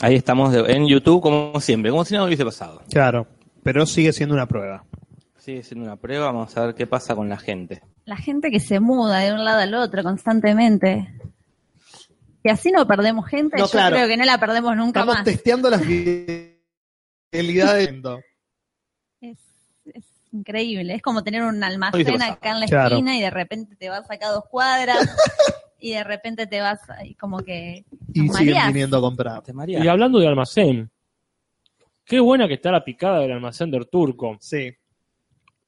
Ahí estamos de- en YouTube como siempre, como si no hubiese pasado. Claro, pero sigue siendo una prueba. Sigue siendo una prueba, vamos a ver qué pasa con la gente. La gente que se muda de un lado al otro constantemente. Y así no perdemos gente, No, yo claro. creo que no la perdemos nunca Estamos más. testeando las fidelidades. Es, es increíble, es como tener un almacén pasar. acá en la Claro. esquina y de repente te vas acá dos cuadras y de repente te vas y como que... y María. siguen viniendo a comprar. Te Y María. hablando de almacén, qué buena que está la picada del almacén del turco. Sí.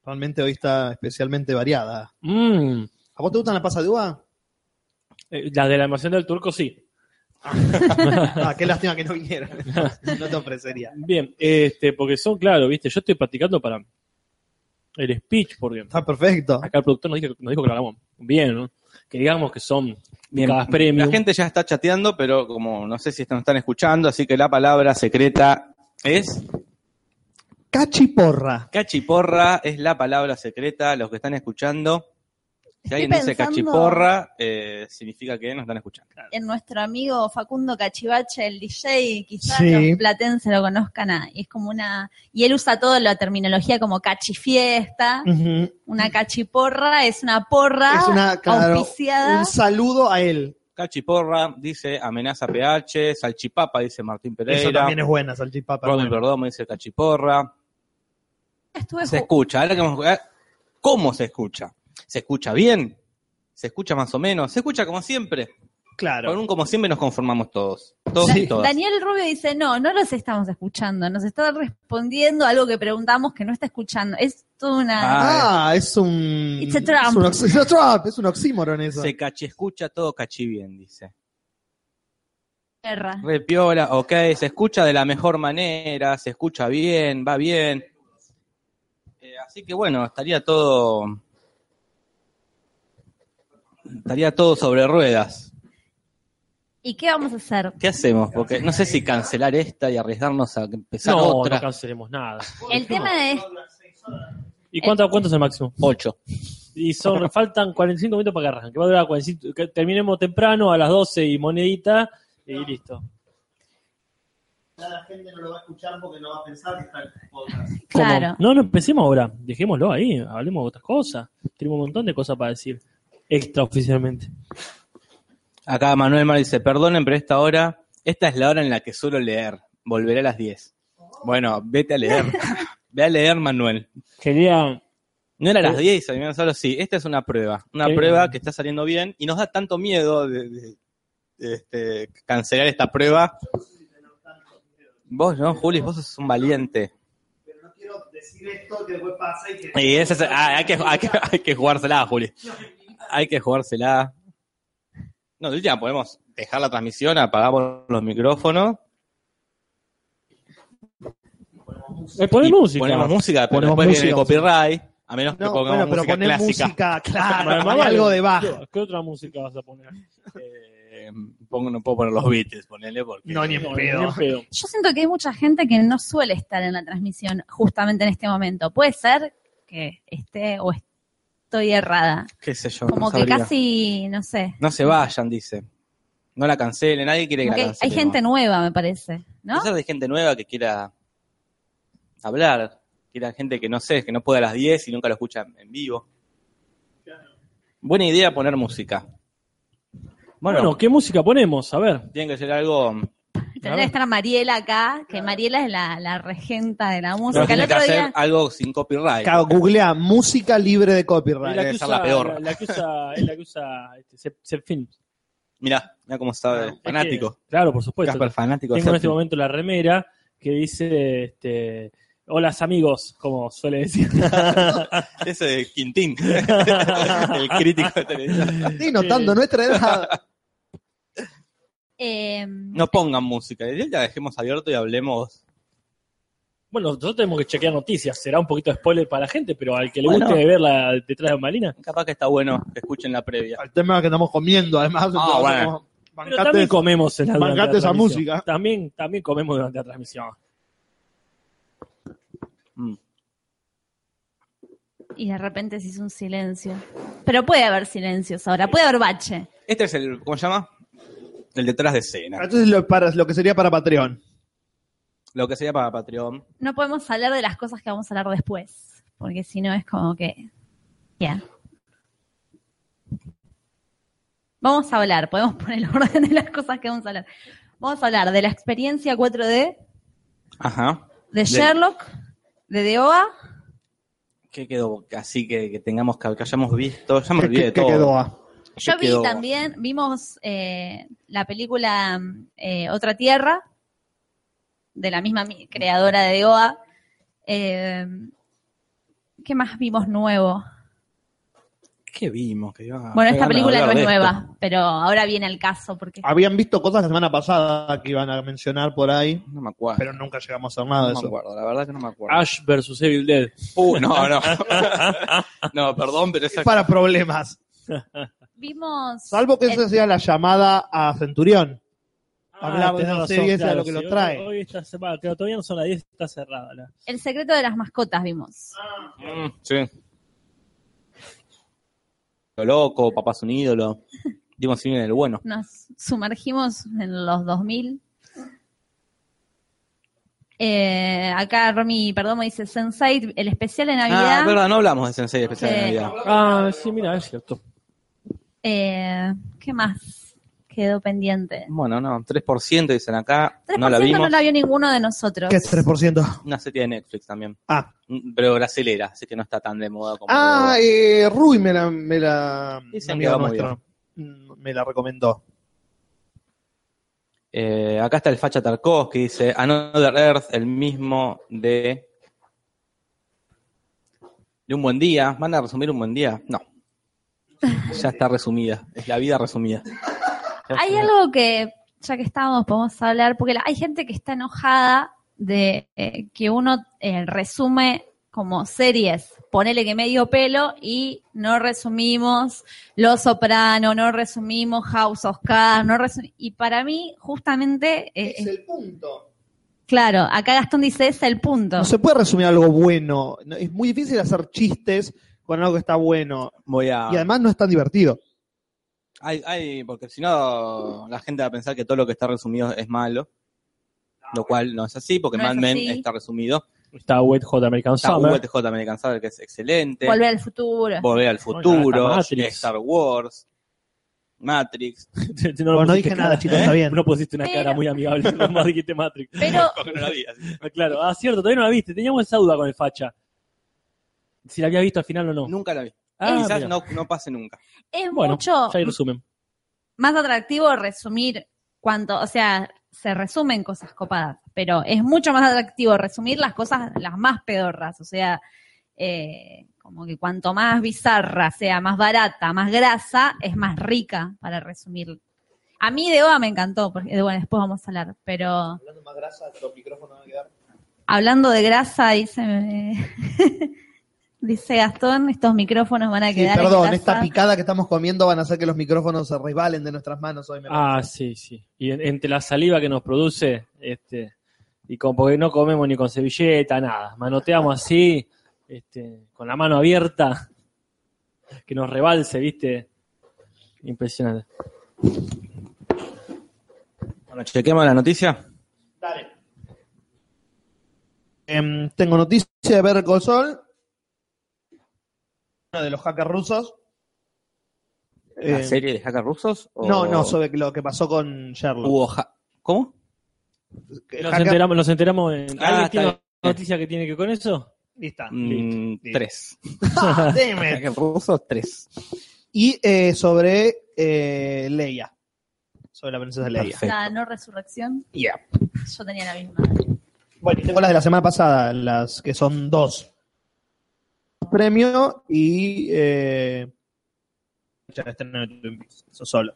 Realmente hoy está especialmente variada. Mm, ¿A vos te gustan las pasas de uva? eh, la del almacén del turco sí. Ah, qué lástima que no vinieron. No te ofrecería. Bien, este, porque son, claro, viste, yo estoy practicando para el speech, porque Está perfecto. acá el productor nos dijo, nos dijo que lo hagamos bien, ¿no? Que digamos que son Bien, picadas premium. La gente ya está chateando, pero como no sé si nos están escuchando, así que la palabra secreta es Cachiporra. cachiporra, es la palabra secreta, los que están escuchando. Si Estoy alguien dice pensando- cachiporra, eh, significa que nos están escuchando. en nuestro amigo Facundo Cachivache, el DJ, quizás Sí. los platenses lo conozcan, ah, y es como una... Y él usa toda la terminología como cachifiesta, Ujú. una cachiporra, es una porra Mm. Es una, claro, auspiciada. un saludo a él. Cachiporra dice amenaza PH, salchipapa dice Martín Eso Pereira, también es buena, salchipapa. Robin Bueno. Perdomo dice cachiporra. Estuve Se ju- escucha, ahora que vamos a jugar, ¿cómo se escucha? ¿Se escucha bien? ¿Se escucha más o menos? ¿Se escucha como siempre? Con Claro. un como siempre nos conformamos todos. Todos Sí. y todas. Daniel Rubio dice, no, no los estamos escuchando, nos está respondiendo algo que preguntamos que no está escuchando. Es toda una... Ah, eh. es un. It's a trap. Es un, ox- it's a trap, es un oxímoron eso. Se cachi escucha todo cachi bien, dice. guerra. Repiola, ok, se escucha de la mejor manera, se escucha bien, va bien. Eh, así que bueno, estaría todo. Estaría todo sobre ruedas. ¿Y qué vamos a hacer? ¿Qué hacemos? Porque no sé si cancelar esta y arriesgarnos a empezar No, no otra. cancelemos nada. El tema es, ¿Y cuánto, cuánto es el máximo? Ocho. Y son, faltan 45 minutos para que arranque. Va a durar 45, que terminemos temprano a las 12 y monedita y listo. La gente no lo va a escuchar porque no va a pensar que está el ¿Cómo? claro, No, no empecemos ahora. Dejémoslo ahí. Hablemos de otras cosas. Tenemos un montón de cosas para decir. Extraoficialmente. Acá Manuel Mar dice, perdonen, pero esta hora, esta es la hora en la que suelo leer. Volveré a las 10. Bueno, vete a leer. Ve a leer, Manuel. Quería. No era a las Sí. 10 y salieron solo, sí. Esta es una prueba. Una Sí. prueba que está saliendo bien y nos da tanto miedo de, de- de, este, cancelar esta prueba. Vos, ¿no, Juli? Vos sos un valiente. Pero no quiero decir esto que después pasa y que. Y esa es- ah, hay, que, hay, que, hay que jugársela, Juli. Hay que jugársela. No, de última podemos dejar la transmisión, apagamos los micrófonos Eh, poné y música. ponemos música, pero Ponemos después viene el música. copyright, a menos que No, pongamos bueno, pero música poner clásica. música, claro, Bueno, poner vale. algo de bajo. ¿Qué otra música vas a poner? Eh, pongo- no puedo poner los beats, ponele porque... No, ni en pedo. ni en pedo. yo siento que hay mucha gente que no suele estar en la transmisión justamente en este momento. Puede ser que esté o estoy errada. qué sé yo, no Como que sabría. casi, no sé. No se vayan, dice. No la cancelen, nadie quiere que Como que la hay- hay cancelen. gente nueva, me parece, ¿no? Quizás hay gente nueva que quiera hablar, quiera gente que no sé, que no puede a las 10 y nunca lo escucha en vivo. Buena idea poner música. Bueno, Bueno, ¿qué música ponemos? A ver. tiene que ser algo... Tendría que estar Mariela acá, que Mariela es la, la regenta de la música. Pero tiene El que otro hacer día, algo sin copyright. Claro, googlea música libre de Es copyright. debe que ser usa, la peor. La, la que usa, es la que usa este, Zep- Zepfilm. Mirá, mirá cómo sabe. Es fanático. que- claro, por supuesto. Casper, fanático. de Tengo en este Zeppelin. momento la remera que dice, este, hola amigos, como suele decir. Ese es Quintín, el crítico de televisión. Estoy notando nuestra edad. eh, No pongan música, la dejemos abierto y hablemos bueno, nosotros tenemos que chequear noticias. Será un poquito de spoiler para la gente, pero al que le Bueno. guste verla detrás de Malina. Capaz que está bueno que escuchen la previa. El tema es que estamos comiendo, además. entonces, Ah, bueno. como, Pero bancate- también comemos en la, durante bancate la esa transmisión. música. También, también comemos durante la transmisión. Mm. y de repente se hizo un silencio. Pero puede haber silencios ahora, puede haber bache. Este es el, ¿cómo se llama? el detrás de escena. Entonces lo, para, lo que sería para Patreon. Lo que sería para Patreon. No podemos hablar de las cosas que vamos a hablar después, porque si no es como que... Ya. Vamos a hablar, podemos poner el orden de las cosas que vamos a hablar. Vamos a hablar de la experiencia 4D, Ajá. de Sherlock, de DOA, ¿Qué quedó? Así que, que tengamos que, que hayamos visto. Ya me ¿Qué- olvidé de qué- qué todo. quedó? ah? ¿Qué Yo vi quedó? también, vimos eh, la película mm, eh, Otra Tierra, de la misma mi- creadora de DOA. Eh, ¿Qué más vimos nuevo? ¿Qué vimos? Que iba- Bueno, qué esta ganas de película no Ah, hablar es de esto. Ah. nueva, pero ahora viene el caso, porque Habían visto cosas la semana pasada que iban a mencionar por ahí, No me acuerdo. pero nunca llegamos a hacer nada de no me eso. acuerdo, la verdad que no me acuerdo. Ash versus Evil Dead. Ah, Uh, no, no. no, perdón, pero esa Es para problemas. vimos... Salvo que eh, esa sea la llamada a Centurión. Hablaba de tenés la serie esa, claro, lo que lo hoy- trae. Hoy está cerrada, claro, todavía no son las 10, está cerrada. la- El secreto de las mascotas vimos. Mm, sí. Lo loco, papás un ídolo. Dimos cine en el bueno. Nos sumergimos en los 2000. Eh, acá Romy Perdomo dice Sensei, el especial de Navidad. Ah, es verdad, no hablamos de Sensei especial de Sí. Navidad. Ah, sí, mira, es cierto. Eh, ¿Qué más quedó pendiente? Bueno, no, 3% dicen acá. 3% No la vimos. vio ninguno de nosotros. ¿Qué es 3%? Una serie de Netflix también. Ah, Mm, Pero brasilera, así que no está tan de moda como. ah eh, Rui me la, me la, Dicen amiga que va muy nuestra, mm, me la recomendó. Eh, acá está el Facha Tarkovsky, dice Another Earth, el mismo de. De un buen día. ¿Van a resumir un buen día? No. Ya está resumida. Es la vida resumida. Hay algo que, ya que estábamos, podemos hablar, porque la- hay gente que está enojada de eh, que uno eh, resume como series, ponele que medio pelo y no resumimos Los Soprano, no resumimos House of Cards, no resumimos... Y para mí, justamente, eh, eh, el punto. claro, acá Gastón dice, es el punto. No se puede resumir algo bueno. No, Es muy difícil hacer chistes con algo que está bueno. Voy a. Y además no es tan divertido. Hay, hay, porque si no, la gente va a pensar que todo lo que está resumido es malo. Lo cual no es así, porque No Mad es Men así. está resumido. Está Wet Hot American Está Summer. VTJ American Summer, que es excelente. Volver al futuro. Volver al Bueno, futuro. hasta Matrix. Star Wars. Matrix. no, Bueno, le no pusiste dije nada, chicos, está bien. No pusiste una Pero- cara muy amigable cuando dijiste Matrix. Pero Ah, Claro, ah, cierto, todavía no la viste. Teníamos esa duda con el facha. Si la había visto al final o no. Nunca la vi. Ah, Quizás mira. no, no pase nunca. es Bueno, mucho Ya hay resumen. más atractivo resumir cuanto, o sea, se resumen cosas copadas, pero es mucho más atractivo resumir las cosas, las más pedorras, o sea, eh, como que cuanto más bizarra sea, más barata, más grasa, es más rica para resumir. A mí de OA me encantó, porque eh, bueno, después vamos a hablar, pero Hablando más grasa, los micrófonos van a quedar. hablando de grasa, dice, dice Gastón, estos micrófonos van a Sí, quedar... en perdón, grasa. esta picada que estamos comiendo van a hacer que los micrófonos se resbalen de nuestras manos hoy. me Ah, sí, sí. Y en- entre la saliva que nos produce, este, y con, porque no comemos ni con servilleta, nada. Manoteamos así, este, con la mano abierta, que nos rebalse, ¿viste? Impresionante. Bueno, chequemos la noticia. Em, tengo noticia de Better Call Saul, uno de los hackers rusos. ¿La Eh, serie de hackers rusos? o- no, no, sobre lo que pasó con Sherlock. Hubo ha- ¿Cómo? Que Nos hacker- enteramos, nos enteramos en... Eh, Ah, ¿Alguien está tiene bien. noticia que tiene que con eso? Lista. Mm, Ah, listo. tres. Ah, damn it. Hackers rusos, tres. Y eh, sobre eh, Leia. Sobre la princesa Leia. Perfecto. La no resurrección, Yeah. yo tenía la misma. Bueno, y tengo las de la semana pasada, las que son dos. Premio y. Eh, ya estreno de Twin Peaks, eso solo.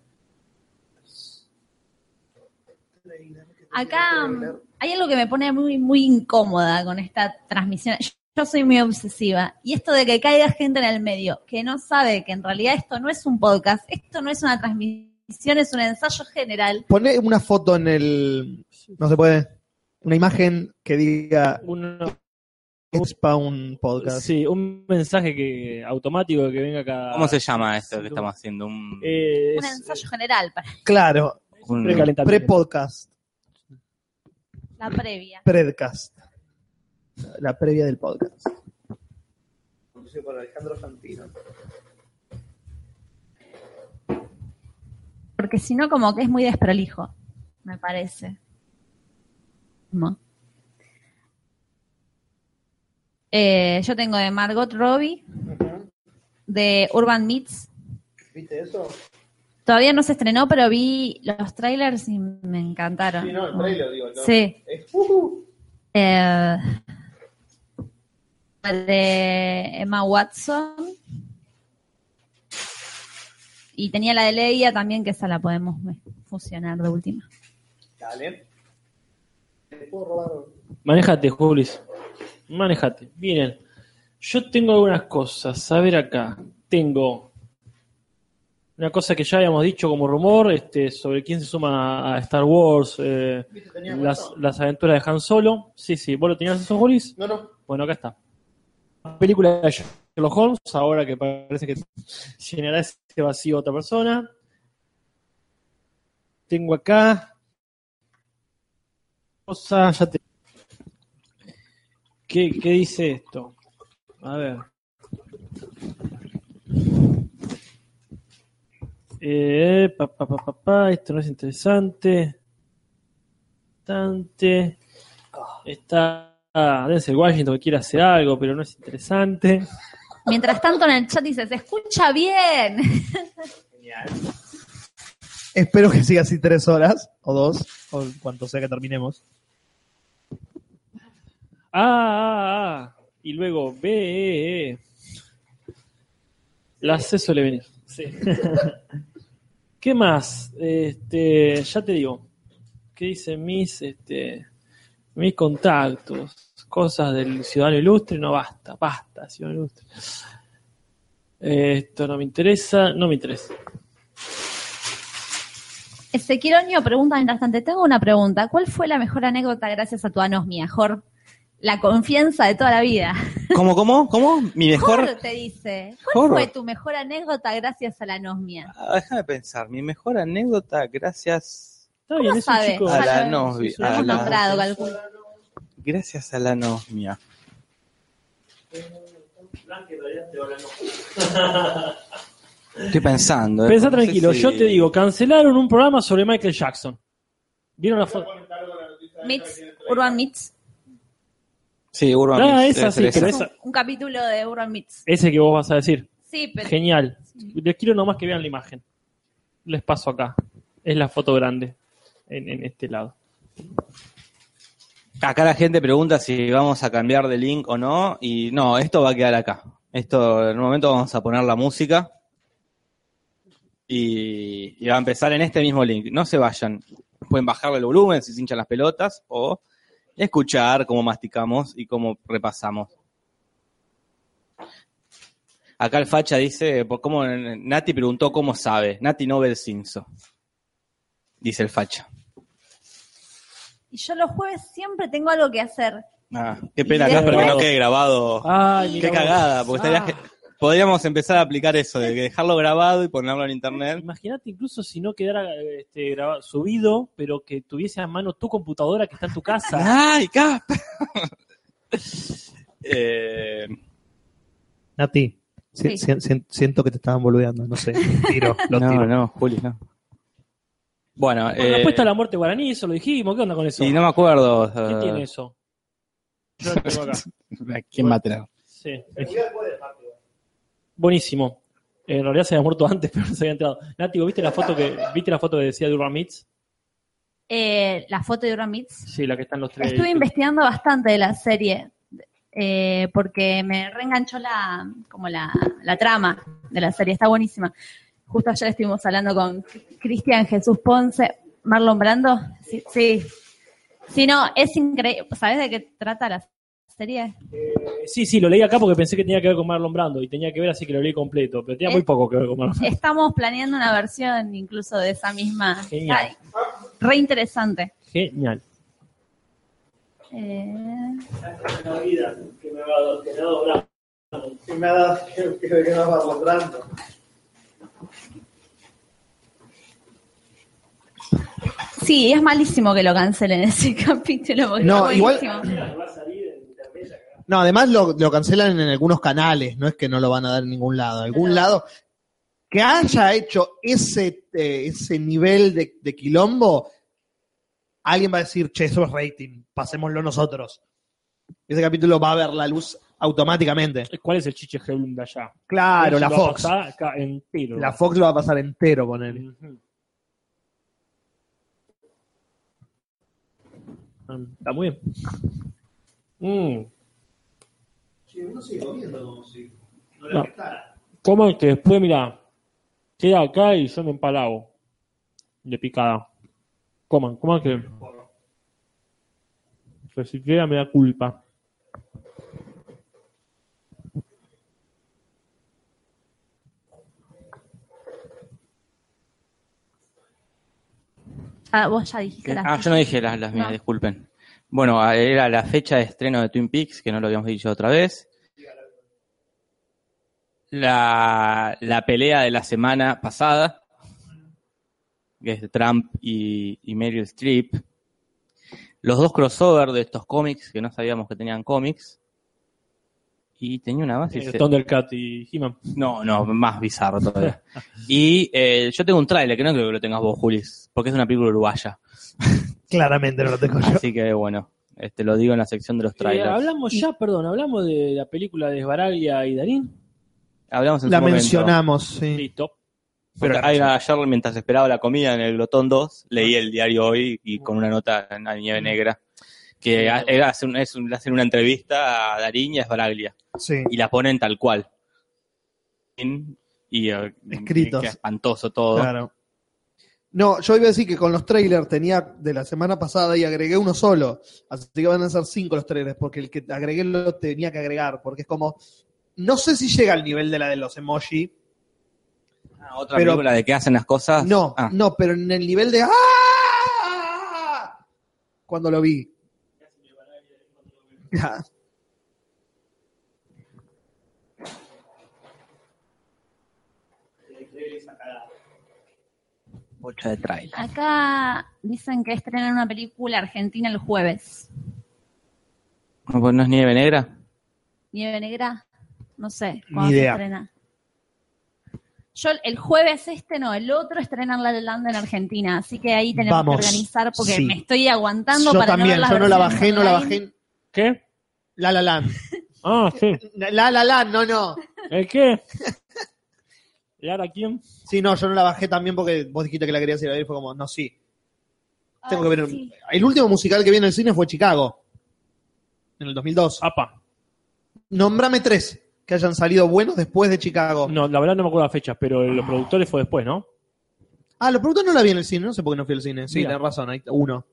Acá mm, hay algo que me pone muy, muy incómoda con esta transmisión. Yo, yo soy muy obsesiva. Y esto de que caiga gente en el medio que no sabe que en realidad esto no es un podcast, esto no es una transmisión, es un ensayo general. Poné una foto en el. No se puede. Una imagen que diga Uno, Spawn Podcast. sí, un mensaje que automático que venga acá. ¿Cómo se llama esto que estamos haciendo? Un... Eh, Un es- ensayo general. para- Claro. Un- Precalentamiento. Pre-podcast, La previa. predcast. La previa del podcast. Conducido por Alejandro Fantino. Porque si no, como que es muy desprolijo, me parece. Mo. Eh, yo tengo de Margot Robbie, de Urban Myths. ¿Viste eso? Todavía no se estrenó, pero vi los trailers y me encantaron. Sí, no, el trailer, digo. ¿no? Sí. Es, uh, Eh, de Emma Watson. Y tenía la de Leia también, que esa la podemos eh, fusionar de última. dale. ¿Te puedo robar? Manejate, Julis. Manejate. Miren, yo tengo algunas cosas. A ver acá. Tengo una cosa que ya habíamos dicho como rumor este, sobre quién se suma a Star Wars, eh, ¿Viste? Tenía las, razón. las aventuras de Han Solo. Sí, sí. ¿Vos lo tenías eso, Julis? No, no. Bueno, acá está. La película de Sherlock Holmes, ahora que parece que llenará ese vacío otra persona. Tengo acá. Cosa, ya te- ¿Qué, qué dice esto? A ver. Eh, pa, pa, pa, pa, pa, esto no es interesante. Bastante. Está Denzel Washington que quiere hacer algo, pero no es interesante. Mientras tanto, en el chat dice, se escucha bien. Espero que siga así tres horas o dos, o cuanto sea que terminemos. Ah, ah, ah. Y luego B. E, E. La C suele venir. ¿Qué más? Este, ya te digo. ¿Qué dicen mis, este, mis contactos? Cosas del ciudadano ilustre, no basta, basta, ciudadano ilustre. Esto no me interesa, no me interesa. Ezequiel Oño pregunta, mientras tanto, tengo una pregunta. ¿Cuál fue la mejor anécdota gracias a tu anosmia, Jor? La confianza de toda la vida. ¿Cómo, cómo, cómo? Mi mejor. Jor te dice, Jor. ¿cuál fue tu mejor anécdota gracias a la anosmia? Ah, Déjame pensar. Mi mejor anécdota, gracias Está bien, es un sabes? chico. a la lo- novia. sí, Lo a hemos la- nombrado, calculo. Gracias a la anosmia. Estoy pensando. eh, Pensá porque no sé tranquilo, si- yo te digo, cancelaron un programa sobre Michael Jackson. ¿Vieron la foto? Mits, Urban Mits. Sí, Urban Ah, Mix, esa debe ser sí, pero esa. esa- Un, un capítulo de Urban Mits. Ese que vos vas a decir. Sí, pero Genial. Les quiero nomás que vean la imagen. Les paso acá. Es la foto grande. En, en este lado. Acá la gente pregunta si vamos a cambiar de link o no. Y no, esto va a quedar acá. Esto, en un momento vamos a poner la música. Y, y va a empezar en este mismo link. No se vayan. Pueden bajarle el volumen si se hinchan las pelotas o escuchar cómo masticamos y cómo repasamos. Acá el facha dice, por cómo Nati preguntó cómo sabe. Nati no ve el Simpson. Dice el facha. y yo los jueves siempre tengo algo que hacer. Ah, qué pena, Y Casper, que no después- quede grabado. Ay, mira Qué vos. cagada, porque estaría Ah, ge- podríamos empezar a aplicar eso, de que dejarlo grabado y ponerlo en internet. Imagínate incluso si no quedara este, grabado, subido, pero que tuviese a mano tu computadora que está en tu casa. ¡Ay, Casper! Eh, Nati, si- Sí. si- si- siento que te estaban boludeando, no sé. Tiro, lo tiro. no, Juli, no. Bueno, Bueno, eh, apuesta a la muerte guaraní, eso lo dijimos. ¿Qué onda con eso? y no me acuerdo. ¿Quién eh, tiene eso? Yo lo tengo acá. ¿a ¿Quién va a tener? Sí. Buenísimo. En realidad se había muerto antes, pero no se había enterado. Nati, ¿vos ¿viste la foto que viste la foto que decía de Urban Meets? Eh, la foto de Urban Mits. Sí, la que están los tres. Estuve investigando bastante de la serie eh, porque me reenganchó la, como la, la trama de la serie, está buenísima. Justo ayer estuvimos hablando con Cristian Jesús Ponce, Marlon Brando. Sí, sí. Sí, no, es increíble. ¿Sabes de qué trata la serie? Sí, sí, lo leí acá porque pensé que tenía que ver con Marlon Brando y tenía que ver, así que lo leí completo, pero tenía muy Eh. poco que ver con Marlon Brando. Estamos planeando una versión incluso de esa misma. Genial. Ay, re interesante. Genial. Eh, Y me ha dado que, que, que nos va mostrando. Sí, es malísimo que lo cancelen ese capítulo. porque No, está igual- buenísimo. No, además lo, lo cancelan en algunos canales, no es que no lo van a dar en ningún lado. Algún lado que haya hecho ese, eh, ese nivel de, de quilombo, alguien va a decir, che, eso es rating, pasémoslo nosotros. Ese capítulo va a ver la luz automáticamente. ¿Cuál es el chiche Heblum de allá? Claro, Eso la lo Fox. va a pasar acá entero. La Fox lo va a pasar entero con él. Ujú. Mm, Está muy bien. Mm, Che, uno sigue comiendo como si no le No. afectara. Coman que después, mira, queda acá y yo me empalago de picada. Coman, coman que. Que si queda me da culpa. Ah, vos ya dijiste la Ah, yo no dije las, las mías, No. disculpen. Bueno, a- era la fecha de estreno de Twin Peaks, que no lo habíamos dicho otra vez. La, la pelea de la semana pasada, que es de Trump y, y Meryl Streep. Los dos crossovers de estos cómics, que no sabíamos que tenían cómics. Y tenía una base. Eh, Thundercat y He-Man. No, no, más bizarro todavía. y eh, yo tengo un tráiler, que no creo que lo tengas vos, Julis, porque es una película uruguaya. Claramente no lo tengo Pues yo. Así que bueno, este lo digo en la sección de los Eh, trailers. hablamos ya, perdón, hablamos de la película de Esbaraglia y Darín. Hablamos en La su momento. mencionamos, sí. Listo. Pero Otra ayer, ayer, mientras esperaba la comida en el Glotón 2, leí el diario hoy y con una nota en la nieve negra que ha- era- hace un- es un- le hacen una entrevista a Darín y a Esbaraglia sí. y la ponen tal cual. Y, eh, Escritos. que espantoso todo. Claro. No, yo iba a decir que con los trailers tenía de la semana pasada y agregué uno solo. Así que van a ser cinco los trailers, porque el que agregué lo tenía que agregar, porque es como. No sé si llega al nivel de la de los emoji. Ah, otra Pero- película de que hacen las cosas. No, Ah, no, pero en el nivel de. ¡Ah! Cuando lo vi. Ya. bocha de trailer. Acá dicen que estrenan una película argentina el jueves. Bueno, ¿No es nieve negra? Nieve Negra, no sé. ¿cuándo Ni se idea. estrena? Yo el jueves este no, el otro estrenan La La Land en Argentina, así que ahí tenemos Vamos, que organizar porque sí. me estoy aguantando Yo para también, no ver las yo no la bajé, versiones no la online. bajé. ¿Qué? La la land. Ah, sí. La la land, no, no. ¿El qué? ¿Y ahora quién? Sí, no, yo no la bajé también porque vos dijiste que la querías ir a ver. Fue como, no, sí. Tengo que Ay, ver. un- Ah, sí. El último musical que vi en el cine fue Chicago. En el 2002. Apa. Nombrame tres que hayan salido buenos después de Chicago. No, la verdad no me acuerdo la fecha, pero los productores fue después, ¿no? Ah, los productores no la vi en el cine. No sé por qué no fui al cine. Sí, Mira. tenés razón. Hay uno.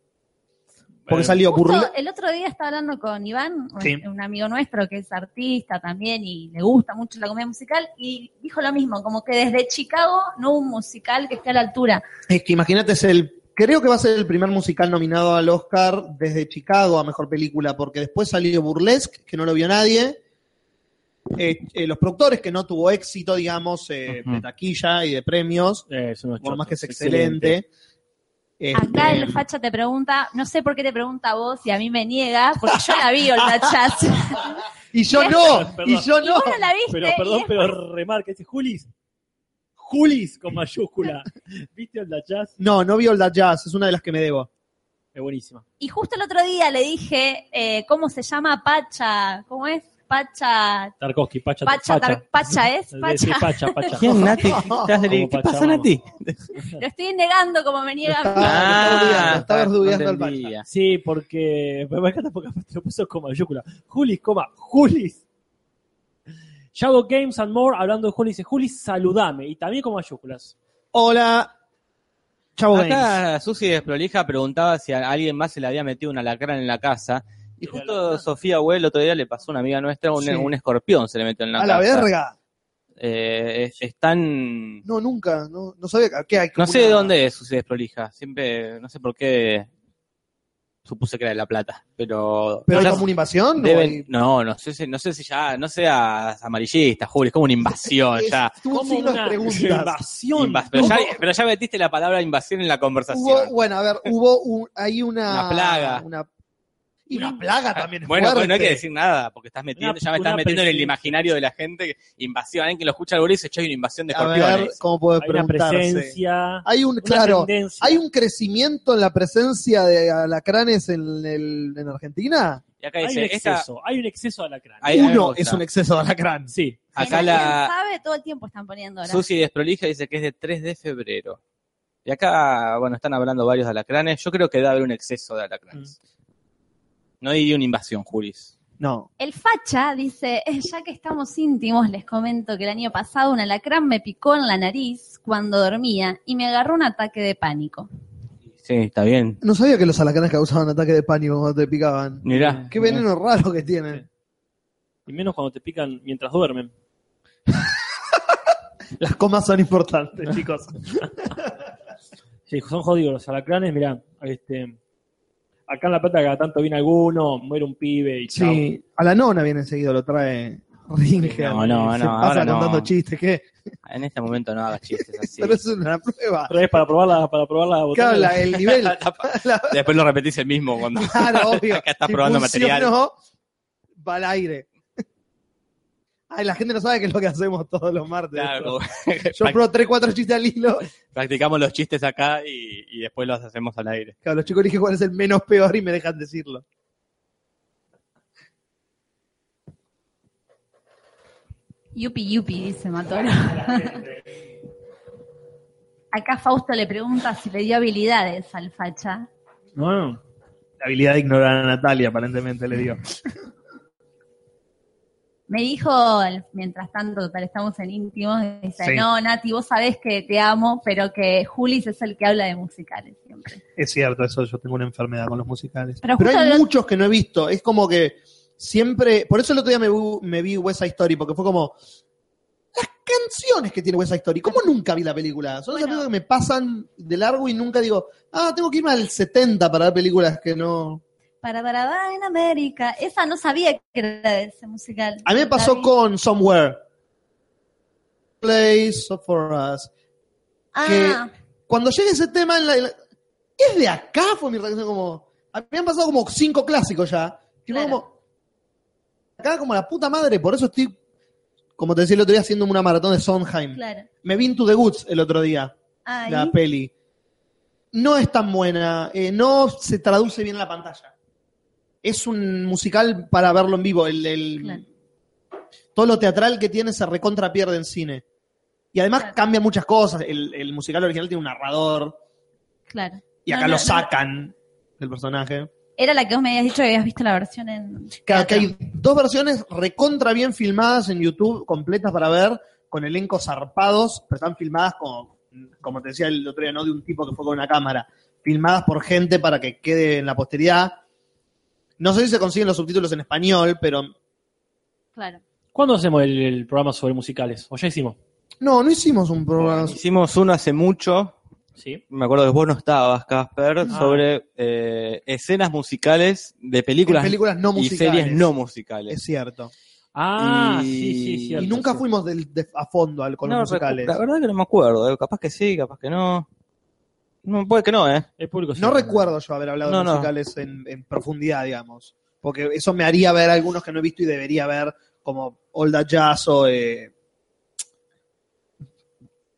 Porque Eh, salió Justo Burla. el otro día estaba hablando con Iván, un- Sí. un amigo nuestro que es artista también y le gusta mucho la comedia musical, y dijo lo mismo, como que desde Chicago no hubo un musical que esté a la altura. Es que imagínate, es el. Creo que va a ser el primer musical nominado al Oscar desde Chicago a mejor película, porque después salió Burlesque, que no lo vio nadie. Eh, eh, los productores, que no tuvo éxito, digamos, eh, Ujú. de taquilla y de premios, Eh, son unos por más chotos. que es excelente. Este, Acá el facha te pregunta, no sé por qué te pregunta a vos y a mí me niega, porque yo la vi, el fachazo. Y yo no, Perdón. y yo Y no. vos no la viste. Pero, perdón, pero remarca, dice Julis. Julis con mayúscula. ¿Viste el Jazz? No, no vi All That Jazz, es una de las que me debo. Es buenísima. Y justo el otro día le dije, eh, ¿cómo se llama Pacha? ¿Cómo es? Pacha. Tarkovsky, Pacha. Pacha, Tar- Pacha es, Sí, Pacha. sí, Pacha, Pacha. ¿Quién, Nati? ¿Qué haces? ¿Qué Como pasa, Pachamama. Nati? Lo estoy negando como me niega. Lo a mí. estaba- Ah, Ah, lo estaba no ordubiando al entendía. Sí, porque. Me encanta porque aparte lo puso con mayúscula. Julis, coma, Julis. Shadow Games and More, hablando de Julis, dice Julis, saludame. Y también con mayúsculas. Hola, Chavo Games. Acá Susi desprolija preguntaba si a alguien más se le había metido una lacrana en la casa. Y justo Sofía Güell el otro día le pasó a una amiga nuestra, un, Sí. un escorpión se le metió en la A casa. la verga. Eh, es- están. No, nunca, no, no sabía que- que hay. No como sé una- de dónde es Susi desprolija. Siempre, no sé por qué supuse que era de La Plata, pero... ¿Pero hay ya como una invasión? ¿O deben- hay- no, no sé, si- no sé si ya, no seas amarillista, Julio, es como una invasión Es- ya. tuvo un Como signo de una preguntas. invasión. Invas- pero, ya, pero ya metiste la palabra invasión en la Hubo, conversación. bueno, a ver, hubo un- hay una... Una plaga. una- y una plaga también es Bueno, pues no hay que fuerte. decir nada, porque estás metiendo, Una- ya me estás una metiendo en el presencia. imaginario de la gente, que- invasión, alguien que lo escucha algo y dice, che, hay una invasión de A ver, escorpiones. ¿cómo puede Hay una preguntarse? presencia. Hay un, una claro, tendencia. ¿hay un crecimiento en la presencia de alacranes en, el- en Argentina? Y acá Hay un dice, esta, exceso. Hay un exceso de alacrán. Ahí- ahí me Uno gusta. es un exceso de alacrán. Sí. acá Quien la, sabe, todo el tiempo están poniendo ahora. Susi Desprolija dice que es de 3 de febrero. Y acá, bueno, están hablando varios de alacranes. Yo creo que debe haber un exceso de Mm. alacranes. No hay una invasión, Juris. No. El facha dice, "Eh, ya que estamos íntimos, les comento que el año pasado un alacrán me picó en la nariz cuando dormía y me agarró un ataque de pánico. Sí, está bien. No sabía que los alacranes causaban ataque de pánico cuando te picaban. Mirá. Mm. Qué veneno raro que tienen. Y menos cuando te pican mientras duermen. Las comas son importantes, chicos. Sí, son jodidos los alacranes, mirá, este, acá en La Plata cada tanto viene alguno, muere un pibe y chao. Sí, a la nona viene seguido, lo trae Ringer. No, no, Se no, pasa ahora no. contando chistes, ¿qué? En este momento no hagas chistes así. Pero es una prueba. Otra vez para probarla, para probarla. Claro, la- el nivel. La- Después lo repetís el mismo cuando. claro, obvio. Acá está Si probando funcionó, material. Va al aire. Ay, la gente no sabe qué es lo que hacemos todos los martes. Claro, como- Yo pruebo 3, 4 chistes al hilo. practicamos los chistes acá y, y después los hacemos al aire. Claro, los chicos eligen cuál es el menos peor y me dejan decirlo. Yupi, yupi, dice Matoro. Acá Fausto le pregunta si le dio habilidades al facha. No, La habilidad de ignorar a Natalia, aparentemente, le dio. Me dijo, el- mientras tanto, total, estamos en íntimos, dice, no, Nati, vos sabés que te amo, pero que Julis es el que habla de musicales siempre. Es cierto, eso yo tengo una enfermedad con los musicales. Pero Pero, justo hay lo- muchos que no he visto. Es como que siempre. Por eso el otro día me, bu- me vi West Side Story, porque fue como. Las canciones que tiene West Side Story. ¿Cómo nunca vi la película? Son esas Bueno. películas que me pasan de largo y nunca digo, ah, tengo que irme al 70 para ver películas que no. Para Barabá en América. Esa no sabía que era de ese musical. A mí me pasó David. con Somewhere. Place for Us. Ah, Cuando llegue ese tema, en la, en la- es de acá, fue mi reacción como... A mí me han pasado como cinco clásicos ya. Y fue Claro. como... Acá como la puta madre, por eso estoy, como te decía el otro día, haciendo una maratón de Sondheim. claro. Me vi Into the Goods el otro día, Ahí. la peli. No es tan buena, eh, no se traduce bien en la pantalla. Es un musical para verlo en vivo. El, el- Claro. Todo lo teatral que tiene se recontra pierde en cine. Y además Claro. cambian muchas cosas. El, el musical original tiene un narrador. Claro. Y No, acá no, lo no. sacan del personaje. Era la que vos me habías dicho que habías visto la versión en. Que acá hay dos versiones recontra bien filmadas en YouTube, completas para ver, con elencos zarpados, pero están filmadas como, como te decía el otro día, ¿no? De un tipo que fue con una cámara. Filmadas por gente para que quede en la posteridad. No sé si se consiguen los subtítulos en español, pero. Claro. ¿Cuándo hacemos el, el programa sobre musicales? ¿O ya hicimos? No, no hicimos un programa. Hicimos uno hace mucho, Sí. me acuerdo que vos no estabas, Casper, Ah. sobre eh, escenas musicales de en películas, películas no y musicales. series no musicales. Es cierto. Ah, Y- sí, sí, cierto. y nunca sí. fuimos del- de- a fondo al, con No, los musicales. recu- La verdad que no me acuerdo, eh, capaz que sí, capaz que no. No, puede que no, ¿eh? El público sí. No recuerdo yo haber hablado No, de no. musicales en, en profundidad, digamos. Porque eso me haría ver algunos que no he visto y debería ver, como All That Jazz o eh,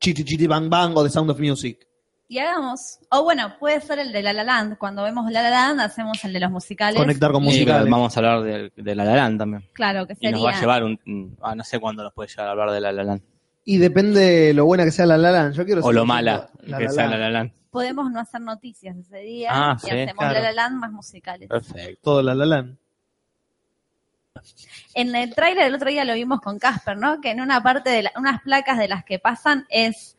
Chitty Chitty Bang Bang o The Sound of Music. Y hagamos. O bueno, puede ser el de La La Land. Cuando vemos La La Land, hacemos el de los musicales. Conectar con Y, musicales. pero vamos a hablar de, de La La Land también. Claro, que Y sería. nos va a llevar un... mm, ah, no sé cuándo nos puede llegar a hablar de La La Land. Y depende lo buena que sea la La Land. Yo quiero O ser- lo mala La que La sea Land. La La Land. Podemos no hacer noticias ese día. Ah, sí, y hacemos claro. La La Land más musicales. Perfecto. Todo La La Land. En el tráiler el otro día lo vimos con Casper, ¿no? Que en una parte de la- unas placas de las que pasan es.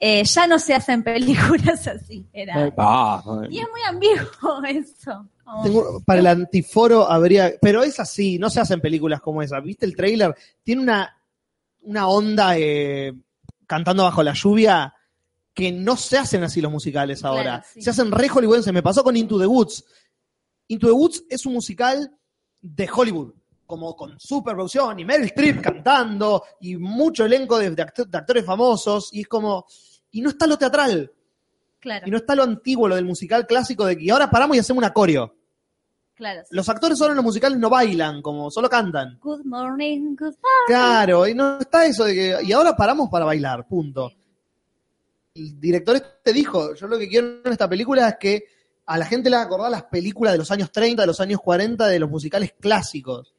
eh, ya no se hacen películas así. Era. Ah, Y es muy ambiguo eso. Como- Tengo- para el antiforo habría. Pero es así, no se hacen películas como esa. ¿Viste el trailer? Tiene una, una onda eh, cantando bajo la lluvia que no se hacen así los musicales ahora. sí. Se hacen re hollywoodenses. Me pasó con Into the Woods. Into the Woods es un musical de Hollywood, como con superproducción y Meryl Streep cantando y mucho elenco de, de acto- de actores famosos y es como... Y no está lo teatral, Claro, y no está lo antiguo, lo del musical clásico de que ahora paramos y hacemos un acorio. claro. sí. Los actores solo en los musicales no bailan, como solo cantan. Good morning, good Claro, y no está eso de que. Y ahora paramos para bailar, punto. El director te dijo: Yo lo que quiero en esta película es que a la gente le haga acordar las películas de los años 30, de los años 40, de los musicales clásicos.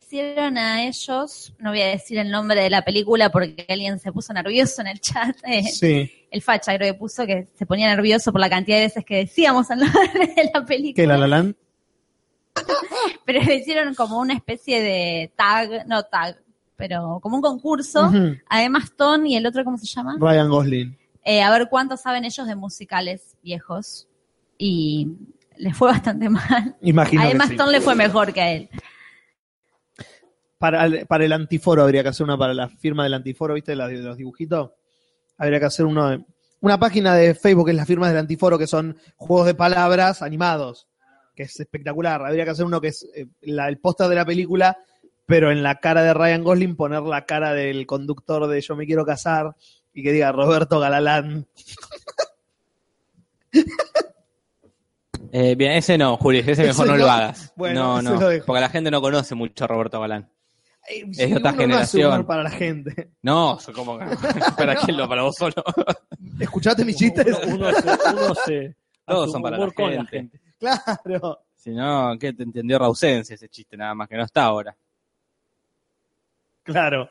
hicieron a ellos, no voy a decir el nombre de la película porque alguien se puso nervioso en el chat, eh, Sí, el facha creo que puso que se ponía nervioso por la cantidad de veces que decíamos el nombre de la película, Land. pero le hicieron como una especie de tag, no tag, pero como un concurso, Ujú. además Ton y el otro, ¿cómo se llama? Ryan Gosling. Eh, a ver cuántos saben ellos de musicales viejos y les fue bastante mal. Imagino. Además, Ton le fue mejor que a él. Para el, para el antiforo habría que hacer una para la firma del antiforo, ¿viste? La de los dibujitos. Habría que hacer uno de- una página de Facebook que es las firmas del antiforo, que son juegos de palabras animados, que es espectacular. Habría que hacer uno que es eh, la- el póster de la película, pero en la cara de Ryan Gosling poner la cara del conductor de Yo me quiero casar y que diga Roberto Galalán. Eh, bien, ese no, Juli, ese mejor Ese no, no. lo hagas. Bueno, no, ese lo no, dejo. porque la gente no conoce mucho a Roberto Balán. Eh, Es si de otra uno no hace generación. humor para la gente. No, soy como para quién lo, para vos solo. ¿Escuchaste mis chistes? Uno, uno se, uno se- Todos hace son para humor la con gente. claro. Si no, ¿qué te entendió Rausencia ese chiste? Nada más que no está ahora. Claro.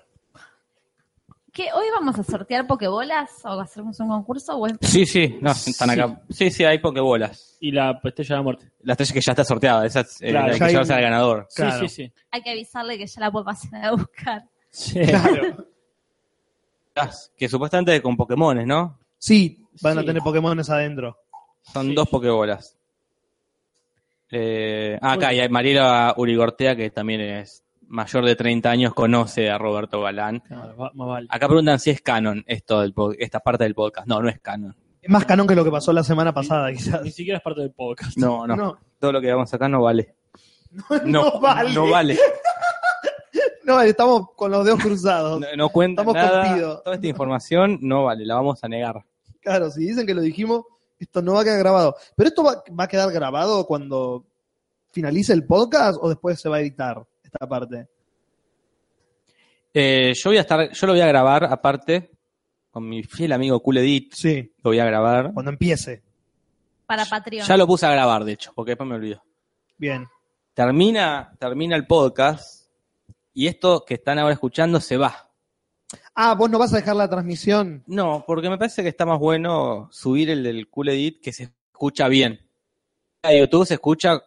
¿Qué, ¿Hoy vamos a sortear pokebolas o hacemos un concurso? ¿O es- Sí, sí, no, están Sí. acá. Sí, sí, hay pokebolas. Y la estrella de la muerte. La estrella que ya está sorteada, esa es, eh, Claro, la ya que hay- llevarse al ganador. Claro. Sí, sí, sí. Hay que avisarle que ya la puedo pasar a buscar. Sí. Claro. Que supuestamente es con Pokémones, ¿no? Sí, van a Sí. tener Pokémones adentro. Son Sí. dos pokebolas. Eh, ah, acá, y hay Mariela Urigortea, que también es mayor de 30 años, conoce a Roberto Galán. Claro, va- más vale. Acá preguntan si es canon esto del pod- esta parte del podcast. No, no es canon. Es más canon que lo que pasó la semana pasada, quizás. Ni siquiera es parte del podcast. No, no. No, Todo lo que vamos acá no vale. no vale. No vale. no, estamos con los dedos cruzados. No, no cuenta Estamos nada. contigo. Toda esta información no vale, la vamos a negar. Claro, si dicen que lo dijimos, esto no va a quedar grabado. Pero esto va, va a quedar grabado cuando finalice el podcast o después se va a editar esta parte. Eh, yo voy a estar, yo lo voy a grabar aparte con mi fiel amigo Culedit. Sí, Lo voy a grabar. cuando empiece. Para Patreon. Ya lo puse a grabar, de hecho, porque después me olvidó. Bien. termina, termina el podcast y esto que están ahora escuchando se va. Ah, vos no vas a dejar la transmisión. No, porque me parece que está más bueno subir el del Cool Edit que se escucha bien. La de YouTube se escucha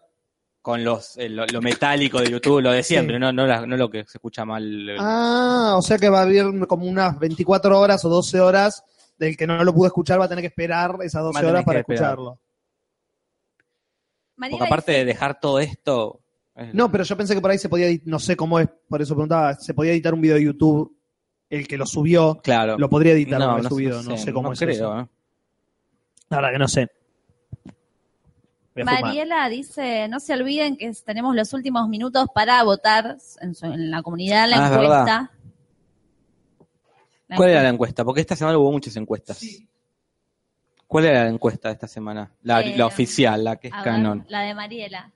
con los, eh, lo, lo metálico de YouTube, lo de siempre, Sí. no, no, la- no lo que se escucha mal. eh, Ah, o sea que va a haber como unas 24 horas o 12 horas del que no lo pudo escuchar va a tener que esperar Va esas a 12 tener horas que para esperar. escucharlo. Mariela porque aparte de dejar todo esto. eh, No, pero yo pensé que por ahí se podía, edit- no sé cómo es, por eso preguntaba, se podía editar un video de YouTube, el que lo subió, claro. lo podría editar, no, No, lo he no subido, no sé, cómo no es creo, eso. eh. La verdad que no sé. Voy a dice- fumar. Mariela dice, no se olviden que tenemos los últimos minutos para votar en, su- en la comunidad, en la Ah, es verdad. encuesta. La ¿Cuál era la encuesta. encuesta? Porque esta semana hubo muchas encuestas. ¿Cuál era la encuesta de esta semana? La, Eh, la oficial, la que es A ver, canon. la de Mariela.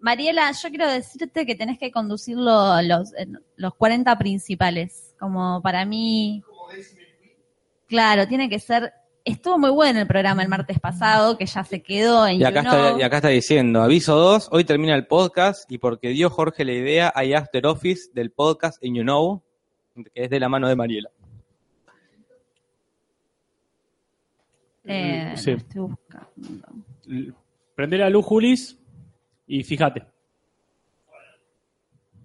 Mariela, yo quiero decirte que tenés que conducir lo- los, en- los 40 principales. Como para mí. Claro, tiene que ser. Estuvo muy bueno el programa el martes pasado, que ya se quedó en Y acá, YouNow. está, y acá está diciendo, aviso 2, hoy termina el podcast y porque dio Jorge la idea, hay After Office del podcast en You Know, que es de la mano de Mariela. Eh, Sí. lo estoy buscando. Prende la luz, Julis, y fíjate.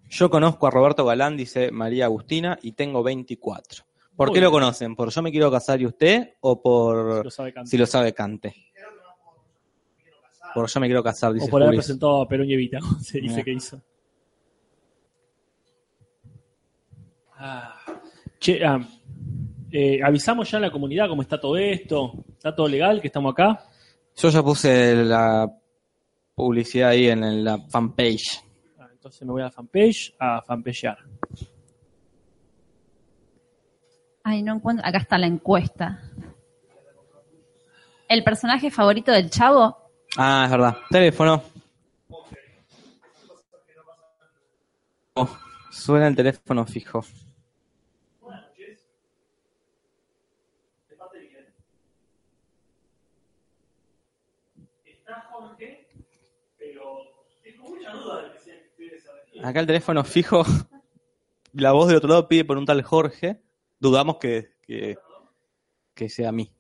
Yo conozco a Roberto Galán, dice María Agustina, y tengo 24. ¿Por Muy qué lo bien. conocen? ¿Por Yo me quiero casar y usted o si por lo sabe cantar. Si lo sabe Cante? Por Yo me quiero casar, dice o por haber Juli. presentado a Perón y Evita, como se dice Mira. que hizo. Ah. Che, ah, eh, avisamos ya a la comunidad cómo está todo esto. Está todo legal, que estamos acá. Yo ya puse la publicidad ahí en, en la fanpage. Ah, Entonces me voy a la fanpage a fanpagear. Ay, no encuentro. Acá está la encuesta. ¿El personaje favorito del chavo? Ah, es verdad. Teléfono. Oh, suena el teléfono fijo. Acá el teléfono fijo, la voz del otro lado pide por un tal Jorge. Dudamos que, que, que sea a mí.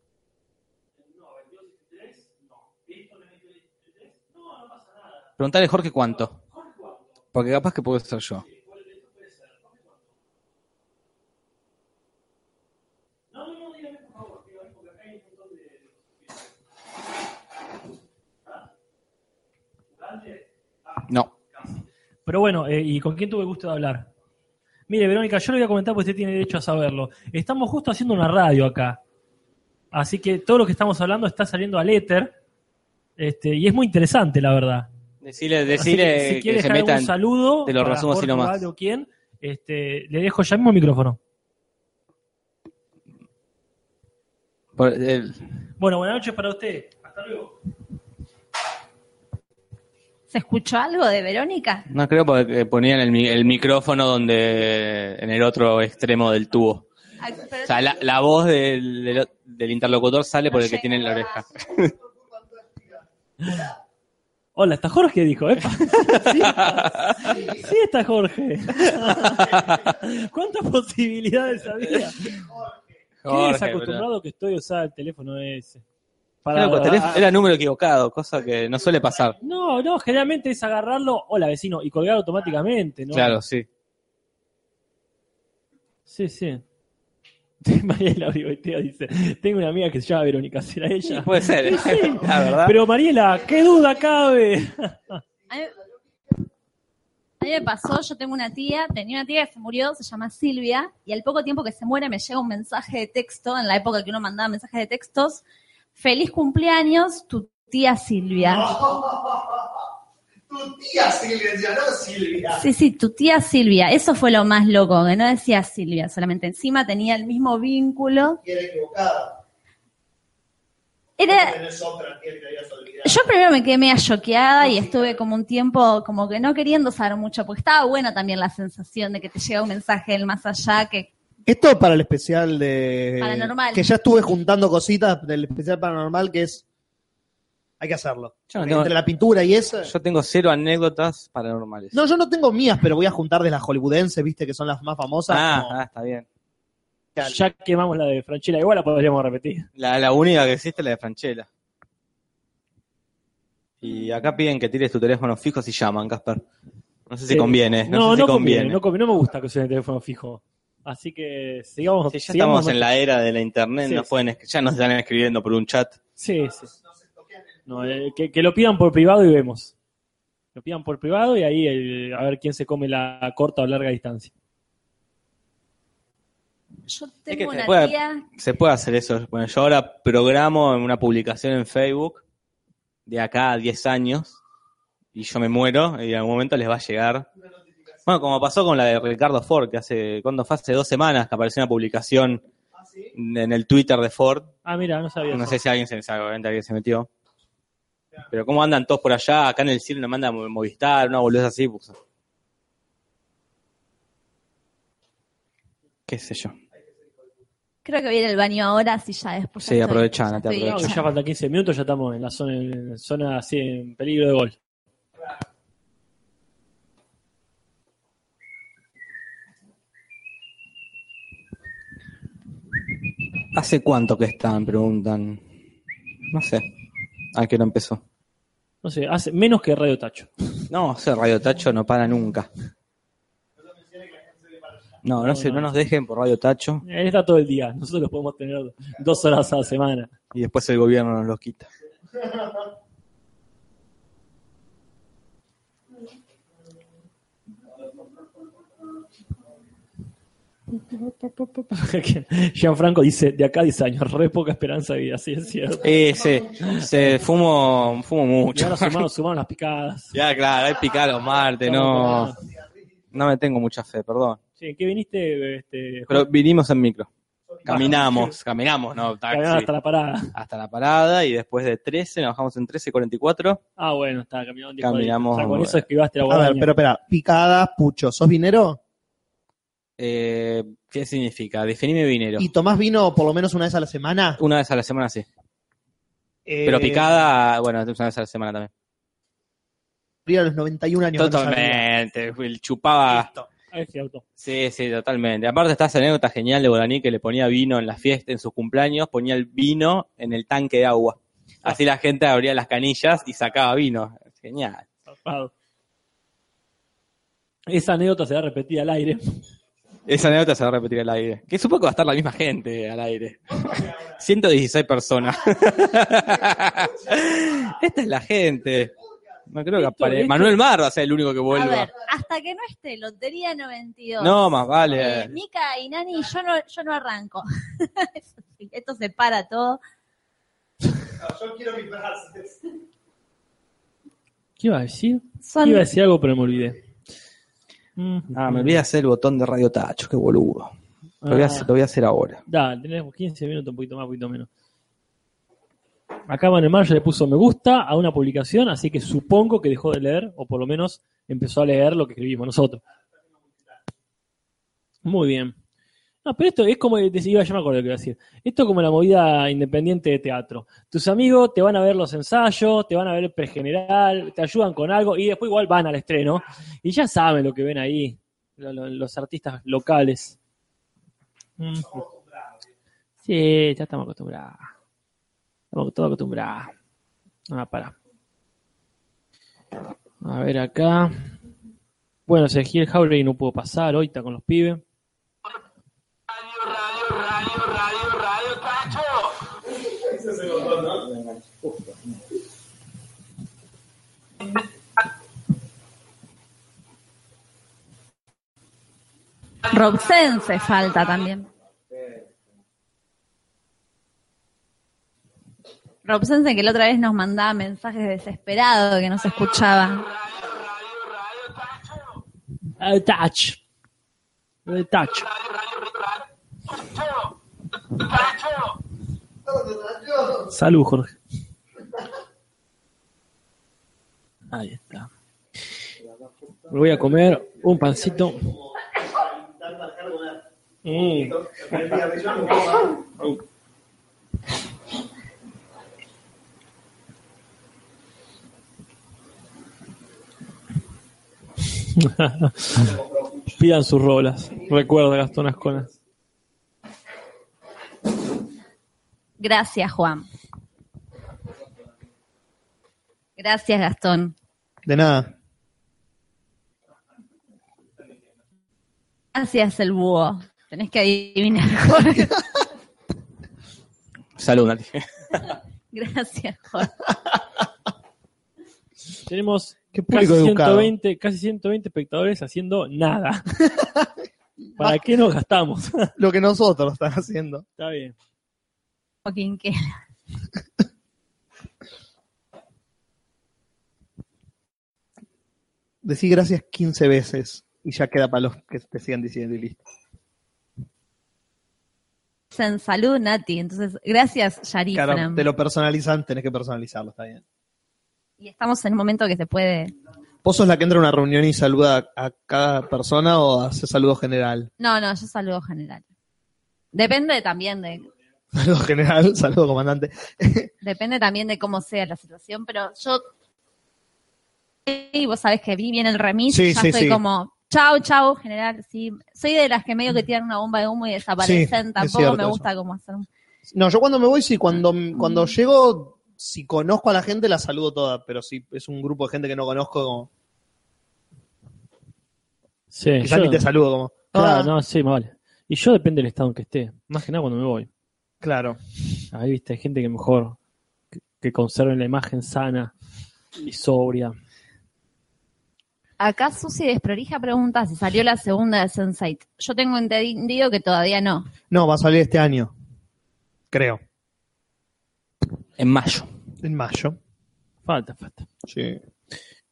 Preguntale Jorge cuánto. Porque capaz que puedo ser yo. No. Pero bueno, eh, ¿y con quién tuve gusto de hablar? Mire, Verónica, yo le voy a comentar porque usted tiene derecho a saberlo. Estamos justo haciendo una radio acá. Así que todo lo que estamos hablando está saliendo al éter. Este, y es muy interesante, la verdad. Decile, Así que decile si que, quieres se dejar metan. un saludo, te lo para resumo así Jorge nomás. Valdo, ¿quién? Este, le dejo ya mismo el micrófono. por eh, el- Bueno, buenas noches para usted. Hasta luego. ¿Se escuchó algo de Verónica? no creo porque ponían el, mi- el micrófono donde en el otro extremo del tubo. Ay, pero- O sea, la, la voz del, del- del interlocutor sale por el que No tiene en la oreja. Hola, está Jorge, dijo. ¿eh? sí, sí está Jorge. ¿Cuántas posibilidades había? Qué Jorge, desacostumbrado que estoy a usar el teléfono ese. pero- Para- Claro, teléfono- era número equivocado, cosa que no suele pasar. No, no, generalmente es agarrarlo, hola vecino, y colgar automáticamente, ¿no? Claro, sí. Sí, sí. Mariela Vigoitea dice, tengo una amiga que se llama Verónica, ¿será ella? Puede ser, eh. Sí. la verdad. Pero Mariela, ¿qué duda cabe? A mí, a mí me pasó, yo tengo una tía, tenía una tía que se murió, se llama Silvia, y al poco tiempo que se muere me llega un mensaje de texto, en la época que uno mandaba mensajes de textos, feliz cumpleaños, tu tía Silvia. Tu tía Silvia, no Silvia. Sí, sí, tu tía Silvia, eso fue lo más loco, que no decía Silvia, solamente encima tenía el mismo vínculo. Y era equivocada. Era, Tenés otra tía que te habías olvidado. Yo primero me quedé media choqueada y estuve como un tiempo como que no queriendo saber mucho, porque estaba buena también la sensación de que te llega un mensaje del más allá que Esto para el especial de. Paranormal. Que ya estuve juntando cositas del especial paranormal que es. Hay que hacerlo. Yo no Porque tengo- Entre la pintura y eso. Yo tengo cero anécdotas paranormales. No, yo no tengo mías, pero voy a juntar de las hollywoodenses, viste, que son las más famosas. ah, como- ah, está bien. Ya quemamos la de Franchella, igual la podríamos repetir. La, la única que existe es la de Franchella. Y acá piden que tires tu teléfono fijo si llaman, Casper. No sé si Eh, conviene. No, sé si conviene. no conviene, no me gusta que use el teléfono fijo. Así que sigamos. Si ya sigamos estamos en la era de la internet, Sí, nos sí. pueden, es- ya nos están escribiendo por un chat. Sí, sí. No, eh, que, que lo pidan por privado y vemos. Lo pidan por privado y ahí eh, a ver quién se come la corta o larga distancia. yo Es que tengo se una puede- tía, Se puede hacer eso. Bueno, yo ahora programo en una publicación en Facebook de acá a 10 años y yo me muero y en algún momento les va a llegar. Bueno, como pasó con la de Ricardo Ford, que hace, ¿cuándo fue? Hace dos semanas que apareció una publicación en el Twitter de Ford. Ah, mira, no sabía. No eso. sé si alguien se, si alguien se metió. Pero cómo andan todos por allá, acá en el cielo nos manda Mo- Movistar, una boludez así. pues. Qué sé yo. creo que voy a ir al baño ahora, así ya después. Sí, ya aprovecha, ya Ana, te estoy No, aprovecha. hecha. ya faltan 15 minutos, ya estamos en la zona, en zona así en peligro de gol. ¿Hace cuánto que están? Preguntan. No sé. ¿A qué hora empezó? No sé, hace menos que Radio Tacho. No, ese Radio Tacho no para nunca. No, no sé, no nos dejen por Radio Tacho Él está todo el día, nosotros podemos tener dos horas a la semana. y después el gobierno nos los quita. Gianfranco dice, de acá a 10 años, re poca esperanza de vida, sí es cierto. Eh, sí, se fumo, fumo Y mucho. ahora sumamos, sumamos las picadas. Ya, claro, hay picar los martes, no. No me tengo mucha fe, perdón. Sí, ¿qué viniste? Este, Pero vinimos en micro. Caminamos, caminamos, no, taxi. caminando hasta la parada. Hasta la parada y después de 13, nos bajamos en 13.44. Ah, bueno, está, caminando. diez Caminamos. cuadritas. O sea, con eso esquivaste la ah, A ver, guadaña. pero espera, picadas, pucho, ¿sos vinero? Eh, ¿Qué significa? Definime vinero. ¿Y tomás vino por lo menos una vez a la semana? Una vez a la semana sí. Eh, Pero picada, bueno, una vez a la semana también. A los 91 años. no sabía. Totalmente, el chupaba. Listo. Ay, qué auto. Sí, sí, totalmente. Aparte está esa anécdota genial de Bodaní que le ponía vino en la fiesta, en sus cumpleaños, ponía el vino en el tanque de agua. Ah. Así la gente abría las canillas y sacaba vino. Genial. Zarpado. Esa anécdota se va a repetir al aire. Esa anécdota se va a repetir al aire. Que supongo que va a estar la misma gente al aire. 116 personas. Esta es la gente. No creo que Esto- aparezca. esto- Manuel Mar va a ser el único que A vuelva. ver, hasta que no esté Lotería 92. No, más eh, vale. Mica y Nani, yo no, yo no arranco. Esto se para todo. Yo quiero mis frases. ¿Qué iba a decir? Mm. Son, Iba a decir algo, pero me olvidé. Ah, me olvidé de hacer el botón de Radio Tacho, qué boludo. Lo voy a hacer, lo voy a hacer ahora. Dale, tenemos 15 minutos, un poquito más, un poquito menos. Acá Manuel Mar ya le puso me gusta a una publicación, así que supongo que dejó de leer, o por lo menos empezó a leer lo que escribimos nosotros. Muy bien. No, pero esto es como, eh, iba, ya me acuerdo lo que iba a decir. Esto es como la movida independiente de teatro. Tus amigos te van a ver los ensayos, te van a ver el pregeneral, te ayudan con algo y después igual van al estreno. Y ya saben lo que ven ahí, lo- lo- los artistas locales. Mm. Sí, ya estamos acostumbrados. Estamos todos acostumbrados. Ah, para. A ver acá. Bueno, Sergio Jauregui no pudo pasar, hoy está con los pibes. Robsense falta también. Robsense que la otra vez nos mandaba mensajes desesperados de que nos escuchaba. El Eh, touch. El touch. Salud, Jorge. Ahí está. Me voy a comer un pancito. Mm. Pidan sus rolas. Recuerda, Gastón Ascona. Gracias, Juan. Gracias, Gastón. De nada. Gracias, el búho. Tenés que adivinar, Jorge. Salud, Nati. Gracias, Jorge. Tenemos Qué casi público educado. 120, casi 120 espectadores haciendo nada. ¿Para qué nos gastamos? Lo que nosotros están haciendo. Está bien. Joaquín, ¿qué? Decí gracias 15 veces y ya queda para los que te sigan diciendo y listo. En salud, Nati. Entonces, gracias, Yarifram. Claro, te lo personalizan, tenés que personalizarlo, está bien. Y estamos en un momento que se puede. ¿Vos sos la que entra a una reunión y saluda a cada persona o hace saludo general? No, no, yo saludo general. Depende también de, Saludo general, saludo comandante. depende también de cómo sea la situación, pero yo y vos sabés que vi bien el remis, Sí, ya sí, soy sí. como chau, chau, general, sí, soy de las que medio que tiran una bomba de humo y desaparecen, Mm. es tampoco cierto me eso. gusta como hacer un- No, yo cuando me voy, sí, cuando, cuando llego, si conozco a la gente, la saludo toda, pero si es un grupo de gente que no conozco, como, Sí, quizá yo- ni te saludo. Como, Claro, "Ah, no, sí, más vale. Y yo depende del estado en que esté. Más que nada cuando me voy. claro. Ahí, viste, hay gente que mejor que, que conserven la imagen sana y sobria. Acá Susi desprolija pregunta si salió la segunda de Sense8. Yo tengo entendido que todavía no. No, va a salir este año. Creo. En mayo. En mayo. Falta, falta. Sí.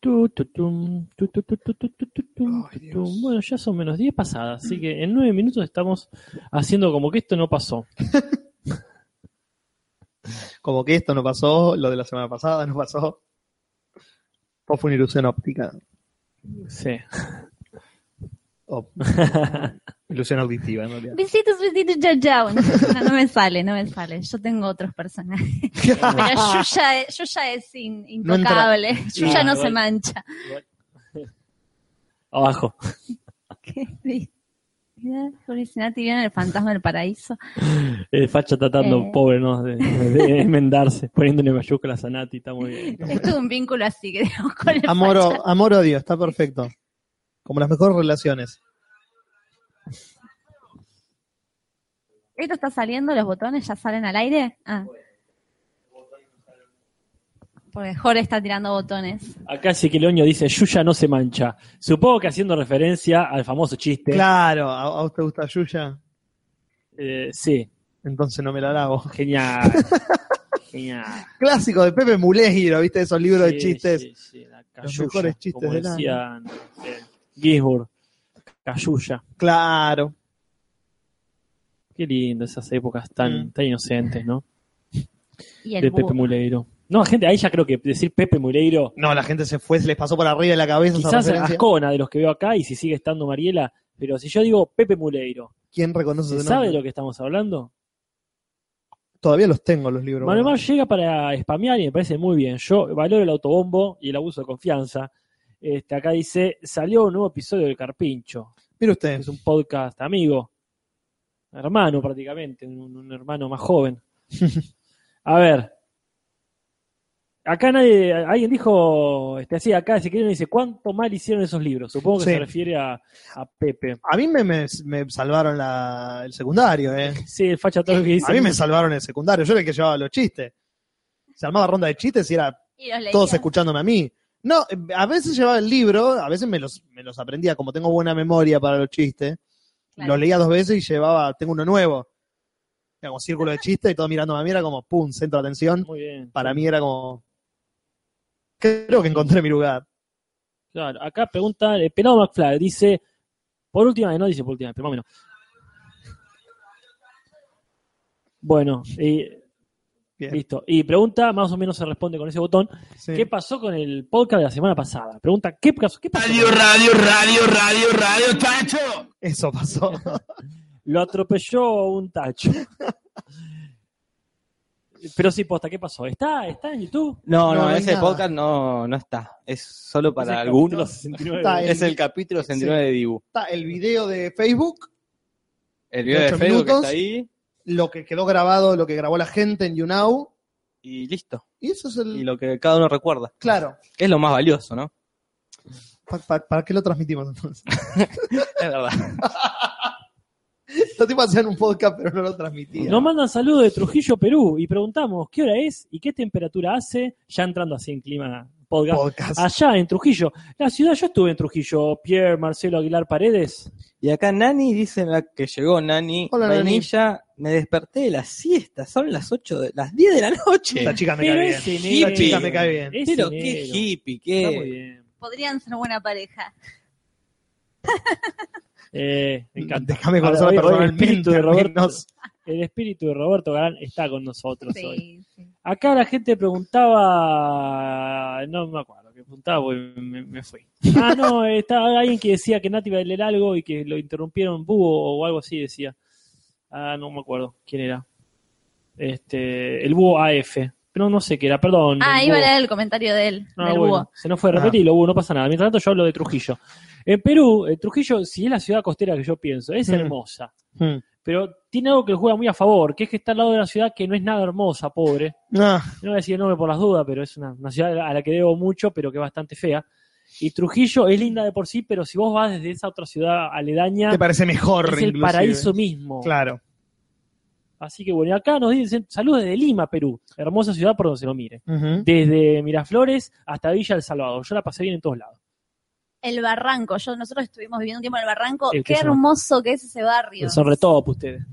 Tu, tu, tum, tu, tu, tu, tu, tu, tu, tu, tum, Ay, tu, Dios. tum. Bueno, ya son menos 10 pasadas, así que en 9 minutos estamos haciendo como que esto no pasó. Como que esto no pasó, lo de la semana pasada no pasó. O fue una ilusión óptica. Sí. o- ilusión auditiva, en realidad. Besitos, besitos, ya, ya. Bueno, No, no me sale, no me sale. Yo tengo otros personajes. Pero Yuya, es- Yuya es in- No entra. intocable. Yuya Ah, no igual. se mancha. Abajo. ¿Qué dice? Mirá, Sinati viene el fantasma del paraíso. El facha tratando, Eh. pobre, ¿no? De, de enmendarse, poniéndole mayúsculas a Nati, está muy bien. Esto es un vínculo así que tenemos con el Amor, facha. o- amor odio, está perfecto. Como las mejores relaciones. ¿Esto está saliendo? ¿Los botones ya salen al aire? Ah. Porque Jorge está tirando botones. Acá Siquiloño dice, Yuya no se mancha. Supongo que haciendo referencia al famoso chiste. Claro, a, a usted gusta Yuya, Eh, sí, entonces no me la lavo. genial. genial. Clásico de Pepe Mulegiro, ¿viste? Esos libros de Sí, chistes. sí, sí, la Los cayuya, mejores chistes como del año. decían, eh, Ginsburg, Cayuya. Claro. Qué lindo esas épocas tan, Mm. tan inocentes, ¿no? Y el De Pepe búho. Muleiro. No, gente, ahí ya creo que decir Pepe Muleiro, No, la gente se fue, se les pasó por arriba de la cabeza esa quizás es referencia. Ascona de los que veo acá y si sigue estando Mariela, pero si yo digo Pepe Muleiro, ¿Quién reconoce ¿se ese sabe de nombre? lo que estamos hablando? Todavía los tengo los libros. Manuel Mar llega para spamear y me parece muy bien. Yo valoro el autobombo y el abuso de confianza. Este, acá dice, salió un nuevo episodio del Carpincho. Mire que usted. es un podcast amigo, hermano prácticamente, un, un hermano más joven. A ver, acá nadie, alguien dijo, este, así, acá si quieren dice, ¿cuánto mal hicieron esos libros? Supongo que Sí. se refiere a, a Pepe. A mí me, me- me salvaron la- el secundario, ¿eh? Sí, el facha todo lo que dice. A mí me salvaron el secundario. Yo era el que llevaba los chistes. Se armaba ronda de chistes y era Y los leía. todos escuchándome a mí. No, eh, a veces llevaba el libro, a veces me los, me los aprendía, como tengo buena memoria para los chistes. Claro. Los leía dos veces y llevaba, tengo uno nuevo. Era como círculo de chistes y todo mirándome a mí, era como, pum, centro de atención. Muy bien. Para mí era como, creo que encontré mi lugar. Claro, acá pregunta, eh, Pelado McFly dice, por última vez, no dice por última vez, pero más o menos. Bueno, y- Bien. listo. Y pregunta, más o menos se responde con ese botón. Sí. ¿Qué pasó con el podcast de la semana pasada? Pregunta, ¿qué pasó? ¿Qué pasó? radio, radio, radio, radio, tacho. Eso pasó. Lo atropelló un tacho. Pero sí, posta, ¿qué pasó? ¿Está, está en YouTube? No, No, no, no hay ese nada. podcast no, no está. Es solo para Es el capítulo algunos. 69. Está Es el capítulo 69 de Dibu. Está el video de Facebook, El video de Ocho Facebook que minutos. está ahí lo que quedó grabado, lo que grabó la gente en YouNow. y listo. Y eso es Y el... lo que cada uno recuerda. Claro. Que es lo más valioso, ¿no? Pa- pa- ¿Para qué lo transmitimos entonces? Es verdad. Los tipos hacían un podcast, pero no lo transmitían. Nos mandan saludos de Trujillo, Perú, y preguntamos qué hora es y qué temperatura hace, ya entrando así en clima podcast. podcast. Allá en Trujillo, la ciudad, yo estuve en Trujillo, Pierre, Marcelo Aguilar Paredes. Y acá Nani dice la que llegó Nani. Hola, Nani. Vainilla, me desperté de la siesta. Son las 8 de las 10 de la noche. Esta chica me Pero cae es bien. enero. Esta chica me cae bien. Es Pero qué enero. hippie, Está muy qué. bien. Podrían ser buena pareja. Eh, me encanta. Déjame conocer Ahora, hoy- hoy el personalmente. espíritu de al Roberto, menos. el espíritu de Roberto Galán está con nosotros hoy. Sí, sí. Acá la gente preguntaba, no me acuerdo que preguntaba porque me, me fui. Ah, no, estaba alguien que decía que Nati iba a leer algo y que lo interrumpieron búho o algo así decía. Ah, no me acuerdo quién era. Este, el búho AF. No, no sé qué era, perdón. Ah, el iba a búho. leer el comentario de él, Ah, del bueno, búho. Se nos fue, repetilo, búho, no pasa nada. Mientras tanto yo hablo de Trujillo. En Perú, eh, Trujillo, si es la ciudad costera que yo pienso, es Mm. hermosa. Hmm. Pero tiene algo que le juega muy a favor, que es que está al lado de una ciudad que no es nada hermosa, pobre. Ah, No voy a decir el nombre por las dudas, pero es una, una ciudad a la que debo mucho, pero que es bastante fea. Y Trujillo es linda de por sí, pero si vos vas desde esa otra ciudad aledaña, te parece mejor. es el inclusive. paraíso mismo. Claro. Así que bueno, y acá nos dicen saludos desde Lima, Perú, hermosa ciudad por donde se lo mire. Ujú. Desde Miraflores hasta Villa El Salvador. Yo la pasé bien en todos lados. el barranco. Yo, nosotros estuvimos viviendo un tiempo en el barranco. Sí, que Qué Este es una- hermoso que es ese barrio. Son retop ustedes.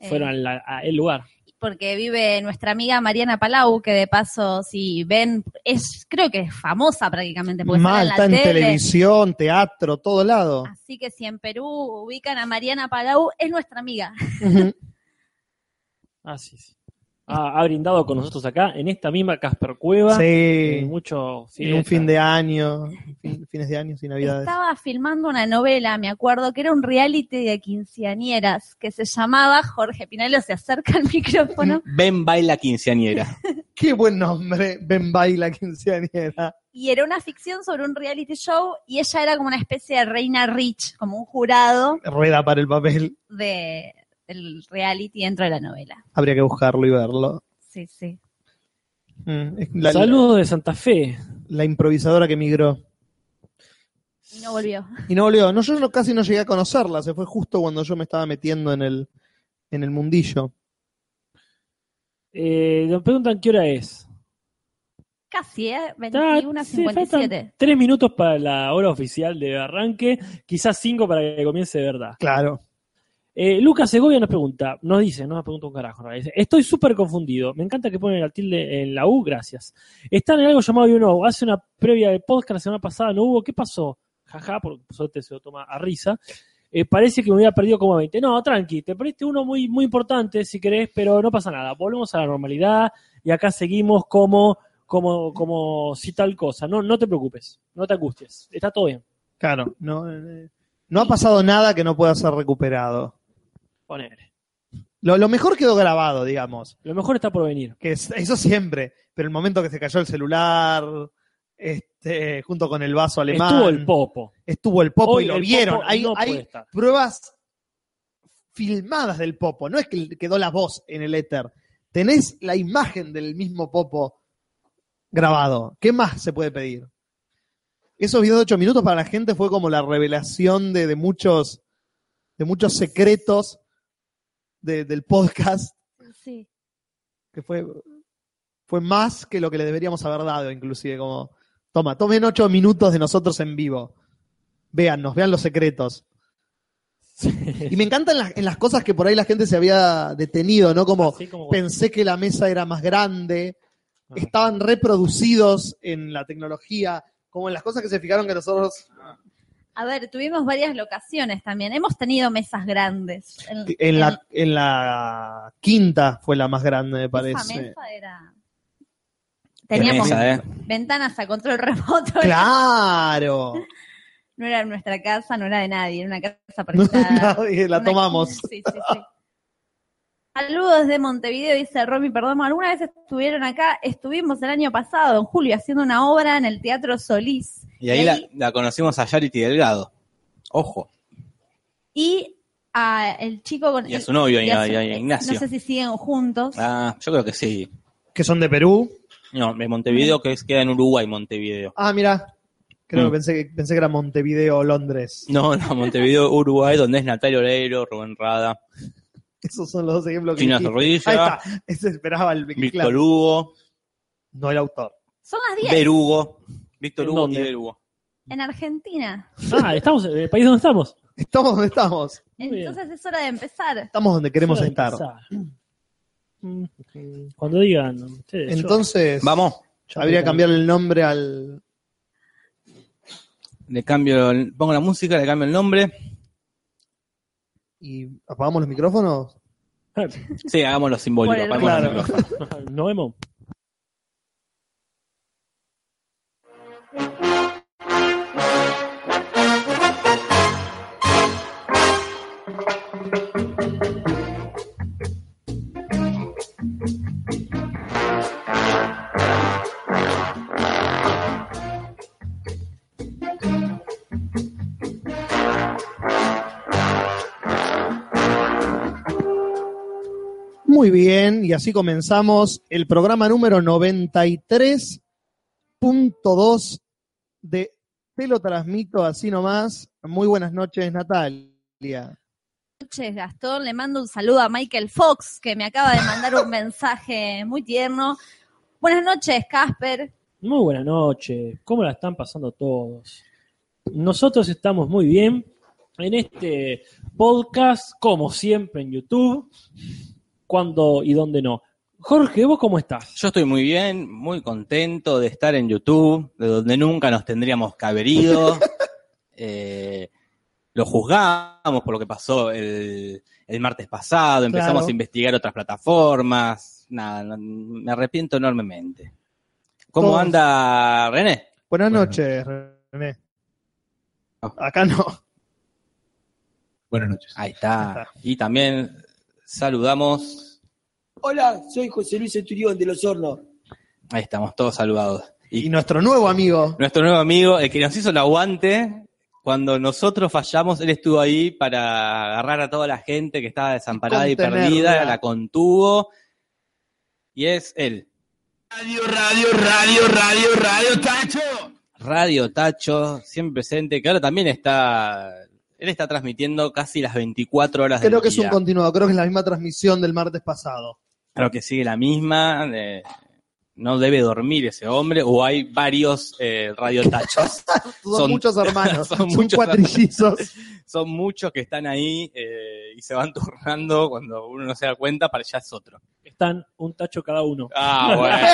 Eh, Fueron al, al lugar. porque vive nuestra amiga Mariana Palau, que de paso, si ven, es creo que es famosa prácticamente, porque Mal, está está en en la tele. televisión, teatro, todo lado. Así que si en Perú ubican a Mariana Palau, es nuestra amiga. Ujú. Ah, sí, sí. Ah, ha brindado con nosotros acá, en esta misma Casper Cueva. Eh, sí, mucho en un fiesta. fin de año, fin- fines de año y navidades. Estaba filmando una novela, me acuerdo, que era un reality de quinceañeras, que se llamaba Jorge Pinelo se acerca al micrófono, Ven baila quinceañera. Qué buen nombre, Ben Baila quinceañera. y era una ficción sobre un reality show, y ella era como una especie de reina rich, como un jurado Rueda para el papel. de, del reality dentro de la novela. Habría que buscarlo y verlo. Sí, sí. Mm, es La, Saludos de Santa Fe. la improvisadora que migró. Y no volvió. Y no volvió. No, yo no- casi no llegué a conocerla. Se fue justo cuando yo me estaba metiendo en el, en el mundillo. Eh, nos preguntan qué hora es. Casi, ¿eh? Ya, 21 sí, faltan tres minutos para la hora oficial de arranque, quizás cinco para que comience de verdad. Claro. Eh, Lucas Segovia nos pregunta, nos dice, no nos pregunta un carajo, en realidad, dice, estoy súper confundido, me encanta que ponen la tilde en la U, gracias. Están en algo llamado You Know, hace una previa de podcast la semana pasada, no hubo, ¿qué pasó? Jaja, por suerte se lo toma a risa. Eh, parece que me hubiera perdido como 20. No, tranqui, te perdiste uno muy, muy importante, si querés, pero no pasa nada. Volvemos a la normalidad y acá seguimos como, como, como si tal cosa. No, no te preocupes, no te angusties, está todo bien. Claro. No, eh, no ha pasado nada que no pueda ser recuperado. Ponele. Lo, lo mejor quedó grabado, digamos. Lo mejor está por venir. Que es- eso siempre. Pero el momento que se cayó el celular, este, junto con el vaso alemán. Estuvo el popo. Estuvo el popo Hoy y lo el vieron. Popo hay no hay puede estar. pruebas filmadas del popo. No es que quedó la voz en el éter. Tenés la imagen del mismo popo grabado. ¿Qué más se puede pedir? Esos videos de ocho minutos para la gente fue como la revelación de, de muchos de muchos secretos de- del podcast, Sí. que fue, fue más que lo que le deberíamos haber dado, inclusive, como, toma, tomen ocho minutos de nosotros en vivo. Véannos, vean los secretos. Y me encantan las, en las cosas que por ahí la gente se había detenido, ¿no? Como Así como- pensé que la mesa era más grande, Ah. estaban reproducidos en la tecnología, como en las cosas que se fijaron que nosotros A ver, tuvimos varias locaciones también. Hemos tenido mesas grandes. En, en la, en la quinta fue la más grande, me Esa parece. mesa era... Qué Teníamos mesa, ¿eh? ventanas a control remoto. Claro. No era nuestra casa, no era de nadie. Era una casa prestada. Nadie la Una- tomamos. Sí, sí, sí. Saludos de Montevideo, dice Romy Perdomo. ¿Alguna vez estuvieron acá? Estuvimos el año pasado, en julio, haciendo una obra en el Teatro Solís. Y ahí la, la conocimos a Charity Delgado. Ojo. y a el chico con Y a su novio, y a- y a Ignacio. eh, No sé si siguen juntos. Ah, yo creo que sí. Que son de Perú. No, de Montevideo, que es, queda en Uruguay, Montevideo. Ah, mira. Creo Mm. que pensé, que pensé que era Montevideo o Londres. No, no, Montevideo, Uruguay, donde es Natalia Oreiro, Rubén Rada, Esos son los dos ejemplos que China dijiste. Ahí Zorrilla, está. Ese esperaba el Víctor Hugo, No el autor. Son las 10 Verugo. Víctor ¿En Hugo y dónde? Verugo. en Argentina. Ah, estamos en el país donde estamos. Estamos donde estamos. Muy bien. Entonces es hora de empezar. Estamos donde queremos Hora de estar. empezar. Mm, Cuando digan. ustedes, yo- Entonces, Vamos, yo habría que apretar. cambiarle el nombre al. le cambio, el- pongo la música, le cambio el nombre. ¿Y apagamos los micrófonos? Sí, hagámoslo simbólico. Por el apagamos el Claro. micrófono. Nos vemos. Muy bien, y así comenzamos el programa número 93.2 de Te lo transmito así nomás. Muy buenas noches, Natalia. Buenas noches, Gastón. Le mando un saludo a Michael Fox, que me acaba de mandar un mensaje muy tierno. Buenas noches, Casper. Muy buenas noches. ¿Cómo la están pasando todos? Nosotros estamos muy bien en este podcast, como siempre en YouTube, cuando y dónde no. Jorge, ¿vos cómo estás? Yo estoy muy bien, muy contento de estar en YouTube, de donde nunca nos tendríamos que haber ido. Eh, lo juzgamos por lo que pasó el, el martes pasado, empezamos Claro. a investigar otras plataformas. Nada, no- me arrepiento enormemente. ¿Cómo Todos. anda René? Buenas noches, René. Acá no. Buenas noches. Ahí está. Y también saludamos, Hola, soy José Luis Centurión de Los Hornos. ahí estamos todos saludados. Y Y nuestro nuevo amigo. nuestro nuevo amigo, el que nos hizo el aguante, cuando nosotros fallamos, él estuvo ahí para agarrar a toda la gente que estaba desamparada y Contenerla. perdida, la contuvo. Y es él, Radio, radio, radio, radio, radio, tacho. Radio Tacho, siempre presente, que ahora también está, él está transmitiendo casi las 24 horas Creo del que es un día. continuado, creo que es la misma transmisión del martes pasado. Creo que sigue la misma. eh, no debe dormir ese hombre, o hay varios eh, radiotachos. Son, Son- muchos hermanos, son son, muchos cuatrillizos. Son muchos que están ahí eh, y se van turnando cuando uno no se da cuenta, para allá es otro. Están un tacho cada uno. Ah, bueno.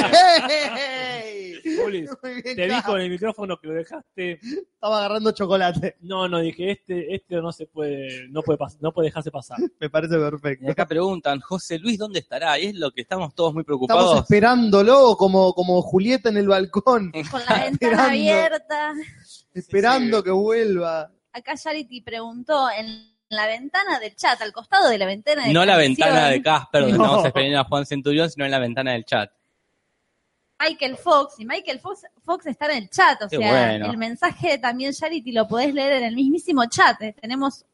Juli, Muy bien, te vi claro. con el micrófono que lo dejaste. Estaba agarrando chocolate, No, no, dije, este, este no se puede, no puede, pas- no puede dejarse pasar. me parece Y perfecto. acá preguntan, José Luis, ¿dónde estará? Y es lo que estamos todos muy Estamos preocupados. esperándolo como, como Julieta en el balcón, Con la ventana Esperando. abierta. esperando que vuelva. Acá Charity preguntó en la ventana del chat, al costado de la ventana del No la ventana de Casper, donde No. estamos esperando a Juan Centurión, sino en la ventana del chat. Michael Fox. Y Michael Fox, Fox está en el chat, o Qué sea, bueno. el mensaje también, Charity, lo podés leer en el mismísimo chat. Eh, Tenemos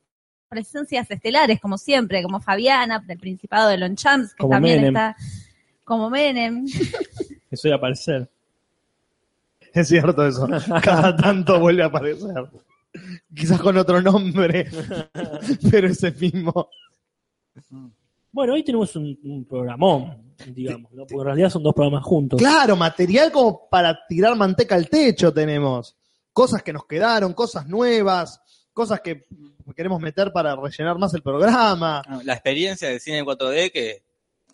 presencias estelares, como siempre, como Fabiana, del Principado de Lonchamps, que Como también Menem. está como Menem. Eso iba a aparecer. Es cierto eso, cada tanto vuelve a aparecer. Quizás con otro nombre, pero ese mismo. Bueno, hoy tenemos un, un programón, digamos, ¿no? porque en realidad son dos programas juntos. Claro, material como para tirar manteca al techo tenemos. Cosas que nos quedaron, cosas nuevas, cosas que queremos meter para rellenar más el programa. Ah, La experiencia del cine en 4D que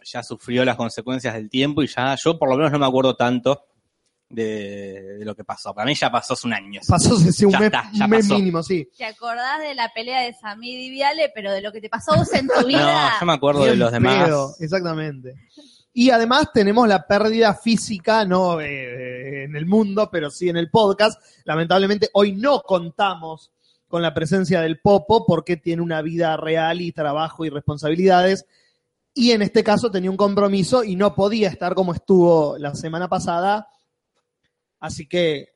ya sufrió las consecuencias del tiempo y ya yo por lo menos no me acuerdo tanto de, de lo que pasó. Para mí ya pasó hace un año. Pasó ese un Ya mes, está, ya un mes pasó. mínimo, sí. ¿Te acordás de la pelea de Samir y Viale, pero de lo que te pasó a vos en tu vida? No, yo me acuerdo de Bien los demás. pedo, exactamente. Y además tenemos la pérdida física, no eh, eh, en el mundo, pero sí en el podcast. Lamentablemente hoy no contamos con la presencia del Popo porque tiene una vida real y trabajo y responsabilidades. Y en este caso tenía un compromiso y no podía estar como estuvo la semana pasada. Así que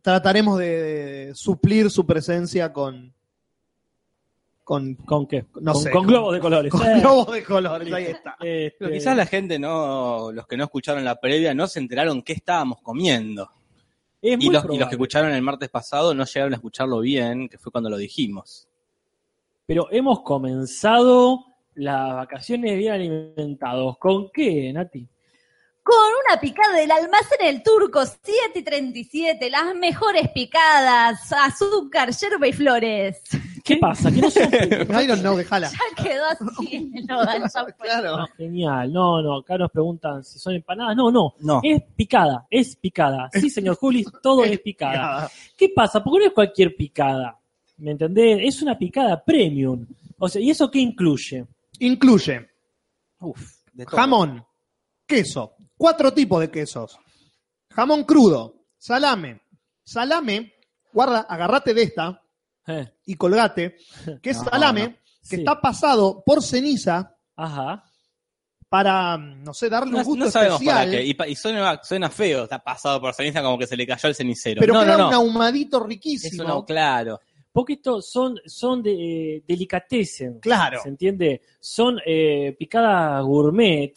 trataremos de, de suplir su presencia con, con ¿Con qué? No con, sé. con globos de colores. con Eh, globos de colores, ahí está. este, Pero quizás la gente no, los que no escucharon la previa, no se enteraron qué estábamos comiendo. es Y los, muy y probable. los que escucharon el martes pasado no llegaron a escucharlo bien, que fue cuando lo dijimos. Pero hemos comenzado las vacaciones bien alimentados. ¿Con qué, Nati? Con una picada del almacén El Turco 737, las mejores picadas, azúcar, yerba y flores. ¿Qué pasa? ¿Qué no son I don't know, que jala. Ya quedó así en el hogar, ya fue. Claro. Ah, genial. No, no, acá nos preguntan si son empanadas. No, no. No. Es picada, es picada. Sí, señor Juli, todo es picada. ¿Qué pasa? Porque no es cualquier picada. ¿Me entendés? Es una picada premium. O sea, ¿y eso qué incluye? Incluye Uf, de todo. jamón, queso, cuatro tipos de quesos. Jamón crudo, salame. Salame, guarda, agarrate de esta Eh, y colgate, que es No, salame no. que sí. está pasado por ceniza Ajá. para, no sé, darle No, un gusto no sabemos para especial, qué. Y, pa- y suena, suena feo, está pasado por ceniza como que se le cayó el cenicero. pero no, queda no, no. un ahumadito Es riquísimo. una- claro. Porque estos son, son de, eh, delicatessen. Claro. ¿Se entiende? Son eh, picadas gourmet,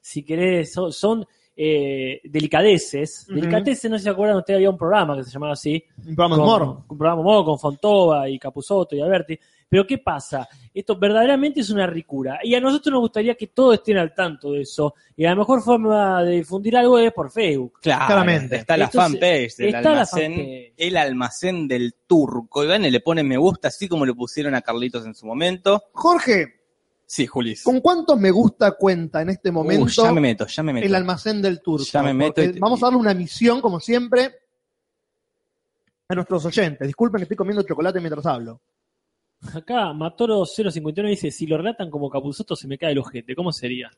si querés, son, son, eh, delicadeces. Ujú. Delicatessen, no sé si se acuerdan, ustedes había un programa que se llamaba así. Un programa de con- humor. con programa de humor, con Fontova y Capusoto y Alberti. Pero ¿qué pasa? Esto verdaderamente es una ricura. Y a nosotros nos gustaría que todos estén al tanto de eso. Y a la mejor forma de difundir algo es por Facebook. Claro, Claramente. está la Esto se- fanpage del está la almacén, fanpage. el almacén del turco. Y van y le ponen me gusta, así como le pusieron a Carlitos en su momento. Jorge, Sí, Julis. ¿con cuántos me gusta cuenta en este momento Uh, ya me meto, ya me meto. el almacén del turco? Ya me meto Porque y te- Vamos a darle una misión, como siempre, a nuestros oyentes. Disculpen que estoy comiendo chocolate mientras hablo. Acá Matoro 051 dice, si lo relatan como Capuzoto se me cae el ojete. ¿cómo sería?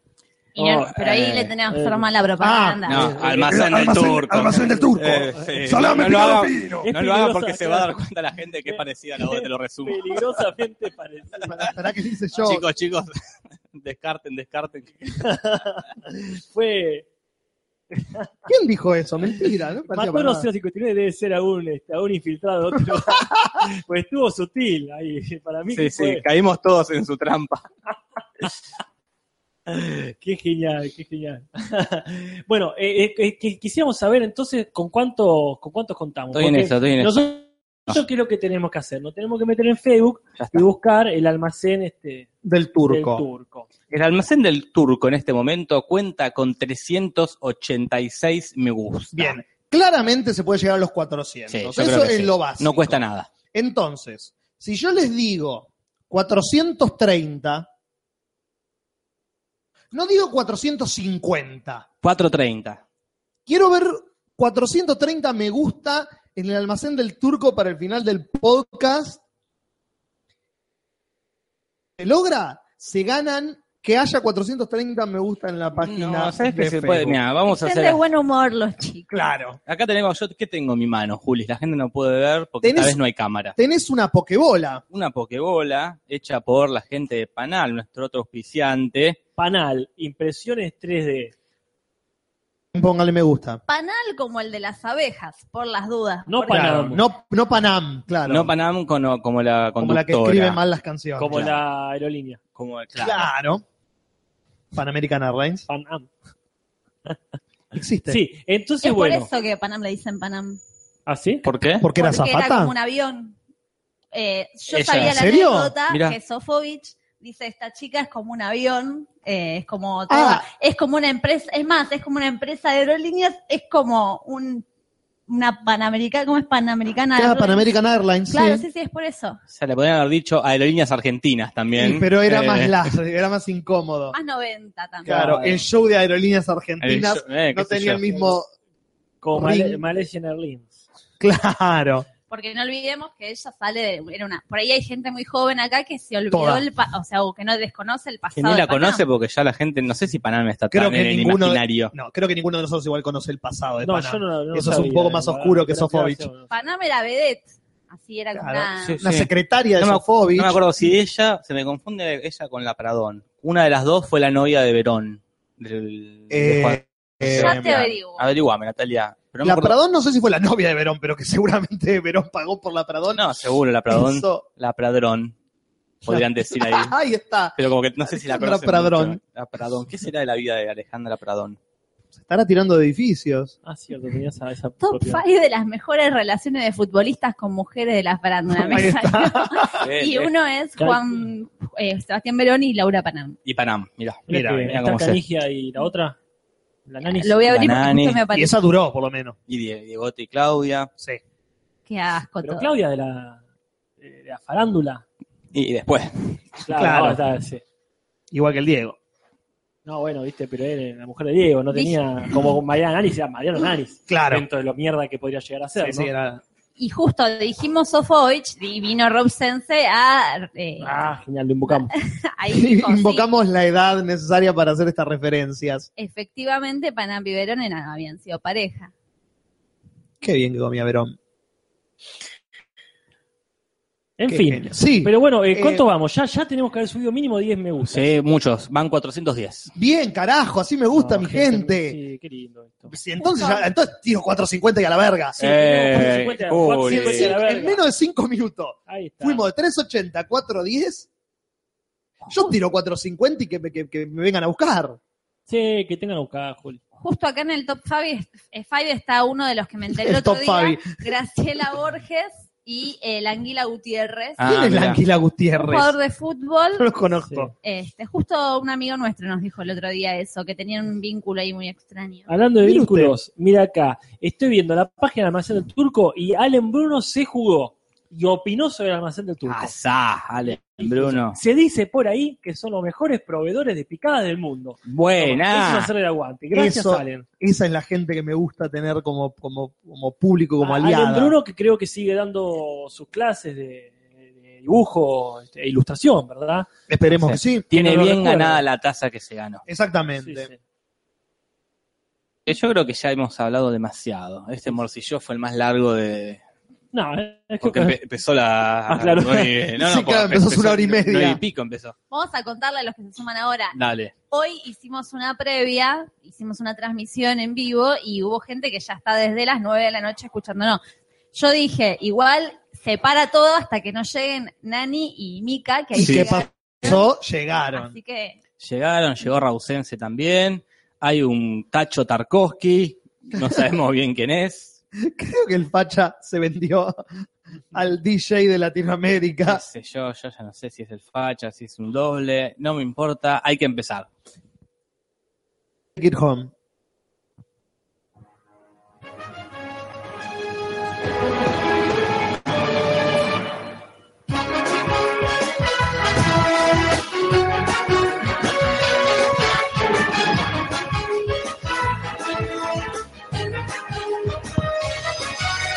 Y no- Oh, pero ahí eh, le tenés que eh. formar la propaganda. No, almacén Eh, del almacén- turco. almacén del turco. Eh, sí. Salame no, lo picado haga, fino. no lo haga porque se va a dar cuenta la gente que es parecida a la voz, te lo resumo. Peligrosamente parecido. ¿Será que dice yo? Chicos, chicos, descarten, descarten. Fue ¿Quién dijo eso? Mentira, ¿no? Parecía para Matoro nada. 059 debe ser algún, este, algún infiltrado. Otro. pues estuvo sutil ahí. Para mí Sí, que sí, fue- caímos todos en su trampa. Qué genial, qué genial. bueno, eh, eh, eh, que- quisiéramos saber entonces con cuánto, con cuántos contamos. Estoy en Porque eso, estoy en eso. Nosotros, nosotros ¿qué es lo que tenemos que hacer? Nos tenemos que meter en Facebook y buscar el almacén este, Del del turco. turco. El almacén del turco en este momento cuenta con 386 me gusta. Bien. Claramente se puede llegar a los 400. Sí, yo creo Eso que es sí. lo básico. No cuesta nada. Entonces, si yo les digo 430, no digo 450. 430. Quiero ver 430 me gusta en el almacén del turco para el final del podcast. ¿Se logra? Se ganan que haya 430 me gusta en la página. No, ¿sabes qué de se puede? Facebook. Mirá, vamos a Estén hacer. de buen humor los chicos. Claro. Acá tenemos, yo, ¿qué tengo en mi mano, Juli? La gente no puede ver porque Tenés- tal vez no hay cámara. Tenés una pokebola. Una pokebola hecha por la gente de Panal, nuestro otro auspiciante. Panal, impresiones 3D. Póngale me gusta. Panal como el de las abejas, por las dudas. No Porque- Panam. Claro, No, Ah, no Panam, claro. No Panam como, como la como conductora. la que escribe mal las canciones. Como claro. la aerolínea, Como- claro. Claro. Pan American Airlines. Pan Am. Existe. Sí, Es entonces por bueno. ¿Ah, eso que Panam le dicen Panam. ¿Así? ¿Por qué? Porque era porque era zafata. como un avión. Eh, yo Ella, sabía ¿en la serio? anécdota Mirá. que Sofovich dice esta chica es como un avión, eh, es como Ah. toda- es como una empresa, es más, es como una empresa de aerolíneas, es como un una panamericana, ¿cómo es panamericana? Era Airlines? Pan American Airlines. Claro, sí. sí, sí, es por eso. O sea, le podrían haber dicho aerolíneas argentinas también. Sí, pero era Eh, más largo, era más incómodo. Más Ah, 90 también. Claro, el show de aerolíneas eh, argentinas eh, qué no sé tenía yo. el mismo. Como Ring. Male- Malaysian Airlines. Claro. Porque no olvidemos que ella sale de era una, por ahí hay gente muy joven acá que se olvidó Toda. el pa- o sea, o que no desconoce el Que pasado. ni de la Panam. conoce porque ya la gente, no sé si Panam está Creo tan que en el ninguno- imaginario. No, creo que ninguno de nosotros igual conoce el pasado de No, Panam. yo no, no Eso es un sabía, poco más la verdad, oscuro que pero Sofovich. gracias. Panam era vedette. Así era como Claro, una sí, Una secretaria de No me- Sofovich. No me acuerdo si ella, se me confunde ella con la Pradón. Una de las dos fue la novia de Verón. del- de Eh, Juan- eh, Ya te averiguo. Averiguame, Natalia. Pero no me la acuerdo- Pradón no sé si fue la novia de Verón, pero que seguramente Verón pagó por la Pradón. No, seguro, la Pradón. Eso- La Pradrón. Podrían decir ahí. Ahí está. Pero como que no sé si la Alejandra conocen Pradrón. mucho. La Pradón. ¿Qué será de la vida de Alejandra Pradón? Se estará tirando de edificios. Ah, cierto, tenía esa, esa Top propiedad. 5 de las mejores relaciones de futbolistas con mujeres de las farándula. me salió. Eh, Y eh, uno es Juan eh, Sebastián Verón y Laura Panam. y Panam, mira. Mira, Mira, que mira Este, está cómo se- Canigia y la otra, la Nanis. Lo voy a abrir porque Banani. justo me Y aparece. esa duró, por lo menos. Y Die- Diegote y Claudia. Sí. Qué asco Pero todo. Claudia de la, de la farándula. Y, y después. Claro. Claro. no, está, sí. Igual que el Diego. No, bueno, viste, pero era la mujer de Diego, no Dije- tenía como Mariana Nanis, era Mariana Nanis. Claro. Dentro de lo mierda que podría llegar a ser, Sí, ¿no? sí, era- Y justo dijimos Sofovich y vino Rob Sense a... eh, Ah, genial, lo invocamos. ahí dijo, sí, Invocamos la edad necesaria para hacer estas referencias. efectivamente, Panam y Verón eran- habían sido pareja. Qué bien que comía Verón. En Qué fin. genio. Sí. Pero bueno, eh, ¿cuánto Eh, vamos? Ya, ya tenemos que haber subido mínimo 10 me gusta. Sí, muchos. Van 410. Bien, carajo, así me gusta mi gente. Sí, qué lindo esto. Si entonces, ya- entonces tiro 450 y a la verga. Sí, Eh, tenemos 450, Juli. Sí, 450 y la en verga. menos de 5 minutos. Ahí está. Fuimos de 380 a 410. Yo tiro 450 y que me, que- que me vengan a buscar. Sí, que tengan a buscar, Juli. Justo acá en el Top 5 eh, está uno de los que me enteré el El otro top día, five. Graciela Borges. y el Anguila Gutiérrez, Ah, ¿Quién es la mirá. Anguila un Gutiérrez? jugador de fútbol No los conozco. Este, justo un amigo nuestro nos dijo el otro día eso, que tenían un vínculo ahí muy extraño. Hablando de Mire vínculos, mira acá. Estoy viendo la página del almacén del turco y Allen Bruno se jugó y opinó sobre el almacén del Ah, turco. Asá, Ale, Bruno. Se dice por ahí que son los mejores proveedores de picadas del mundo. Eso es Buena. hacerle el aguante. Gracias, Eh, Eso, Allen. Esa es la gente que me gusta tener como, como, como público, como A- aliada. Allen Bruno, que creo que sigue dando sus clases de, de dibujo este, e ilustración, ¿verdad? Esperemos Sí. que sí. Tiene no lo bien recuerdo. ganada la taza que se ganó. Exactamente. Sí, sí. Que Yo creo que ya hemos hablado demasiado. Este morcilló fue el más largo de. No, es que Porque empe- empezó la. Ah, claro. nueve- No, no, Sí, porque claro, empezó hace una hora y nueve media. y pico empezó. Vamos a contarle a los que se suman ahora. Dale. Hoy hicimos una previa, hicimos una transmisión en vivo y hubo gente que ya está desde las 9 de la noche escuchándonos. Yo dije, igual se para todo hasta que no lleguen Nani y Mika, que ahí ¿Y qué llegaron. pasó? Llegaron. Así que Llegaron, llegó Rausense también. Hay un Tacho Tarkovsky. No sabemos bien quién es. Creo que el facha se vendió al DJ de No Latinoamérica. sé yo, yo ya no sé si es el facha, si es un doble. No me importa. Hay que empezar. Take it home.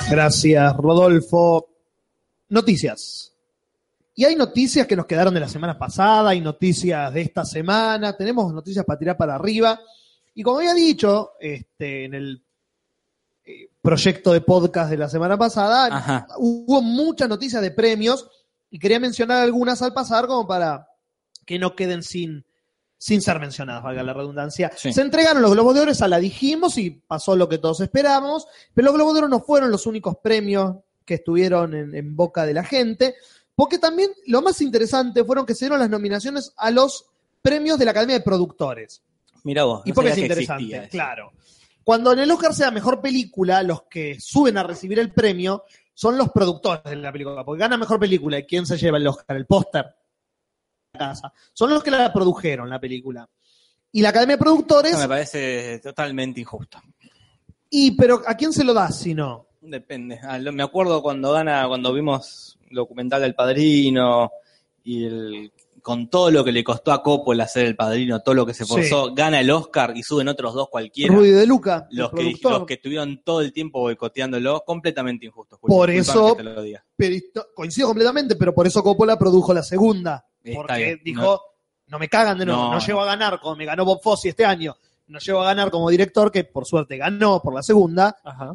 Gracias, Rodolfo. Noticias. Y hay noticias que nos quedaron de la semana pasada, hay noticias de esta semana, tenemos noticias para tirar para arriba. Y como había dicho, este, en el eh, proyecto de podcast de la semana pasada, Ajá. hubo muchas noticias de premios y quería mencionar algunas al pasar como para que no queden sin, sin ser mencionadas, valga la redundancia. Sí. Se entregaron los Globos de Oro, esa la dijimos y pasó lo que todos esperábamos, pero los Globos de Oro no fueron los únicos premios que estuvieron en, en boca de la gente, porque también lo más interesante fueron que se dieron las nominaciones a los premios de la Academia de Productores. Mira vos. Y no porque es sabía que existía interesante, eso. claro. Cuando en el Oscar sea mejor película, los que suben a recibir el premio son los productores de la película, porque gana mejor película. ¿Y quién se lleva el Oscar? El póster. La casa. Son los que la produjeron, la película. Y la Academia de Productores, Eso me parece totalmente injusto. y pero ¿a quién se lo das si no? Depende. Ah, lo- Me acuerdo cuando gana, cuando vimos el documental del padrino y el- con todo lo que le costó a Coppola hacer el padrino, todo lo que se forzó, gana el Oscar y suben otros dos cualquiera. Rudy de Luca, el los, que, productor. los que estuvieron todo el tiempo boicoteándolo, completamente injusto. Juli. Por Disculpame eso- que te lo diga. Pero esto- coincido completamente, pero por eso Coppola produjo la segunda. Está Porque bien, dijo, no- no, me cagan de nuevo, No, no, no. llego a ganar como me ganó Bob Fosse este año. No llego a ganar como director, que por suerte ganó por la segunda. Ajá.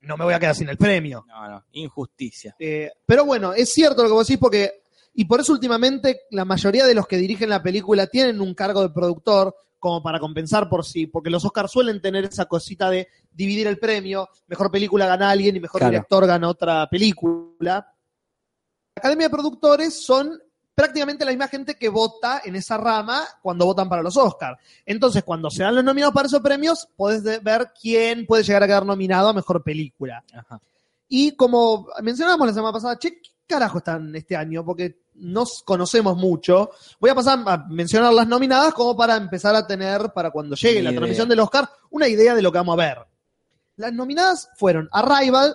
No me voy a quedar sin el premio. No, no, injusticia. Eh, pero bueno, es cierto lo que vos decís porque... Y por eso últimamente la mayoría de los que dirigen la película tienen un cargo de productor como para compensar por sí, porque los Oscars suelen tener esa cosita de dividir el premio, mejor película gana alguien y mejor Claro. director gana otra película. La Academia de Productores son prácticamente la misma gente que vota en esa rama cuando votan para los Oscars. Entonces, cuando se dan los nominados para esos premios, podés de- ver quién puede llegar a quedar nominado a mejor película. Ajá. Y como mencionábamos la semana pasada, che, ¿qué carajo están este año? Porque nos conocemos mucho. Voy a pasar a mencionar las nominadas como para empezar a tener, para cuando llegue Una la idea. transmisión del Oscar, una idea de lo que vamos a ver. Las nominadas fueron Arrival,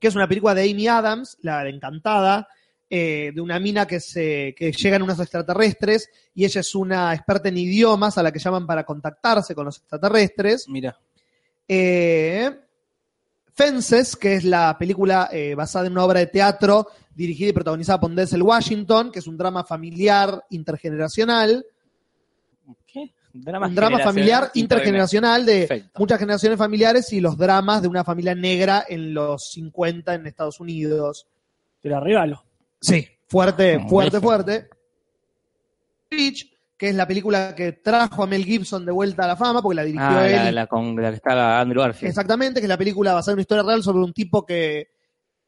que es una película de Amy Adams, la de encantada, eh, de una mina que, se, que llegan unos extraterrestres y ella es una experta en idiomas a la que llaman para contactarse con los extraterrestres. Mira, Eh, Fences, que es la película eh, basada en una obra de teatro dirigida y protagonizada por Denzel Washington, que es un drama familiar intergeneracional. ¿qué? Drama, un drama familiar intergeneracional. intergeneracional de Perfecto. muchas generaciones familiares y los dramas de una familia negra en los 50 en Estados Unidos. Te la regalo. Sí, fuerte, Como fuerte, dije. fuerte. Rich, que es la película que trajo a Mel Gibson de vuelta a la fama, porque la dirigió Ah, él la, y la con la que estaba Andrew Garfield. Exactamente, que es la película basada en una historia real sobre un tipo que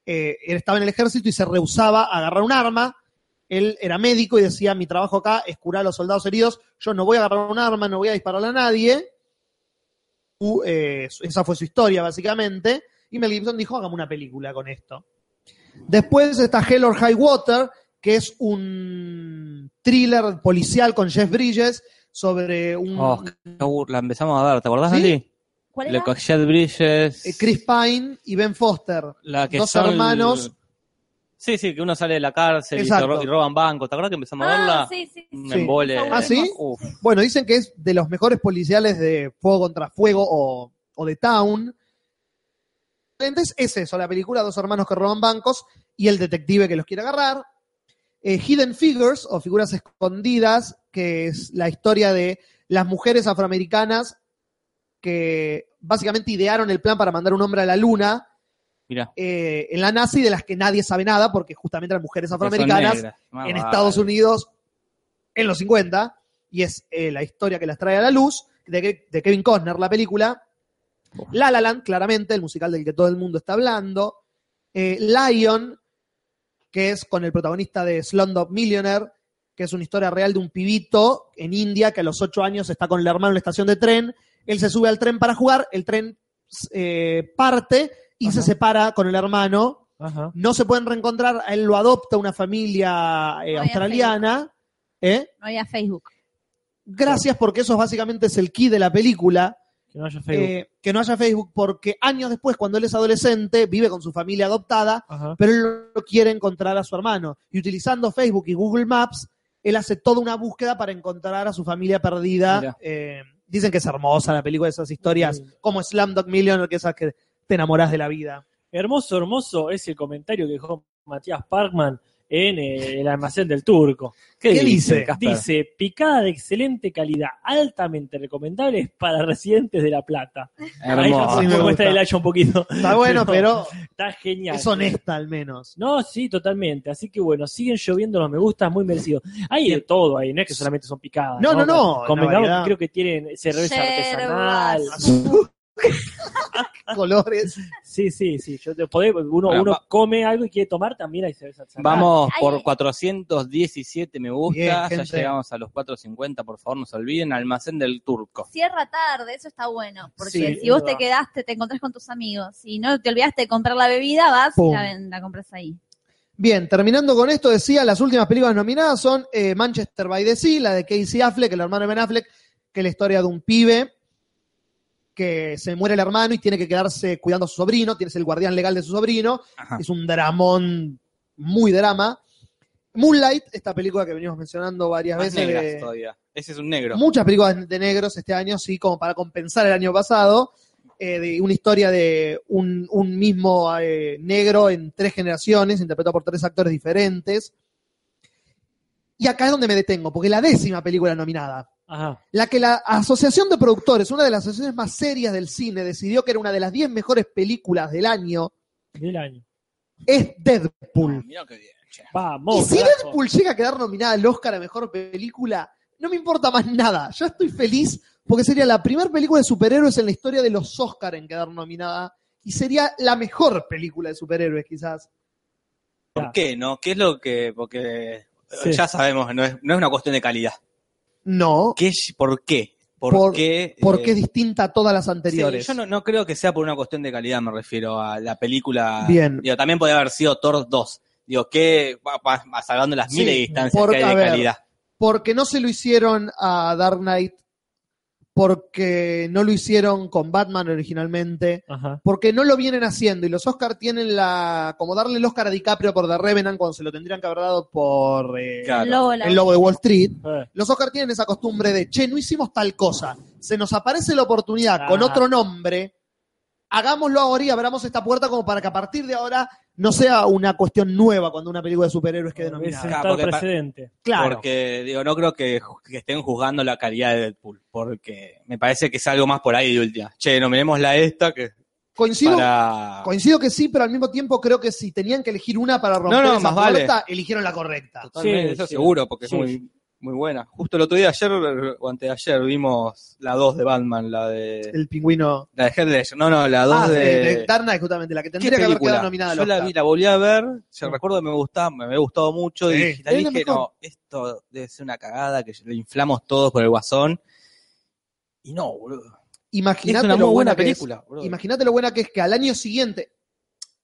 eh, él estaba en el ejército y se rehusaba a agarrar un arma. Él era médico y decía, mi trabajo acá es curar a los soldados heridos, yo no voy a agarrar un arma, no voy a disparar a nadie. U- eh, esa fue su historia, básicamente. Y Mel Gibson dijo, hagamos una película con esto. Después está Hell or High Water, que es un thriller policial con Jeff Bridges sobre un Oh, qué abur- la empezamos a dar, ¿te acordás, ¿Sí? Nati? ¿Cuál La era? con Jet Bridges. eh, Chris Pine y Ben Foster. la que dos son- hermanos. Sí, sí, que uno sale de la cárcel y, se Exacto. ro- y roban bancos. ¿Te acordás que empezamos a verla? Ah, sí, sí. sí. Un embole. Ah, ¿sí? Uf. Bueno, dicen que es de los mejores policiales de Fuego contra Fuego o, o de Town. Entonces es eso, la película Dos hermanos que roban bancos y el detective que los quiere agarrar. Eh, Hidden Figures o Figuras Escondidas, que es la historia de las mujeres afroamericanas que básicamente idearon el plan para mandar un hombre a la luna Mirá. eh, en la NASA y de las que nadie sabe nada porque justamente eran mujeres afroamericanas Ah, en Estados Unidos. Unidos en los 50, y es eh, la historia que las trae a la luz, de, Ke- de Kevin Costner, la película. La La Land, claramente, el musical del que todo el mundo está hablando. Eh, Lion, que es con el protagonista de Slumdog Millionaire, que es una historia real de un pibito en India que a los 8 años está con el hermano en la estación de tren. Él se sube al tren para jugar, el tren eh, parte y se separa con el hermano Ajá. no se pueden reencontrar, a él lo adopta una familia eh, No había australiana. ¿eh? No había Facebook. Gracias porque eso básicamente es el key de la película, Que no haya Facebook. eh, que no haya Facebook, porque años después, cuando él es adolescente, vive con su familia adoptada, Ajá. pero él no quiere encontrar a su hermano. Y utilizando Facebook y Google Maps, él hace toda una búsqueda para encontrar a su familia perdida. Mirá. Eh, dicen que es hermosa la película, esas historias como Slumdog Millionaire, que esas que te enamorás de la vida. Hermoso, hermoso es el comentario que dejó Matías Parkman en eh, el almacén del turco. ¿Qué, ¿Qué dice? Casper? Dice, picada de excelente calidad, altamente recomendable para residentes de La Plata. Ahí ya Hermoso. Sí, me se me gusta. cuesta el hacha un poquito. Está bueno, pero Está genial. es honesta al menos. No, sí, totalmente. Así que bueno, siguen lloviendo los me gustas, muy merecido. Hay de todo ahí, no es que solamente son picadas. No, no, no, Convengamos una que variedad. creo que tienen cerveza artesanal. colores. Sí, sí, sí. Yo te- podés- uno Ahora, uno va- come algo y quiere tomar, también hay cerveza artesanal. Vamos Ay. por 417 me gusta. Bien, ya gente. llegamos a los 450, por favor, no se olviden. Almacén del Turco. Cierra tarde, eso está bueno. Porque Sí, si vos es te verdad. quedaste, te encontrás con tus amigos y no te olvidaste de comprar la bebida, vas y Pum. la, ven- la compras ahí. Bien, terminando con esto, decía, las últimas películas nominadas son eh, Manchester by the Sea, la de Casey Affleck, el hermano de Ben Affleck, que es la historia de un pibe que se muere el hermano y tiene que quedarse cuidando a su sobrino, tiene que ser el guardián legal de su sobrino, Ajá. es un dramón, muy drama. Moonlight, esta película que venimos mencionando varias Más veces, negras de- todavía. Ese es un negro. muchas películas de negros este año, sí, como para compensar el año pasado, eh, de una historia de un, un mismo eh, negro en tres generaciones, interpretado por tres actores diferentes. Y acá es donde me detengo, porque es la décima película nominada, Ajá. la que la Asociación de Productores, una de las asociaciones más serias del cine, decidió que era una de las diez mejores películas del año, Del año. es Deadpool. Mirá qué bien. che. Y Vamos. si carajo. Oh. Deadpool llega a quedar nominada al Oscar a Mejor Película, no me importa más nada. Yo estoy feliz porque sería la primera película de superhéroes en la historia de los Oscar en quedar nominada. Y sería la mejor película de superhéroes, quizás. ¿Por qué no? ¿Qué es lo que.? Porque Sí. ya sabemos, no es, no es una cuestión de calidad. No, ¿Qué, ¿Por qué? ¿Por, Por- qué? porque eh, es distinta a todas las sí, anteriores. yo no, no creo que sea por una cuestión de calidad, me refiero a la película. Bien. Digo, también podría haber sido Thor 2. Digo, ¿qué? Va, va- va salvando las Sí, miles de distancias por- que hay a de ver. calidad. Porque no se lo hicieron a Dark Knight, porque no lo hicieron con Batman originalmente. Ajá. porque no lo vienen haciendo y los Oscar tienen la como darle el Oscar a DiCaprio por The Revenant cuando se lo tendrían que haber dado por eh, Claro. Lobo, la- el lobo de Wall Street. Eh, Los Oscar tienen esa costumbre de, che, no hicimos tal cosa, se nos aparece la oportunidad con Ah. otro nombre, hagámoslo ahora y abramos esta puerta como para que a partir de ahora no sea una cuestión nueva cuando una película de superhéroes quede Es nominada. Claro, sentar Ah, porque pa- precedente. Claro. Porque, digo, no creo que, que estén juzgando la calidad de Deadpool, porque me parece que es algo más por ahí de última. Che, nominemos la esta que Coincido, para... coincido que sí, pero al mismo tiempo creo que si tenían que elegir una para romper no, esa más vale. puerta, eligieron la correcta. Totalmente, Sí, eso sí. seguro, porque Sí, es muy, muy buena. Justo el otro día, ayer o antes de ayer, vimos la 2 de Batman, la de... El pingüino. La de Heath Ledger. No, no, la 2 Ah, de... de, de Dark Knight, justamente, la que ¿Qué tendría que haber película? quedado nominada. al Yo la Oscar. vi, la volví a ver, yo recuerdo que me gustaba, me había gustado mucho Sí. y dije- la Es la dije, mejor. no, esto debe ser una cagada que lo inflamos todos por el guasón. Y no, boludo. Es Imagínate una lo muy buena, buena que es. película, boludo. Imagínate lo buena que es que al año siguiente,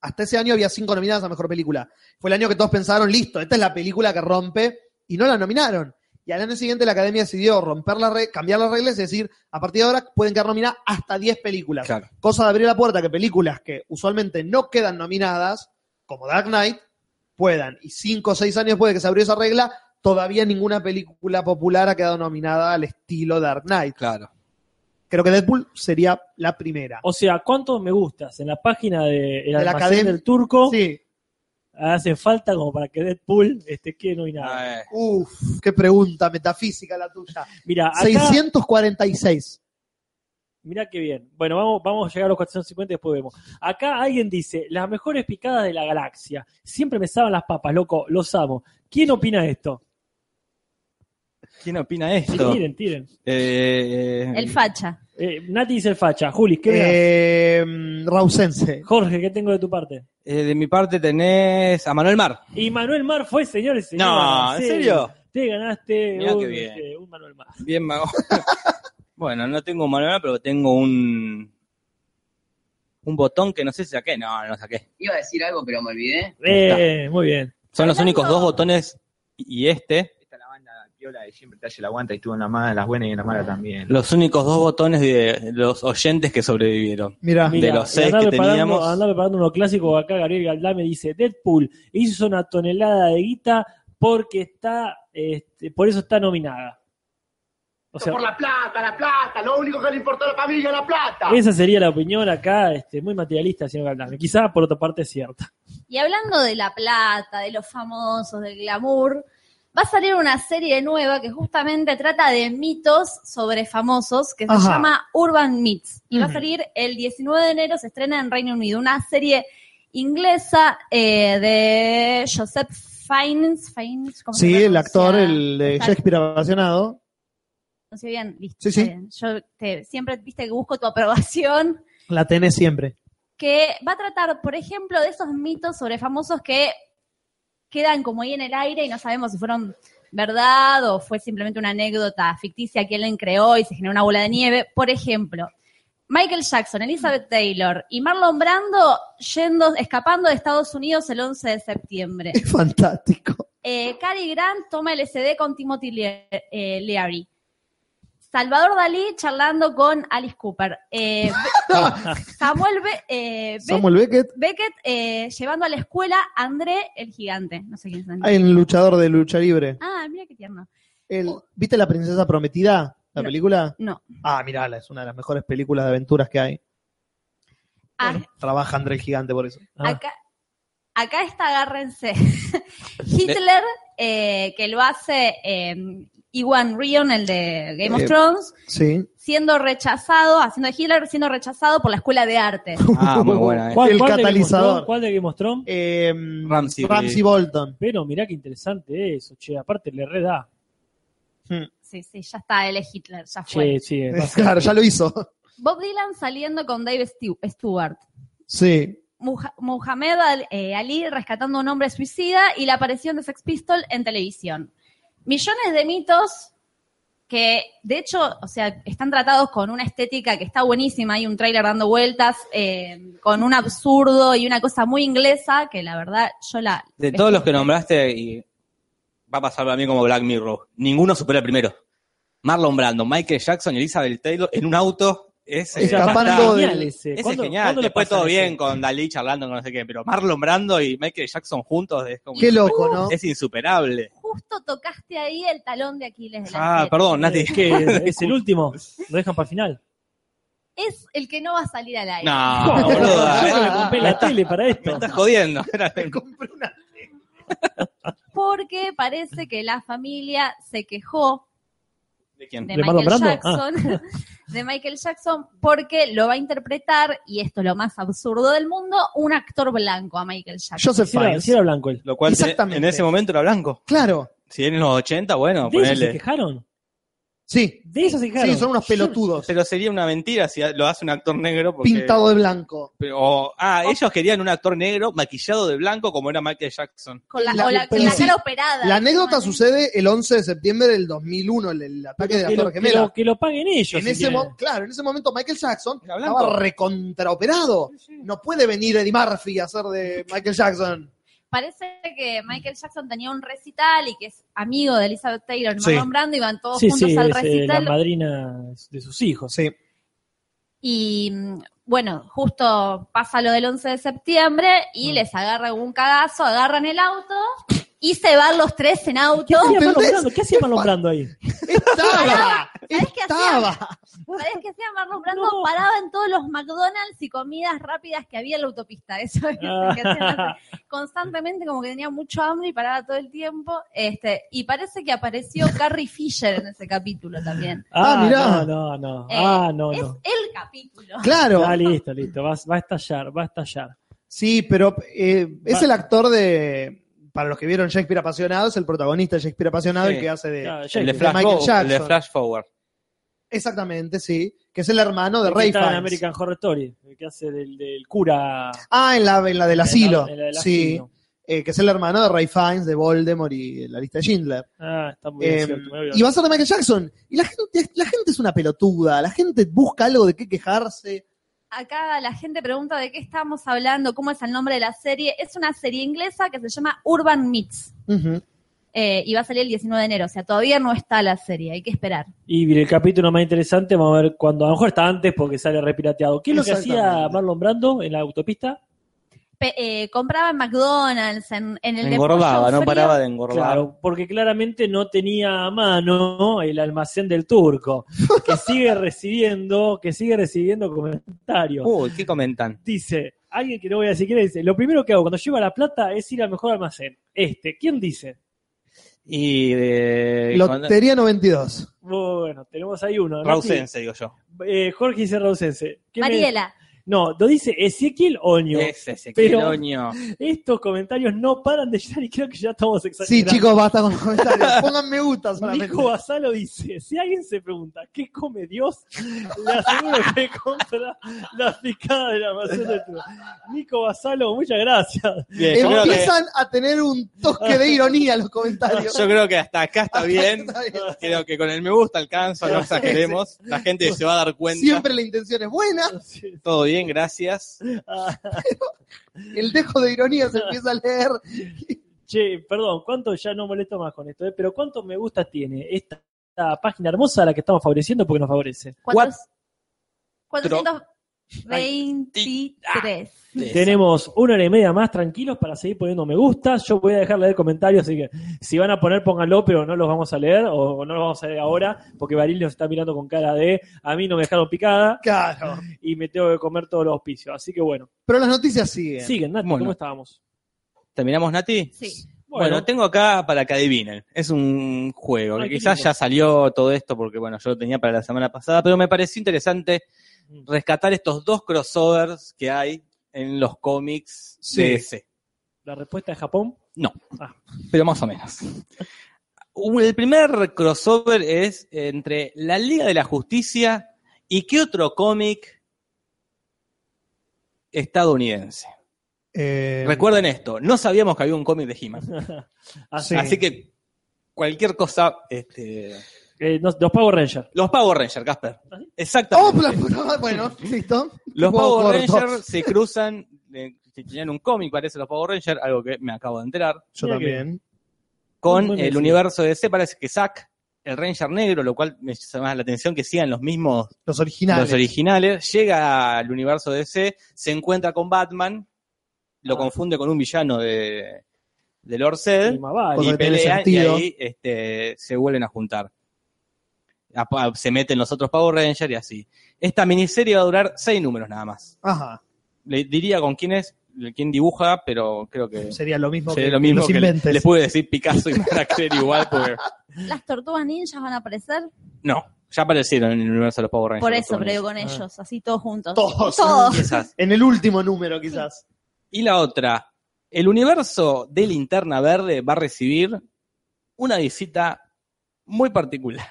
hasta ese año había cinco nominadas a mejor película. Fue el año que todos pensaron, listo, esta es la película que rompe, y no la nominaron. Y al año siguiente la academia decidió romper la re- cambiar las reglas y decir, a partir de ahora pueden quedar nominadas hasta 10 películas. Claro. Cosa de abrir la puerta que películas que usualmente no quedan nominadas, como Dark Knight, puedan. Y cinco o seis años después de que se abrió esa regla, todavía ninguna película popular ha quedado nominada al estilo Dark Knight. Claro. Creo que Deadpool sería la primera. O sea, ¿cuántos me gustas en la página de, el la almacén academia. del turco? Sí. Hace falta como para que Deadpool este, quede nominado. Ah, Eh, Uf, qué pregunta metafísica la eh. tuya. Mira, acá, 646. mira qué bien. Bueno, vamos, vamos a llegar a los 450 y después vemos. Acá alguien dice, las mejores picadas de la galaxia. Siempre me saben las papas, loco, los amo. ¿Quién opina de esto? ¿Quién opina Sí, esto? tiren, tiren. Eh, El facha. Eh, Nati dice el facha. Juli, ¿qué me das? Eh, Rausense. Jorge, ¿qué tengo de tu parte? eh, de mi parte tenés a Manuel Mar. Y Manuel Mar fue, señores, y señoras. No, ¿en Sí. serio? Te ganaste Mirá un, qué bien. este, un Manuel Mar. Bien, Mago. bueno, no tengo un manual, pero tengo un. Un botón que no sé si saqué. No, no lo saqué. Iba a decir algo, pero me olvidé. Eh, muy bien. Son los Fernando. únicos dos botones y este. Esta es la banda piola de siempre te hace la aguanta y estuvo en las malas, en las buenas y en las malas también. Los únicos dos botones de los oyentes que sobrevivieron. Mirá. Mira. los seis andá que preparando- teníamos- andá preparando uno clásico. Acá Gabriel Galdá me dice: Deadpool hizo una tonelada de guita porque está. este, por eso está nominada. O sea, Por la plata, la plata, lo único que le importa a la familia es la plata. esa sería la opinión acá, este, muy materialista, señor Galdame. Quizá por otra parte es cierta. Y hablando de la plata, de los famosos, del glamour, va a salir una serie nueva que justamente trata de mitos sobre famosos que se Ajá. llama Urban Myths. Y va a Ujú. salir el 19 de enero, se estrena en Reino Unido, una serie inglesa eh, de Joseph Fiennes. Fiennes ¿cómo se Sí, el pronuncia? actor, el de Exacto. Shakespeare apasionado. No sé bien, listo. Sí, sí. está bien. Yo te- siempre viste que busco tu aprobación. La tenés siempre. que va a tratar, por ejemplo, de esos mitos sobre famosos que quedan como ahí en el aire y no sabemos si fueron verdad o fue simplemente una anécdota ficticia que alguien creó y se generó una bola de nieve. Por ejemplo, Michael Jackson, Elizabeth Taylor y Marlon Brando yendo, escapando de Estados Unidos el 11 de septiembre. Es fantástico. Eh, Cary Grant toma LSD con Timothy Le- eh, Leary. Salvador Dalí charlando con Alice Cooper. Eh, Be- Samuel Be- eh, Be- Samuel Beckett, Beckett eh, llevando a la escuela a André el gigante. No sé quién es André. el luchador de lucha libre. Ah, mira qué tierno. El- ¿Viste La Princesa Prometida? ¿La No. película? No. Ah, mirala, es una de las mejores películas de aventuras que hay. Ah, Trabaja André el Gigante por eso. Ah. Acá, acá está, agárrense. Hitler, eh, que lo hace eh, Iwan Rion, el de Game of Eh, Thrones, Sí. siendo rechazado, haciendo de Hitler, siendo rechazado por la escuela de arte. Ah, muy buena. eh. El de Game of catalizador. Thrones? ¿Cuál de Game of Thrones? Eh, Ramsey- eh. Ramsey Bolton. Pero mirá qué interesante eso, che. Aparte le reda. Sí, sí, ya está, él es Hitler, ya fue. Che, sí. eh. Claro, ya lo hizo. Bob Dylan saliendo con Dave Stu- Stewart. Sí. Muja- Muhammad Al- eh, Ali rescatando a un hombre suicida y la aparición de Sex Pistol en televisión. Millones de mitos que, de hecho, o sea, están tratados con una estética que está buenísima. Hay un tráiler dando vueltas eh, con un absurdo y una cosa muy inglesa que la verdad yo la... De todos los que nombraste, y va a pasar a mí como Black Mirror. Ninguno supera el primero. Marlon Brando, Michael Jackson y Elizabeth Taylor en un auto. Es, sea, Escapando está- de- genial ese. Ese es ¿Cuándo- genial. cuándo le Después pasan todo ese? bien con Dalí charlando con no sé qué, pero Marlon Brando y Michael Jackson juntos es como. Qué loco, ¿no? Es insuperable. Justo tocaste ahí el talón de Aquiles de la Ah, serie. perdón, Nati. Es que es el último. Lo dejan para el final. Es el que no va a salir al aire. Ah, No, Yo no boluda. le compré la tele para Me esto. estás jodiendo. Era- Porque parece que la familia se quejó ¿De quién? de ¿De Ah. Michael Marlon Brando? Jackson, de Michael Jackson, porque lo va a interpretar, y esto es lo más absurdo del mundo, un actor blanco a Michael Jackson. Joseph Si era, Fiennes. si era blanco él. Lo cual te- Exactamente. en ese momento era blanco. Claro. Si en los 80, bueno, ¿De eso se ponele. quejaron? Sí, De eso se quejaron. sí, son unos pelotudos. Pero sería una mentira si lo hace un actor negro. Porque, Pintado de blanco. Pero- o- ah, ellos querían un actor negro maquillado de blanco como era Michael Jackson. Con la, La- o la, pero la sí, cara operada. La anécdota Bueno, sucede el 11 de septiembre del 2001, el, el ataque de la que, lo, Torre que Gemela. lo- que lo paguen ellos. en si ese quieren. mo- claro, en ese momento Michael Jackson Era blanco. estaba recontraoperado. No puede venir Eddie Murphy a hacer de Michael Jackson. Parece que Michael Jackson tenía un recital y que es amigo de Elizabeth Taylor, y Sí. Marlon Brando, y van todos Sí, juntos sí, al es, eh, la recital. madrina de sus hijos. Sí. Y mm, bueno, justo pasa lo del 11 de septiembre Mm. y les agarra un cagazo, agarran el auto y se van los tres en auto. ¿Qué hacía Marlon ¿Entendés? Brando? ¿Qué hacía Marlon Brando ahí? Estaba, ¿Sabés qué estaba. Sabés que sea Marlon Brando paraba en todos los McDonald's y comidas rápidas que había en la autopista. Eso es Ah. lo que hacía. constantemente como que tenía mucho hambre y paraba todo el tiempo. Este, y parece que apareció Carrie Fisher en ese capítulo también. Ah, mirá. No, no, no. Eh, ah, Oh, no, es no. el capítulo. Claro. Ah, listo, listo. Va, va a estallar, va a estallar. Sí, pero eh, es Va- el actor de. Para los que vieron Shakespeare Apasionado, es el protagonista de Shakespeare Apasionado, Sí. el que hace de. Claro, El de, Shakespeare. Flash Michael Forward, el de Jackson. Flash Forward. Exactamente, sí. Que es el hermano de El que Ray está en Fiennes. American Horror Story, el que hace del, del cura. Ah, en la, en la del asilo. en la- en la del sí. asilo. Eh, que es el hermano de Ray Fiennes, de Voldemort y de la lista de Schindler. Ah, está muy bien. Eh, cierto, me había y va a ser de Michael Jackson. Y la gente, la gente es una pelotuda. La gente busca algo de qué quejarse. Acá la gente pregunta de qué estamos hablando, cómo es el nombre de la serie. Es una serie inglesa que se llama Urban Myths. Ujú. eh, y va a salir el 19 de enero, o sea, todavía no está la serie, hay que esperar. Y el capítulo más interesante, vamos a ver cuando. A lo mejor está antes porque sale repirateado. ¿Qué es lo que hacía Exactamente. Marlon Brando en la autopista? Pe- eh, compraba en McDonald's, en, en el de Engordaba, pollo no frío. paraba de engordar. Claro, porque claramente no tenía a mano el almacén del turco, que sigue recibiendo, que sigue recibiendo comentarios. Uy, ¿qué comentan? Dice, alguien que no voy a decir quién es, dice, lo primero que hago cuando llevo la plata es ir al mejor almacén. Este, ¿quién dice? Y de. Lotería 92. Bueno, tenemos ahí uno. ¿no? Rausense, digo yo. Eh, Jorge dice Rausense. ¿Qué me- Mariela, No, lo dice Ezequiel Oño. Eh. Ese, ese, Pero- quiloño. Estos comentarios no paran de llegar y creo que ya estamos Sí, exagerando. chicos, basta con los comentarios. Pongan me gusta solamente. Nico Basalo dice, si alguien se pregunta ¿qué come Dios? Le aseguro que compra la picada de la almacén del turco. Nico Basalo, muchas gracias. Bien, Eh, yo creo, que, Empiezan a tener un toque de ironía los comentarios. yo creo que hasta acá está bien. Está bien. Creo que con el me gusta alcanza, no exageremos. La gente se va a dar cuenta. Siempre la intención es buena. Todo bien, gracias. Ah, El dejo de ironía se empieza a leer. Che, perdón, ¿cuánto ya no molesto más con esto? eh, Pero ¿cuántos me gusta tiene esta, esta página hermosa a la que estamos favoreciendo porque nos favorece? ¿cuántos? 423. Tenemos una hora y media más tranquilos para seguir poniendo me gusta. Yo voy a dejar leer comentarios, así que si van a poner, pónganlo, pero no los vamos a leer o no los vamos a leer ahora, porque Baril nos está mirando con cara de a mí no me dejaron picada Claro. y me tengo que comer todos los auspicios. Así que bueno, Pero las noticias siguen. siguen, Nati, Bueno. ¿cómo estábamos? ¿Terminamos, Nati? Sí. Bueno, Bueno, tengo acá para que adivinen. Es un juego Ay, que qué quizás lindo. ya salió todo esto porque, bueno, yo lo tenía para la semana pasada, pero me pareció interesante rescatar estos dos crossovers que hay en los cómics Sí. de DC. la respuesta es Japón. No, Ah. pero más o menos. Un- El primer crossover es entre la Liga de la Justicia y qué otro cómic estadounidense. Eh, Recuerden esto, no sabíamos que había un cómic de He-Man. Así, Sí. Así que cualquier cosa, este, eh, nos- los Power Rangers. los Power Rangers, Casper. ¿Ah, sí? oh, Exactamente. pla- pla- bueno, listo. los Juego Power corto. Rangers se cruzan, eh, que tenían un cómic, parece los Power Rangers, algo que me acabo de enterar, Yo Mira que- también. con Muy bien, el sí. universo de DC, parece que Zack, el Ranger negro, lo cual me llama la atención que sigan los mismos, Los originales. los originales, llega al universo de DC, se encuentra con Batman, lo Ah. confunde con un villano de, de Lord Zed, Y más vale. Cosa y que tiene pelean y sentido. ahí este, se vuelven a juntar. A- a- Se meten los otros Power Rangers y así. Esta miniserie va a durar seis números nada más. Ajá. Le diría con quién es, quién dibuja, pero creo que Sería lo mismo sería que lo mismo los que le- inventes. les pude decir Picasso y me van a creer igual porque ¿Las tortugas ninjas van a aparecer? no, ya aparecieron en el universo de los Power Rangers. Por eso, los pero cómics. con ellos, así todos juntos. Todos. Esas. En el último número, quizás. Y la otra, el universo de Linterna Verde va a recibir una visita muy particular.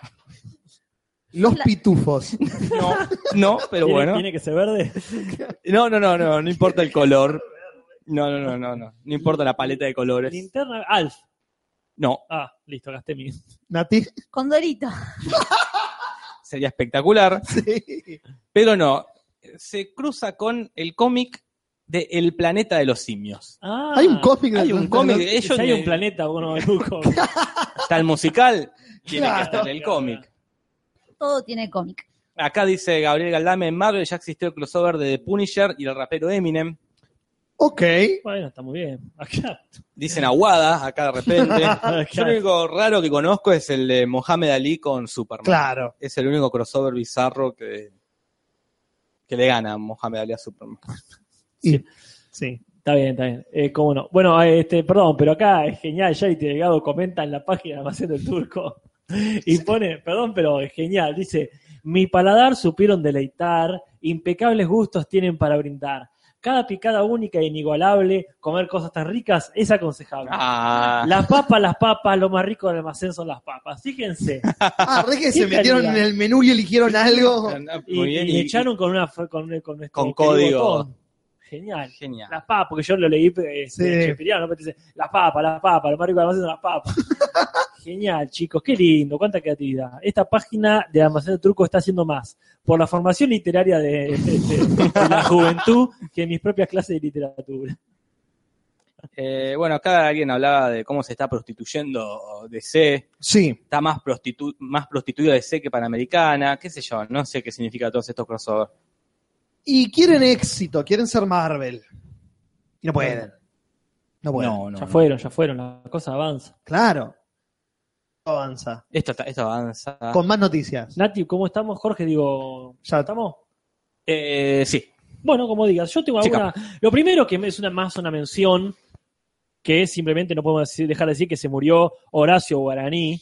Los pitufos. No, no, pero ¿Tiene, bueno. tiene que ser verde. No, no, no, no, no importa el color. No, no, no, no, no. No importa la paleta de colores. Linterna. Alf. No, Ah, listo, gasté mi. Nati. Condorito. sería espectacular. Pero no. Se cruza con el cómic de El planeta de los simios. Ah, Hay un cómic de- Hay un cómic, ellos Si hay de- un planeta, bueno, hay Está el musical, tiene que Claro. estar el cómic. Todo tiene cómic. Acá dice Gabriel Galdame, en Marvel ya existió el crossover de The Punisher y el rapero Eminem. Ok. Bueno, está muy bien. Acá. Dicen Aguada, acá de repente. Yo lo único raro que conozco es el de Mohamed Ali con Superman. Claro. Es el único crossover bizarro que, que le gana Mohamed Ali a Superman. Sí. Está bien, está bien. Eh, cómo no. Bueno, eh, este, perdón, pero acá es genial. Yari Delgado comenta en la página de Almacén del Turco y pone, perdón, pero es genial. Dice: Mi paladar supieron deleitar, impecables gustos tienen para brindar. Cada picada única e inigualable, comer cosas tan ricas es aconsejable. Ah, Las papas, las papas, lo más rico del almacén son las papas. Fíjense. Ah, re que se Qué metieron en calidad. el menú y eligieron algo. Y, muy bien. y y- echaron con una con, con, nuestro Con querido código. botón. Genial. Genial. Las papas, porque yo lo leí eh, Sí. este, Shakespeareano, ¿no? Te dice, las papas, las papas, lo más rico de almacén son las papas. Genial, chicos, qué lindo, cuánta creatividad. Esta página de Almacén del Turco está haciendo más por la formación literaria de, de- de la juventud que en mis propias clases de literatura. Eh, bueno, acá alguien hablaba de cómo se está prostituyendo DC. Sí. Está más, prostitu más prostituida DC que Panamericana. Qué sé yo, no sé qué significa todos estos crossovers. Y quieren éxito, quieren ser Marvel. Y no pueden. No pueden. no, no. ya no. fueron, ya fueron, la cosa avanza. Claro. Avanza. Esto, está- esto avanza. Con más noticias. Nati, ¿cómo estamos? Jorge, digo, Ya. estamos? Eh, sí, Bueno, como digas, yo tengo Chica. alguna. Lo primero que me- es una más una mención, que es simplemente no podemos decir- dejar de decir que se murió Horacio Guaraní.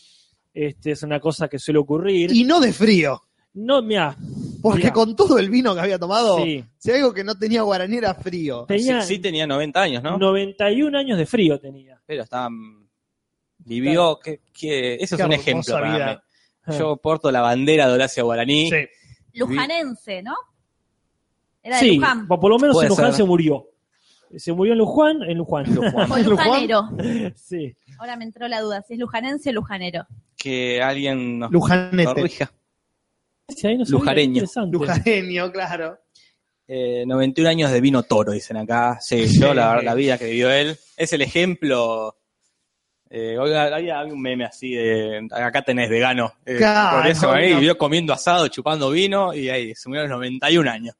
Este, es una cosa que suele ocurrir. Y no de frío. No, mira, Porque Mirá. con todo el vino que había tomado, sí. si hay algo que no tenía guaraní era frío. Tenía sí. sí tenía 90 años, ¿no? 91 años de frío tenía. Pero estaba. Vivió. Que, que- ese Qué es un hermosa ejemplo para vida. mí. Ah. Eh, Yo porto la bandera de Horacio Guaraní. Sí. Lujanense, ¿no? Era de sí, Luján. o por lo menos Puede en Luján ser. se murió. Se murió en Luján, en Luján. O ¿Luján? lujanero. sí. Ahora me entró la duda, si es lujanense o lujanero. Que alguien nos Lujanete. corrija. Sí, ahí no sabía, Lujareño. interesante. Lujareño, claro. Eh, 91 años de vino toro, dicen acá. Sí, yo la, la vida que vivió él. Es el ejemplo. Eh, oiga, había, había un meme así de acá tenés vegano. Eh, Claro, por eso no. ahí vivió comiendo asado, chupando vino y ahí se murió a los 91 años.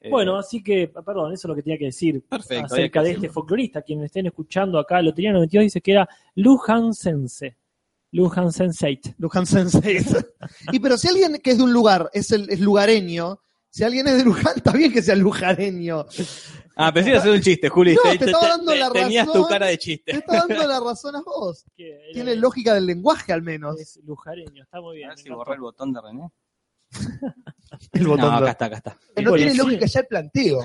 Eh, Bueno, así que, perdón, eso es lo que tenía que decir. perfecto. acerca de este folclorista, quien estén escuchando acá, lo tenía 92, dice que era Lujansense. Lujansenseit. Luján Sensei. y pero si alguien que es de un lugar es, el, es lugareño, si alguien es de Luján, está bien que sea lujareño. Ah, pensé que hacer un chiste, Juli. No, te estaba dando la Tenías razón. tu cara de Te chiste. está dando la razón a vos. Que Tiene era- lógica del lenguaje al menos. Es lujareño, está muy A bien. ver si me Ah, borré el encantó. botón de René. El botón. No, No, acá está, acá está. no Bueno, tiene sí. lógica ya el planteo.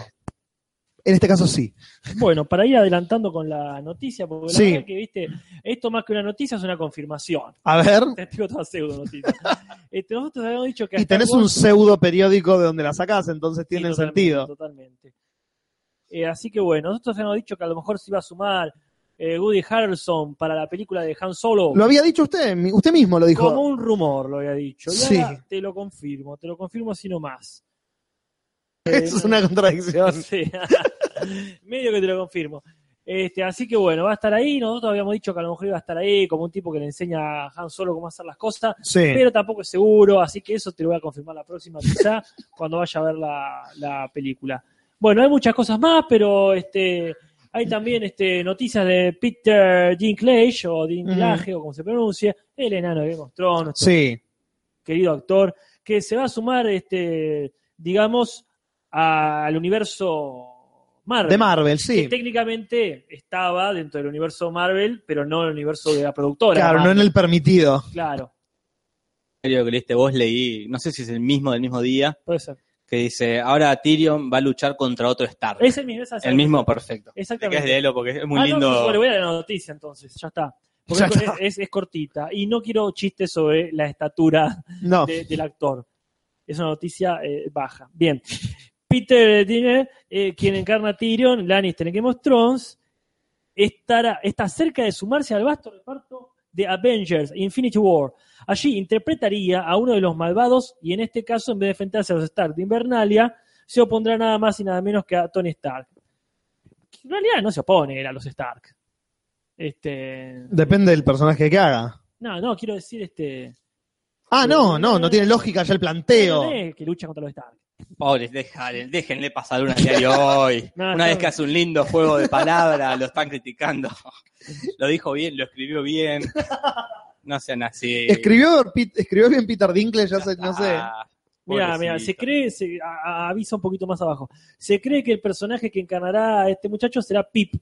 En este caso sí. Bueno, para ir adelantando con la noticia, porque la Sí. verdad que, viste, esto más que una noticia es una confirmación. A ver. Te digo toda pseudo noticia. Este, nosotros habíamos dicho que... Y hasta tenés vos- un pseudo periódico de donde la sacás, entonces Sí, tiene totalmente, sentido. Totalmente. Eh, así que bueno, nosotros habíamos dicho que a lo mejor se iba a sumar eh, Woody Harrelson para la película de Han Solo. Lo había dicho usted, mi- usted mismo lo dijo. Como un rumor, lo había dicho. Y Sí. ahora te lo confirmo, te lo confirmo así nomás. Eso es una O contradicción. sea, Eh, medio que te lo confirmo. Este, así que bueno, va a estar ahí. Nosotros habíamos dicho que a lo mejor iba a estar ahí como un tipo que le enseña a Han Solo cómo hacer las cosas, Sí. pero tampoco es seguro, así que eso te lo voy a confirmar la próxima quizá cuando vaya a ver la, la película. Bueno, hay muchas cosas más, pero este hay también este, noticias de Peter Dinklage o Mm. Dinklage o como se pronuncia, el enano de Game of Thrones, nuestro Sí. querido actor, que se va a sumar, este, digamos, a- al universo Marvel. De Marvel, sí. Que técnicamente estaba dentro del universo Marvel, pero no en el universo de la productora. Claro, no en Marvel, el permitido. Claro, Creo que leíste vos, leí, no sé si es el mismo del mismo día, puede ser. que dice, ahora Tyrion va a luchar contra otro Star. Es el mismo. esa- el mismo, perfecto. Te quedas Exactamente. de porque es muy Ah, no, lindo. pues, bueno, voy a la noticia entonces, ya está. Porque Ya es- está. es, es cortita. Y no quiero chistes sobre la estatura No. de- del actor. Es una noticia eh, baja. Bien. Peter Dinner, eh, quien encarna a Tyrion, Lannister en Game of Thrones, estará, está cerca de sumarse al vasto reparto de Avengers Infinity War. Allí interpretaría a uno de los malvados y en este caso, en vez de enfrentarse a los Stark de Invernalia, se opondrá nada más y nada menos que a Tony Stark. Que en realidad no se opone él a los Stark. Este, Depende del personaje que haga. no, no, quiero decir este. Ah, no, no, no tiene lógica ya el planteo. no es Que lucha contra los Stark. Pobres, déjale, déjenle pasar una diario hoy. No, una yo- vez que hace un lindo juego de palabras, lo están criticando. Lo dijo bien, lo escribió bien. No sean así. Escribió, Pit- escribió bien Peter Dinklage, ya sé- no sé. Ah, Mira, mira, se pobrecito. cree, se, a- a- avisa un poquito más abajo. Se cree que el personaje que encarnará a este muchacho será Pip,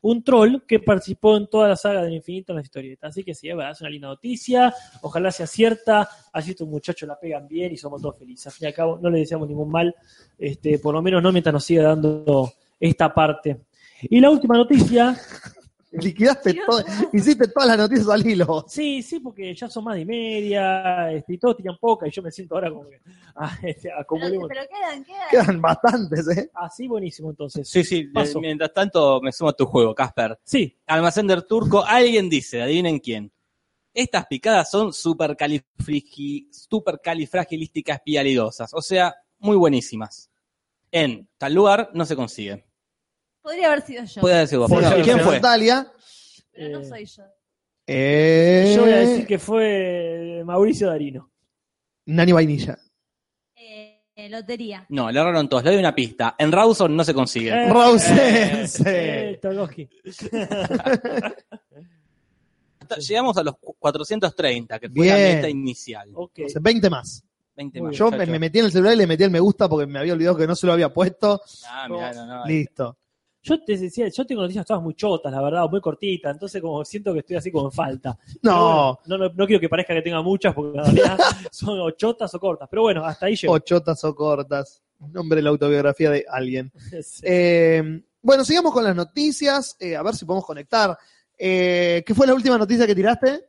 un troll que participó en toda la saga del infinito en las historietas. Así que sí, es verdad, es una linda noticia. Ojalá sea cierta. Así estos muchachos la pegan bien y somos todos felices. Al fin y al cabo, no le deseamos ningún mal, este, por lo menos no mientras nos siga dando esta parte. Y la última noticia. Liquidaste Dios. todo, hiciste todas las noticias al hilo. Sí, sí, porque ya son más de media, este, y todos tiran poca, y yo me siento ahora como que ah, este, acumulé Pero, un- pero quedan, quedan. Quedan bastantes, ¿eh? Así buenísimo entonces. Sí, sí, Paso. mientras tanto me sumo a tu juego, Casper. Sí, Almacén del Turco, alguien dice, adivinen quién. Estas picadas son supercalifrigi- supercalifragilísticas pialidosas, o sea, muy buenísimas. En tal lugar no se consiguen. Podría haber sido yo, Puede decir vos. Por Pablo. ejemplo, ¿Quién fue? Natalia. pero no Eh, soy yo. Eh, yo voy a decir que fue Mauricio Darino. Nani Vainilla. Eh, eh, lotería. No, le erraron todos. Le doy una pista. En Rawson no se consiguen. Eh, Rausense. eh, Tarkovsky. Hasta- Llegamos a los cu- 430, que fue la Bien. meta inicial. Ok. O sea, 20 más. 20 Muy más. Yo me, muchacho. me metí en el celular y le metí el me gusta porque me había olvidado que no se lo había puesto. Ah, mirá, no, no, Listo. Yo te decía, yo tengo noticias todas muy chotas, la verdad, o muy cortitas, entonces como siento que estoy así como en falta. Pero No, bueno, no, no, no quiero que parezca que tenga muchas, porque en realidad son o chotas o cortas. Pero bueno, hasta ahí llego. ochotas o cortas. Nombre de la autobiografía de alguien. Sí. Eh, bueno, sigamos con las noticias. eh, a ver si podemos conectar. Eh, ¿Qué fue la última noticia que tiraste?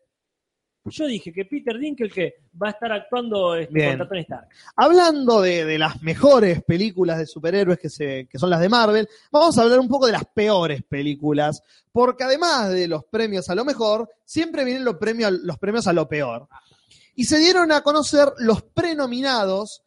Yo dije que Peter Dinkel que va a estar actuando este, Bien. contra Tony Stark. Hablando de, de las mejores películas de superhéroes que, se, que son las de Marvel, vamos a hablar un poco de las peores películas, porque además de los premios a lo mejor, siempre vienen los premios, los premios a lo peor. Y se dieron a conocer los prenominados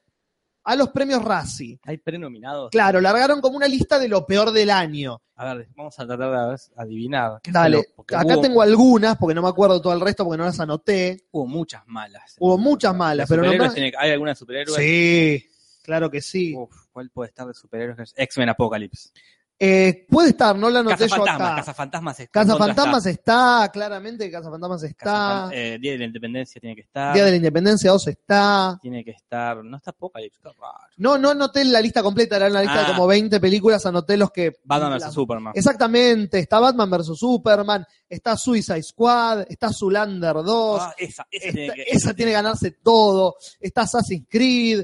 a los premios Razzie. Hay prenominados. Claro, largaron como una lista de lo peor del año. A ver, vamos a tratar de a ver, adivinar. ¿Qué fue Dale, lo- porque acá hubo- tengo algunas, porque no me acuerdo todo el resto, porque no las anoté. Hubo muchas malas. Hubo muchas malas, De pero superhéroes nomás- tiene- ¿Hay alguna de superhéroes? Sí, claro que sí. Uf, ¿Cuál puede estar de superhéroes? X-Men Apocalypse. Eh, puede estar, no la anoté yo Cazafantasmas. acá. Cazafantasmas es- Casa contra Fantasmas está. está, claramente Casa Fantasmas está. Cazafan- eh, Día de la Independencia tiene que estar. Día de la Independencia 2 está. Tiene que estar. No está Apocalypse, está raro. No, no anoté la lista completa, era una lista de Ah. como 20 películas, anoté los que... Batman la- vs Superman. Exactamente, está Batman vs. Superman, está Suicide Squad, está Zulander 2, Ah, esa, esa está- tiene que esa tiene que ganarse todo, está Assassin's Creed.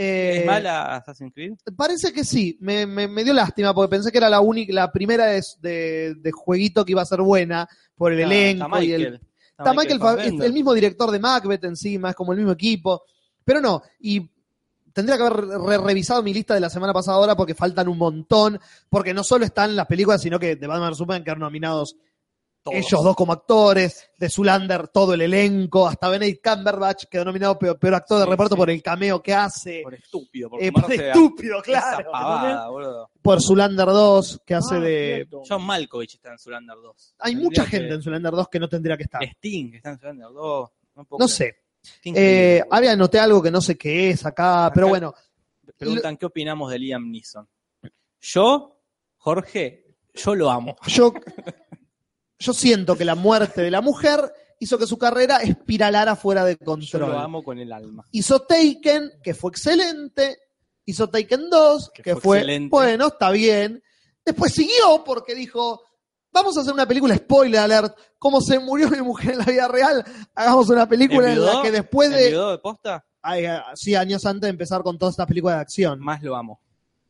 eh, ¿Es mala Assassin's Creed? Parece que sí, me, me- me dio lástima porque pensé que era la única, la primera de, de- de jueguito que iba a ser buena por el Está- elenco está y el Michael. Está Michael Fab- es Fassbender. el mismo director de Macbeth encima, es como el mismo equipo. Pero no, y tendría que haber re- revisado mi lista de la semana pasada ahora porque faltan un montón, porque no solo están las películas, sino que de Batman vs Superman quedaron nominados Todos. ellos dos como actores, de Zulander todo el elenco, hasta Benedict Cumberbatch quedó nominado peor, peor actor de Sí, reparto sí. por el cameo que hace. Por estúpido. Por Eh, por tomarse a- estúpido, Esa claro. ¿entendés? pavada, boludo. Por Zulander 2, que hace Ah, de... cierto. John Malkovich está en Zulander 2. Hay Tendría mucha que- gente en Zulander 2 que no tendría que estar. Sting está en Zulander 2. No, puedo No creer. sé. Qué increíble, Eh, boludo. había anoté algo que no sé qué es acá, pero bueno. Preguntan qué opinamos de Liam Neeson. Yo, Jorge, yo lo amo. Yo, yo siento que la muerte de la mujer hizo que su carrera espiralara fuera de Yo lo control. amo con el alma. Hizo Taken, que fue excelente. Hizo Taken 2, que, Que fue, fue excelente. bueno, está bien. Después siguió porque dijo, vamos a hacer una película, spoiler alert, cómo se murió mi mujer en la vida real. Hagamos una película en la ¿Enviudó? que después ¿El de, video de posta? ay, ah, sí, años antes de empezar con todas estas películas de acción. Más lo amo.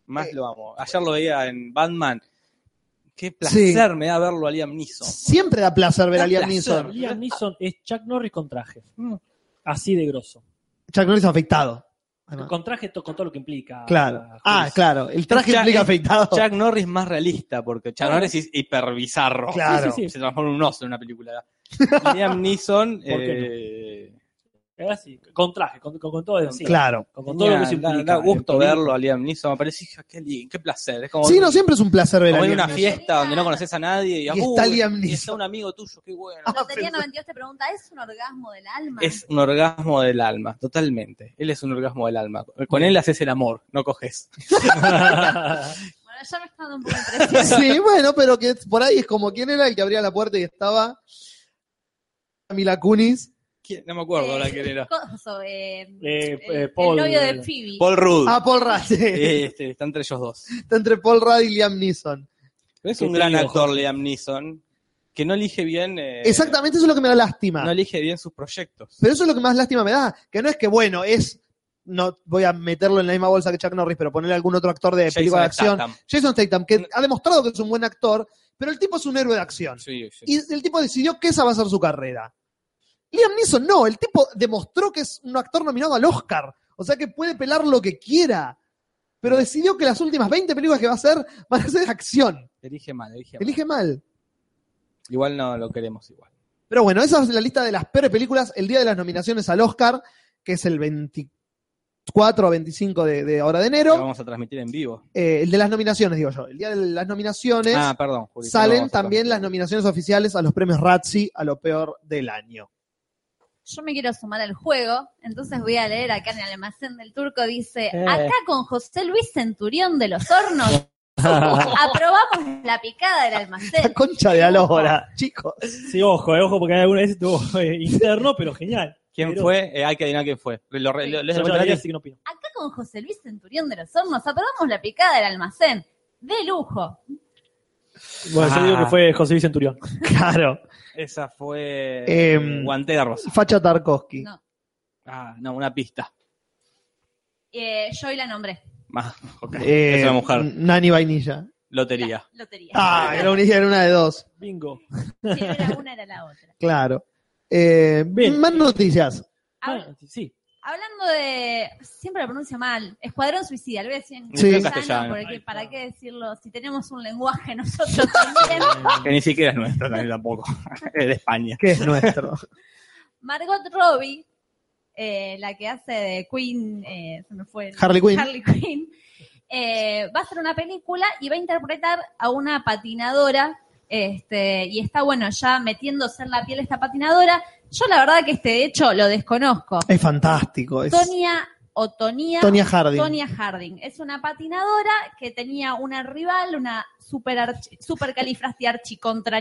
Más Eh. lo amo. Ayer lo veía en Batman. Qué placer me da verlo a Liam Neeson. Siempre da placer ver a Da Liam placer. Neeson. Liam Neeson es Chuck Norris con traje. Mm. Así de grosso. Chuck Norris afeitado. Además. Con traje to- con todo lo que implica. Ah. Claro. Ah, Jules. claro. El traje Chuck- implica afeitado. Chuck Norris más realista, porque Chuck Norris es hiperbizarro. Claro. Sí, sí, sí. Se transforma en un oso en una película. Liam Neeson, ¿Por qué no? eh, Es así, con traje, con, con- con todo eso. Claro. Con, con todo lo que Este, se da, implica. da gusto El- verlo a Liam Neeson. Me parece hijo, qué, li- qué placer. Es como, Sí, no, siempre es un placer ver como a ir a Liam una Neeson. fiesta donde no conoces a nadie y, Y ah, está uy, Liam y Neeson. está un amigo tuyo, qué bueno. Ah, La Lotería 92 te pregunta, ¿es un orgasmo del alma? Es un orgasmo del alma, totalmente. Él es un orgasmo del alma. Con él haces el amor, no coges. Bueno, ya me está dando un poco de impresión. Sí, bueno, pero que por ahí es como quién era el que abría la puerta y estaba Mila Kunis. ¿Quién? No me acuerdo ahora quién era. Eh, Coso, eh, eh, el- Paul- el novio de Phoebe. Paul Rudd. Ah, Paul Rudd. Este, está entre ellos dos. Está entre Paul Rudd y Liam Neeson. Pero es Qué un gran tío, actor Liam Neeson que no elige bien. eh, Exactamente eso es lo que me da lástima. No elige bien sus proyectos. Pero eso es lo que más lástima me da. Que no es que, bueno, es. No voy a meterlo en la misma bolsa que Chuck Norris, pero ponerle algún otro actor de Eh, película de Jason acción. Statham. Jason Statham, que ha demostrado que es un buen actor, pero el tipo es un héroe de acción. Sí, sí. Y el tipo decidió que esa va a ser su carrera. Liam Neeson no, el tipo demostró que es un actor nominado al Oscar. O sea que puede pelar lo que quiera. Pero decidió que las últimas 20 películas que va a hacer van a ser de acción. Elige mal, elige mal. Elige mal. Igual no lo queremos igual. Pero bueno, esa es la lista de las peores películas el día de las nominaciones al Oscar, que es el 24 o 25 de, de ahora de Lo enero. vamos a transmitir en vivo. Eh, el de las nominaciones, digo yo. El día de las nominaciones Ah, perdón. Juli, lo salen vamos a también las transmitir. nominaciones oficiales a los premios Razzie a lo peor del año. Yo me quiero sumar al juego, entonces voy a leer acá en el almacén del turco, dice, acá con José Luis Centurión de los Hornos, aprobamos la picada del La almacén. concha de Alora, chicos. Sí, ojo, eh, ojo, porque hay alguna vez estuvo eh, interno, pero genial. ¿Quién Pero- fue? Eh, hay que adivinar quién fue. Lo, re- Sí. lo- lo- Yo lo- ya lo- diría, así que no opino. Acá con José Luis Centurión de los Hornos, aprobamos la picada del almacén. De lujo. Bueno, Ah. yo digo que fue José Luis Centurión. Claro. Esa fue Em, Guantera Rosa. Facha Tarkovsky. No. Ah, no, una pista. Eh, yo hoy la nombré. Más. ok. Eh, es una mujer. Nani Vainilla. Lotería. Lotería. Ah, era, un- era una de dos. Bingo. Si no era una, era la otra. Claro. Eh, Bien. Más noticias. Habla- Ah, sí. Hablando de. Siempre lo pronuncio mal. Escuadrón Suicida, lo voy a decir en Sí. En Sano, castellano. porque ¿Para qué decirlo? Si tenemos un lenguaje nosotros también. Que ni siquiera es nuestro también tampoco. es de España. ¿Qué es nuestro? Margot Robbie, eh, la que hace de Queen, eh, se me fue. el- Harley Quinn. Harley Quinn, eh, va a hacer una película y va a interpretar a una patinadora. Este, y está bueno ya metiéndose en la piel esta patinadora. Yo la verdad que este hecho lo desconozco. es fantástico. Es Tonia o Tonia, Tonya Harding. Tonya Harding. Es una patinadora que tenía una rival, una super, archi- super contra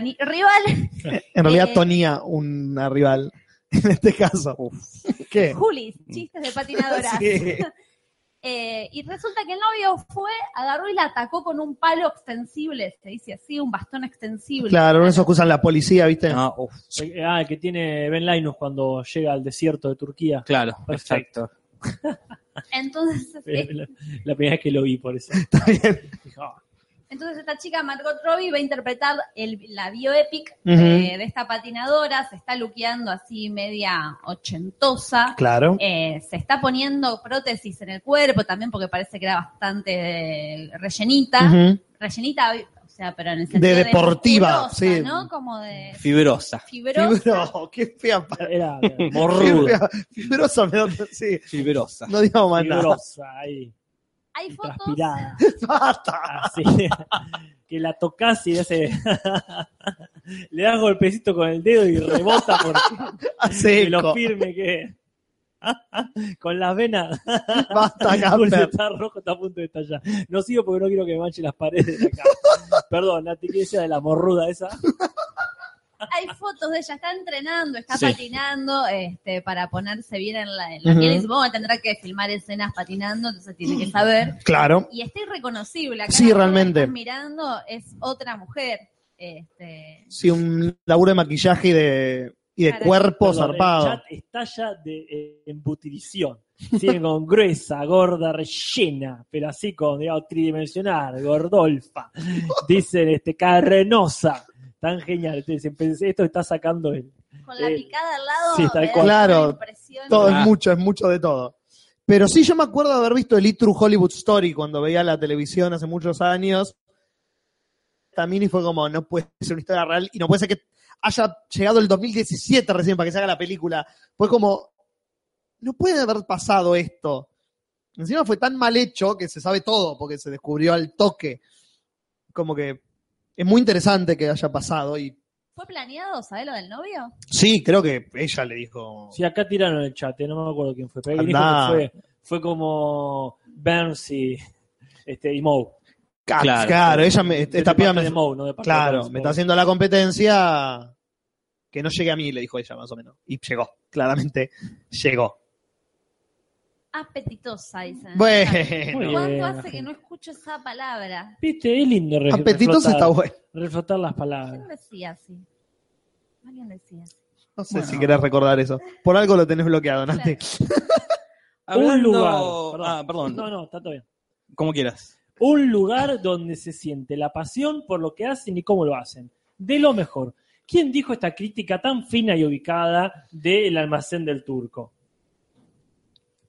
rival, En realidad, eh, Tonia, una rival. En este caso. ¿Qué? Julis, chistes de patinadoras. Sí. Eh, y resulta que el novio fue, agarró y la atacó con un palo extensible, se dice así, un bastón extensible. Claro, no esos que usan la policía, ¿viste? No, uf, Eh, Ah, el que tiene Ben Linus cuando llega al desierto de Turquía. claro, Perfecto. exacto. Entonces, Eh, eh, La, la primera vez que lo vi, por eso. Dije, ah, entonces esta chica Margot Robbie va a interpretar el- la bioepic eh, Ujú. de esta patinadora, se está luqueando así media ochentosa. Claro. Eh, se está poniendo prótesis en el cuerpo también porque parece que era bastante eh, rellenita, Ujú. rellenita, o sea, pero en el sentido deportiva, musculosa, sí. ¿no? Como de Fibrosa. fibrosa. Fibro- qué fea palabra. Era Qué Morruda. fea- Fibrosa, me da- sí. Fibrosa. No digamos más nada. fibrosa ahí, Hay y fotos transpirada. Basta. Así. que la tocas y hace. Le das golpecito con el dedo y rebota por de lo Seco. firme que es. Con las venas. Basta, Porque Camper. está rojo, está a punto de estallar. No sigo porque no quiero que me manche las paredes de acá. Perdón, Nati, que sea de la morruda esa. hay fotos de ella, está entrenando, está Sí. patinando este, para ponerse bien en la, en la piel. Y supongo que tendrá que filmar escenas patinando, entonces tiene que saber. Claro. Y está irreconocible. Acá Sí, la foto que realmente. estás mirando es otra mujer. Este, Sí, un laburo de maquillaje y de, y de Cara- cuerpo Perdón, El zarpado. chat estalla de eh, embutilición. Siguen con gruesa, gorda, rellena, pero así con, digamos, tridimensional, gordolfa. Dicen, este, carrenosa. Tan genial. Ustedes dicen, "Pensé, esto está sacando él. Con la Eh, picada al lado. sí, tal me da cual. una Claro, impresión. Todo Ah. es mucho, es mucho de todo. Pero sí, yo me acuerdo haber visto el E True Hollywood Story cuando veía la televisión hace muchos años. También y fue como, no puede ser una historia real y no puede ser que haya llegado el 2017 recién para que se haga la película. Fue como, no puede haber pasado esto. Encima fue tan mal hecho que se sabe todo porque se descubrió al toque. Como que es muy interesante que haya pasado y ¿Fue planeado, sabés lo del novio? sí, creo que ella le dijo... Sí, acá tiraron el chat, eh, no me acuerdo quién fue, pero alguien Andá. dijo que fue, fue como Burns y, este, y Moe. "Ah, Claro, Claro. ella me, De esta piba parte me, de Moe, no de parte de Claro, Burns, me Moe. está haciendo la competencia que no llegue a mí, le dijo ella más o menos. Y llegó, claramente llegó. Apetitosa, dicen. Muy Bueno, bien. ¿Cuánto la hace que gente. no escucho esa palabra? Viste, es lindo re- apetitosa está reflotar, bueno. reflotar las ¿Quién palabras. decía así? Alguien decía así. No sé si querés recordar eso. Por algo lo tenés bloqueado, Ah, Nati. Un Hablando- lugar, Ah, perdón. No, no, está todo bien. Como quieras. Un lugar donde se siente la pasión por lo que hacen y cómo lo hacen. De lo mejor. ¿Quién dijo esta crítica tan fina y ubicada del almacén del turco?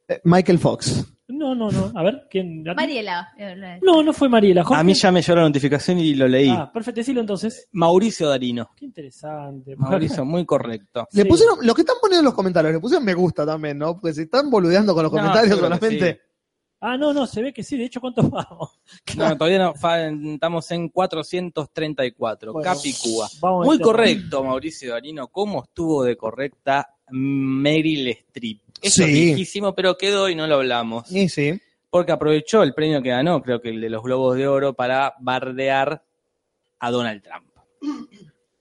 Eh, Michael Fox. No, no, no. A ver, ¿quién? Mariela. eh, lo es. No, no fue Mariela. Jorge. A mí ya me llegó la notificación y lo leí. Ah, perfecto, decilo entonces. Mauricio Darino. Qué interesante. Mauricio, muy correcto. Le Sí. pusieron, lo que están poniendo en los comentarios, le pusieron me gusta también, ¿no? Porque se están boludeando con los No, comentarios seguro que solamente. Ah, no, no, se ve que sí. De hecho, ¿cuántos vamos? No, todavía no, fa- estamos en 434, Bueno, Capi Cuba. vamos a Muy intentar. correcto, Mauricio Darino. ¿Cómo estuvo de correcta Meryl Streep? Eso Sí. es viejísimo, pero quedó y no lo hablamos. Y sí. Porque aprovechó el premio que ganó, creo que el de los Globos de Oro, para bardear a Donald Trump.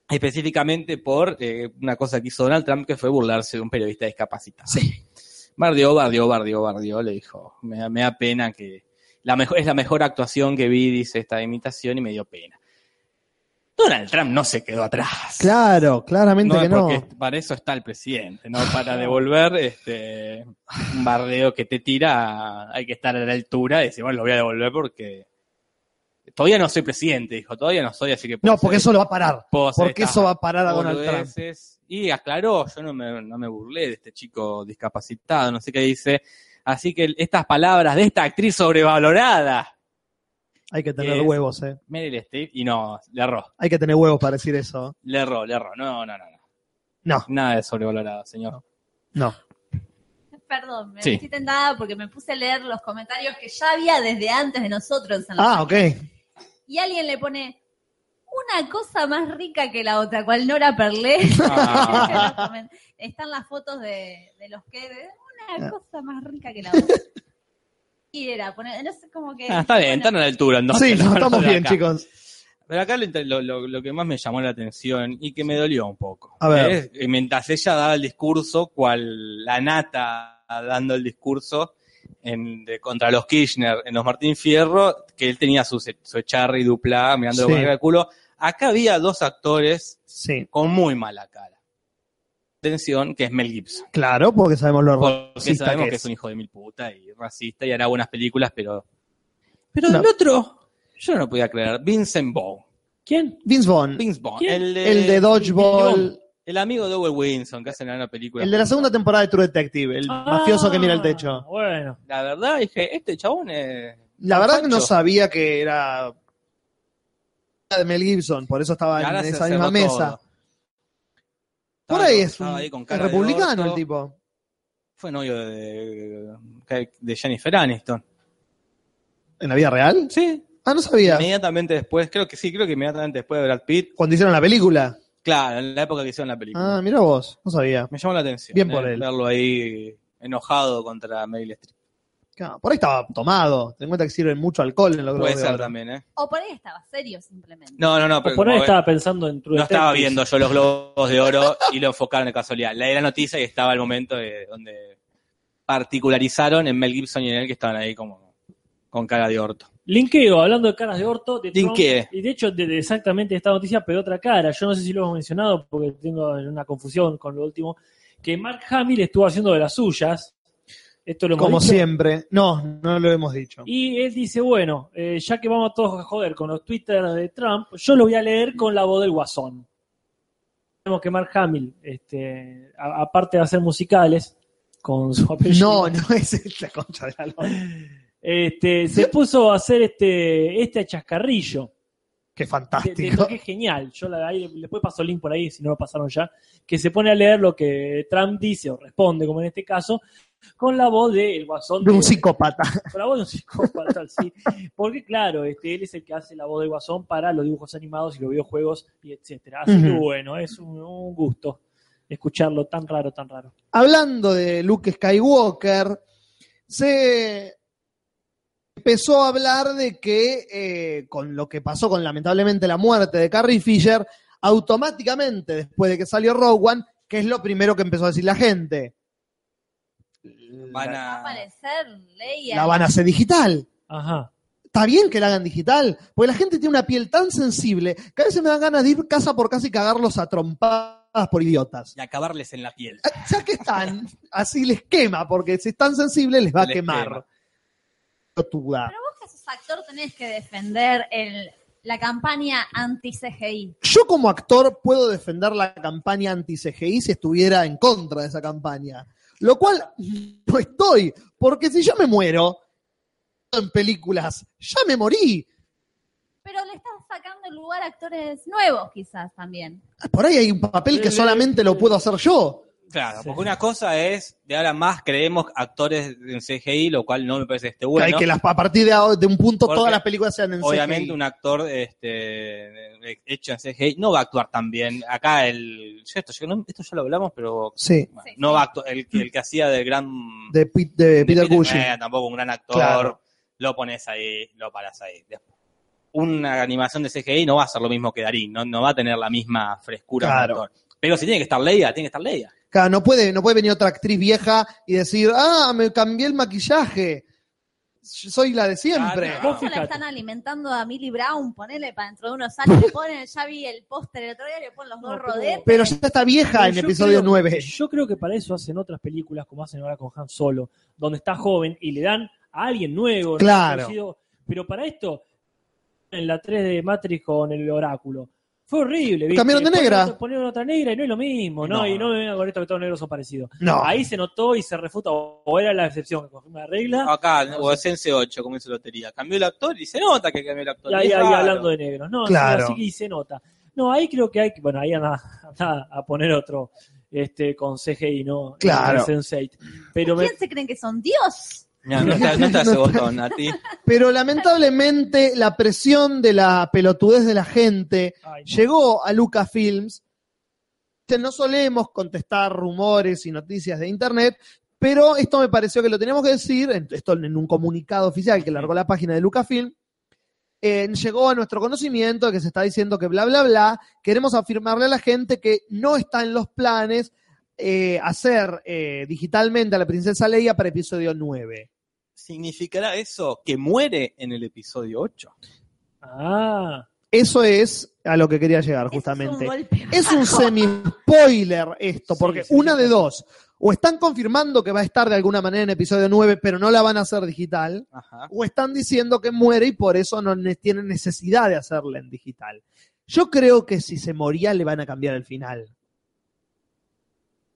Específicamente por eh, una cosa que hizo Donald Trump, que fue burlarse de un periodista discapacitado. Sí. Bardeó, bardeó, bardeó, bardeó, le dijo. Me, da- me da pena que... La mejor, es la mejor actuación que vi, dice esta imitación, y me dio pena. Donald Trump no se quedó atrás. Claro, claramente No, que no. porque para eso está el presidente, ¿no? Para devolver este un bardeo que te tira, hay que estar a la altura y decir, bueno, lo voy a devolver porque todavía no soy presidente, dijo, todavía no soy, así que... puedo No, porque hacer- eso lo va a parar. puedo hacer Porque estas eso va a parar a Donald Trump. boludeces". Y aclaró, yo no me, no me burlé de este chico discapacitado, no sé qué dice. Así que estas palabras de esta actriz sobrevalorada, Hay que tener es- huevos, eh. Meryl Streep, y no, le erró, Hay que tener huevos para decir eso. le erró, le erró, no, no, no, no. No, Nada de sobrevalorado, señor. no. Perdón, me Sí. estoy tentada porque me puse a leer los comentarios que ya había desde antes de nosotros. en la- Ah, ok. Y alguien le pone una cosa más rica que la otra, cual Nora Perlé. Ah. Los comen- Están las fotos de, de los que... de Ah. Una cosa más rica que la otra. Y era, poner, no sé, como que... Ah, está bien, bueno, están a la altura entonces. Sí, No, no, estamos de bien, acá. chicos. Pero acá lo, inter- lo- lo- lo que más me llamó la atención y que me dolió un poco. A ver. es, eh, mientras ella daba el discurso, cual la nata dando el discurso en- de- contra los Kirchner en los Martín Fierro, que él tenía su, se- su echarri dupla mirándolo Sí. con el culo. Acá había dos actores Sí. con muy mala cara. Atención, que es Mel Gibson. Claro, porque sabemos lo Porque racista sabemos que que es. es un hijo de mil puta y racista y hará buenas películas, pero. Pero No. el otro, yo no lo podía creer. Vincent Vaughn. ¿Quién? Vince Vaughn, Vince Vaughn. ¿Quién? El de, el de Dodgeball, el amigo de Owen Wilson, que hace la nueva película. el de la segunda temporada de True Detective, el Ah, mafioso que mira el techo. Bueno, La verdad, dije, este chabón es. La verdad que no Pancho. sabía que era de Mel Gibson, por eso estaba Y ahora Ah, en se esa cerró misma mesa. todo. Por Estaba con- ahí es estaba un ahí con es cara de republicano orto. el tipo. Fue novio de, de Jennifer Aniston. ¿En la vida real? Sí. Ah, no sabía. Inmediatamente después, creo que sí, creo que inmediatamente después de Brad Pitt. Cuando hicieron la película. Claro, en la época que hicieron la película. Ah, mira vos, no sabía. Me llamó la atención. Bien por eh, él. Verlo ahí enojado contra Meryl Streep. Claro, Por ahí estaba tomado. Ten en cuenta que sirven mucho alcohol en lo que Puede ser también, ¿eh? O por ahí estaba serio simplemente. No, no, no. Pues Pero por poner como estaba pensando en True No estaba Detectives. viendo yo los globos de oro y lo enfocaron de casualidad. Leí la noticia y estaba el momento de- donde particularizaron en Mel Gibson y en él que estaban ahí como con cara de orto. Linkeo, hablando de caras de orto, de Trump, Linkee. y de hecho de, de exactamente esta noticia, pero otra cara. Yo no sé si lo hemos mencionado porque tengo una confusión con lo último, que Mark Hamill estuvo haciendo de las suyas Esto lo hemos Como dicho. siempre. No, no lo hemos dicho. Y él dice, bueno, eh, ya que vamos todos a joder con los Twitter de Trump, yo lo voy a leer con la voz del guasón. Tenemos que Mark Hamill, este, a- aparte de hacer musicales, con su apellido, No, no es esta concha de la lora. este, se puso a hacer este, este chascarrillo. Qué de- de fantástico. lo que es genial. Yo la, ahí, después paso el link por ahí, si no lo pasaron ya, que se pone a leer lo que Trump dice o responde, como en este caso, con la voz del guasón De un de- psicópata. con la voz de un psicópata, sí. Porque, claro, este, él es el que hace la voz del guasón para los dibujos animados y los videojuegos y etcétera. Así que Ujú. bueno, es un, un gusto escucharlo tan raro, tan raro. hablando de Luke Skywalker, se empezó a hablar de que eh, con lo que pasó con lamentablemente la muerte de Carrie Fisher, automáticamente después de que salió Rogue One, que es lo primero que empezó a decir la gente, Van la, Va a a- aparecer Leia. la van a hacer digital. Ajá. Está bien que la hagan digital, porque la gente tiene una piel tan sensible que a veces me dan ganas de ir casa por casa y cagarlos a trompadas por idiotas. Eh, y acabarles en la piel. ya que están, así les quema, porque si están sensibles les va a Les quemar. quema. Pelotuda. Vos que sos actor tenés que defender el, la campaña anti-CGI. Yo como actor puedo defender la campaña anti-CGI si estuviera en contra de esa campaña. Lo cual no estoy, porque si yo me muero en películas, ya me morí. Pero le estás sacando el lugar a actores nuevos quizás también. Por ahí hay un papel que solamente lo puedo hacer yo. Claro, Sí. porque una cosa es, de ahora más creemos actores en CGI, lo cual no me parece este bueno. que, hay que las- a partir de, ahora- de un punto Porque todas las películas sean en Obviamente CGI. un actor este, hecho en CGI no va a actuar tan bien. Acá el... yo Esto, yo no- esto ya lo hablamos, pero Sí, bueno, Sí, no sí. va a actuar. El, que- el que hacía del gran... de, Pit- de de Peter Cushing. eh, tampoco un gran actor. Claro. Lo pones ahí, lo paras ahí. Después, Una animación de CGI no va a ser lo mismo que Darín, no, no va a tener la misma frescura de un Claro. actor. Pero si tiene que estar Leia, tiene que estar Leia. Claro, no puede, no puede venir otra actriz vieja y decir, ah, me cambié el maquillaje. Soy la de siempre. Claro. Vos Eso la fijate. están alimentando a Millie Brown, ponele para dentro de unos años. Le ponen, ya vi el póster el otro día, le ponen los dos No, pero- rodetes. Pero ya está vieja en Yo episodio creo- 9. Yo creo que para eso hacen otras películas, como hacen ahora con Han Solo, donde está joven y le dan a alguien nuevo. ¿no? Claro. Conocido. Pero para esto, en la 3 de Matrix con el oráculo. Fue horrible. ¿viste? Cambiaron de Ponen negra. otra- Ponieron otra negra y no es lo mismo, ¿no? No. Y no me vengan con esto que todos los negros son parecidos. No. Ahí se notó y se refuta, o o era la excepción que confirma la Ah, regla. Acá, o Sense 8, como hizo lotería. Cambió el actor y se nota que cambió el actor. Y ahí, Es ahí raro. hablando de negros, ¿no? Claro. Así, y se nota. No, ahí creo que hay que, bueno, ahí anda, anda a poner otro este con CGI, ¿no? Claro. El Sense8. Pero me, ¿Quién se creen que son Dios? No, no te, no te hace botón a ti. Pero lamentablemente la presión de la pelotudez de la gente Ay, no. llegó a Lucasfilms. Este, No solemos contestar rumores y noticias de Internet, pero esto me pareció que lo teníamos que decir, en- esto en un comunicado oficial que largó la página de Lucasfilm. eh, llegó a nuestro conocimiento que se está diciendo que bla, bla, bla. Queremos afirmarle a la gente que no está en los planes eh, hacer eh, digitalmente a la princesa Leia para episodio 9. ¿Significará eso que muere en el episodio 8? Ah, Eso es a lo que quería llegar, Eso justamente. Es un golpe. Es un semi-spoiler esto, Sí, porque sí, una sí. de dos. O están confirmando que va a estar de alguna manera en episodio 9, pero no la van a hacer digital. Ajá. O están diciendo que muere y por eso no ne- tienen necesidad de hacerla en digital. Yo creo que si se moría le van a cambiar el final.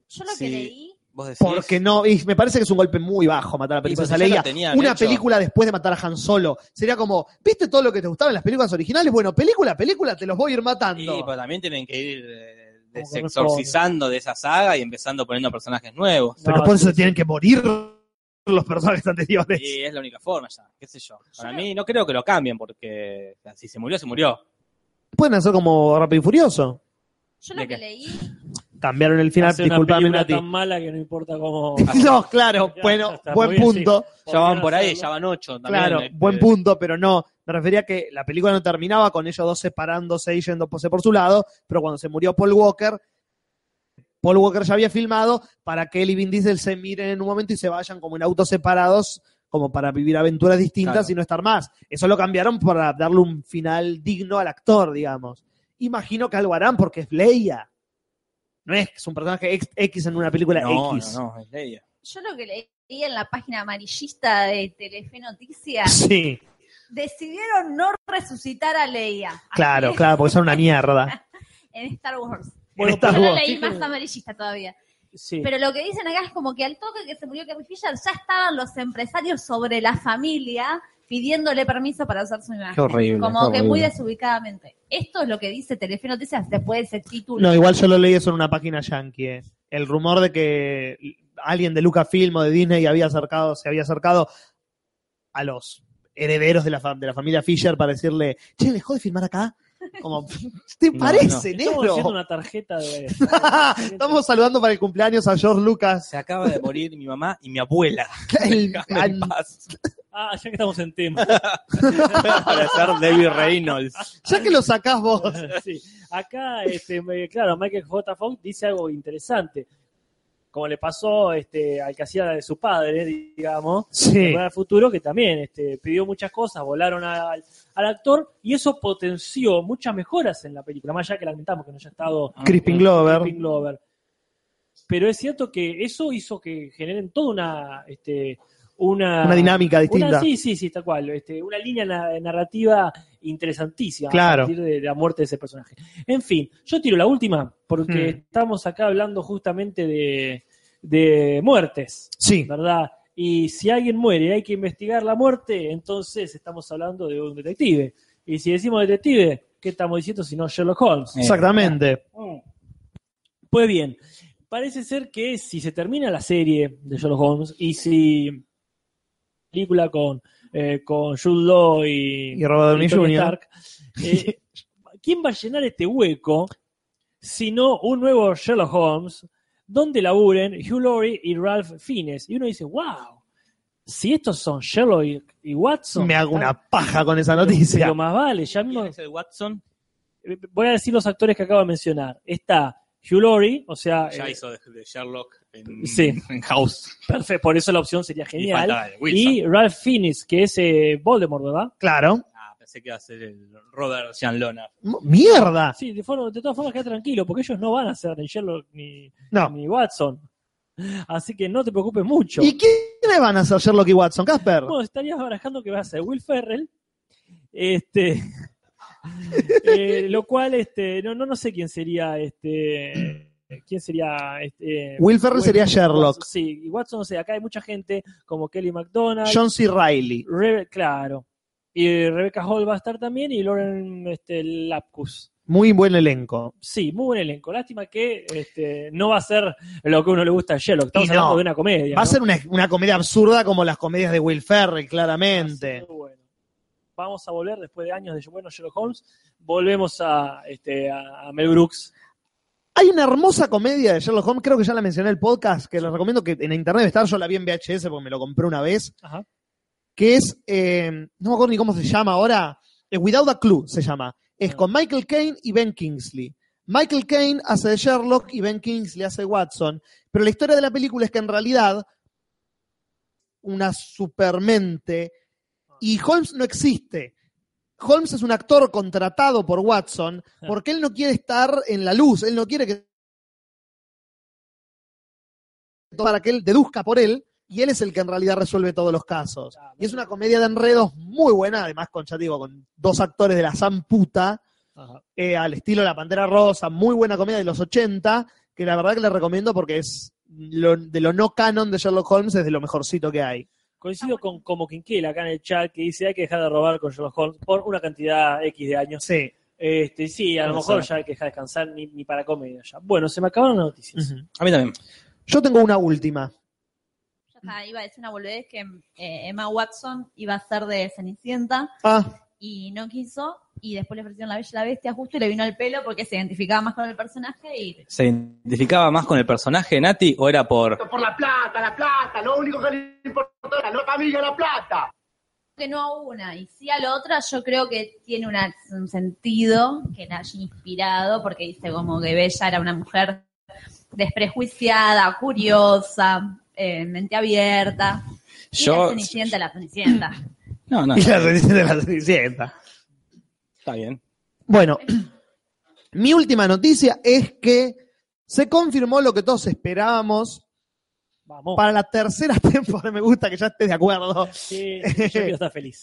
Yo lo Sí. que leí, ¿Vos decís? Porque no, y me parece que es un golpe muy bajo matar Y a la pues princesa ya lo Leia. tenían Una hecho. película después de matar a Han Solo. Sería como, ¿viste todo lo que te gustaba en las películas originales? Bueno, película, película, te los voy a ir Sí, matando. pero también tienen que ir eh, Como que desexorcizando de esa saga y empezando poniendo personajes nuevos. Pero No, por sí, eso sí. tienen que morir los personajes anteriores. Y es la única forma ya, qué sé yo. Para Yo- mí no creo que lo cambien porque o sea, si se murió, se murió. Pueden hacer como Rápido y Furioso. yo lo ¿De que qué? leí, Cambiaron el final, hace una disculpame película Nati. tan mala que no importa cómo. No, claro, Ya, bueno, está muy buen bien, punto. Ya van por ahí, hacerlo. ya van 8 también. Claro, este, buen punto, pero no. Me refería a que la película no terminaba con ellos dos separándose y yendo pose por su lado, pero cuando se murió Paul Walker, Paul Walker ya había filmado para que él y Vin Diesel se miren en un momento y se vayan como en autos separados, como para vivir aventuras distintas Claro. y no estar más. Eso lo cambiaron para darle un final digno al actor, digamos. Imagino que algo harán porque es Leia. No es que es un personaje ex- X en una película No, X. no, no, es Leia. yo lo que leí leí en la página amarillista de Telefe Noticias, Sí, decidieron no resucitar a Leia. claro, claro, porque son una mierda. En Star Wars. En Yo Star no Wars. leí más amarillista todavía. Sí. Pero lo que dicen acá es como que al toque que se murió Carrie Fisher ya estaban los empresarios sobre la familia pidiéndole permiso para usar su imagen. Qué horrible, Como qué que muy horrible. desubicadamente. Esto es lo que dice Telefe Noticias después de ese título. No, igual yo lo leí eso en una página yankee. eh. El rumor de que alguien de Lucasfilm o de Disney había acercado, se había acercado a los herederos de la, fa- de la familia Fisher para decirle, che, dejó de filmar acá. Como, ¿te No, parece, negro? Estamos Ah, haciendo una tarjeta de. Estamos saludando para el cumpleaños a George Lucas. Se acaba de morir mi mamá y mi abuela. El- Déjame en al- paz. Ah, ya que estamos en tema. Para ser David Reynolds. ya que lo sacás vos. Sí. Acá, este, me- claro, Michael J. Fox dice algo interesante. Como le pasó este, al que hacía la de su padre, digamos, Sí. al futuro, que también este, pidió muchas cosas, volaron al, al actor y eso potenció muchas mejoras en la película, más allá que lamentamos que no haya estado ah, Crispin Glover. Crispin Glover. Pero es cierto que eso hizo que generen toda una, este, una, Una dinámica distinta. una- sí, sí, sí, tal cual. Este, una línea na- narrativa interesantísima Claro. a partir de la muerte de ese personaje. En fin, yo tiro la última porque Hmm. estamos acá hablando justamente de, de muertes, Sí. ¿verdad? Y si alguien muere y hay que investigar la muerte, entonces estamos hablando de un detective. Y si decimos detective, ¿qué estamos diciendo si no Sherlock Holmes? Exactamente. Pues bien, parece ser que si se termina la serie de Sherlock Holmes y si película con, eh, con Jude Law y, Y Robert Downey y Tony Jr.. Stark, eh, ¿quién va a llenar este hueco si no un nuevo Sherlock Holmes donde laburen Hugh Laurie y Ralph Fiennes? Y uno dice, wow, si estos son Sherlock y, y Watson, Me hago ah, una paja con esa pero noticia. más vale, ya mismo- eh, ¿Quién es el Watson? voy a decir los actores que acabo de mencionar. Está Hugh Laurie, o sea, Ya eh, hizo de, de Sherlock en, Sí. en House. Perfecto, por eso la opción sería Y genial. falta el Wilson. Y, Ralph Fiennes, que es eh, Voldemort, ¿verdad? Claro. Ah, pensé que iba a ser el Robert Lona. M- ¡Mierda! Sí, de, forma- de todas formas queda tranquilo, porque ellos no van a ser ni Sherlock ni, No. ni Watson. Así que no te preocupes mucho. ¿Y quiénes van a ser Sherlock y Watson, Casper? Bueno, estarías barajando que vas a ser Will Ferrell, este, eh, lo cual, este, no, no, no sé quién sería, este, quién sería, este, Will Ferrell sería Sherlock. Sí, y Watson, no sé, acá hay mucha gente como Kelly MacDonald, John C. Reilly. Rebe- claro. Y Rebecca Hall va a estar también y Lauren este, Lapkus. Muy buen elenco. Sí, muy buen elenco. Lástima que este, no va a ser lo que a uno le gusta a Sherlock. Estamos Y no. hablando de una comedia. Va a ¿no? ser una, una comedia absurda como las comedias de Will Ferrell, claramente. Así que, bueno. Vamos a volver después de años de bueno, Sherlock Holmes. Volvemos a, este, a, a Mel Brooks. Hay una hermosa comedia de Sherlock Holmes, creo que ya la mencioné en el podcast, que les recomiendo que en internet debe estar, yo la vi en VHS porque me lo compré una vez, Ajá. que es, eh, no me acuerdo ni cómo se llama ahora, eh, Without a Clue se llama. Es con Michael Caine y Ben Kingsley. Michael Caine hace de Sherlock y Ben Kingsley hace de Watson. Pero la historia de la película es que en realidad una supermente y Holmes no existe. Holmes es un actor contratado por Watson porque él no quiere estar en la luz, él no quiere que para que él deduzca por él y él es el que en realidad resuelve todos los casos. Y es una comedia de enredos muy buena, además con ya te digo, con dos actores de la zamputa Ajá. eh, al estilo La Pantera Rosa, muy buena comedia de los 80, que la verdad que les recomiendo porque es lo- de lo no canon de Sherlock Holmes es de lo mejorcito que hay. Coincido con como Quinquela acá en el chat que dice hay que dejar de robar con Sherlock Holmes por una cantidad X de años. Sí. Este, sí, a lo Puede mejor ser. ya hay que dejar descansar ni, ni para comedia ya. Bueno, se me acabaron las noticias. Ujú. A mí también. Yo tengo una última. Ya está, iba a decir una boludez que eh, Emma Watson iba a ser de Cenicienta Ah, y no quiso. Y después le ofrecieron la Bella y la Bestia justo y le vino el pelo porque se identificaba más con el personaje y ¿Se identificaba más con el personaje de Nati o era por.? Por la plata, la plata, lo único que le importa era la familia, la plata. que no a una y sí a la otra, yo creo que tiene una- un sentido que la haya inspirado, porque dice como que Bella era una mujer desprejuiciada, curiosa, eh, mente abierta. Y la Yo- Cenicienta, la Cenicienta. No, no. y la Cenicienta de la Cenicienta. Está bien. Bueno, mi última noticia es que se confirmó lo que todos esperábamos Vamos. para la tercera temporada. Me gusta que ya estés de acuerdo. Sí, yo quiero estar feliz.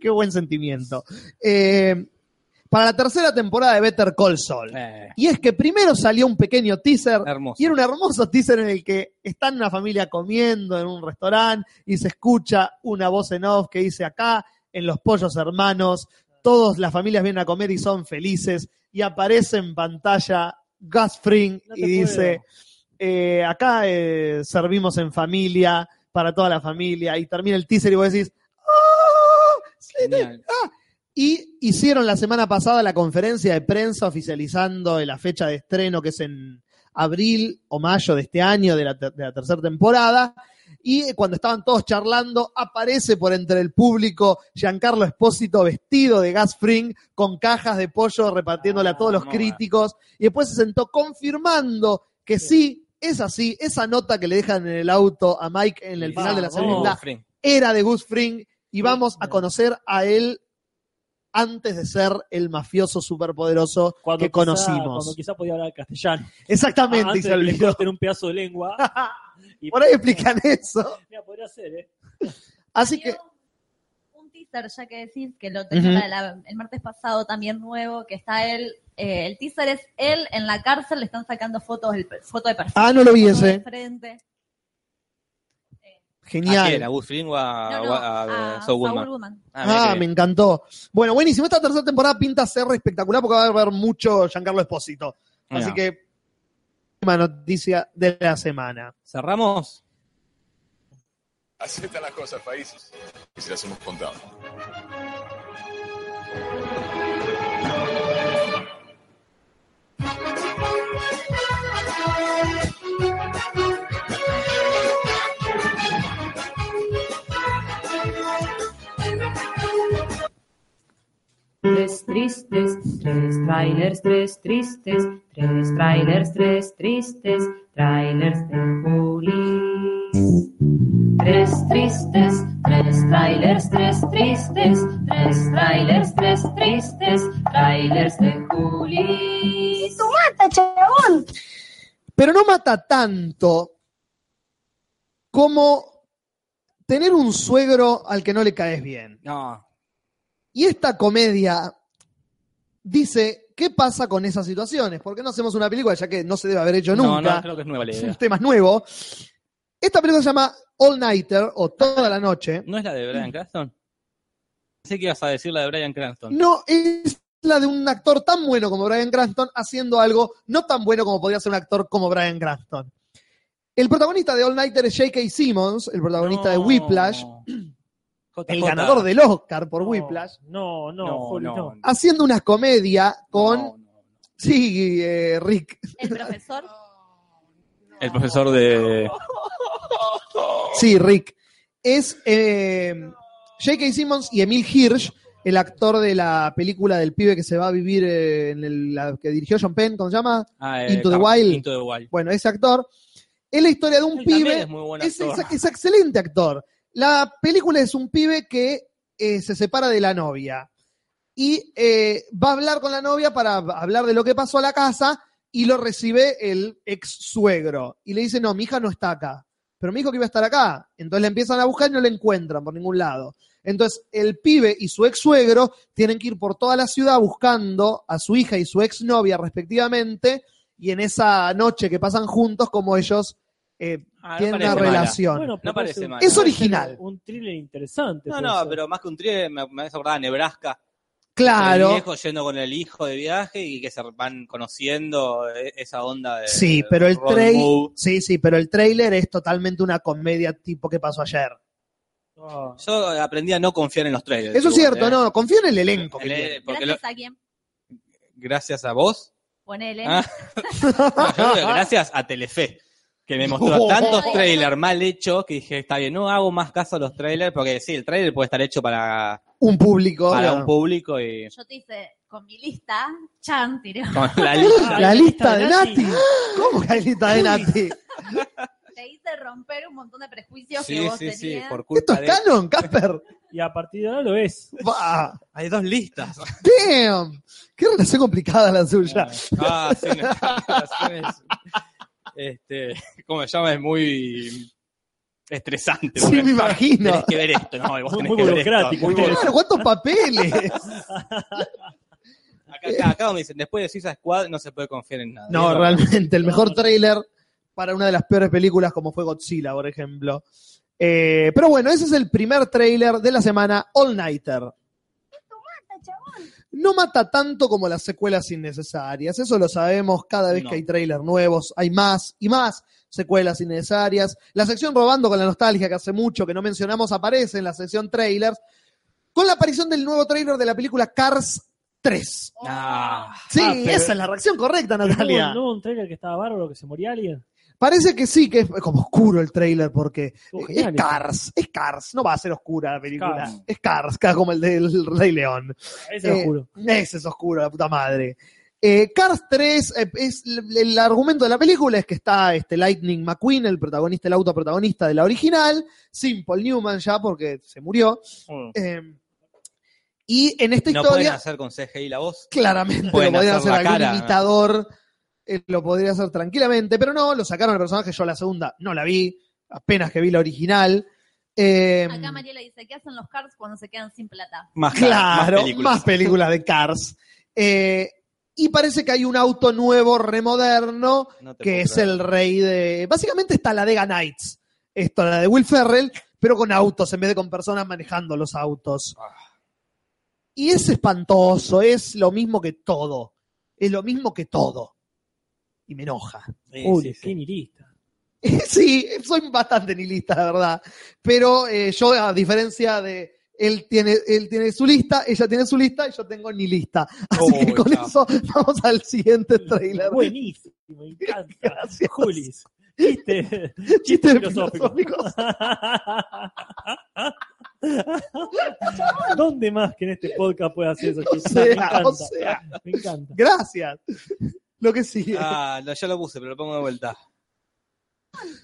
Qué buen sentimiento. Eh, para la tercera temporada de Better Call Saul. Eh, Y es que primero salió un pequeño teaser hermoso. y era un hermoso teaser en el que están una familia comiendo en un restaurante y se escucha una voz en off que dice acá, en los pollos hermanos, todas las familias vienen a comer y son felices. Y aparece en pantalla Gus Fring No te y dice, puedo. eh, acá eh, servimos en familia, para toda la familia. Y termina el teaser y vos decís, ¡Ah! Sí, te- Genial. y hicieron la semana pasada la conferencia de prensa oficializando la fecha de estreno, que es en abril o mayo de este año, de la, ter- de la tercera temporada. Y eh, cuando estaban todos charlando, aparece por entre el público Giancarlo Espósito vestido de gas fring con cajas de pollo repartiéndole a todos los Ah, críticos. Y después se sentó confirmando que sí, es así, esa nota que le dejan en el auto a Mike en el final de la segunda Vamos. era de Gus Fring y vamos a conocer a él antes de ser el mafioso superpoderoso que quizá- Cuando conocimos. quizá podía hablar castellano. Exactamente, y Antes se de que le olvidó. corten un pedazo de lengua. Y- Por ahí explican eso. Mira, podría ser, ¿eh? Así que, un teaser, ya que decís, que lo tenía Ujú. la- la- el martes pasado también nuevo, que está él, eh, el teaser es él en la cárcel, le están sacando fotos, el, foto de perfil. ah, no lo vi foto de ese. frente. ¿A quién? ¿A Genial. Gus Fring o a, No, o no, a- a a Saul Saul Goodman? Goodman. Ah, mirá Ah, qué me bien. encantó. Bueno, buenísimo. Esta tercera temporada pinta ser espectacular porque va a haber mucho Giancarlo Espósito. Así Mirá. que, última noticia de la semana. cerramos. Acepta las cosas, país, y se las hemos contado. Tres tristes, tres trailers, tres tristes, tres trailers, tres tristes, trailers de Juli. Tres tristes, tres trailers, tres tristes, tres trailers, tres tristes, trailers de Juli. pero no mata tanto como tener un suegro al que no le caes bien. No, Y esta comedia dice, ¿qué pasa con esas situaciones? ¿Por qué no hacemos una película ya que no se debe haber hecho no, nunca? no, creo que es nueva la es un idea. tema nuevo. Esta película se llama All Nighter o Toda la Noche. ¿No es la de Brian Cranston? Pensé que ibas a decir la de Brian Cranston. No, es la de un actor tan bueno como Brian Cranston haciendo algo no tan bueno como podría ser un actor como Brian Cranston. El protagonista de All Nighter es J.K. Simmons, el protagonista de No. Whiplash, JJ. el ganador del Oscar por No, Whiplash, No, no, No, Juli, no, no. no. haciendo una comedia con. No, no. Sí, eh, Rick. El profesor, El profesor de. Sí, Rick. Es eh, J.K. Simmons y Emil Hirsch, el actor de la película del pibe que se va a vivir eh, en el- la que dirigió John Penn, ¿cómo se llama? Ah, Into the Car- Wild. Into the Wild. Bueno, ese actor. Es la historia de un Él también pibe. es muy buen Es, actor. ex- es excelente actor. La película es un pibe que eh, se separa de la novia y eh, va a hablar con la novia para hablar de lo que pasó a la casa y lo recibe el ex suegro. Y le dice, no, mi hija no está acá, pero mi hijo que iba a estar acá. Entonces le empiezan a buscar y no le encuentran por ningún lado. Entonces el pibe y su ex suegro tienen que ir por toda la ciudad buscando a su hija y su ex novia respectivamente. Y en esa noche que pasan juntos, como ellos eh, Ah, no tienen parece una mala. relación. Bueno, pero parece un- mal. Es puede original. ser Un thriller interesante. No, puede no, ser. pero más que un thriller me, me hace acordar a Nebraska. claro. El viejo yendo con el hijo de viaje y que se van conociendo eh, esa onda de. Sí, pero el road trail, movie. sí, sí, pero el trailer es totalmente una comedia tipo que pasó ayer. Ah, Yo aprendí a no confiar en los trailers. Eso es igual, cierto, ¿eh? no, confío en el elenco. que El- e- tiene. porque lo- gracias a quién, gracias a vos. ponele. Ah. No, yo creo que gracias a Telefe, que me mostró tantos Ay, trailers mal hechos que dije, está bien, no hago más caso a los trailers, porque sí, el trailer puede estar hecho para, Un público. para claro. un público y Yo te hice con mi lista, Chan tiré, con la lista. La Ay, lista de Nati. ¿Cómo que la lista de Nati? te hice romper un montón de prejuicios que Sí, vos sí, tenías. sí, por ¿Esto culpa es de... canon, Casper? Y a partir de ahora lo es. Bah, Hay dos listas. ¡Damn! Qué relación complicada la suya. Ah, sí, nuestras relaciones Este, ¿Cómo se llama? Es muy estresante. Sí, porque me imagino. Tenés que ver esto, no, y vos tenés Muy que ver esto. burocrático. Muy Claro, burocrático. ¿Cuántos papeles? Acá, acá, acá donde dicen, después de Suiza Squad no se puede confiar en nada. No, Eso- realmente, el mejor tráiler para una de las peores películas como fue Godzilla, por ejemplo. Eh, pero bueno, ese es el primer tráiler de la semana, All Nighter. No mata tanto como las secuelas innecesarias, eso lo sabemos cada vez No. que hay trailers nuevos, hay más y más secuelas innecesarias. La sección Robando con la Nostalgia, que hace mucho que no mencionamos, aparece en la sección trailers, con la aparición del nuevo trailer de la película Cars 3. Nah. Sí, Ah, pero- esa es la reacción correcta, Natalia. ¿No, hubo un trailer que estaba bárbaro, que se moría alguien? Parece que sí, que es como oscuro el trailer porque Estuvo es genial eso. Cars, es Cars, no va a ser oscura la película. Cars. Es Cars, ca- como el del Rey León. Ese lo Eh, juro. Ese es oscuro, la puta madre. Eh, Cars 3, eh, es, el, el argumento de la película es que está este Lightning McQueen, el protagonista, el auto protagonista de la original, sin Paul Newman ya porque se murió. Eh, y en esta No pueden historia, hacer con CGI la voz. claramente lo pueden podrían hacer hacer la algún cara. imitador, eh, lo podría hacer tranquilamente, pero no, lo sacaron el personaje, yo la segunda no la vi, apenas que vi la original. Eh, em. Acá Mariela dice, ¿qué hacen los cards cuando se quedan sin plata? Más Claro, más películas, películas. de Cars. Eh, y parece que hay un auto nuevo, remoderno, No te que puedo es creer. el rey de. Básicamente está la de Knights. Esto, la de Will Ferrell, pero con autos en vez de con personas manejando los autos. Ah. Y es espantoso, es lo mismo que todo. Es lo mismo que todo. Y me enoja. Sí, Uy, sí, sí. qué nihilista. Sí, soy bastante nihilista, la verdad. Pero eh, yo, a diferencia de él tiene, él tiene su lista, ella tiene su lista y yo tengo mi lista. Así Oh, que con chao. eso vamos al siguiente trailer. Buenísimo, me encanta. Gracias. Julis. Chiste, Chistes chiste filosófico. filosóficos. ¿Dónde más que en este podcast puede hacer eso? O Me sea, encanta. o sea, Me encanta. gracias. Lo que sigue. Ah, no, ya lo puse, pero lo pongo de vuelta.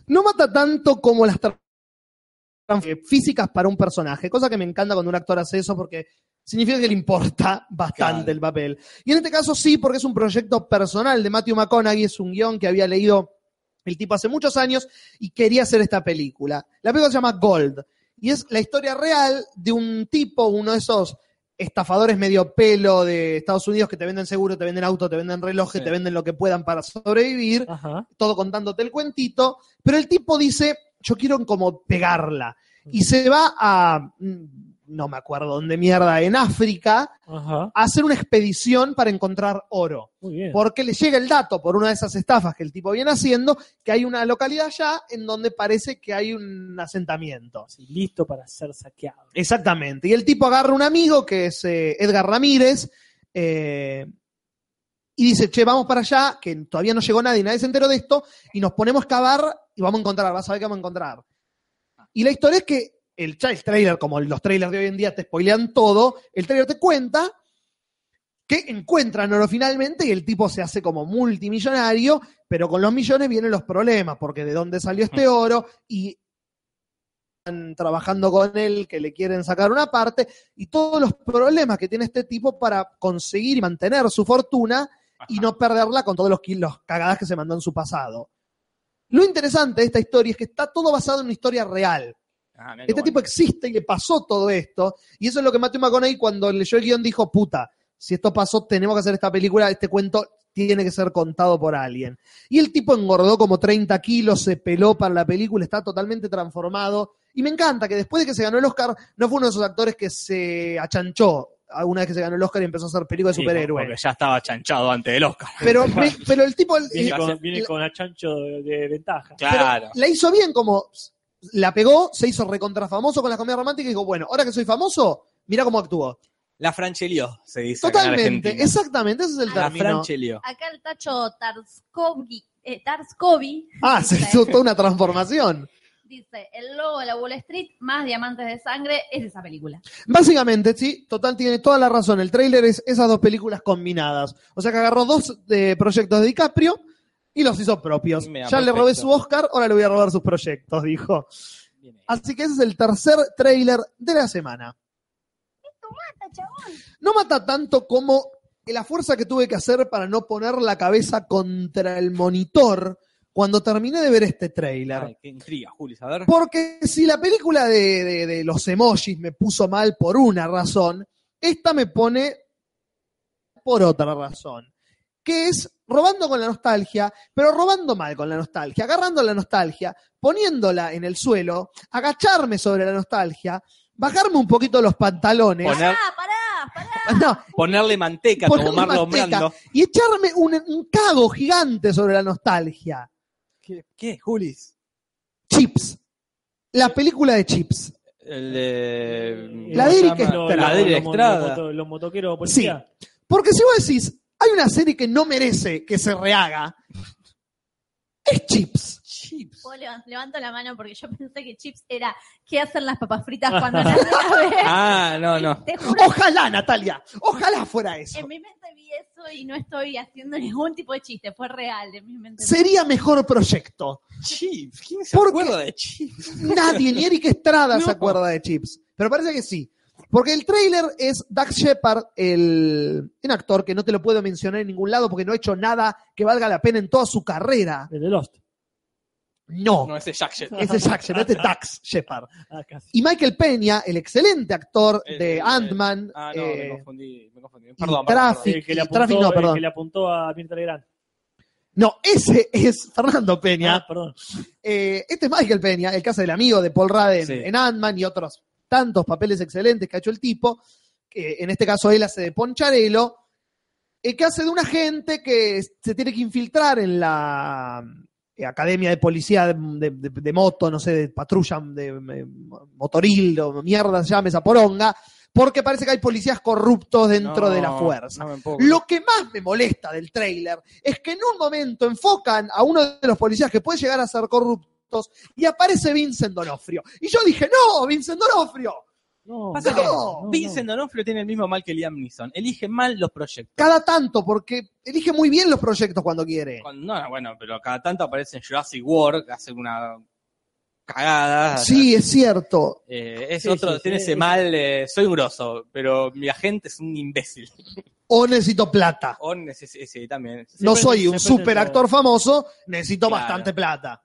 no mata tanto como las tra- eh, físicas para un personaje, cosa que me encanta cuando un actor hace eso porque significa que le importa bastante Claro. el papel. Y en este caso sí, porque es un proyecto personal de Matthew McConaughey, es un guión que había leído el tipo hace muchos años y quería hacer esta película. La película se llama Gold y es la historia real de un tipo, uno de esos estafadores medio pelo de Estados Unidos que te venden seguro, te venden auto, te venden relojes, Sí. te venden lo que puedan para sobrevivir Ajá. todo contándote el cuentito, pero el tipo dice, yo quiero como pegarla. Y se va a, mm, no me acuerdo dónde mierda, en África, Ajá. a hacer una expedición para encontrar oro. Muy bien. Porque le llega el dato por una de esas estafas que el tipo viene haciendo, que hay una localidad allá en donde parece que hay un asentamiento. Sí, listo para ser saqueado. Exactamente. Y el tipo agarra un amigo que es eh, Edgar Ramírez eh, y dice, che, vamos para allá, que todavía no llegó nadie, nadie se enteró de esto, y nos ponemos a cavar y vamos a encontrar, vas a ver qué vamos a encontrar. Y la historia es que el, tra- el trailer, como los trailers de hoy en día te spoilean todo, el trailer te cuenta que encuentran oro finalmente y el tipo se hace como multimillonario, pero con los millones vienen los problemas, porque de dónde salió este oro y están trabajando con él, que le quieren sacar una parte, y todos los problemas que tiene este tipo para conseguir y mantener su fortuna y no perderla con todos los kilos cagadas que se mandó en su pasado. Lo interesante de esta historia es que está todo basado en una historia real. Ah, mirá qué Este bueno. tipo existe y le pasó todo esto. Y eso es lo que Matthew McConaughey cuando leyó el guión dijo, puta, si esto pasó, tenemos que hacer esta película, este cuento tiene que ser contado por alguien. Y el tipo engordó como 30 kilos, se peló para la película, está totalmente transformado. Y me encanta que después de que se ganó el Oscar, no fue uno de esos actores que se achanchó alguna vez que se ganó el Oscar y empezó a hacer películas de Sí, Porque superhéroes. ya estaba chanchado antes del Oscar. Pero, me- pero el tipo... el- Viene, ya con, sé. viene con achancho de, de ventaja. Claro. la hizo bien como la pegó, se hizo recontra famoso con la comedia romántica y dijo, bueno, ahora que soy famoso, mira cómo actúo. La Franchelió, se dice. acá en Totalmente, Argentina. exactamente, ese es el La término. Franchelió. Acá el tacho Tarskovi, eh, Tarskovi Ah, se hizo toda una transformación. dice, el logo de la Wall Street más diamantes de sangre es esa película. Básicamente, sí, total tiene toda la razón. El tráiler es esas dos películas combinadas. O sea que agarró dos eh, proyectos de DiCaprio y los hizo propios. Mira, ya le robé perfecto. su Oscar, ahora le voy a robar sus proyectos, dijo. Bien ahí. Así que ese es el tercer tráiler de la semana. No mata tanto como la fuerza que tuve que hacer para no poner la cabeza contra el monitor cuando terminé de ver este trailer. Ay, qué intriga, Juli, a ver. Porque si la película de, de- de los emojis me puso mal por una razón, esta me pone por otra razón. Que es robando con la nostalgia, pero robando mal con la nostalgia, agarrando la nostalgia, poniéndola en el suelo, agacharme sobre la nostalgia, bajarme un poquito los pantalones. Poner- Ah, No, Ponerle manteca como ponerle Marlon manteca Brando. Y echarme un, un cago gigante sobre la nostalgia. ¿Qué, qué Julis? Chips. La película de Chips. El Eh, de... mm, La Eh, ¿cómo se Eric llama? Estrada. La de Eric los, Estrada. moto- los motoqueros Sí. policía. Porque si vos decís, hay una serie que no merece que se rehaga, es Chips. Chips. Puedo levan- Levanto la mano porque yo pensé que chips era qué hacen las papas fritas cuando las laves. Ah, no, no. Te juro, Ojalá, Natalia, ojalá fuera eso. en mi mente vi eso y no estoy haciendo ningún tipo de chiste, fue real en mi mente. Sería mejor proyecto. Chips. ¿Quién se Porque- acuerda de Chips? Nadie, ni Eric Estrada se No. acuerda de Chips. Pero parece que sí. Porque el trailer es Doug Shepard, el, un actor que no te lo puedo mencionar en ningún lado porque no ha hecho nada que valga la pena en toda su carrera. El de Lost. No, No, ese es Jack Shepard. ese es Jack Shepard, este es Dax Shepard. Ah, casi. Y Michael Peña, el excelente actor de Eh, Ant-Man, Ah, no, eh, me confundí. Me confundí. Perdón, perdón, Traffic. El Eh, que y le apuntó, tráfico, no, el perdón. que le apuntó a Mirta Legrand. No, ese es Fernando Peña. Ah, perdón. Eh, este es Michael Peña, el que hace del amigo de Paul Rudd en, Sí. en Ant-Man y otros tantos papeles excelentes que ha hecho el tipo. que en este caso él hace de Poncharelo, eh, que hace de un agente que se tiene que infiltrar en la eh, academia de policía de, de- de- de moto, no sé, de patrulla, de, eh, motoril, o mierda se llama esa poronga, porque parece que hay policías corruptos dentro No, de la fuerza. no me puedo- Lo que más me molesta del trailer es que en un momento enfocan a uno de los policías que puede llegar a ser corruptos y aparece Vincent Donofrio. Y yo dije, no, Vincent Donofrio. No, Pasa que Vincent D'Onofrio tiene el mismo mal que Liam Neeson. Elige mal los proyectos. Cada tanto, porque elige muy bien los proyectos cuando quiere. Con- no, bueno, pero cada tanto aparece en Jurassic World, hace una cagada. Sí, es cierto. Eh, es Sí, otro, sí, tiene sí, ese es- mal, eh, soy un grosso, pero mi agente es un imbécil. O necesito plata. O neces- eh, sí, también. No Siempre- soy un siempre super actor famoso, necesito Claro. bastante plata.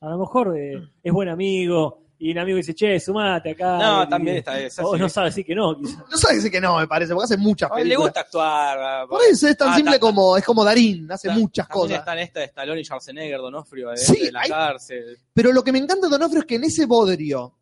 A lo mejor eh, es buen amigo y un amigo dice, che, sumate acá. No, Y- también está esa, O Oh, sí. no sabe decir que no, quizás. No sabes decir que no, me parece, porque hace muchas A él le películas. gusta actuar. ah, Por eso es tan Ah, simple ta- ta- como, es como Darín, hace ta- muchas también cosas. Están esta de Stallone y Schwarzenegger, Donofrio, de, Sí, de la hay- cárcel. Pero lo que me encanta de Donofrio es que en ese bodrio,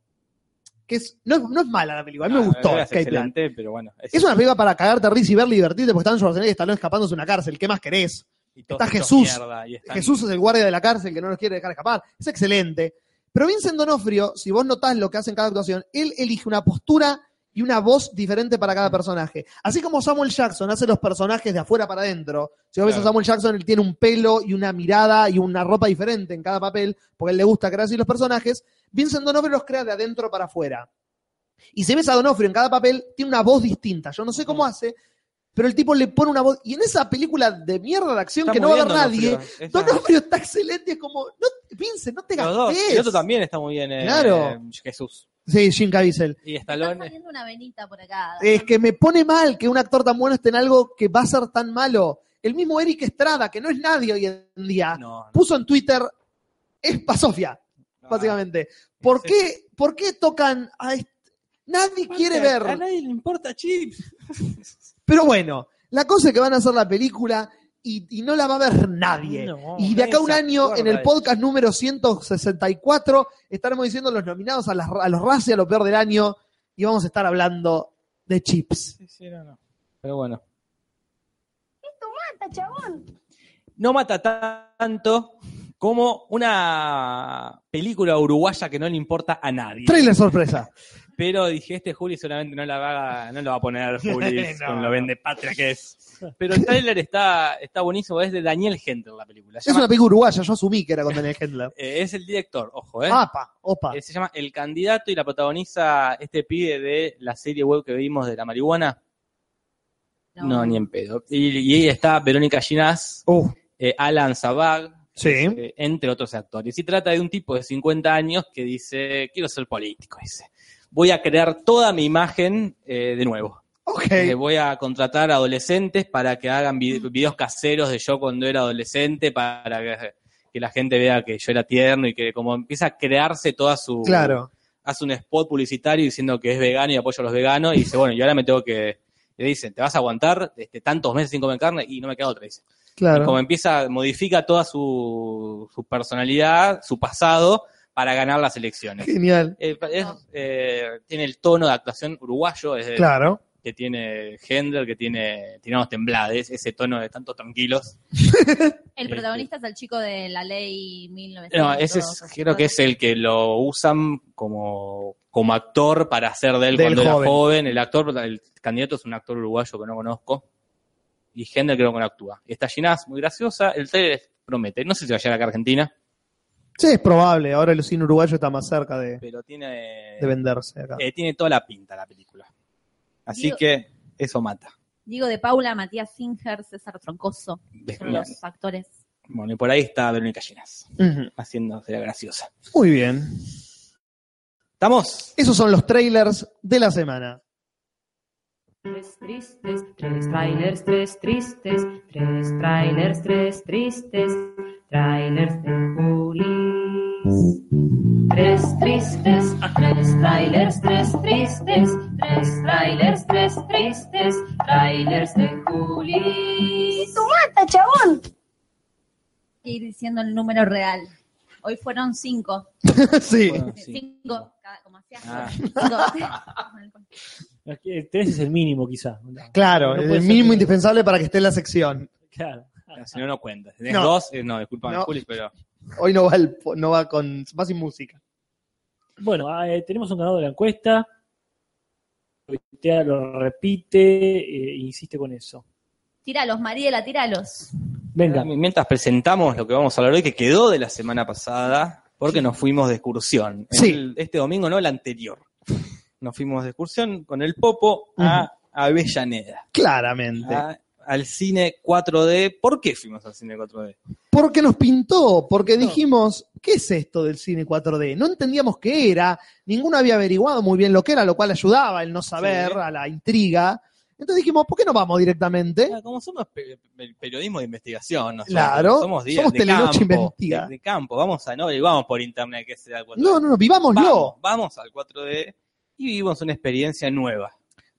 que es, no, es, no es mala la película, a mí me Ah, gustó. es Sky Plan. excelente, pero bueno. Es una película para cagarte a risa y verla y divertirte porque están Schwarzenegger y Stallone escapándose de una cárcel. ¿Qué más querés? y todos está hechos Jesús. mierda, y están- Jesús es el guardia de la cárcel que no nos quiere dejar escapar. Es excelente. Pero Vincent Donofrio, si vos notás lo que hace en cada actuación, él elige una postura y una voz diferente para cada personaje. Así como Samuel Jackson hace los personajes de afuera para adentro. Si vos ves a Claro. Samuel Jackson, él tiene un pelo y una mirada y una ropa diferente en cada papel, porque a él le gusta crear así los personajes. Vincent Donofrio los crea de adentro para afuera. Y si ves a Donofrio en cada papel, tiene una voz distinta. Yo no sé Mm. cómo hace, pero el tipo le pone una voz. Y en esa película de mierda de acción Está que no muy va a ver bien Donofrio. nadie, Está- Donofrio está excelente, es como, no, Vincent, no te Los dos. El otro gastes. también está muy bien. eh, Claro. Jesús. Sí, Jim Caviezel. Y Está Stallone. saliendo una venita por acá. Es que me pone mal que un actor tan bueno esté en algo que va a ser tan malo. El mismo Eric Estrada, que no es nadie hoy en día, No, no, puso en Twitter, es pa' Sofía, no. básicamente. ¿Por Sí. qué, por qué tocan a este? Nadie quiere Aparte, ver. A nadie le importa Chips. Pero bueno, la cosa es que van a hacer la película y, y no la va a ver nadie. No, y de acá a un nadie se año, acuerda en el de podcast número 164, estaremos diciendo los nominados a, las- a los Razzie, a lo peor del año, y vamos a estar hablando de chips. Sí, sí, no, no. Pero bueno. Esto mata, chabón. No mata tanto como una película uruguaya que no le importa a nadie. Trailer sorpresa. Pero dije, este Juli seguramente no la va, a- no lo va a poner Juli, No. con lo vende patria que es. Pero el tráiler está, está buenísimo, es de Daniel Hendler la película. Se Es llama- una película uruguaya, yo asumí que era con Daniel Hendler. eh, es el director, ojo, ¿eh? Apa, opa. Eh, se llama El Candidato y la protagoniza este pibe de la serie web que vimos de la marihuana. No, ni en pedo. Y, y ahí está Verónica Ginás, Uh, eh, Alan Zabag, sí. eh, entre otros actores. Y trata de un tipo de 50 años que dice, quiero ser político, dice. Voy a crear toda mi imagen eh, de nuevo. Ok. Eh, voy a contratar adolescentes para que hagan vi- videos caseros de yo cuando era adolescente, para que, que la gente vea que yo era tierno y que como empieza a crearse toda su... Claro. Hace un spot publicitario diciendo que es vegano y apoya a los veganos y dice, bueno, yo ahora me tengo que... Le dicen, te vas a aguantar este, tantos meses sin comer carne y no me queda otra, dice. Y como Claro. empieza, modifica toda su, su personalidad, su pasado, para ganar las elecciones. Genial. Eh, es, eh, tiene el tono de actuación uruguayo, es de- Claro. que tiene Hendel, que tiene Tiramos Temblades, ese tono de tantos tranquilos. El protagonista es el chico de la ley 1900. No, ese es, creo que es el que lo usan como, como actor para hacer de él Del cuando joven. era joven. El actor, el candidato es un actor uruguayo que no conozco. Y Hendel creo que no actúa. Está Ginás, muy graciosa. El trailer promete. No sé si va a llegar acá a Argentina, Sí, es probable. Ahora el cine uruguayo está más cerca de, pero tiene, de venderse acá. eh, tiene toda la pinta la película. Así Digo- que eso mata. Diego de Paula, Matías Singer, César Troncoso. Son Después- los actores. Bueno, y por ahí está Verónica Ginás, Ujú. haciéndose la graciosa. Muy bien. ¿Estamos? Esos son los trailers de la semana. Tres tristes, tres trailers, tres tristes, tres trailers, tres tristes, trailers de Juli. Tres tristes, tres trailers, tres tristes, tres trailers, tres tristes, trailers de Juli. Ir diciendo el número real. Hoy fueron cinco. sí. Bueno, sí. Cinco, cada- como hacía. Ah. Cinco. Es que El 3 este es el mínimo, quizás. Claro, No es puede el ser mínimo que- indispensable para que esté en la sección. Claro. Ah, Si no, no cuenta. Si tenés No. dos, eh, no, disculpa, No. Juli, pero Hoy no va, el- no va con. Va sin música. Bueno, ah, eh, tenemos un ganador de la encuesta. Tuitea, Lo repite eh, e insiste con eso. Tíralos, Mariela, tíralos. Venga, mientras presentamos lo que vamos a hablar hoy, que quedó de la semana pasada, porque nos fuimos de excursión. Sí. El- este domingo, no, el anterior. Nos fuimos de excursión con el Popo a Avellaneda, Claramente. a- al cine 4D. ¿Por qué fuimos al cine 4D? Porque nos pintó, porque dijimos, ¿qué es esto del cine 4D? No entendíamos qué era, ninguno había averiguado muy bien lo que era, lo cual ayudaba el no saber, Sí. a la intriga. Entonces dijimos, ¿por qué no vamos directamente? Ah, Como somos pe- pe- periodismo de investigación, nosotros, Claro, somos, días somos de Telenoche campo, Investiga. de, de campo, vamos a no y vamos por internet que sea 4D. No, no, no, vivámoslo. vamos, vamos al 4D y vivimos una experiencia nueva.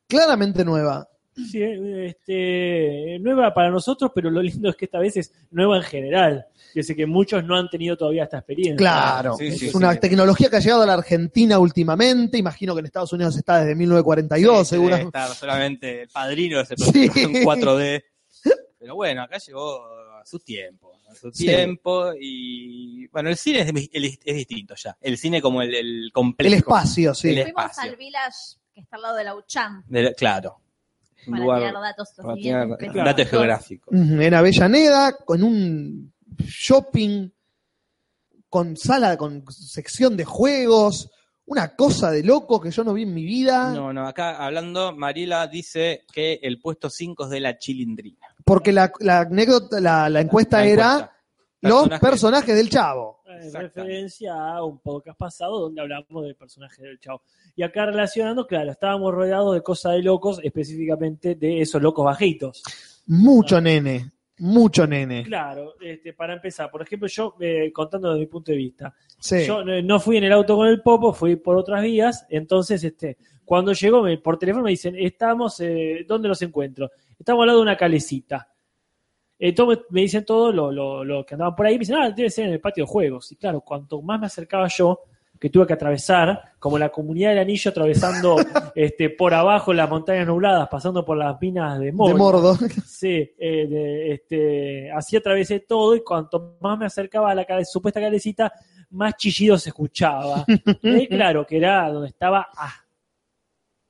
Claramente nueva. Sí, eh, este, nueva para nosotros, pero lo lindo es que esta vez es nueva en general. Yo sé que muchos no han tenido todavía esta experiencia. Claro. Sí, sí, es sí. una tecnología que ha llegado a la Argentina últimamente, imagino que en Estados Unidos está desde 1942, Sí, Este, debe seguro. estar solamente el padrino de ese Sí. proyecto en 4D. Pero bueno, acá llegó a su tiempo. A su Sí. tiempo y. Bueno, el cine es, el- es distinto ya. El cine como el, el complejo. El espacio, sí. El Fuimos espacio. al village que está al lado de la UCHAM De- claro. Un para lugar- tirar datos. para así, tirar bien, datos geográficos. Ujú, en Avellaneda, con un shopping, con sala, con sección de juegos, una cosa de loco que yo no vi en mi vida, Ah. No, no, acá hablando, Mariela dice que el puesto 5 es de la chilindrina. porque la, la anécdota, la, la encuesta La era encuesta. los Personajes. personajes del chavo. En Exactamente. Eh, referencia a un podcast pasado donde hablamos del personaje del chavo. Y acá relacionando, claro, estábamos rodeados de cosas de locos, específicamente de esos locos bajitos. Ah. Mucho nene, mucho nene. Claro, este, para empezar, por ejemplo, yo, eh, contando desde mi punto de vista, Sí. Yo eh, no fui en el auto con el Popo, fui por otras vías. Entonces, este, cuando llegó me- por teléfono me dicen, estamos, eh, ¿dónde los encuentro? Estamos al lado de una calecita. Entonces me dicen todos los lo, lo que andaban por ahí, me dicen, ah, debe ser en el patio de juegos. Y claro, cuanto más me acercaba yo, que tuve que atravesar, como la comunidad del anillo atravesando este, por abajo las montañas nubladas, pasando por las minas de de Moria. mordo. Sí, eh, de- este, así atravesé todo y cuanto más me acercaba a la cale- supuesta calecita, más chillido se escuchaba. Y ahí, claro, que era donde estaba hasta,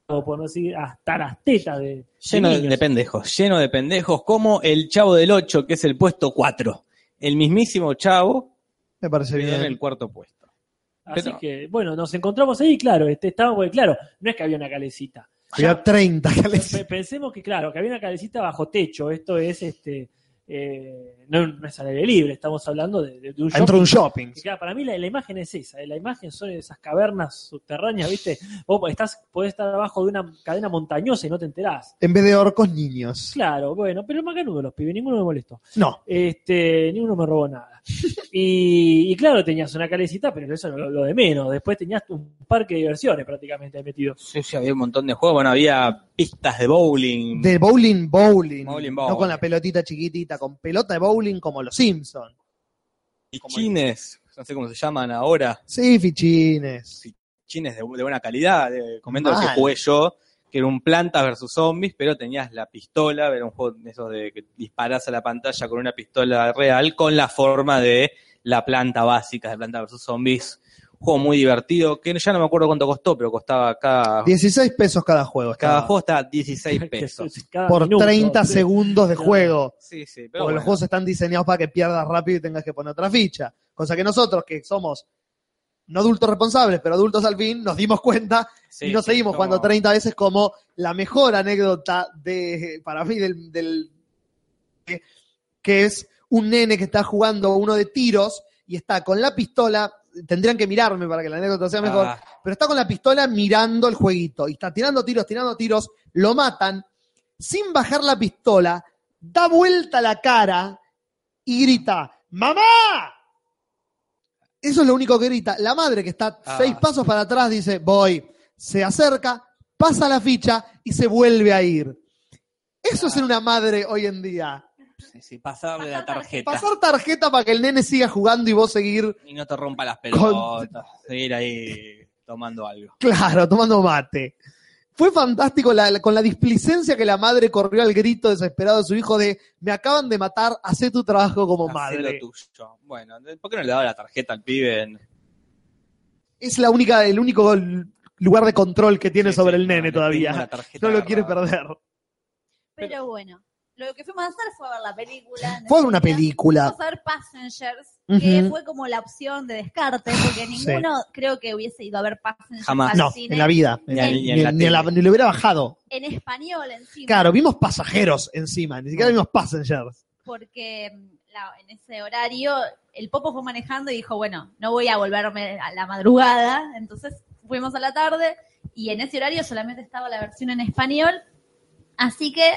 o por no decir, hasta las tetas de, de Lleno de, niños. de pendejos, lleno de pendejos, como el Chavo del 8, que es el puesto 4. El mismísimo Chavo Me parece quedó en bien. el cuarto puesto. Así pero- que, bueno, nos encontramos ahí, claro, este, estábamos, porque, claro, no es que había una calecita. Había 30 Pe- cales. Pensemos que, claro, que había una calecita bajo techo, esto es este eh, no no es al aire libre, estamos hablando de, de- de un shopping. Adentro de un shopping. Que, claro, para mí la, la imagen es esa, eh, la imagen son esas cavernas subterráneas, ¿viste? Vos estás, podés estar abajo de una cadena montañosa y no te enterás. En vez de orcos, niños. Claro, bueno, pero macanudo los pibes, ninguno me molestó. No. Este, ninguno me robó nada. Y, y claro, tenías una calecita, pero eso era lo, lo de menos. Después tenías un parque de diversiones prácticamente ahí metido. Sí, sí, había un montón de juegos. Bueno, había pistas de bowling. De bowling, bowling. Bowling, No bowling. con la pelotita chiquitita, con pelota de bowling como los Simpsons. Y chines, no sé cómo se llaman ahora. Sí, fichines. Chines de, de buena calidad. De, comento que Mal. jugué yo, que era un plantas versus zombies, pero tenías la pistola. Era un juego de esos de que disparás a la pantalla con una pistola real con la forma de la planta básica de planta versus zombies. Un juego muy divertido, que ya no me acuerdo cuánto costó, pero costaba cada, 16 pesos cada juego. cada estaba. juego estaba 16 pesos. Cada por minuto, 30 sí. segundos de Claro. juego. Sí, sí, Porque pero bueno. los juegos están diseñados para que pierdas rápido y tengas que poner otra ficha. Cosa que nosotros, que somos no adultos responsables, pero adultos al fin, nos dimos cuenta Sí, y nos sí, seguimos como- jugando 30 veces como la mejor anécdota de para mí del, del- que- que es un nene que está jugando uno de tiros y está con la pistola, tendrían que mirarme para que la anécdota sea mejor, Ah, pero está con la pistola mirando el jueguito y está tirando tiros, tirando tiros, lo matan, sin bajar la pistola, da vuelta la cara y grita, ¡Mamá! Eso es lo único que grita. La madre que está Ah. seis pasos para atrás dice, voy, se acerca, pasa la ficha y se vuelve a ir. Eso es ser una madre hoy en día. sí, sí, pasarle la tarjeta. Pasar tarjeta para que el nene siga jugando y vos seguir, Y no te rompa las pelotas. Seguir ahí tomando algo. claro, tomando mate. Fue fantástico la- la- con la displicencia que la madre corrió al grito desesperado de su hijo de, me acaban de matar, hacé tu trabajo como Hacé Oh, madre. lo tuyo. Bueno, ¿por qué no le daba la tarjeta al pibe? en- es la única, el único l- lugar de control que tiene Sí, sobre sí, el nene le tengo la todavía. tarjeta No lo agarrada. quiere perder. Pero bueno, lo que fuimos a hacer fue ver la película. Fue una película. Fuimos a ver Passengers, Ujú. que fue como la opción de descarte, porque ninguno creo que hubiese ido a ver Passengers Jamás. al No, cine. en la vida. Ni en- Ni, ni en la ni en la- tele. ni le hubiera bajado. En español encima. Claro, vimos pasajeros encima, ni siquiera vimos passengers. porque mm, la- en ese horario el Popo fue manejando y dijo, bueno, no voy a volverme a la madrugada, entonces fuimos a la tarde y en ese horario solamente estaba la versión en español, así que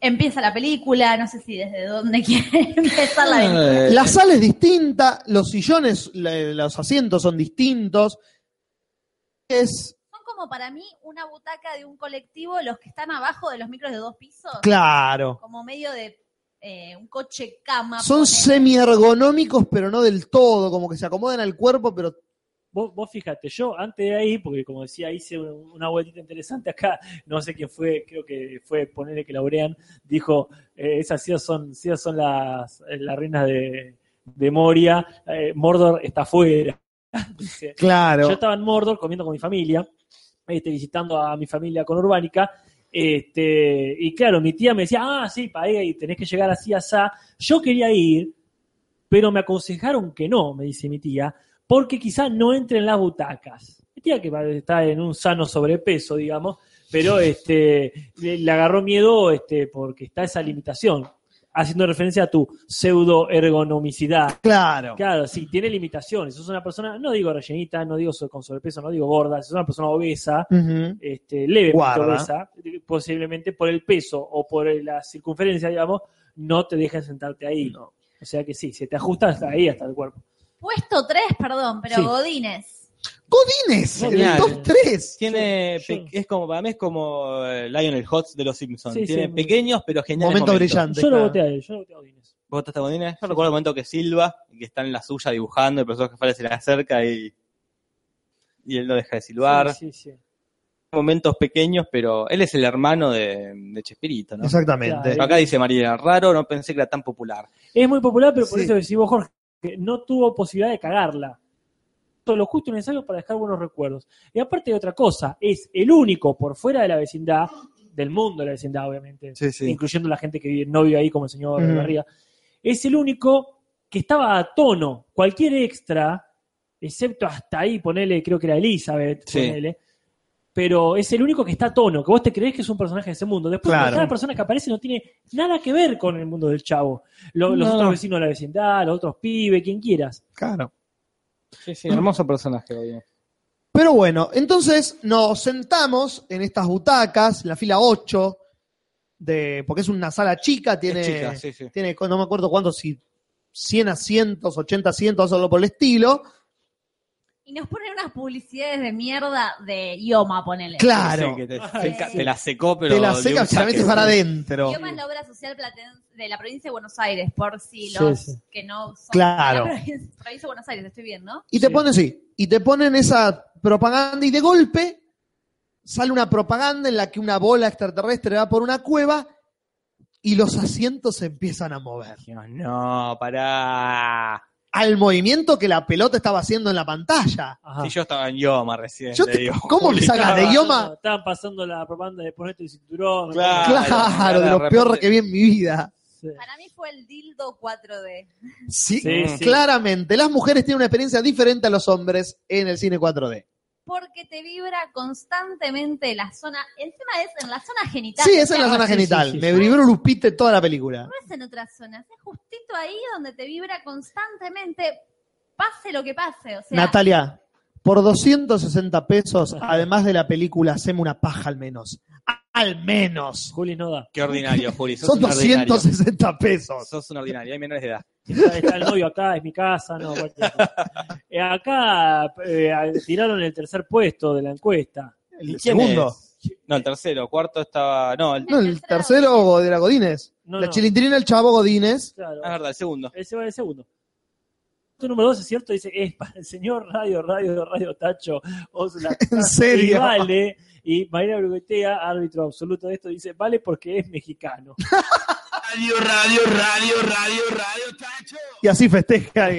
empieza la película, no sé si desde dónde quiere empezar la película. Eh, La sala es distinta, los sillones, la- los asientos son distintos. Es Son como para mí una butaca de un colectivo, los que están abajo de los micros de dos pisos, claro. como medio de eh, un coche cama. Son ponele. semi-ergonómicos, pero no del todo, como que se acomodan al cuerpo, pero Vos, vos fíjate, yo antes de ahí, porque como decía, hice un- una vueltita interesante acá, no sé quién fue, creo que fue ponerle que laurean, dijo, eh, esas sí son, sí son las, eh, las reinas de, de Moria, eh, Mordor está afuera. Dice, claro. Yo estaba en Mordor comiendo con mi familia, este, visitando a mi familia con Urbánica. Este, y claro, mi tía me decía, ah, sí, para ahí tenés que llegar así, asá. Yo quería ir, pero me aconsejaron que no, me dice mi tía, porque quizás no entre en las butacas. Mi tía que está en un sano sobrepeso, digamos, pero este, le, le agarró miedo este, porque está esa limitación, haciendo referencia a tu pseudo ergonomicidad. Claro. Claro, sí, tiene limitaciones. Sos una persona, no digo rellenita, no digo so- con sobrepeso, no digo gorda, sos una persona obesa, Ujú. este, levemente Guarda. obesa, posiblemente por el peso o por el- la circunferencia, digamos, no te dejan sentarte ahí. O sea que sí, si te ajustas ahí hasta el cuerpo. Puesto 3, perdón, pero Sí. Godines. Godínez, en el Genial. top 3. tiene Yo- yo- pe- es como para mí es como eh, Lionel Hotz de los Simpsons. Sí, tiene sí. pequeños pero geniales Momento momentos. brillante. Yo lo claro. voté a él, yo lo voté a Odines. ¿Votaste a Godínez? Yo recuerdo el momento que Silva, que está en la suya dibujando, el profesor Jefale se le acerca y, y él no deja de silbar. Sí, sí, sí. Momentos pequeños, pero él es el hermano de, de Chespirito, ¿no? Exactamente. Pero acá dice María, raro, no pensé que era tan popular. Es muy popular, pero por Sí. eso decís vos, Jorge, que no tuvo posibilidad de cagarla. Todo lo justo y necesario para dejar buenos recuerdos. Y aparte de otra cosa, es el único por fuera de la vecindad, del mundo de la vecindad, obviamente, Sí, sí. incluyendo la gente que vive- no vive ahí, como el señor Ujú. Barriga, es el único que estaba a tono. Cualquier extra, excepto hasta ahí, ponele, creo que era Elizabeth, Sí. ponele, pero es el único que está a tono, que vos te creés que es un personaje de ese mundo. Después Claro. cada persona que aparece no tiene nada que ver con el mundo del chavo. Lo- Los No. otros vecinos de la vecindad, los otros pibes, quien quieras. Claro. Sí, sí, hermoso personaje. obvio. Pero bueno, entonces nos sentamos en estas butacas, la fila 8, de, porque es una sala chica, tiene, Es chica, sí, sí. tiene, no me acuerdo cuántos, si 100 asientos, 80 asientos, algo por el estilo. Y nos ponen unas publicidades de mierda de Ioma, ponele. Claro. Sí, que te, Ay, seca- sí. te la secó, pero. Te la de seca, un se la metes saque. para adentro. Ioma es la obra social platense de la provincia de Buenos Aires, por si los Sí, sí. que no son Claro. de la provincia, provincia de Buenos Aires, estoy bien, ¿no? Y te ponen, sí, y te ponen esa propaganda y de golpe sale una propaganda en la que una bola extraterrestre va por una cueva y los asientos se empiezan a mover. Dios, No, pará. Al movimiento que la pelota estaba haciendo en la pantalla. Si yo estaba en Yoma recién. Yo te- ¿cómo me sacas de Ioma? Estaban pasando la propaganda de ponerte el cinturón. Claro, de lo peor que vi en mi vida. Para mí fue el dildo 4D. Sí, Sí, sí. claramente. Las mujeres tienen una experiencia diferente a los hombres en el cine 4D. Porque te vibra constantemente la zona, encima es en la zona genital. Sí, esa es la O sea, zona sí, sí, genital. sí, Me sí. vibró un lupite toda la película. No es en otras zonas, es justito ahí donde te vibra constantemente, pase lo que pase. O sea, Natalia, por 260 pesos, además de la película, hacemos una paja al menos. Al menos. Juli no da. Qué ordinario, Juli. sos Son un ordinario. 260 pesos. Sos un ordinario, hay menores de edad. Está, está el novio acá, es mi casa, no, cualquier cosa. Eh, Acá eh, tiraron el tercer puesto de la encuesta. El quién segundo. No, el tercero, cuarto estaba. Ah, No, el... No, el tercero de la Godínez. No, la no. chilindrina, el chavo Godínez. Claro. Ah, es verdad, el segundo. Ese va el segundo. Tu número dos es cierto, dice, es para el señor Radio, Radio, Radio Tacho. O sea, la- ¿En serio? Y vale, y Mayra Bruguetea, árbitro absoluto de esto, dice, vale porque es mexicano. Radio, radio, radio, radio, radio, tacho. Y así festeja el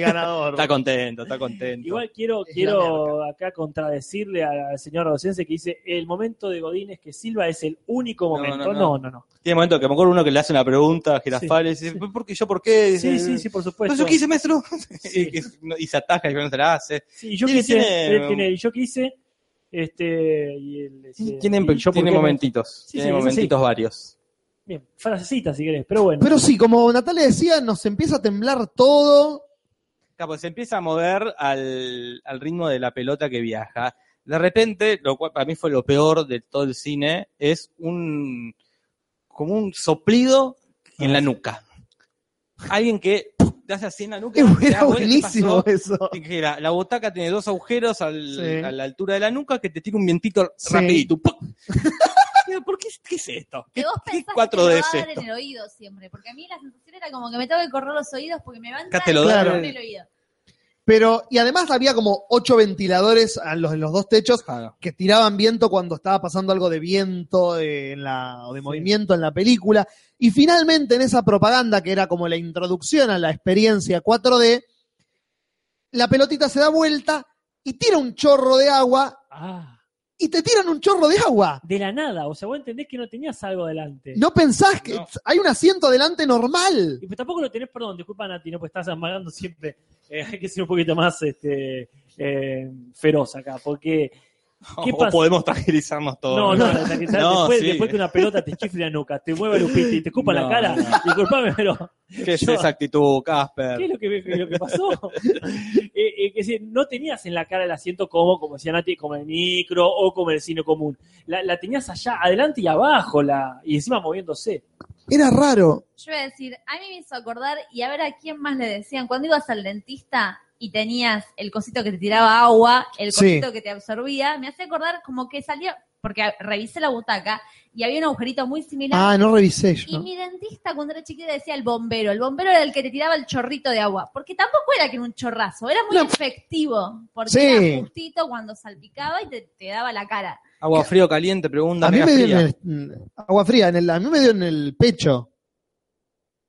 ganador. Está contento, está contento. Igual quiero, la quiero acá contradecirle al señor Docense que dice, el momento de Godín es que Silva es el único momento. No, no, no. no. Tiene momentos que me acuerdo uno que le hace una pregunta a Girafales y sí. dice, ¿por qué yo por qué? Dice, Sí, sí, sí, por supuesto. "Pues yo qué hice, maestro? Sí. y, que- no- y se ataja y no se la hace. Sí, yo Tiene- quise, tiene- él tiene el yo quise, este, y el, este, Tiene, y yo por tiene qué no. momentitos, Sí, tiene sí, eso momentitos sí. varios. Bien, frasecita si querés, pero bueno. Pero sí, como Natalia decía, nos empieza a temblar todo. Claro, pues se empieza a mover al, al ritmo de la pelota que viaja. De repente, lo cual para mí fue lo peor de todo el cine, es un como un soplido en la nuca. Alguien que ¡pum!, te hace así en la nuca. y te Era da vuelta, ¿qué buenísimo pasó? eso. Y que la, la butaca tiene dos agujeros al- Sí. a la altura de la nuca que te tira un vientito Sí. rapidito. ¡pum! Digo, ¿Por qué, qué es esto? que ¿Qué, vos qué pensás que 4D te lo va es a dar esto? en el oído siempre, porque a mí la sensación era como que me tengo que correr los oídos porque me va a Acá entrar te lo da. en el oído. Pero, y además había como ocho ventiladores a los, en los dos techos Claro. que tiraban viento cuando estaba pasando algo de viento eh, en la, o de movimiento en la película. Y finalmente en esa propaganda que era como la introducción a la experiencia 4D, la pelotita se da vuelta y tira un chorro de agua Ah, y te tiran un chorro de agua. de la nada, o sea, vos entendés que no tenías algo adelante. No pensás que No. hay un asiento adelante normal. Y pues tampoco lo tenés, perdón, disculpa Nati, no, pues estás amagando siempre. Eh, hay que ser un poquito más este, eh, feroz acá, porque ¿Qué O- pasa? O Oh, podemos tranquilizarnos todos. no, no, o sea, que tal- No, después, sí. después que una pelota te chifle la nuca, te mueve el upite y te escupa la No, cara, no. disculpame, pero ¿Qué es Yo- esa actitud, ¿qué es Casper? lo que, lo que pasó? Eh, eh, que se- no tenías en la cara el asiento como, como decía Nati, como el micro o como el cine común. La, la tenías allá, adelante y abajo, la, y encima moviéndose. Era raro. Yo iba a decir, a mí me hizo acordar, y a ver a quién más le decían, cuando ibas al dentista y tenías el cosito que te tiraba agua, el Sí. cosito que te absorbía, me hace acordar como que salía, porque a- revisé la butaca y había un agujerito muy similar. Ah, no revisé yo. Y mi dentista cuando era chiquita decía el bombero, el bombero era el que te tiraba el chorrito de agua, porque tampoco era que era un chorrazo, era muy efectivo, porque Sí. era justito cuando salpicaba y te, te daba la cara. Agua frío, caliente, pregunta. A mí mega me dio fría. en el- mm, agua fría, en el, a mí me dio en el pecho.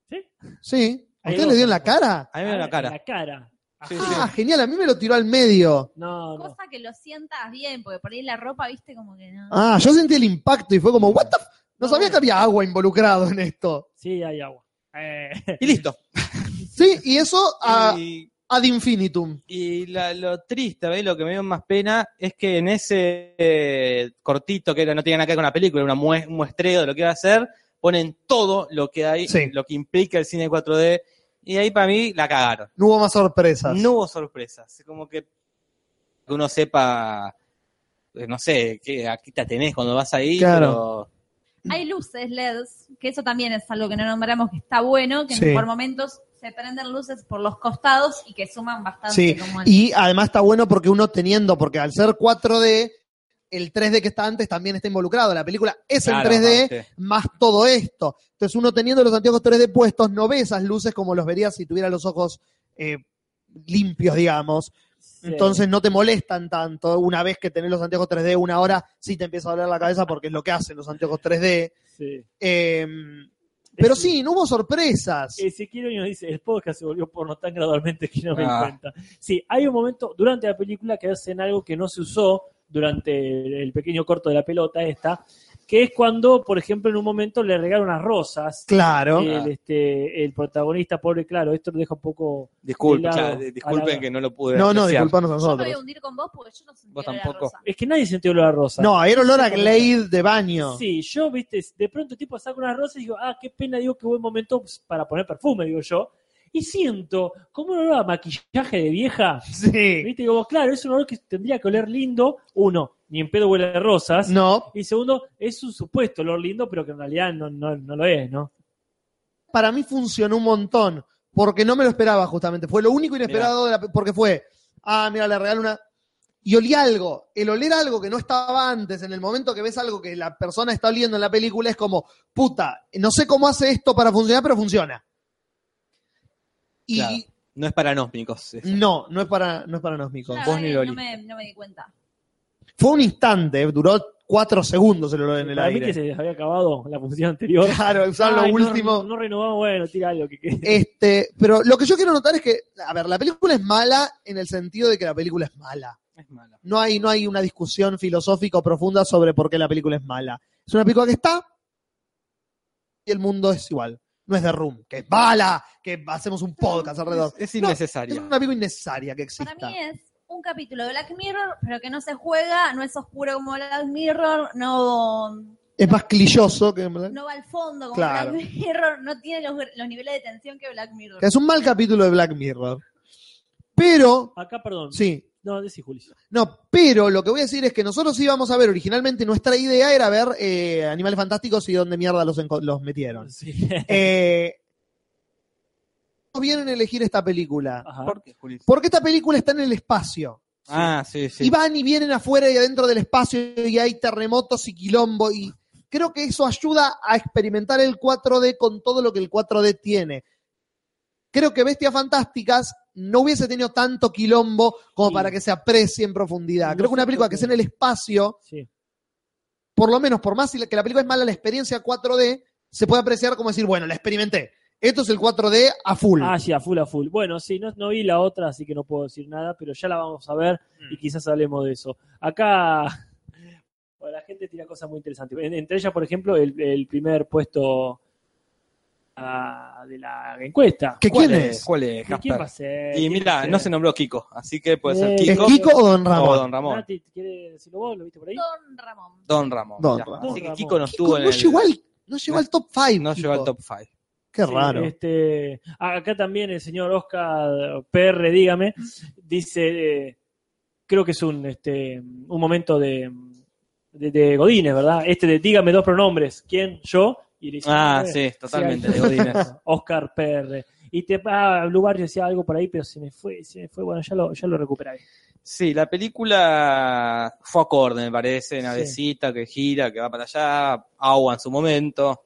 ¿Sí? Sí. ¿A Ahí usted vos. le dio en la cara? A mí me dio en la cara. Ah, La cara. Sí, Ajá. sí. Ah, genial, a mí me lo tiró al medio. No, no. Cosa que lo sientas bien, porque por ahí la ropa, viste, como que no. Ah, yo sentí el impacto y fue como, ¿What the f-? No No, sabía bueno. que había agua involucrado en esto. Sí, hay agua. Eh, Y listo. Ah. Sí, y eso a- Y ad infinitum. Y la- lo triste, ¿ves? lo que me dio más pena es que en ese eh, cortito que era- no tenía nada que ver con la película, era una mue- un muestreo de lo que iba a hacer, ponen todo lo que hay, Sí. lo que implica el cine 4D. Y ahí para mí la cagaron. No hubo más sorpresas. No hubo sorpresas. Como que, que uno sepa, eh, no sé, qué aquí te tenés cuando vas ahí, Claro. Hay luces LEDs, que eso también es algo que no nombramos que está bueno, que Sí. por momentos se prenden luces por los costados y que suman bastante. Sí, como el- y además está bueno porque uno teniendo, porque al ser 4D, el 3D que está antes también está involucrado. La película es Claro, en 3D aparte. más todo esto. Entonces uno teniendo los anteojos 3D puestos no ve esas luces como los verías si tuviera los ojos eh, limpios, digamos. Entonces no te molestan tanto una vez que tenés los anteojos 3D, una hora sí te empieza a doler la cabeza porque es lo que hacen los anteojos 3D. Sí. Eh, pero sí, no hubo sorpresas. Ezequiel nos dice, el podcast se volvió porno tan gradualmente que no me Ah. di cuenta. Sí, hay un momento durante la película que hacen algo que no se usó durante el el pequeño corto de la pelota esta, que es cuando, por ejemplo, en un momento le regalan unas rosas. Claro. Ah. El, este, el protagonista, pobre, claro, esto lo deja un poco... Disculpen, de lado, ya, a la- disculpen que no lo pude No, no, apreciar. disculpanos a Yo me voy a nosotros. hundir con vos porque yo no sentí Vos olor a tampoco. rosa. Es que nadie sintió olor a rosa. No, era olor a Glade de baño. Sí, yo, viste, de pronto el tipo saca una rosa y digo, ah, qué pena, digo, qué buen momento para poner perfume, digo yo. Y siento como un olor a maquillaje de vieja. Sí. Viste, como, claro, es un olor que tendría que oler lindo. Uno, ni en pedo huele a rosas. No, Y segundo, es un supuesto olor lindo, pero que en realidad no, no, no lo es, ¿no? para mí funcionó un montón, porque no me lo esperaba justamente. Fue lo único inesperado, de la pe- porque fue, ah, mira, le regalo una... Y olí algo, el oler algo que no estaba antes, en el momento que ves algo que la persona está oliendo en la película, es como, puta, no sé cómo hace esto para funcionar, pero funciona. Y Claro. No es para nósmicos. eso. no, no es para, no es para nos, Mico. La vos verdad ni que lo no oliste. me, no me di cuenta. Fue un instante, duró cuatro segundos el olor en el Para mí aire. que se les había acabado la función anterior. Claro, usaron Ay, lo no, último. No, renovamos, bueno, tira algo que quede. Este, pero lo que yo quiero notar es que, a ver, la película es mala en el sentido de que la película es mala. Es mala. No hay, no hay una discusión filosófica o profunda sobre por qué la película es mala. Es una película que está y el mundo es igual. No es de Room, que es mala, que hacemos un podcast alrededor. Es, es No, innecesaria. Es una película innecesaria que exista. Para mí es un capítulo de Black Mirror, pero que no se juega, no es oscuro como Black Mirror, no, Es más clilloso que... no va al fondo como Claro. Black Mirror, no tiene los, los niveles de tensión que Black Mirror. que es un mal capítulo de Black Mirror. Pero, Acá, perdón. sí, No, decís, Juli. No, pero lo que voy a decir es que nosotros íbamos a ver originalmente, nuestra idea era ver eh, Animales Fantásticos y dónde mierda los, enco- los metieron. Sí. Eh, no vienen a elegir esta película. Ajá. ¿Por qué, Juli? Porque esta película está en el espacio. Ah, sí, sí. Y van y vienen afuera y adentro del espacio y hay terremotos y quilombo. Y creo que eso ayuda a experimentar el 4D con todo lo que el 4D tiene. Creo que Bestias Fantásticas no hubiese tenido tanto quilombo como Sí. para que se aprecie en profundidad. No creo que una sé película por que qué. sea en el espacio, Sí. por lo menos por más que la película es mala, la experiencia 4D se puede apreciar como decir, bueno, la experimenté. Esto es el 4D a full. Ah, sí, a full, a full. Bueno, sí, no, no vi la otra, así que no puedo decir nada, pero ya la vamos a ver Mm. y quizás hablemos de eso. Acá, bueno, la gente tira cosas muy interesantes. En- entre ellas, por ejemplo, el, el primer puesto ah, de la encuesta. ¿Que ¿Cuál quién es? ¿Cuál es, ¿Y ¿Quién va a Jasper? ser? Y ¿Quién va mira, a no se ser? nombró Kiko, así que puede ser Eh, ¿Es Kiko Kiko o Don Ramón? o Don Ramón. Nati, ¿quiere decirlo vos? ¿Lo viste por ahí? Don Ramón. Don Ramón. Don ya. Ramón. Así que Don Kiko no Ramón. estuvo en no el, llegó al, no llegó al top 5. no llegó al top 5. Qué Sí, raro. Este, acá también el señor Oscar PR, dígame, dice, eh, creo que es un, este, un momento de, de, de Godínez, ¿verdad? Este de dígame dos pronombres, ¿quién? ¿Yo? Y le dice, Ah, eh, sí, totalmente, sí, de Godínez. Oscar PR. Y te ah, Blue Barrio decía algo por ahí, pero se me fue, se me fue, bueno, ya lo, ya lo recuperaré. Sí, la película fue acorde, me parece, navecita que gira, que va para allá, agua en su momento.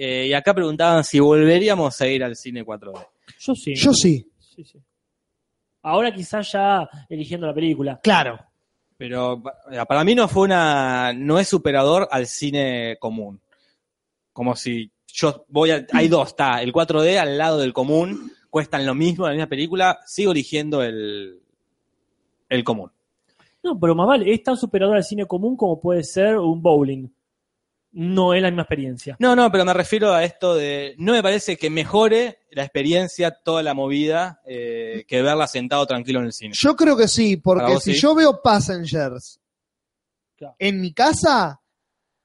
Eh, y acá preguntaban si volveríamos a ir al cine 4D. Yo sí. Yo sí. sí, sí. Ahora quizás ya eligiendo la película. Claro. Pero pa- para mí no fue una, no es superador al cine común. Como si yo voy a, hay dos, está, el 4D al lado del común, cuestan lo mismo, la misma película, sigo eligiendo el, el común. No, pero más vale, es tan superador al cine común como puede ser un bowling. no es la misma experiencia. No, no, pero me refiero a esto de. No me parece que mejore la experiencia, toda la movida, eh, que verla sentado tranquilo en el cine. Yo creo que sí, Para porque vos si sí. yo veo Passengers Claro. en mi casa,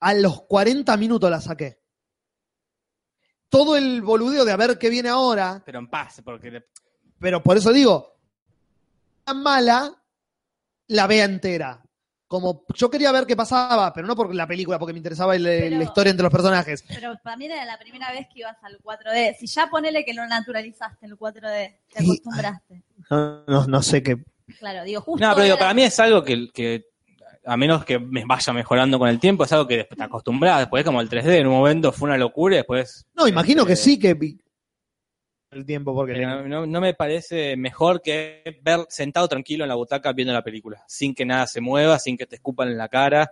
a los 40 minutos la saqué. Todo el boludeo de a ver qué viene ahora, Pero en paz, porque. le- pero por eso digo, tan mala, la vea entera. Como yo quería ver qué pasaba, pero no por la película, porque me interesaba el- Pero- la historia entre los personajes. Pero para mí era la primera vez que ibas al 4D. Si ya ponele que lo naturalizaste el 4D, te Y- acostumbraste. No, no, no sé qué. Claro, digo, justo. No, pero digo, era- para mí es algo que, que, a menos que me vaya mejorando con el tiempo, es algo que después te acostumbras. Después, como el 3D, en un momento fue una locura, y después. No, imagino que eh, sí que vi el tiempo, Eh, porque Pero no, no me parece mejor que ver sentado tranquilo en la butaca viendo la película, sin que nada se mueva, sin que te escupan en la cara.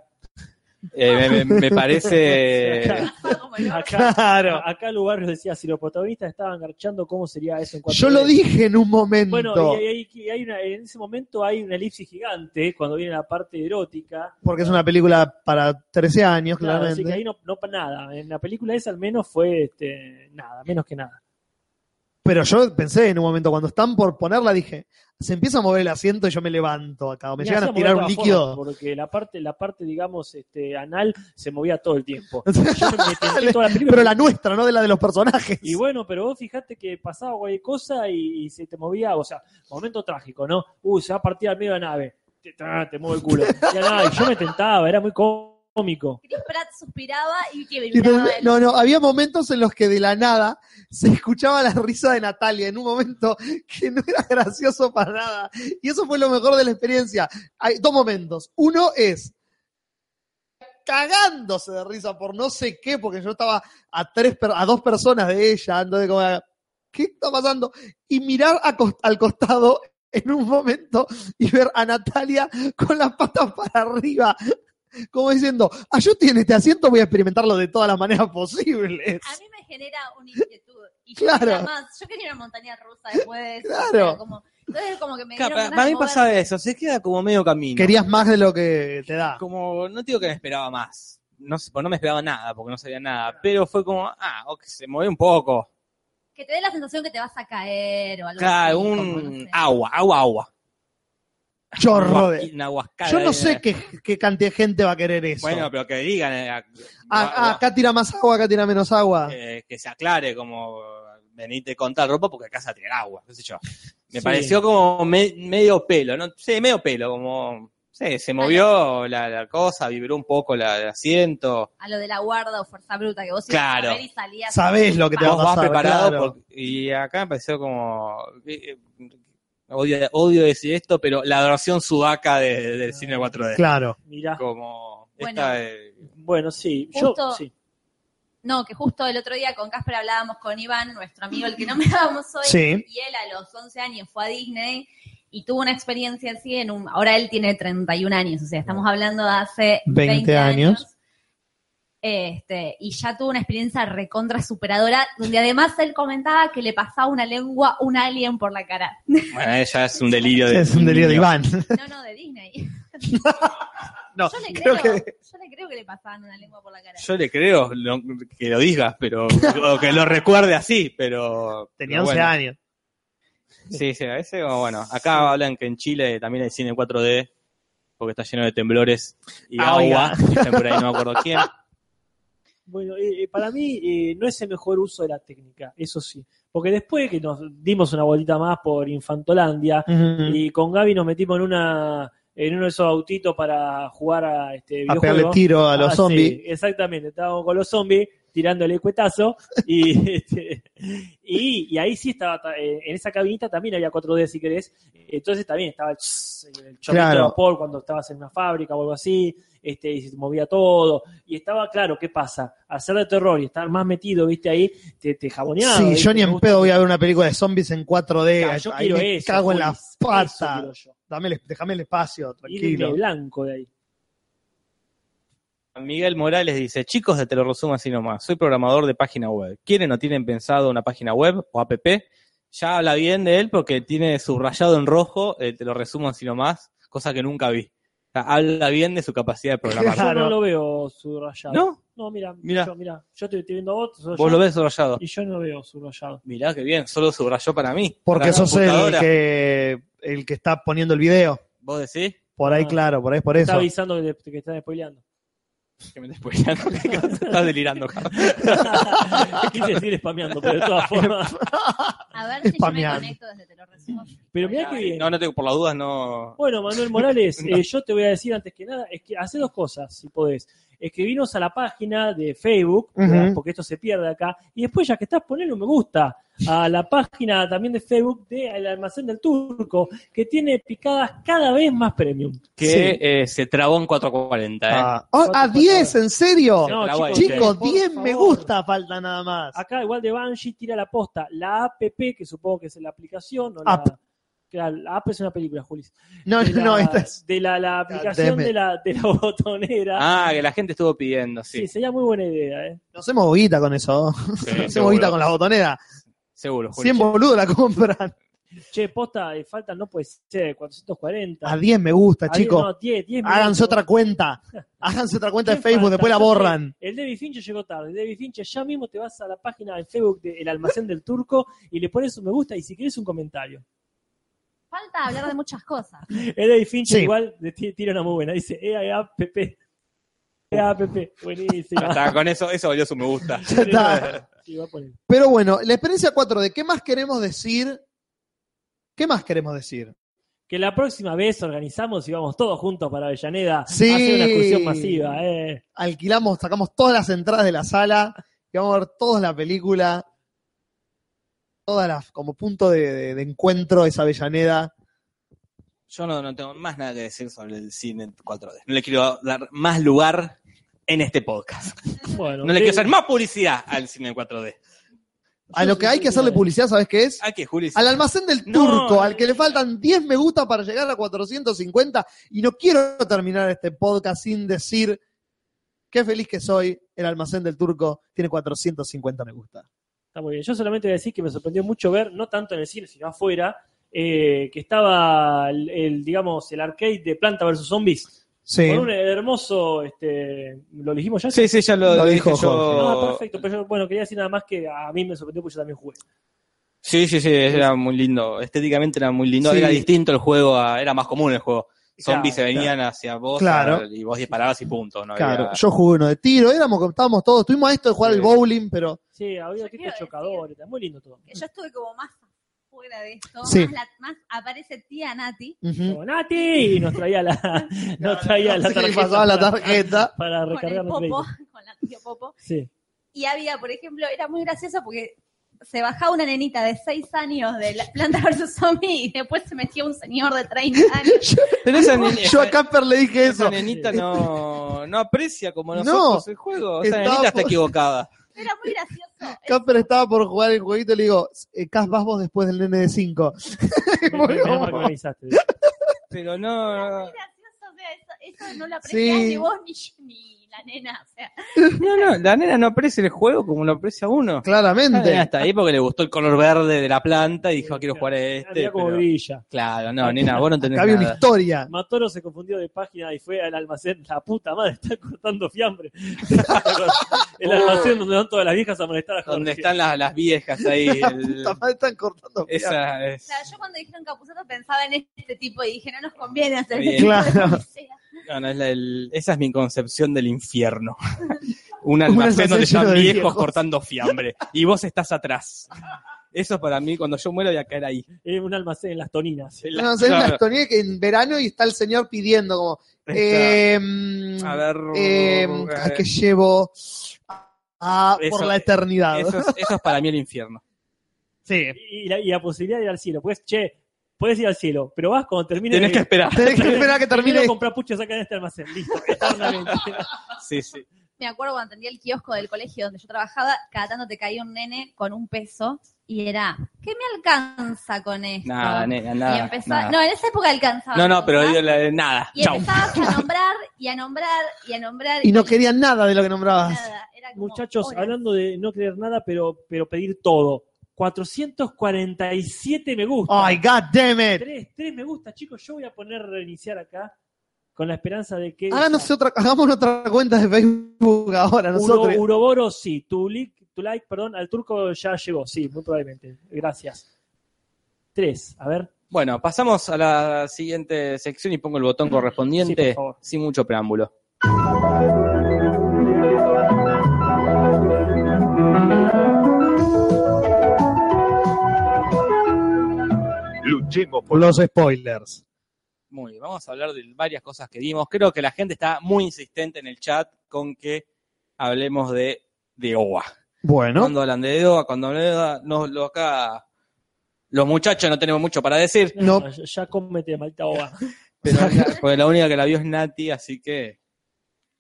Eh, me, me- me parece. Como el orto. Acá, Eh. Claro. acá Lubarrios decía, si los protagonistas estaban garchando, ¿cómo sería eso en cuatro Yo lo veces? dije en un momento. Bueno, y, hay- y hay una- en ese momento hay una elipsis gigante cuando viene la parte erótica. porque es una película para 13 años, Claro, así claramente. que ahí no, no pa- nada. En la película esa al menos fue este, nada, menos que nada. Pero yo pensé en un momento, cuando están por ponerla, dije, se empieza a mover el asiento y yo me levanto acá, o me Y llegan hacía a tirar mover un de todas líquido. formas, porque la parte, la parte digamos, este, anal se movía todo el tiempo. Yo me tenté toda la película. Pero la nuestra, no de la de los personajes. Y bueno, pero vos fijate que pasaba cualquier cosa y, y se te movía, o sea, momento trágico, ¿no? Uy, se va a partir al medio de la nave. Te, tra- te mueve el culo. Ya nada, y yo me tentaba, era muy cómico. Chris Pratt suspiraba y que Y vibraba me- el- no, no, había momentos en los que de la nada se escuchaba la risa de Natalia en un momento que no era gracioso para nada. Y eso fue lo mejor de la experiencia. Hay dos momentos. Uno es cagándose de risa por no sé qué, porque yo estaba a tres per- a dos personas de ella, ando de como ¿qué está pasando? Y mirar a cos- al costado en un momento y ver a Natalia con las patas para arriba, como diciendo, ah, yo estoy en este asiento, voy a experimentarlo de todas las maneras posibles. A mí me genera una inquietud. Y yo Claro. quería más. Yo quería una montaña rusa después de eso. Claro. O sea, como- entonces, como que me Claro, dieron para, ganas para de mí mover- pasaba eso, se queda como medio camino. Querías más de lo que te da. Como, no digo que me esperaba más. No, sé, pues no me esperaba nada, porque no sabía nada. Pero fue como, ah, ok, se movió un poco. Que te dé la sensación que te vas a caer o algo Claro, así, ah, un como, no sé. agua, agua, agua. Chorro de... Una guascada Yo no de- sé qué, qué cantidad de gente va a querer eso. eh. Bueno, pero que digan. eh, a- Ah, ah, agua, acá tira más agua, acá tira menos agua. eh, que se aclare, como venite con tal ropa porque acá se va a tirar agua, qué sé yo. Me Sí. pareció como me- medio pelo, ¿no? Sí, medio pelo, como. sí, se movió la, la cosa, vibró un poco la- el asiento. A lo de la guarda o fuerza bruta que vos ibas Claro. a ver y salías. Sabés lo que te va a Vos vas pasar. preparado claro. por- y acá empezó como eh, eh, odio, odio decir esto, pero la versión sudaca de- del cine 4D. Claro. Mirá, Como Bueno. esta de- bueno, sí. Justo- yo, sí. No, que justo el otro día con Casper hablábamos con Iván, nuestro amigo, el que nombrábamos hoy, Sí. y él a los 11 años fue a Disney y tuvo una experiencia así en un... Ahora él tiene 31 años, o sea, estamos hablando de hace 20 20, años. años. Este, y ya tuvo una experiencia recontra superadora, donde además él comentaba que le pasaba una lengua, un alien por la cara. bueno, ella es un delirio de Es un delirio de niño. Iván. No, no, de Disney. No, yo, le creo creo, que yo le creo que le pasaban una lengua por la cara. Yo le creo lo- que lo digas, pero o que lo recuerde así, pero tenía pero 11 bueno. años. Sí, sí, a veces como, bueno, acá hablan que en Chile también hay cine 4D porque está lleno de temblores y Ah, agua, que está por ahí no me acuerdo quién. Bueno, eh, eh, para mí eh, no es el mejor uso de la técnica, eso sí. Porque después que nos dimos una vueltita más por Infantolandia Ujú. y con Gaby nos metimos en una en uno de esos autitos para jugar a este A videojuego. pegarle tiro a los Ah, sí, zombies. exactamente, estábamos con los zombies tirándole cuetazo y, este, y, y ahí sí estaba, ta- eh, en esa cabinita también había 4D si querés, entonces también estaba el, chs, el chorrito Claro. de vapor cuando estabas en una fábrica o algo así, este, y se movía todo, y estaba claro, ¿qué pasa? Hacer de terror y estar más metido, viste, ahí, te, te jaboneaba. Sí, ¿viste? yo ni Me en gusta- pedo voy a ver una película de zombies en 4D. Ah, yo Ahí quiero me eso, cago en Juli, la eso pata. quiero yo. Dame el- déjame el espacio, Irme tranquilo. blanco de ahí. Miguel Morales dice, chicos de Te lo resumo así nomás, soy programador de página web. ¿Quieren o tienen pensado una página web o app? Ya habla bien de él porque tiene subrayado en rojo, eh, te lo resumo así nomás, cosa que nunca vi. sea, habla bien de su capacidad de programar. Yo no lo veo subrayado. ¿No? No, mira, Mirá. yo, mira, yo te estoy viendo a vos, sos Vos yo, lo ves subrayado. y yo no veo subrayado. Mirá que bien, solo subrayó para mí. Porque La sos el computadora. que, el que está poniendo el video. ¿Vos decís? Por ahí, Ah. claro, por ahí es por Está eso. avisando que, te- que estás spoileando. Que me estás spoileando, ¿qué cosa? Estás delirando, Carlos. Quise decir spameando, pero de todas formas. A ver si yo me Spameando. conecto desde te lo resumo. Pero mirá que bien. No, no tengo por las dudas, no. Bueno, Manuel Morales, No. eh, yo te voy a decir antes que nada, es que hace dos cosas, si podés. Escribinos a la página de Facebook, Ujú. ¿verdad? porque esto se pierde acá, y después ya que estás, ponle un me gusta a la página también de Facebook de El Almacén del Turco, que tiene picadas cada vez más premium. Que Sí. eh, se trabó en 440, ¿eh? Ah, oh, a 10, en serio. No, chicos, Chicos, por 10 me favor. Ah, gusta, falta nada más. Acá igual de Banshee tira la posta, la app, que supongo que es la aplicación, o la- App. Claro, la app es una película, Julis. No, De no, la, no, esta es. de la, la aplicación Deme. de la, de la botonera. Ah, que la gente estuvo pidiendo, sí. sí. sería muy buena idea, ¿eh? No hacemos boguita con eso. Sí, No hacemos boguita seguro, con la botonera. seguro, Juli. 100 boludos la compran. Che, posta, eh, faltan, no puede ser, 440. A 10 me gusta, Adiós, chicos. no, 10, 10 Háganse minutos. otra cuenta. Háganse otra cuenta de Qué Facebook, después la fantasía. borran. El David Fincher llegó tarde. David Fincher, ya mismo te vas a la página de Facebook de El Almacén del Turco y le pones un me gusta y si quieres un comentario. Falta hablar de muchas cosas. El David Fincher Sí. igual le ti- tira una muy buena. Dice "E EAPP. E EAPP. Ya Buenísima. está, con eso, eso valió su me gusta. Ya está. Sí, va a poner. Pero bueno, la experiencia 4 de qué más queremos decir. ¿Qué más queremos decir? Que la próxima vez organizamos y vamos todos juntos para Avellaneda Sí. a hacer una excursión masiva. Eh. Alquilamos, sacamos todas las entradas de la sala y vamos a ver toda la película. Todas las, como punto de, de- de encuentro esa Avellaneda. Yo no, no tengo más nada que decir sobre el cine en 4D. No le quiero dar más lugar en este podcast. Bueno, No le de- quiero hacer más publicidad al cine en 4D. A lo que hay que hacerle publicidad, ¿sabes qué es? ¿A qué, Juli? Al almacén del No. turco, al que le faltan 10 me gusta para llegar a 450. Y no quiero terminar este podcast sin decir qué feliz que soy. El almacén del turco tiene 450 me gusta. Está muy bien. Yo solamente voy a decir que me sorprendió mucho ver, no tanto en el cine, sino afuera, eh, que estaba el, el, digamos, el arcade de Planta vs Zombies. Sí. Con un hermoso, este, ¿lo dijimos ya? Sí, sí, ya lo, Lo dije dijo yo. Ah, perfecto. Pero yo, bueno, quería decir nada más que a mí me sorprendió porque yo también jugué. Sí, sí, sí, era muy lindo. Estéticamente era muy lindo. Sí. Era distinto el juego, a- era más común el juego. Zombies Claro, se venían hacia vos Claro. a- y vos disparabas y punto. No Claro, había- yo jugué uno de tiro, éramos como estábamos todos, tuvimos a esto de jugar Sí. al bowling, pero Sí, había Yo tipo quiero chocadores, está muy lindo todo. Que yo estuve como más fuera de esto. Sí. Más, la- más aparece tía Nati. ujú, Como, Nati! Y nos traía la, nos traía no la sé qué le tarjeta. pasaba a la para- tarjeta. Para Con recargar el los popo, créditos. con la tío popo. Sí. Y había, por ejemplo, era muy gracioso porque se bajaba una nenita de 6 años de la planta versus zombie y después se metía un señor de 30 años. Pero esa, nene- yo a Camper le dije esa eso. nenita no, no aprecia como No. nosotros el juego. Esa nenita está Estábamos- equivocada. Era muy gracioso. Camper estaba por jugar el jueguito y le digo, eh, Cas, vas vos después del nene de 5. Mirá, mirá lo que organizaste. Pero no, Muy gracioso, o sea, eso, eso no lo apreciás Sí. ni vos ni, yo- ni la nena. O sea, no, no, la nena no aprecia el juego como lo aprecia uno. La nena Claramente. está ahí porque le gustó el color verde de la planta y dijo, quiero jugar a este. Mirá cómo pero- brilla. Claro, no, nena, vos no tenés Acá había una nada. historia. Matoro se confundió de página y fue al almacén. La puta madre, está cortando fiambre. el almacén donde van todas las viejas a molestar a Uh. Donde Jorge. están las, las viejas ahí. el- Puta madre, están cortando. esa o es... sea, yo cuando dijeron Capuzoto pensaba en este tipo y dije, no nos conviene hacer Bien. este tipo de Claro. publicidad. No, no, es la- el- esa es mi concepción del infierno. Un Un almacén almacén donde lleno están de viejos, viejos. cortando fiambre y vos estás atrás. Eso para mí, cuando yo muero voy a caer ahí. Es un almacén en las toninas. En la- No, sé, es una claro, historia que en verano y está el señor pidiendo como, está- eh, mm, a ver, eh, ¿a qué llevo a, Eso- por la eternidad? eso, es, eso es para mí el infierno. Sí. Y la, y la posibilidad de ir al cielo. Pues, che, puedes ir al cielo, pero vas cuando termine. Tenés que esperar. Tenés que esperar a que termine. Quiero comprar puchos acá en este almacén. Listo, eternamente. Sí, sí. me acuerdo cuando atendía el kiosco del colegio donde yo trabajaba, cada tanto te caía un nene con un peso y era, ¿qué me alcanza con esto? Nada, nena, Ah. y nada. empezaba, nada. no, en esa época alcanzaba. No, no, pero cosas, digo, la- nada. Y Chau. empezabas a nombrar y a nombrar y a nombrar. Y no querían nada de lo que nombrabas. nada, era como Muchachos, horas. hablando de no creer nada, pero, pero pedir todo. 447 me gusta. Ay, god damn it. Tres, tres me gusta, chicos. Yo voy a poner reiniciar acá. con la esperanza de que Háganos otra, hagamos otra cuenta de Facebook ahora, nosotros. Uro- Uroboro sí, tu, li- tu like, perdón, al turco ya llegó, sí, muy probablemente. Gracias. Tres, a ver. Bueno, pasamos a la siguiente sección y pongo el botón Sí, correspondiente por favor. sin mucho preámbulo. Luchemos por los spoilers. Muy bien, vamos a hablar de varias cosas que dimos. Creo que la gente está muy insistente en el chat con que hablemos de, de OA. Bueno, Cuando hablan de OA, cuando hablan de OA, no, lo acá los muchachos no tenemos mucho para decir, no, Ya, ya cómete, maldita boba. pero la- porque la única que la vio es Nati, así que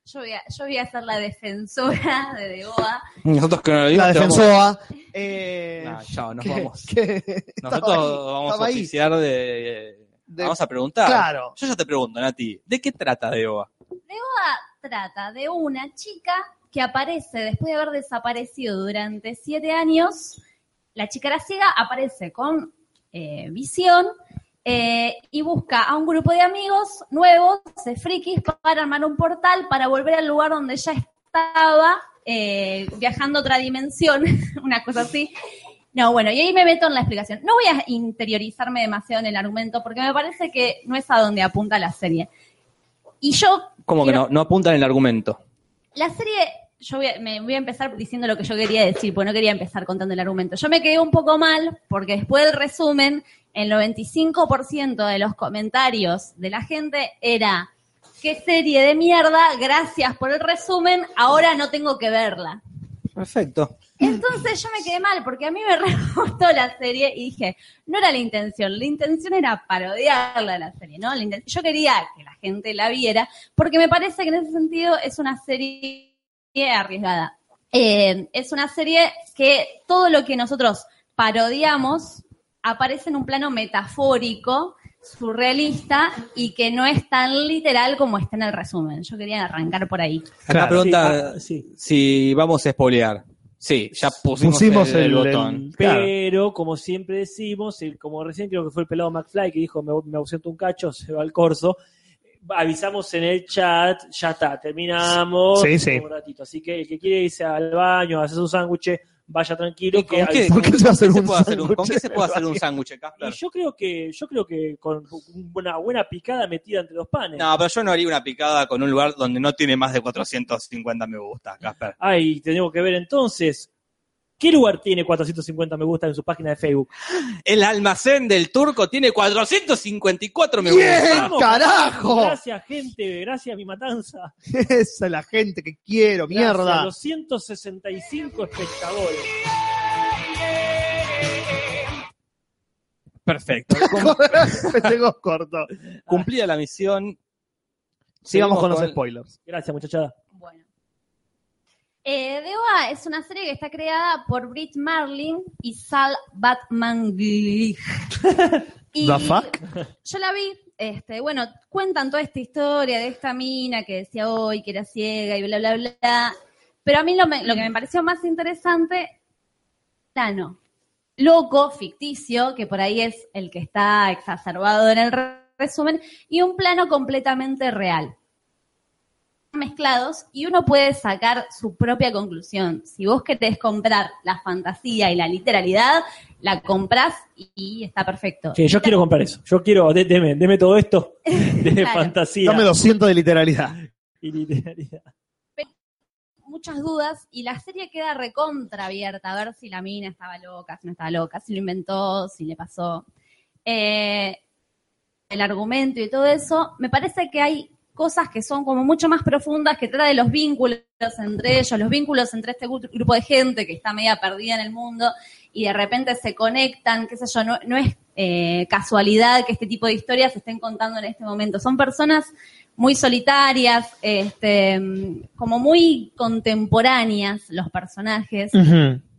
Yo voy, a, yo voy a ser la defensora de Deboa. nosotros que no lo vimos, la te vamos- defensoa. Eh, Nah, Ah, chao, nos que- vamos. que- Nosotros estaba ahí, vamos estaba a ahí. oficiar de, De- Vamos a preguntar. Claro. Yo ya te pregunto, Nati, ¿de qué trata Deva? Trata de una chica que aparece después de haber desaparecido durante siete años. La chica era ciega, aparece con eh, visión eh, y busca a un grupo de amigos nuevos, de frikis, para armar un portal para volver al lugar donde ya estaba, eh, viajando a otra dimensión, una cosa así. No, bueno, y ahí me meto en la explicación. No voy a interiorizarme demasiado en el argumento porque me parece que no es a donde apunta la serie. Y yo Como que Quiero- no, no apuntan el argumento. la serie, yo voy a, me voy a empezar diciendo lo que yo quería decir, porque no quería empezar contando el argumento. Yo me quedé un poco mal, porque después del resumen, el 95% de los comentarios de la gente era, qué serie de mierda, gracias por el resumen, ahora no tengo que verla. Perfecto. Entonces yo me quedé mal, porque a mí me re gustó la serie y dije, no era la intención, la intención era parodiarla la serie, ¿no? La inten- yo quería que la gente la viera, porque me parece que en ese sentido es una serie arriesgada. Eh, es una serie que todo lo que nosotros parodiamos aparece en un plano metafórico, surrealista y que no es tan literal como está en el resumen. Yo quería arrancar por ahí. Acá pregunta sí, ah, sí. si vamos a spoilear. Sí, ya pusimos, Pusimos el, el el- botón. el- Claro. Pero, como siempre decimos, el- como recién creo que fue el pelado McFly que dijo, me, me ausento un cacho, se va al corso, avisamos en el chat, ya está, terminamos Sí, sí. un ratito. Así que el que quiere irse al baño, hacer un sándwich, vaya tranquilo. ¿Y Que con qué? avisamos. ¿Por qué se va a hacer ¿Con qué un puede hacer un- ¿Con sándwich qué se en puede el hacer un baño? sándwich, Casper? Y yo creo que, yo creo que con una buena picada metida entre los panes. No, pero yo no haría una picada con un lugar donde no tiene más de 450 me gusta, Casper. Ay, tenemos que ver entonces. ¿Qué lugar tiene 450 me gusta en su página de Facebook? El almacén del turco tiene 454 me Bien, gusta. Vamos, carajo! Gracias, gente. Gracias, mi matanza. Esa es la gente que quiero, Gracias, mierda. Los 165 espectadores. Perfecto. Festejos cortos. Cumplida la misión. Sigamos Seguimos con los con- spoilers. Gracias, muchachada. Bueno. Eh, The Oa es una serie que está creada por Britt Marlin y Sal Batman Glich. Y The fuck? Yo la vi, este, bueno, cuentan toda esta historia de esta mina que decía hoy que era ciega y bla, bla, bla. Pero a mí lo, me- lo que me pareció más interesante, Tano, loco, ficticio, que por ahí es el que está exacerbado en el re- resumen, y un plano completamente real mezclados y uno puede sacar su propia conclusión. Si vos querés comprar la fantasía y la literalidad, la comprás y, y está perfecto. Sí, yo quiero comprar eso. Yo quiero, dé- deme, deme todo esto de Claro. fantasía Dame 200 de literalidad. y literalidad. Muchas dudas y la serie queda recontra abierta a ver si la mina estaba loca, si no estaba loca, si lo inventó, si le pasó. Eh, el argumento y todo eso, me parece que hay cosas que son como mucho más profundas, que trata de los vínculos entre ellos, los vínculos entre este gru- grupo de gente que está media perdida en el mundo y de repente se conectan, qué sé yo, no, no es eh, casualidad que este tipo de historias se estén contando en este momento, son personas muy solitarias, este, mm, como muy contemporáneas los personajes,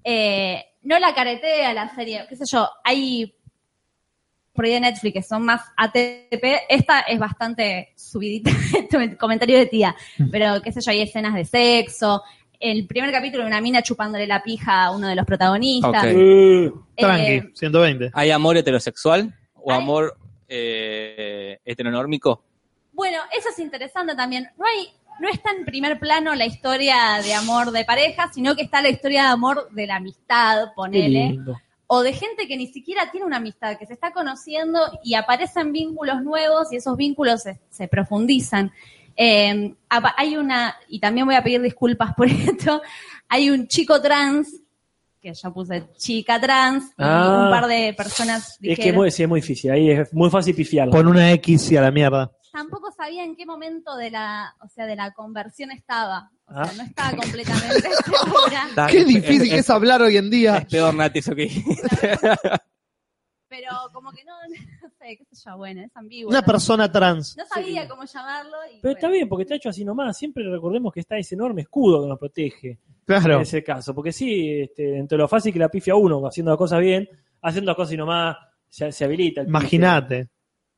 eh, no la caretea la serie, qué sé yo, hay por ahí de Netflix que son más ATP, esta es bastante subidita, tu comentario de tía, Mm. pero qué sé yo, hay escenas de sexo, el primer capítulo de una mina chupándole la pija a uno de los Ok. protagonistas. Eh, Eh, Tranqui, 120. ¿Hay amor heterosexual o Hay- amor eh, heteronórmico? Bueno, eso es interesante también. No hay, no está en primer plano la historia de amor de pareja, sino que está la historia de amor de la amistad, Qué ponele. lindo. O de gente que ni siquiera tiene una amistad, que se está conociendo y aparecen vínculos nuevos y esos vínculos se, se profundizan. Eh, apa- hay una, y también voy a pedir disculpas por esto, hay un chico trans, que yo puse chica trans, y Ah. un par de personas Es que es dijeron- muy, sí, es muy difícil, ahí es muy fácil pifiarla. Pon una X y a la mierda. tampoco sabía en qué momento de la, o sea, de la conversión estaba. O sea, Ah. no estaba completamente segura. Da- Qué difícil que es, es hablar hoy en es día. peor, Nati, eso que Pero como que no, no sé, qué sé yo, bueno, es ambiguo. Una ¿no? persona trans. No sabía cómo llamarlo. Y Pero está bueno. bien, porque está hecho así nomás. Siempre recordemos que está ese enorme escudo que nos protege en Claro. ese caso. Porque sí, este, entre lo fácil que la pifia uno, haciendo las cosas bien, haciendo las cosas y nomás se, se habilita. el pife. Imagínate.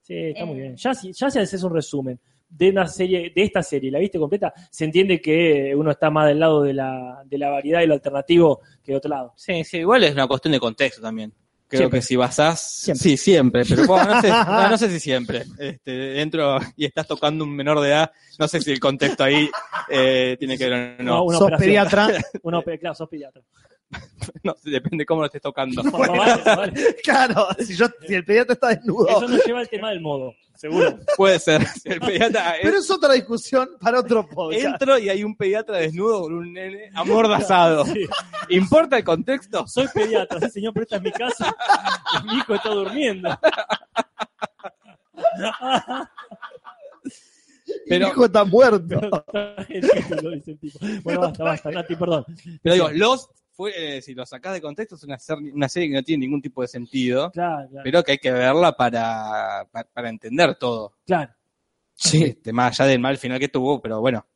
Sí, está muy Eh. bien. Ya, si- ya si haces un resumen de una serie, de esta serie, la viste completa, se entiende que uno está más del lado de la, de la variedad y lo alternativo que de otro lado. Sí, sí, igual es una cuestión de contexto también. Creo Siempre. que si basás. Siempre. Sí, siempre, pero bueno, no, sé, no, no sé si siempre. Este, dentro y estás tocando un menor de edad, no sé si el contexto ahí eh, tiene que ver o no. una Sos operación. pediatra. Uno, claro, sos pediatra. No, depende cómo lo estés tocando. Vale, vale. Claro, si, yo, si el pediatra está Eso desnudo. nos lleva al tema del modo, seguro. Puede ser. Si el pediatra- Pero es otra discusión para otro podcast. Entro y hay un pediatra desnudo con un nene amordazado. Sí. ¿Importa el contexto? Soy pediatra, sí, señor, pero esta es mi casa. Y mi hijo está durmiendo. Pero- Mi hijo está muerto. El título, dice el tipo. Bueno, basta, basta, Nati, perdón. Pero digo, Lost, fue, eh, si lo sacás de contexto, es una, ser- una serie que no tiene ningún tipo de sentido, Claro, claro. pero que hay que verla para, para, para entender todo. claro. Este, más allá del mal final que tuvo, pero bueno.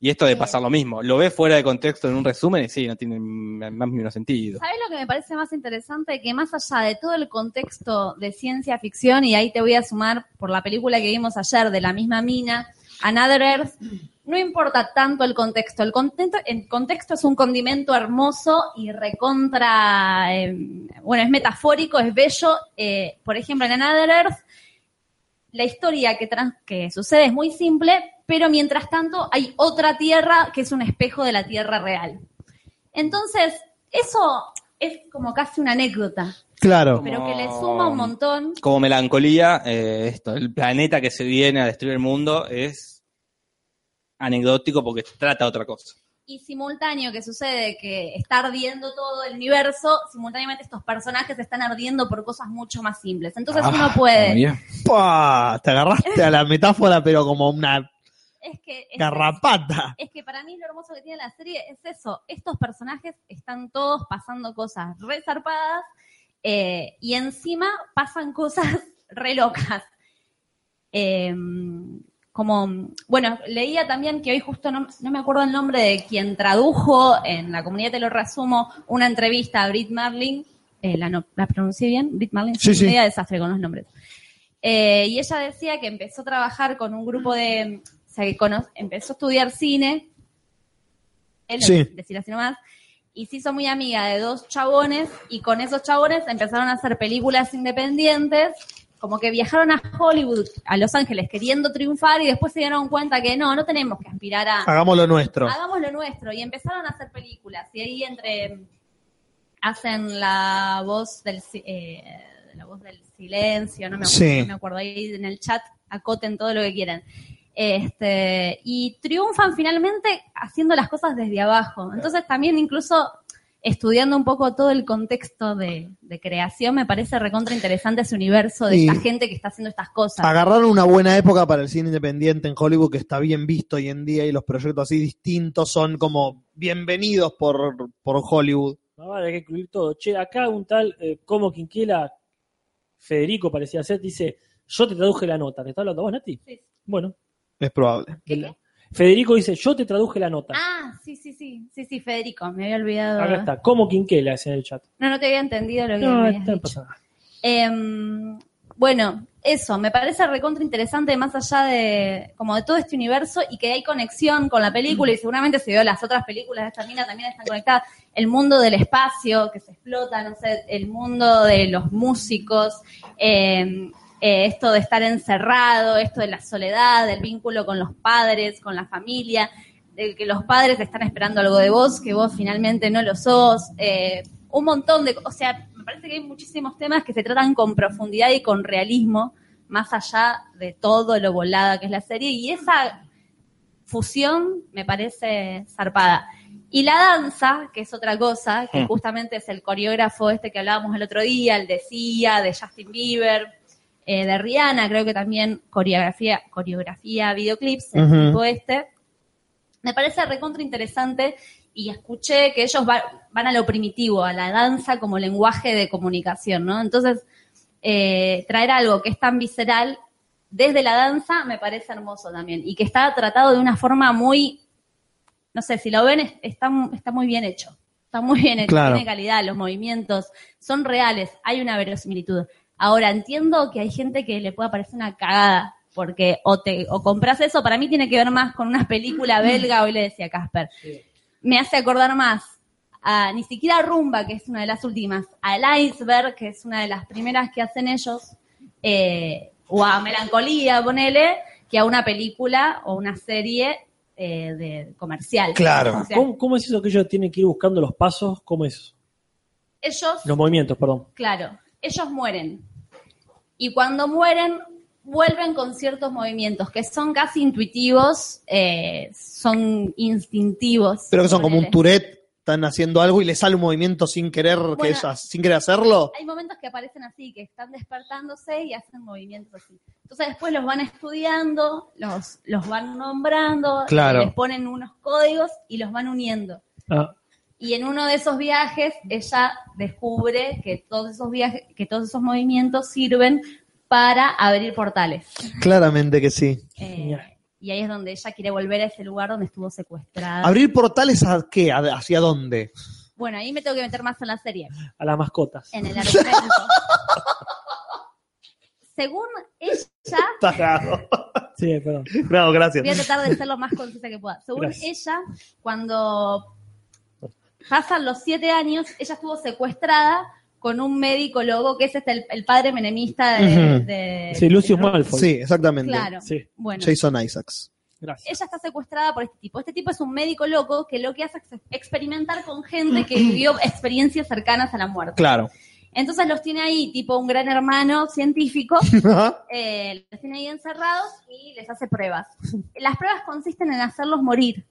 Y esto de pasar lo mismo, lo ves fuera de contexto en un resumen y sí, no tiene m- más ni menos sentido. ¿Sabes lo que me parece más interesante? Que más allá de todo el contexto de ciencia ficción, y ahí te voy a sumar por la película que vimos ayer de la misma mina, Another Earth, no importa tanto el contexto. El contexto, el contexto es un condimento hermoso y recontra, eh, bueno, es metafórico, es bello. Eh, por ejemplo, en Another Earth, la historia que, trans- que sucede es muy simple, pero mientras tanto hay otra tierra que es un espejo de la tierra real. Entonces, eso es como casi una anécdota, Claro. pero que le suma un montón. Como melancolía, eh, esto, el planeta que se viene a destruir el mundo es anecdótico porque trata otra cosa. Y simultáneo que sucede que está ardiendo todo el universo, simultáneamente estos personajes están ardiendo por cosas mucho más simples. Entonces uno puede. ¡Pua! Te agarraste a la metáfora, pero como una Es que, es- garrapata. es que para mí lo hermoso que tiene la serie es eso. Estos personajes están todos pasando cosas re zarpadas eh, y encima pasan cosas re locas. Eh, como, bueno, leía también que hoy justo no, no me acuerdo el nombre de quien tradujo, en la comunidad te lo resumo, una entrevista a Brit Marling, eh, la, no- la pronuncié bien, Brit Marling, Sí, soy sí. media desastre con los nombres. Eh, y ella decía que empezó a trabajar con un grupo de, o sea, que cono- empezó a estudiar cine, él, Sí. decir así nomás, y se hizo muy amiga de dos chabones y con esos chabones empezaron a hacer películas independientes, como que viajaron a Hollywood, a Los Ángeles, queriendo triunfar y después se dieron cuenta que no, no tenemos que aspirar a, Hagamos lo nuestro. hagamos lo nuestro. Y empezaron a hacer películas. Y ahí entre hacen la voz del si- eh, la voz del silencio, no me, acuerdo, Sí. no me acuerdo. Ahí en el chat acoten todo lo que quieran. Este, y triunfan finalmente haciendo las cosas desde abajo. Entonces también incluso estudiando un poco todo el contexto de, de creación, me parece recontra interesante ese universo de Y- esta gente que está haciendo estas cosas. Agarraron una buena época para el cine independiente en Hollywood que está bien visto hoy en día y los proyectos así distintos son como bienvenidos por, por Hollywood. No, vale, hay que incluir todo. Che, acá un tal eh, como Quinquela, Federico parecía ser, dice, yo te traduje la nota. ¿Te está hablando vos, Nati? Sí. Bueno. Es probable. ¿Qué, el- qué? Federico dice, yo te traduje la nota. Ah, sí, sí, sí, sí, sí, Federico, me había olvidado. Acá está, como Quinquela es en el chat. No, no te había entendido lo que No, me habías está dicho. pasando. Em, bueno, eso, me parece recontra interesante más allá de como de todo este universo y que hay conexión con la película y seguramente se vio las otras películas de esta mina también están conectadas. El mundo del espacio que se explota, no sé, el mundo de los músicos, em, eh, esto de estar encerrado, esto de la soledad, del vínculo con los padres, con la familia, del que los padres están esperando algo de vos, que vos finalmente no lo sos, eh, un montón de, o sea, me parece que hay muchísimos temas que se tratan con profundidad y con realismo, más allá de todo lo volada que es la serie, y esa fusión me parece zarpada. Y la danza, que es otra cosa, que Hmm. justamente es el coreógrafo este que hablábamos el otro día, el de Sia, de Justin Bieber, eh, de Rihanna, creo que también coreografía, coreografía, videoclips, el Ujú. tipo este. Me parece recontra interesante y escuché que ellos va- van a lo primitivo, a la danza como lenguaje de comunicación, ¿no? Entonces, eh, traer algo que es tan visceral desde la danza me parece hermoso también y que está tratado de una forma muy, no sé, si lo ven, es- está, está muy bien hecho. Está muy bien hecho, Claro. tiene calidad, los movimientos son reales, hay una verosimilitud. Ahora, entiendo que hay gente que le pueda parecer una cagada, porque o te o compras eso, para mí tiene que ver más con una película belga, hoy le decía a Casper. Me hace acordar más a ni siquiera a Rumba, que es una de las últimas, al Iceberg, que es una de las primeras que hacen ellos, eh, o a Melancolía, ponele, que a una película o una serie eh, de comercial. O sea, ¿Cómo, cómo es eso que ellos tienen que ir buscando los pasos? ¿Cómo es eso? ellos Los movimientos, perdón. Claro, ellos mueren. Y cuando mueren, vuelven con ciertos movimientos que son casi intuitivos, eh, son instintivos. Pero que son como un Ponele. Tourette, están haciendo algo y le sale un movimiento sin querer, que Bueno. ellas- sin querer hacerlo. Hay momentos que aparecen así, que están despertándose y hacen movimientos así. Entonces después los van estudiando, los, los van nombrando, Claro. les ponen unos códigos y los van uniendo. Ah, Y en uno de esos viajes, ella descubre que todos esos viajes, que todos esos movimientos sirven para abrir portales. Claramente que sí. Eh, y ahí es donde ella quiere volver a ese lugar donde estuvo secuestrada. ¿Abrir portales a qué? ¿A- ¿Hacia dónde? Bueno, ahí me tengo que meter más en la serie, a las mascotas. en el argumento. Según ella, Tarado. Sí, perdón. No, gracias. voy a tratar de ser lo más concisa que pueda. Según Gracias. ella, cuando pasan los siete años, ella estuvo secuestrada con un médico lobo que es este, el, el padre menemista de... Ujú. de- de- Sí, exactamente. Claro. Sí. Bueno. Jason Isaacs. Ella está secuestrada por este tipo. Este tipo es un médico loco que lo que hace es experimentar con gente que vivió experiencias cercanas a la muerte. Claro. Entonces los tiene ahí, tipo un gran hermano científico, eh, los tiene ahí encerrados y les hace pruebas. Las pruebas consisten en hacerlos morir.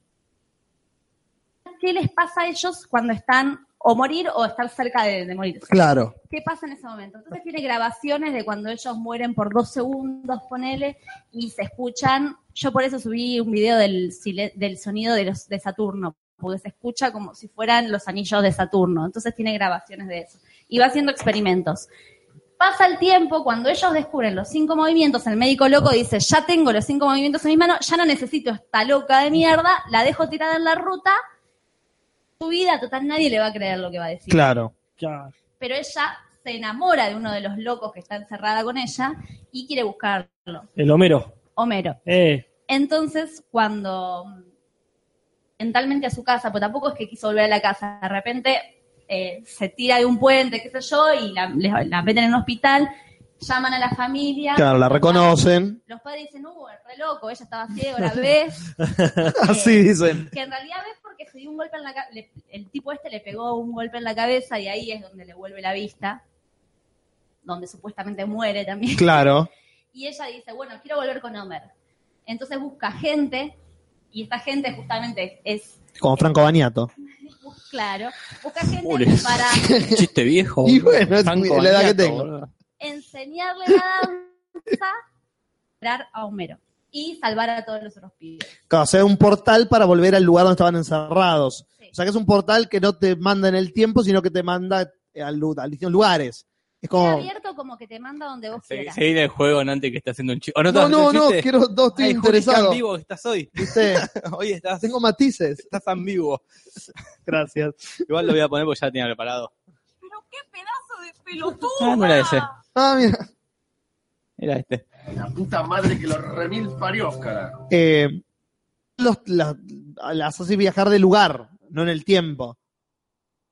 ¿Qué les pasa a ellos cuando están o morir o estar cerca de, de morir? Claro. ¿Qué pasa en ese momento? Entonces tiene grabaciones de cuando ellos mueren por dos segundos, ponele, y se escuchan. Yo por eso subí un video del, sile- del sonido de, los, de Saturno, porque se escucha como si fueran los anillos de Saturno. Entonces tiene grabaciones de eso. Y va haciendo experimentos. Pasa el tiempo, cuando ellos descubren los cinco movimientos, el médico loco dice, ya tengo los cinco movimientos en mi mano, ya no necesito esta loca de mierda, la dejo tirada en la ruta, su vida, total, nadie le va a creer lo que va a decir Claro. pero ella se enamora de uno de los locos que está encerrada con ella y quiere buscarlo, El Homero. Homero. Eh, Entonces, cuando mm, mentalmente a su casa, pues tampoco es que quiso volver a la casa, de repente eh, se tira de un puente, qué sé yo, y la, le- la meten en un hospital, llaman a la familia. Claro, la reconocen. Los padres dicen, uh, es re loco, ella estaba ciega, la ves. Así dicen. Que en realidad ves porque se dio un golpe en la ca- le- el tipo este le pegó un golpe en la cabeza y ahí es donde le vuelve la vista, donde supuestamente muere también. Claro. Y ella dice, bueno, quiero volver con Homer. Entonces busca gente y esta gente justamente es, Como Franco Baniato. claro, busca gente Pobre. para Chiste viejo. Y boludo. bueno, es Franco mi- la edad que Baniato, tengo. boludo. enseñarle la danza para a Homero y salvar a todos los otros pibes. Claro, o sea, un portal para volver al lugar donde estaban encerrados. O sea, que es un portal que no te manda en el tiempo, sino que te manda al lu- a distintos lugares. Es Está como. abierto como que te manda donde vos Seguí, quieras. seguí en el juego, Nante, que está haciendo un chiste. ¿O No, estás no, haciendo no, un chiste? quiero, no estoy Ay, Juli, qué interesado. ambiguo que estás hoy. ¿Viste? hoy estás, Tengo matices. estás ambiguo. Gracias. Igual lo voy a poner porque ya tenía preparado. Pero qué pedazo de pelotudo. Ah, no era ese. Ah, mira. Era este. La puta madre que lo remil parió, carajo. Eh, los, las- las hace viajar de lugar, no en el tiempo.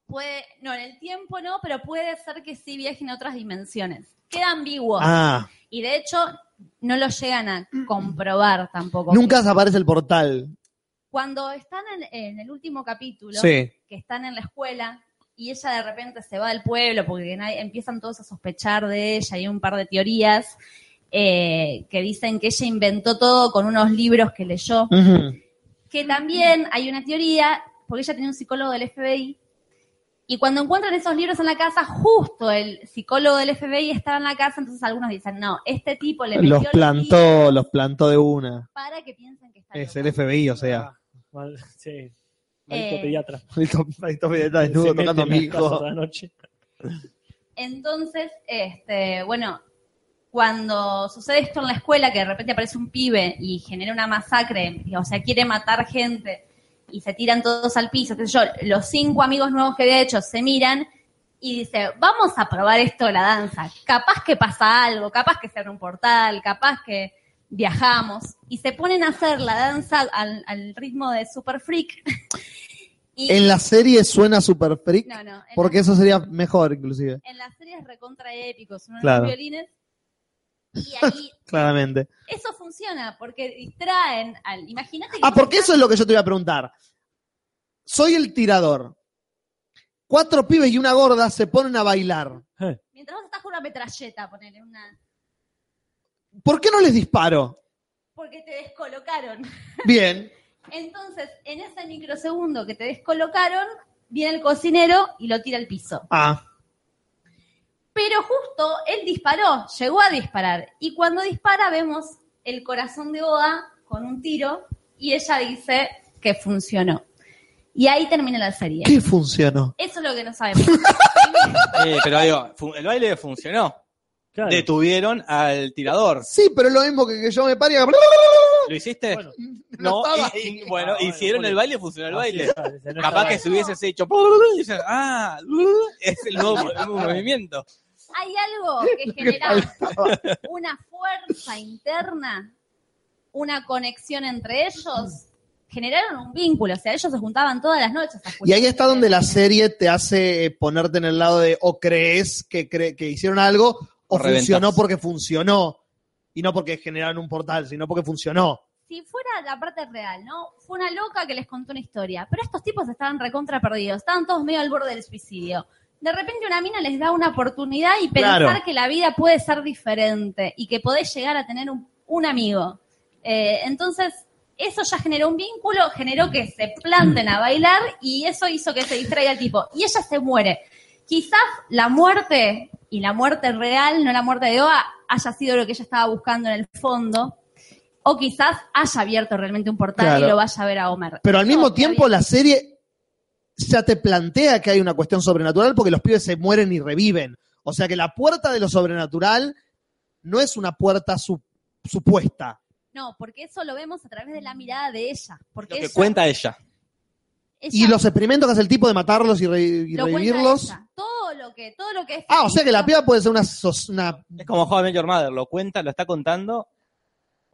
Puede, no, en el tiempo no, pero puede ser que sí viajen a otras dimensiones. Queda ambiguo. Ah, Mm. Y de hecho, no lo llegan a comprobar tampoco. Nunca aparece el portal. Cuando están en, en el último capítulo, Sí. que están en la escuela y ella de repente se va del pueblo porque nadie- empiezan todos a sospechar de ella. Hay un par de teorías eh, que dicen que ella inventó todo con unos libros que leyó. Que también hay una teoría, porque ella tenía un psicólogo del FBI. Y cuando encuentran esos libros en la casa, justo el psicólogo del FBI estaba en la casa, entonces algunos dicen, no, este tipo le metió Los plantó, los plantó de una. para que piensen que está Es el FBI, o sea. Ah. Mal- sí. Eh, Maldito pediatra. Listo, listo, está Se desnudo mete Ah, tocando a en mi las casas hijo. a la noche. Entonces, este, bueno, cuando sucede esto en la escuela, que de repente aparece un pibe y genera una masacre, y, o sea, quiere matar gente y se tiran todos al piso, qué sé yo, los cinco amigos nuevos que había hecho se miran y dice, vamos a probar esto de la danza, capaz que pasa algo, capaz que se abre un portal, capaz que viajamos, y se ponen a hacer la danza al, al ritmo de Super Freak. Y- En la serie suena Super Freak, No, no, en la- porque eso sería mejor, inclusive. en las series recontra épicos, son unos Claro. violines. Y ahí Claramente. eso funciona porque distraen al. Imagínate que. Ah, porque eso es lo que yo te iba a preguntar. Soy el tirador. Cuatro pibes y una gorda se ponen a bailar. Mientras vos estás con una metralleta, ponele una. ¿Por qué no les disparo? Porque te descolocaron. Bien. Entonces, en ese microsegundo que te descolocaron, viene el cocinero y lo tira al piso. Ah, Pero justo él disparó, llegó a disparar. Y cuando dispara, vemos el corazón de Oda con un tiro y ella dice que funcionó. Y ahí termina la serie. ¿qué funcionó? Eso es lo que no sabemos. Eh, pero digo, fu- el baile funcionó. Claro. Detuvieron al tirador. Sí, pero es lo mismo que, que yo me pare y haga- ¿Lo hiciste? Bueno, no, no y- estaba y- ahí. bueno, Ah, bueno, hicieron el ponele. baile, funcionó el Así baile. está, se no Capaz está- que si hubieses hecho, y dices, ah, es el nuevo, el nuevo movimiento. hay algo que genera una fuerza interna, una conexión entre ellos. Generaron un vínculo, o sea, ellos se juntaban todas las noches. Y a escuchar ahí está música. donde la serie te hace eh, ponerte en el lado de o crees que, cre- que hicieron algo o O reventás. funcionó porque funcionó. Y no porque generaron un portal, sino porque funcionó. Si fuera la parte real, ¿no? Fue una loca que les contó una historia, pero estos tipos estaban recontra perdidos, estaban todos medio al borde del suicidio. De repente una mina les da una oportunidad y pensar Claro. que la vida puede ser diferente y que podés llegar a tener un, un amigo. Eh, entonces, eso ya generó un vínculo, generó que se planten a bailar y eso hizo que se distraiga el tipo. Y ella se muere. Quizás la muerte, y la muerte real, no la muerte de Oa, haya sido lo que ella estaba buscando en el fondo. O quizás haya abierto realmente un portal Claro. y lo vaya a ver a Homer. Pero al Eso mismo está bien. tiempo la serie ya te plantea que hay una cuestión sobrenatural porque los pibes se mueren y reviven. O sea que la puerta de lo sobrenatural no es una puerta su- supuesta. No, porque eso lo vemos a través de la mirada de ella. Porque Lo que ella- cuenta ella. ella Y los experimentos que hace el tipo de matarlos y, re- y lo cuenta revivirlos. ella. Todo lo que, todo lo que es. Ah, o sea que la piba puede ser una, sos- una Es como Joven Your Mother, lo cuenta, lo está contando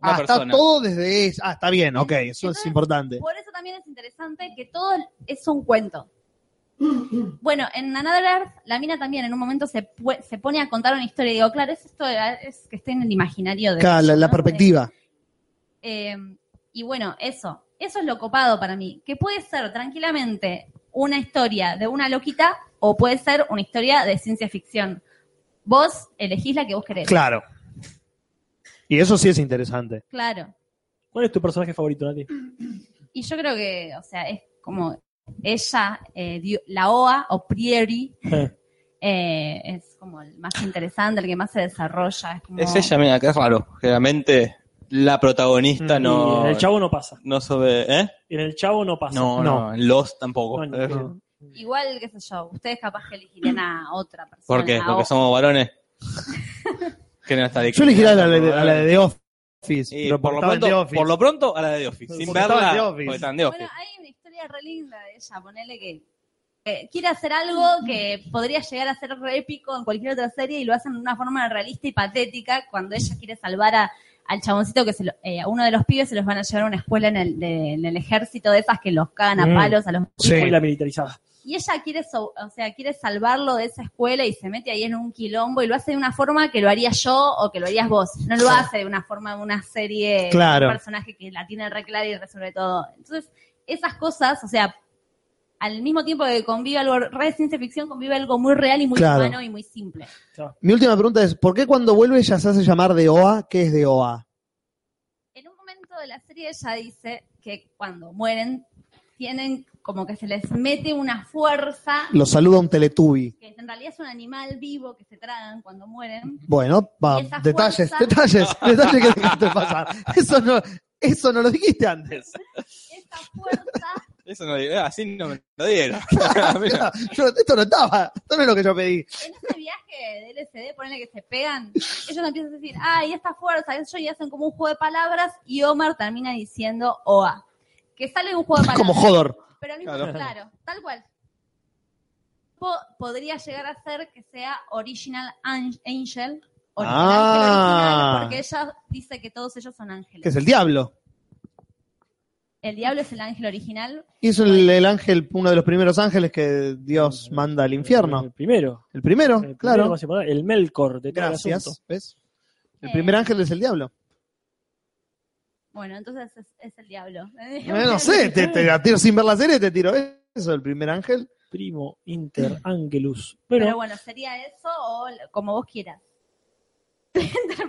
una Ah, está persona. todo desde ella. Ah, está bien, ok, eso es Entonces, importante. Por eso también es interesante que todo es un cuento. Bueno, en Another Earth, la mina también en un momento se, pue- se pone a contar una historia y digo, claro, es esto es que estoy en el imaginario de Claro, la, ella, la ¿no? perspectiva. Eh, y bueno, eso. Eso es lo copado para mí. Que puede ser tranquilamente una historia de una loquita o puede ser una historia de ciencia ficción. Vos elegís la que vos querés. Claro. Y eso sí es interesante. Claro. ¿Cuál es tu personaje favorito, Nati? Y yo creo que, o sea, es como ella, eh, dio- la OA o Prieri, eh, es como el más interesante, el que más se desarrolla. Es, como- Es ella, mira, que es raro. Generalmente la protagonista Mm, Y no, en el chavo no pasa. no sobre. ¿Eh? En el chavo no pasa. No, no, en Lost tampoco. Eh, No, no. Igual, qué sé yo, ustedes capaz que elegirían a otra persona. ¿Por qué? a Porque o- somos varones. Genera hasta Yo elegiré a la, de- a la de The Office. Y pero por, lo estaba en The pronto, Office. por lo pronto a la de The Office. Sin Porque estaba en verla, The Office. porque está en The Office. Bueno, hay una historia re linda de ella, ponele que eh, quiere hacer algo que podría llegar a ser re épico en cualquier otra serie y lo hacen de una forma realista y patética cuando ella quiere salvar a, al chaboncito que se lo- eh, a uno de los pibes se los van a llevar a una escuela en el, de- en el ejército de esas que los cagan a Mm. palos a los Sí. Fue la militarizada. Y ella quiere, so- o sea, quiere salvarlo de esa escuela y se mete ahí en un quilombo y lo hace de una forma que lo haría yo o que lo harías vos. No lo hace de una forma de una serie, Claro. de un personaje que la tiene re clara y resuelve todo. Entonces, esas cosas, o sea, al mismo tiempo que convive algo re de ciencia ficción, convive algo muy real y muy Claro. humano y muy simple. Mi última pregunta es, ¿por qué cuando vuelve ella se hace llamar de OA? ¿Qué es de OA? En un momento de la serie ella dice que cuando mueren tienen como que se les mete una fuerza Lo saluda un teletubi. que en realidad es un animal vivo que se tragan cuando mueren. Bueno, va, Y esa detalles, fuerza- detalles, detalles que dejaste pasar. Eso no, eso no lo dijiste antes. Esa fuerza, Eso no, eh, así no me lo dieron. Mira, Yo- esto no estaba, esto no es lo que yo pedí. en ese viaje de LSD, ponele que se pegan, ellos empiezan a decir, ah, y esta fuerza, eso, y hacen como un juego de palabras, y Omar termina diciendo OA. Que sale un juego de Es palabras. como Jodor. Pero al mismo Claro. claro. claro, tal cual. Po- podría llegar a ser que sea Original An- Angel. Original, Ah. pero original, porque ella dice que todos ellos son ángeles. Que es el diablo. El diablo es el ángel original. Hizo el, el ángel, uno de los primeros ángeles que Dios manda al El infierno. primero. El primero, mm, el primero claro. más importante, el Melkor de todo el asunto. Gracias. ¿Ves? El Eh, primer ángel es el diablo. Bueno, entonces es, es el diablo. Eh, no sé, te, te la tiro sin ver la serie, te tiro eso, el primer ángel. Primo Mm. Inter Angelus. Pero, Pero, bueno, sería eso o l- como vos quieras.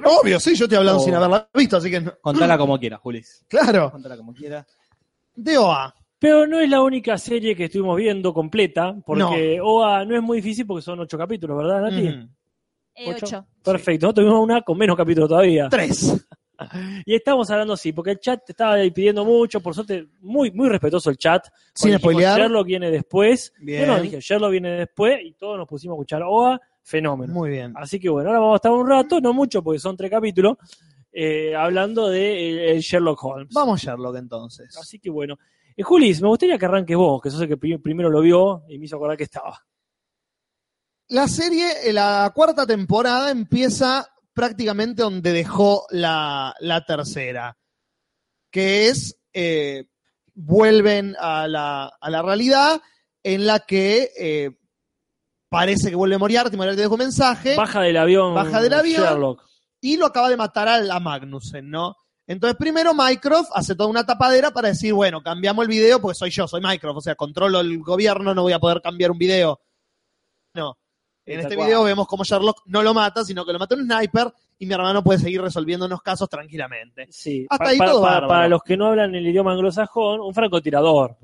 Obvio, sí, yo te he hablado Oh. sin haberla visto, así que no- Contala como quieras, Julis. claro. Contala como quieras. De OA. pero no es la única serie que estuvimos viendo completa, porque OA no es muy difícil porque son ocho capítulos, ¿verdad, Nati? Mm. Eh, Ocho. ocho. Perfecto, nosotros tuvimos una con menos capítulos todavía. Tres. Y estamos hablando así, porque el chat estaba ahí pidiendo mucho, por suerte, muy, muy respetuoso el chat. Sin Cuando dijimos, spoilear. Sherlock viene después. Bien. Yo no dije, Sherlock viene después y todos nos pusimos a escuchar OA, fenómeno. Muy bien. Así que bueno, ahora vamos a estar un rato, no mucho porque son tres capítulos, eh, hablando de eh, el- el Sherlock Holmes. Vamos Sherlock entonces. Así que bueno. Eh, Julis, me gustaría que arranques vos, que sos el que pri- primero lo vio y me hizo acordar que estaba. La serie, eh, la cuarta temporada empieza prácticamente donde dejó la, la tercera, que es, eh, vuelven a la, a la realidad en la que eh, parece que vuelve Moriarty, Moriarty deja un mensaje Baja del avión. Baja del avión. Sherlock. y lo acaba de matar al- a Magnussen, ¿no? Entonces primero Mycroft hace toda una tapadera para decir, bueno, cambiamos el video porque soy yo, soy Mycroft, o sea, controlo el gobierno, no voy a poder cambiar un video. No. En Tal este cual. video vemos cómo Sherlock no lo mata, sino que lo mata un sniper y mi hermano puede seguir resolviendo unos casos tranquilamente. Sí. Hasta Pa- ahí pa- todo pa- bárbaro. para los que no hablan el idioma anglosajón, un francotirador.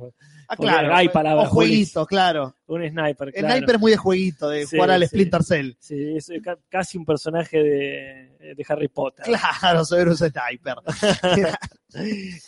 Ah, Porque claro. hay palabras, o jueguito, claro. Un sniper, El claro. sniper es muy de jueguito, de Sí, jugar al sí. Splinter Cell. Sí, es ca- casi un personaje de, de Harry Potter. Claro, soy un sniper.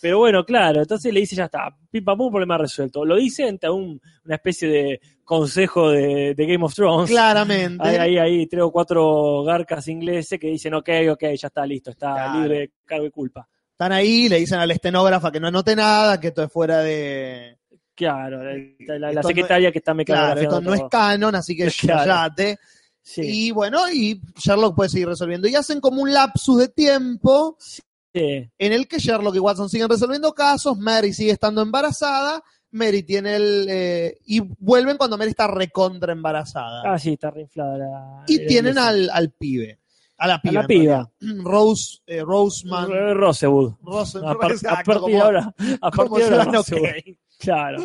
Pero bueno, claro, entonces le dice ya está, pim pam pum, problema resuelto. Lo dice ante un- una especie de consejo de, de Game of Thrones. Claramente. Hay ahí, ahí tres o cuatro garcas ingleses que dicen, ok, ok, ya está listo, está Claro. libre de cargo y culpa. Están ahí, le dicen al estenógrafa que no anote nada, que esto es fuera de, Claro, la, la- la Esto no secretaria que está Claro, mecanografando esto no es todo. canon, así que Claro. callate. Sí, Y bueno, y Sherlock puede seguir resolviendo. Y hacen como un lapsus de tiempo sí. en el que Sherlock y Watson siguen resolviendo casos, Mary sigue estando embarazada, Mary tiene el... eh, y vuelven cuando Mary está recontra embarazada. Ah, sí, está reinflada la... y la tienen inglesa. al, al pibe. A la piba. la en piba. realidad. Rose, eh, Roseman. R- Rosewood. Roseman. A, par- a exacto, partir como- de ahora, a como partir de ahora Ciudadano Rosewood. Kane. Claro.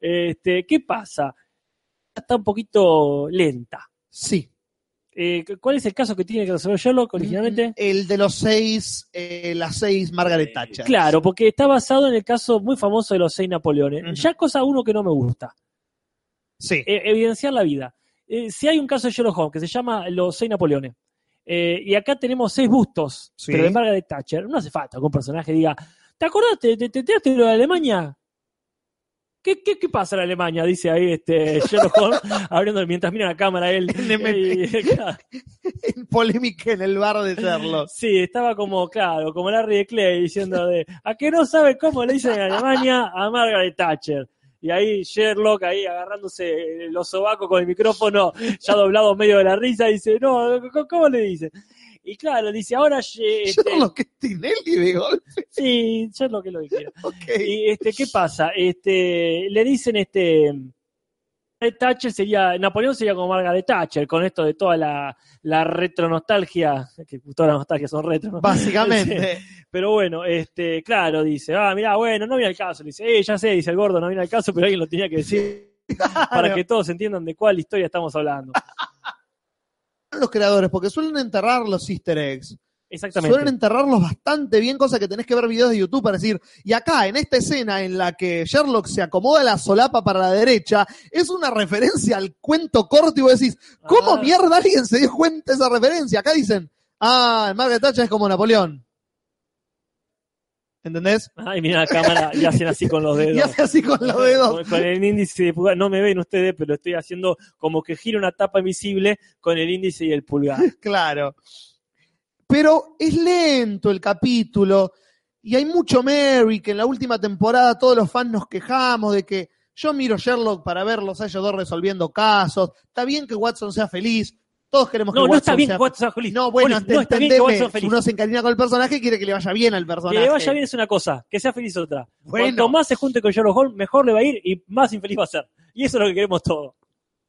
Este, ¿Qué pasa? Está un poquito lenta. Sí. Eh, ¿Cuál es el caso que tiene que resolver Sherlock originalmente? Mm, El de los seis, eh, las seis Margaret Thatcher. Claro, porque está basado en el caso muy famoso de los seis Napoleones. Ujú. Ya cosa uno que no me gusta. Sí. Eh, evidenciar la vida. Eh, si hay un caso de Sherlock Holmes que se llama Los seis Napoleones, eh, y acá tenemos seis bustos, Sí. pero de Margaret Thatcher, no hace falta que un personaje diga, ¿te acordaste? ¿Te te enteraste de lo de Alemania? ¿Qué, qué, qué pasa en Alemania? Dice ahí este Sherlock Holmes, abriendo mientras mira la cámara él. NMT. Y, claro, Polémica en el bar de Sherlock. sí, estaba como, claro, como Larry de Clay diciendo de, ¿a que no sabe cómo le dicen en Alemania a Margaret Thatcher? Y ahí Sherlock ahí agarrándose los sobacos con el micrófono, ya doblado medio de la risa, dice, no, ¿cómo- ¿cómo le dicen? Y claro, dice, ahora... ye- este, Sherlock es Tinelli de golpe. Sí, Sherlock es lo que quiera. ok. Y este, ¿qué pasa? Este, le dicen este Margaret Thatcher sería, Napoleón sería como Margaret Thatcher, con esto de toda la, la retronostalgia, que todas las nostalgias son retro. ¿no? Básicamente. Sí. Pero bueno, este, claro, dice, ah, mirá, bueno, no viene al caso. Le dice, eh, ya sé, dice el gordo, no viene al caso, pero alguien lo tenía que decir para que todos entiendan de cuál historia estamos hablando. Los creadores, porque suelen enterrar los easter eggs. Exactamente. Suelen enterrarlos bastante bien, cosa que tenés que ver videos de YouTube para decir, y acá, en esta escena en la que Sherlock se acomoda la solapa para la derecha, es una referencia al cuento corto y vos decís, ¿cómo Ah. mierda alguien se dio cuenta de esa referencia? Acá dicen, ah, Margaret Thatcher es como Napoleón. ¿Entendés? Ay, mira la cámara y hacen así con los dedos. Y hace así con los dedos. Con, con el índice de pulgar. No me ven ustedes, pero estoy haciendo como que gira una tapa invisible con el índice y el pulgar. Claro. Pero es lento el capítulo y hay mucho Merry que en la última temporada todos los fans nos quejamos de que yo miro Sherlock para verlos a ellos dos resolviendo casos. Está bien que Watson sea feliz. Todos queremos que No, no Watson está bien sea que Watson sea feliz. No, bueno, Polis, no está bien que entendeme, Watson sea feliz. uno se encariña con el personaje y quiere que le vaya bien al Que personaje. le vaya bien es una cosa, que sea feliz otra. Bueno. Cuanto más se junte con Sherlock Holmes, mejor le va a ir y más infeliz va a ser. Y eso es lo que queremos todos.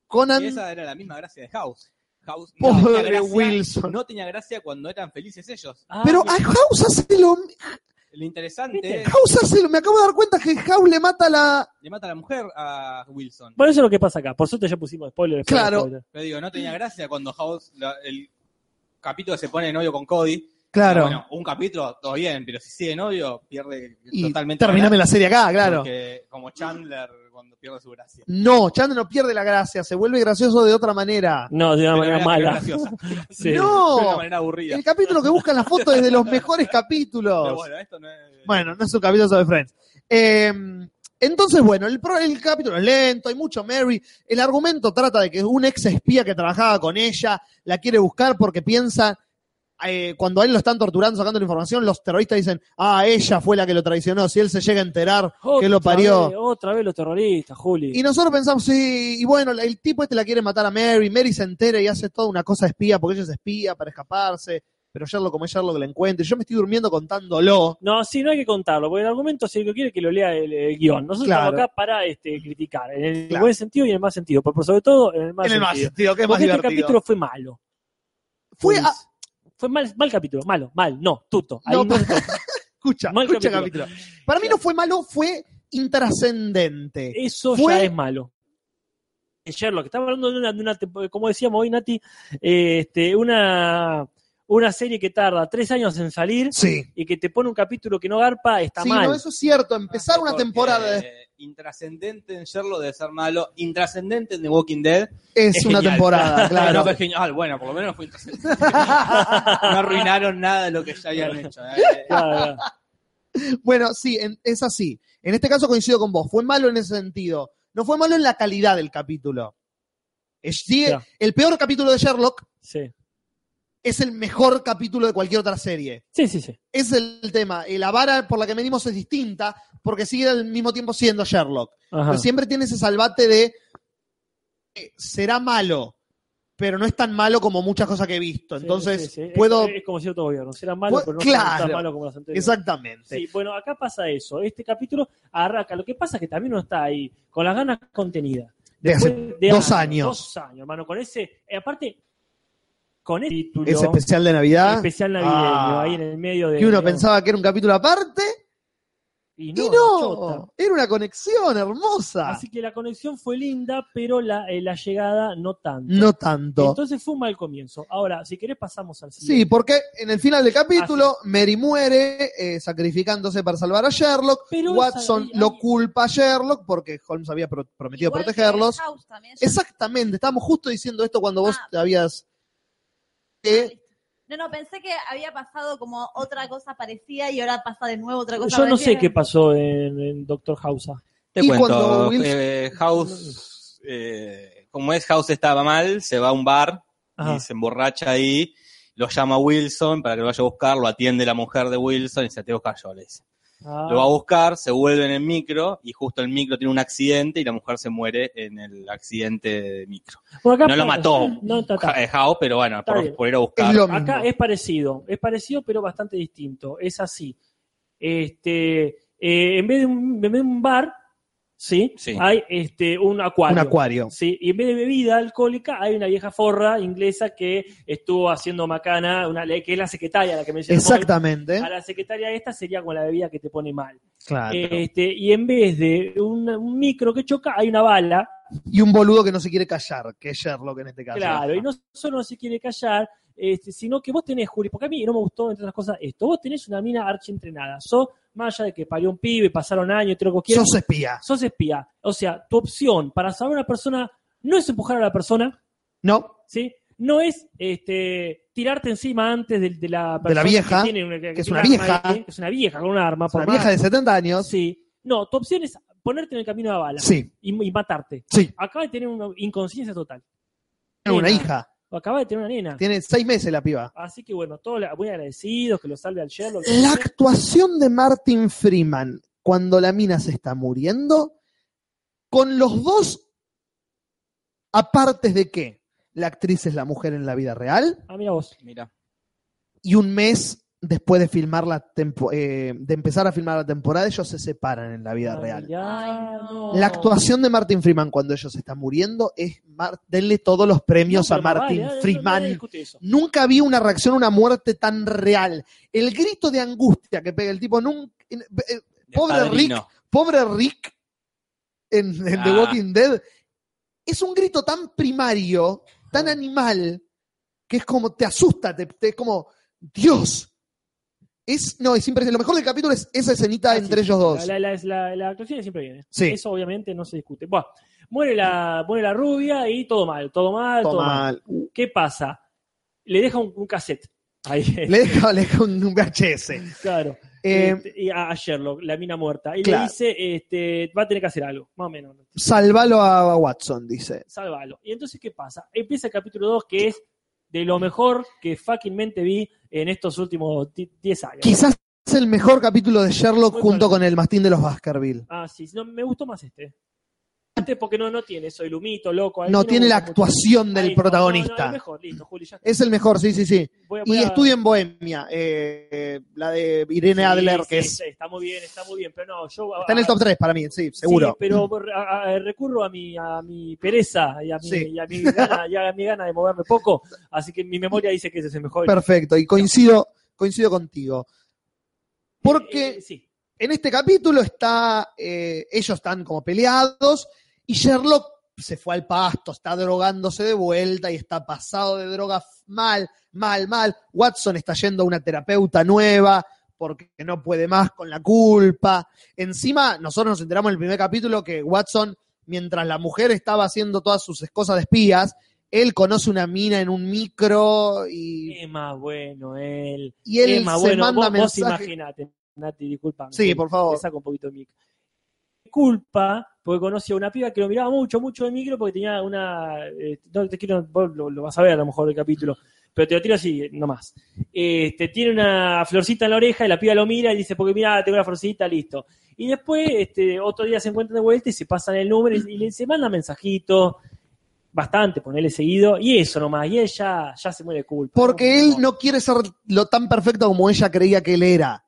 Conan, Y esa era la misma gracia de House. House Pobre tenía gracia- Wilson. no tenía gracia cuando eran felices ellos. Ah, pero a House hace lo, Lo interesante es House hace lo- me acabo de dar cuenta que House le mata la... le mata a la mujer a Wilson. Bueno, eso es lo que pasa acá. Por suerte ya pusimos spoiler. spoiler, Claro. spoiler. Pero digo, no tenía gracia cuando House, la- el capítulo se pone de novio con Cody. Claro. Bueno, un capítulo, todo bien, pero si sigue novio, pierde Y totalmente. terminame la gracia. serie acá, claro. Porque como Chandler cuando pierde su gracia. No, Chandler no pierde la gracia, se vuelve gracioso de otra manera. No, de una Pero manera era- pero mala. graciosa. Sí. No. De una manera aburrida. El capítulo que buscan las fotos es de los mejores Pero capítulos. bueno, esto no es. Bueno, no es un capítulo sobre Friends. Eh, entonces, bueno, el, pro- el capítulo es lento, hay mucho Mary. El argumento trata de que un ex espía que trabajaba con ella la quiere buscar porque piensa, eh, cuando a él lo están torturando, sacando la información, los terroristas dicen, ah, ella fue la que lo traicionó, si él se llega a enterar que lo Otra parió. vez- otra vez los terroristas, Juli. Y nosotros pensamos, sí, y bueno, el tipo este la quiere matar a Mary, Mary se entera y hace toda una cosa espía, porque ella es espía para escaparse, pero Sherlock como es Sherlock la encuentra, y yo me estoy durmiendo contándolo. No, sí, no hay que contarlo, porque el argumento, si lo quiere, que lo lea el, el guión. Nosotros Claro. estamos acá para este, criticar, en el Claro. buen sentido y en el mal sentido, pero por sobre todo en el mal En el más sentido. sentido, que es más porque este divertido. capítulo fue malo. Fue Pues, a- fue mal, mal capítulo, malo, mal, no, tuto. Ahí No, no se toca. Escucha, Mal escucha capítulo. capítulo. Para mí no fue malo, fue intrascendente. Eso Fue- ya es malo. En Eh, Sherlock, estamos hablando de una, de una tempo- como decíamos hoy, Nati, eh, este, una, una serie que tarda tres años en salir Sí. y que te pone un capítulo que no garpa, está Sí, mal. Ah, no, eso es cierto, empezar una Porque, temporada de- eh, Intrascendente en Sherlock de ser malo, intrascendente en The Walking Dead. es, es una genial. temporada, No, claro. fue genial. Ah, Bueno, por lo menos fue intrascendente. no arruinaron nada de lo que ya habían hecho. eh. Claro, Bueno, sí, en- es así. En este caso coincido con vos. Fue malo en ese sentido. No fue malo en la calidad del capítulo. Es- sí, Ya. El peor capítulo de Sherlock sí. es el mejor capítulo de cualquier otra serie. sí, sí, sí. Ese Es el tema. Eh, La vara por la que medimos es distinta porque sigue al mismo tiempo siendo Sherlock. Ajá. Pero siempre tiene ese salvate de eh, será malo, pero no es tan malo como muchas cosas que he visto. Sí, Entonces, sí, sí. Es- puedo... Es, este, como cierto gobierno, será malo, Pu- pero no claro. tan malo como los anteriores. Exactamente. Sí, bueno, acá pasa eso. Este capítulo arranca. Lo que pasa es que también no está ahí, con las ganas contenidas. De hace Después de dos años. Dos años, hermano. Con ese, eh, aparte, con ese título Ese especial de Navidad. especial navideño, Ah. ahí en el medio de. que uno ¿no? pensaba que era un capítulo aparte Y y no, la chota. no, Ah. era una conexión hermosa. Así que la conexión fue linda, pero la, eh, la llegada no tanto. no tanto. Entonces fue un mal comienzo. Ahora, si querés, pasamos al Sí, siguiente. porque en el final del capítulo Mary muere eh, sacrificándose para salvar a Sherlock. Pero Watson esa- ahí- lo ahí- culpa a Sherlock porque Holmes había pro- prometido Igual que protegerlos. House también, yo- Exactamente, estábamos justo diciendo esto cuando vos Ah. te habías... eh, No, no, pensé que había pasado como otra cosa parecida y ahora pasa de nuevo otra cosa Yo no sé parecida. qué pasó en, en Doctor House. Te Y cuento, cuando Will- eh, House, eh, como es, House estaba mal, se va a un bar Ajá. y se emborracha ahí, lo llama Wilson para que lo vaya a buscar, lo atiende la mujer de Wilson y se te busca yo, le dice. Ah. Lo va a buscar, se vuelve en el micro y justo el micro tiene un accidente y la mujer se muere en el accidente de micro. Bueno, acá No lo pa- mató. No, está, está. Ja- eh, House, pero bueno, Está bien. por, por ir a buscar. Es lo mismo. Acá es parecido, es parecido pero bastante distinto. Es así. Este, eh, en, vez de un, en vez de un bar, ¿sí? Sí. Hay este, un acuario. Un acuario. Sí, y en vez de bebida alcohólica hay una vieja forra inglesa que estuvo haciendo macana, una, que es la secretaria, la que me Exactamente. A la secretaria esta sería con la bebida que te pone mal. Claro. Este, y en vez de un, un micro que choca, hay una bala. Y un boludo que no se quiere callar, que es Sherlock en este caso. Claro, y no solo no se quiere callar, este, sino que vos tenés, Juli, porque a mí no me gustó, entre otras cosas, esto. Vos tenés una mina archi entrenada. Sos, más allá de que parió un pibe, pasaron años, todo lo que quieras. Sos espía. Sos espía. O sea, tu opción para salvar a una persona no es empujar a la persona, No, ¿sí? No es este, tirarte encima antes de, de la persona. De la vieja, Que, tiene una- que es tiene una un arma vieja. ahí, que es una vieja con un arma. es una por más- vieja de 70 años. Sí. No, tu opción es ponerte en el camino de la bala Sí, y, y matarte. sí. Acaba de tener una inconsciencia total. Tiene una Nena. hija. Acaba de tener una nena. Tiene seis meses la piba. Así que bueno, todos la- muy agradecidos que lo salve al Sherlock. La actuación de Martin Freeman cuando la mina se está muriendo, con los dos apartes de que la actriz es la mujer en la vida real Ah, mira vos. Mira. y un mes después de filmar la tempo- eh, de empezar a filmar la temporada ellos se separan en la vida Ah, real. mirá. La actuación de Martin Freeman cuando ellos se están muriendo es mar- denle todos los No, premios pero a más Martin vale, ah, no, Freeman. nadie discute eso. Nunca vi una reacción a una muerte tan real. El grito de angustia que pega el tipo nunca en- eh, De Pobre Padrino. pobre Rick en, en The Ah. Walking Dead es un grito tan primario, tan animal, que es como te asusta, te, te- es como Dios. Es, no, es impresionante. Lo mejor del capítulo es esa escenita Ah, sí, entre sí, ellos dos. La, la- la- la- la actuación siempre viene. Sí. Eso obviamente no se discute. Buah, muere la, muere la rubia y todo mal, todo mal, todo, Toma. mal. ¿Qué pasa? Le deja un, un cassette. Ahí, Le deja, le deja un, un VHS. claro. Eh, Este, y a, a Sherlock, la mina muerta. Y claro. le dice, este, va a tener que hacer algo, más o menos. Salvalo a Watson, dice. Sálvalo. Y entonces, ¿qué pasa? Empieza el capítulo 2, que es de lo mejor que fucking mente vi en estos últimos di- 10 años. Quizás es el mejor capítulo de Sherlock Muy junto bueno. con el mastín de los Baskerville. Ah, sí, no, me gustó más este. Este porque no, no tiene eso, el humito, loco. ahí No me tiene la gusta mucho. actuación Ahí del está. No, no, protagonista. es mejor, listo, Juli, ya está. Es el mejor, sí, sí, sí. Voy a- voy Y a- estudia en Bohemia, eh, la de Irene Sí, Adler, sí, que es está, está muy bien, está muy bien, pero no, yo... Está en el top 3 para mí, sí, seguro. Sí, pero a- a- recurro a mi, a mi pereza y a mi, Sí. y a mi gana, y a mi gana de moverme poco, así que mi memoria dice que ese es el mejor. Perfecto, y coincido, coincido contigo. Eh, eh, Porque sí, en este capítulo está, eh, ellos están como peleados y Sherlock se fue al pasto, está drogándose de vuelta y está pasado de drogas mal, mal, mal. Watson está yendo a una terapeuta nueva porque no puede más con la culpa. Encima, nosotros nos enteramos en el primer capítulo que Watson, mientras la mujer estaba haciendo todas sus cosas de espías, él conoce una mina en un micro y, es más bueno él. y él es más se bueno. manda vos, vos mensajes. imaginate, Nati, disculpame. Sí, Juli, por favor. me saco un poquito de mic. Culpa, porque conocí a una piba que lo miraba mucho, mucho de micro, porque tenía una. eh, no te quiero, vos lo, lo vas a ver a lo mejor el capítulo, pero te lo tiro así, nomás. Este, tiene una florcita en la oreja y la piba lo mira y dice, porque mira, tengo una florcita, listo. Y después, este, otro día se encuentran de vuelta y se pasan el número y, y le- se manda mensajitos, bastante, ponele seguido, y eso nomás, y ella ya se muere de culpa. Porque ¿no? él no quiere ser lo tan perfecto como ella creía que él era.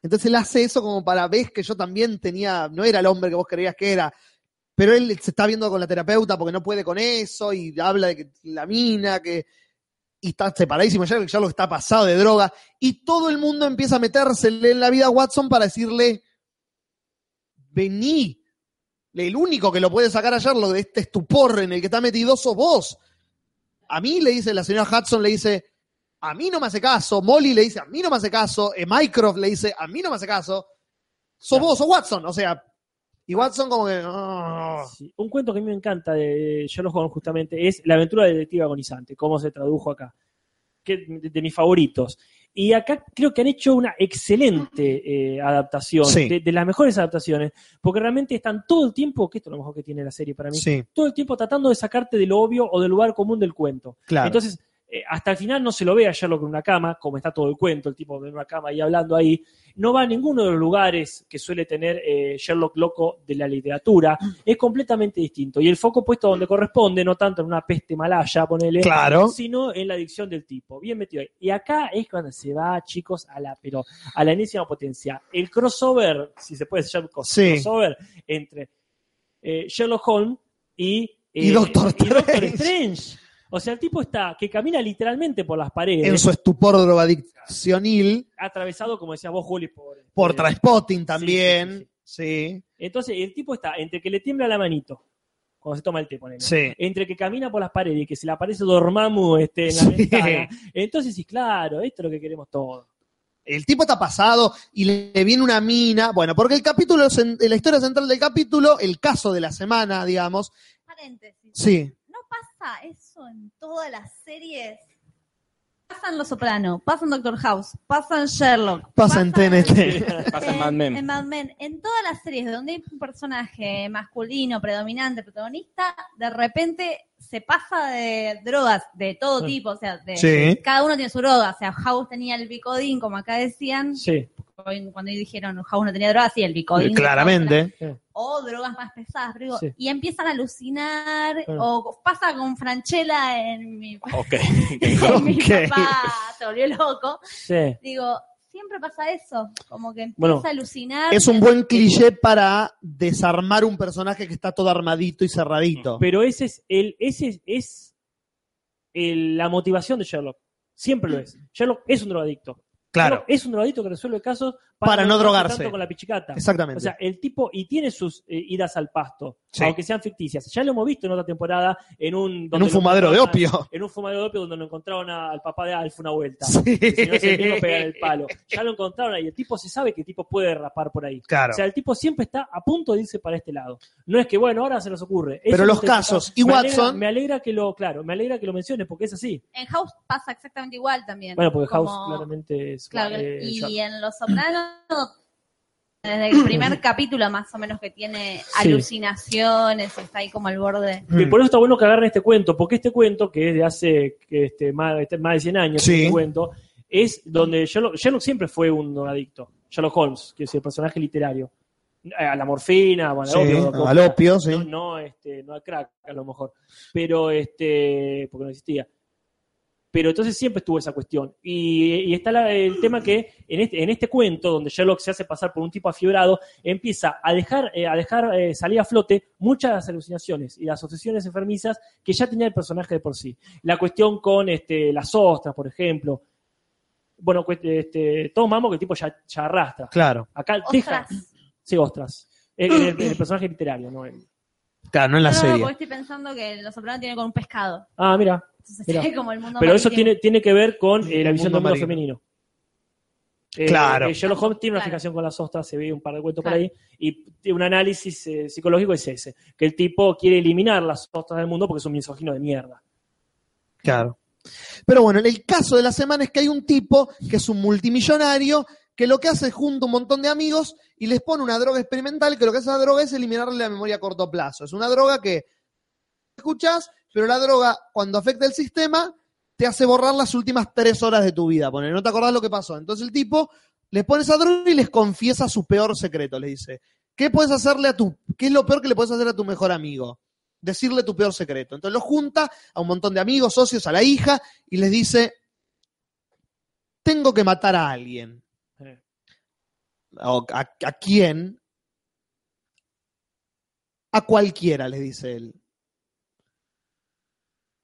Entonces él hace eso como para, ves que yo también tenía, no era el hombre que vos creías que era, pero él se está viendo con la terapeuta porque no puede con eso y habla de que la mina, que... Y está separadísimo, ya, ya lo está pasado de droga. Y todo el mundo empieza a metérsele en la vida a Watson para decirle, vení, el único que lo puede sacar a Sherlock de este estupor en el que está metido sos vos. A mí le dice, la señora Hudson le dice, a mí no me hace caso, Molly le dice, a mí no me hace caso, eh, Mycroft le dice, a mí no me hace caso, sos vos, sos Watson, o sea, y Watson como que... "Oh". Sí. Un cuento que a mí me encanta de Sherlock Holmes justamente es La aventura del detective agonizante, cómo se tradujo acá, que de, de mis favoritos. Y acá creo que han hecho una excelente eh, adaptación, Sí. de, de las mejores adaptaciones, porque realmente están todo el tiempo, que esto es lo mejor que tiene la serie para mí, Sí, todo el tiempo tratando de sacarte de lo obvio o del lugar común del cuento. claro. Entonces, eh, hasta el final no se lo ve a Sherlock en una cama, como está todo el cuento, el tipo en una cama y hablando ahí. No va a ninguno de los lugares que suele tener eh, Sherlock loco de la literatura. Es completamente distinto. Y el foco puesto donde corresponde, no tanto en una peste malaya, ponele, claro. sino en la adicción del tipo. Bien metido ahí. Y acá es cuando se va, chicos, a la, pero a la enésima potencia. El crossover, si se puede llamar cos- Sí. crossover, entre eh, Sherlock Holmes y, eh, Y Doctor Strange. Strange. O sea, el tipo está que camina literalmente por las paredes, en su estupor drogadiccionil, atravesado, como decías vos, Juli, por, por eh, Traspotting también. Sí. Entonces, el tipo está entre que le tiembla la manito cuando se toma el té, ponele. Sí. Entre que camina por las paredes y que se le aparece Dormammu este, en la Sí. ventana. Entonces, sí, claro, esto es lo que queremos todos. El tipo está pasado y le viene una mina. Bueno, porque el capítulo, cen- la historia central del capítulo, el caso de la semana, digamos. Paréntesis. Sí. ¿No pasa eso en todas las series? Pasan Los Soprano, pasan Doctor House, pasan Sherlock. Pasa en TNT. Pasa en Mad Men. En Mad Men. En todas las series donde hay un personaje masculino, predominante, protagonista, de repente se pasa de drogas de todo tipo. O sea, de- Sí. cada uno tiene su droga. O sea, House tenía el Bicodin, como acá decían. Sí. Cuando cuando dijeron House no tenía drogas, sí, el Bicodin. Eh, Claramente. o drogas más pesadas, pero digo, Sí. y empiezan a alucinar, Claro. o pasa con Franchella en mi, Ok. en mi Ok. papá, se volvió loco. Sí. Digo, siempre pasa eso, como que empieza Bueno, a alucinar. Es un buen cliché para desarmar un personaje que está todo armadito y cerradito. Pero ese es el, ese es, es el- la motivación de Sherlock. Siempre lo es. Sherlock es un drogadicto. Claro. Sherlock es un drogadicto que resuelve casos Para no drogarse drogarse. Tanto con la pichicata. Exactamente. O sea, el tipo y tiene sus eh, idas al pasto, Sí. aunque sean ficticias. Ya lo hemos visto en otra temporada en un en un fumadero de opio. En un fumadero de opio donde lo encontraron a- al papá de Alf una vuelta. Sí. Y Si no es el mismo pegar el palo. Ya lo encontraron ahí. El tipo se sabe que el tipo puede rapar por ahí. Claro. O sea, el tipo siempre está a punto de irse para este lado. No es que, bueno, ahora se nos ocurre. Eso Pero no los te- casos, y me alegra- Watson- me alegra que lo, claro, me alegra que lo menciones porque es así. En House pasa exactamente igual también. Bueno, porque como- House claramente es. claro, eh, y Sherlock. en Los Sopranos, desde el primer capítulo más o menos que tiene alucinaciones, está ahí como al borde. Mm. Que por eso está bueno que agarren este cuento, porque este cuento, que es de hace este, más, este, más de 100 años, Sí. este cuento, es donde Sherlock, Sherlock siempre fue un adicto. Sherlock Holmes, que es el personaje literario. Eh, A la morfina, bueno, Sí, al opio, a la al coca, opio, sí. No, no, este, no al crack, a lo mejor. Pero, este, porque no existía. Pero entonces siempre estuvo esa cuestión. Y, y está la- el tema que en este, en este cuento, donde Sherlock se hace pasar por un tipo afiebrado, empieza a dejar, eh, a dejar eh, salir a flote muchas de las alucinaciones y las obsesiones enfermizas que ya tenía el personaje de por sí. La cuestión con este, las ostras, por ejemplo. Bueno, cuest- este, todos mamos que el tipo ya, ya arrastra. Claro. Acá deja. Ostras. Sí, ostras. El, el- el personaje literario, ¿no? El- Claro, no en la No, no, serie. porque estoy pensando que Los Sopranos tiene con un pescado. Ah, mira. Entonces Mirá. es como el mundo Pero eso marítimo. tiene, tiene que ver con eh, la mundo visión del mundo marino. femenino. Eh, Claro. eh, Sherlock Holmes tiene una Claro. fijación con las ostras, se ve un par de cuentos por Claro. ahí, y t- un análisis eh, psicológico es ese, que el tipo quiere eliminar las ostras del mundo porque es un misógino de mierda. Claro. Pero bueno, el caso de la semana es que hay un tipo que es un multimillonario que lo que hace es junta un montón de amigos y les pone una droga experimental que lo que hace la droga es eliminarle la memoria a corto plazo. Es una droga que escuchas, pero la droga cuando afecta el sistema te hace borrar las últimas tres horas de tu vida. Poner, no te acordás lo que pasó. Entonces el tipo les pone esa droga y les confiesa su peor secreto. Le dice, ¿qué puedes hacerle a tu, qué es lo peor que le puedes hacer a tu mejor amigo? Decirle tu peor secreto. Entonces lo junta a un montón de amigos, socios, a la hija y les dice, tengo que matar a alguien. Eh. O, ¿A, a quién? A cualquiera, les dice él.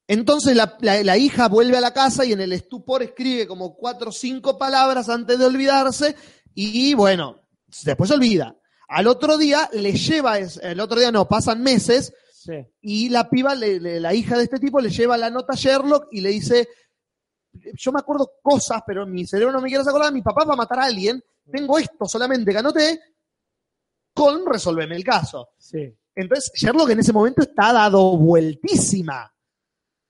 Entonces la, la- la hija vuelve a la casa y en el estupor escribe como cuatro o cinco palabras antes de olvidarse y bueno, después se olvida. Al otro día le lleva, es- el otro día no, pasan meses Sí. y la piba, le- le- la hija de este tipo, le lleva la nota a Sherlock y le dice, yo me acuerdo cosas, pero mi cerebro no me quiere acordar, mi papá va a matar a alguien, tengo esto solamente que anoté, con resolveme el caso. Sí. Entonces, Sherlock en ese momento está dado vueltísima.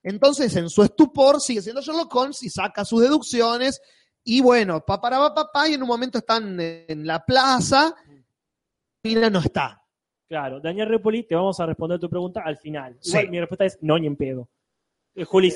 Entonces, en su estupor, sigue siendo Sherlock Holmes y saca sus deducciones. Y bueno, paparaba papá, y en un momento están en la plaza. Mira, no está. Claro, Daniel Repoli, te vamos a responder tu pregunta al final. Igual Sí. mi respuesta es no, ni en pedo. Eh, Juli,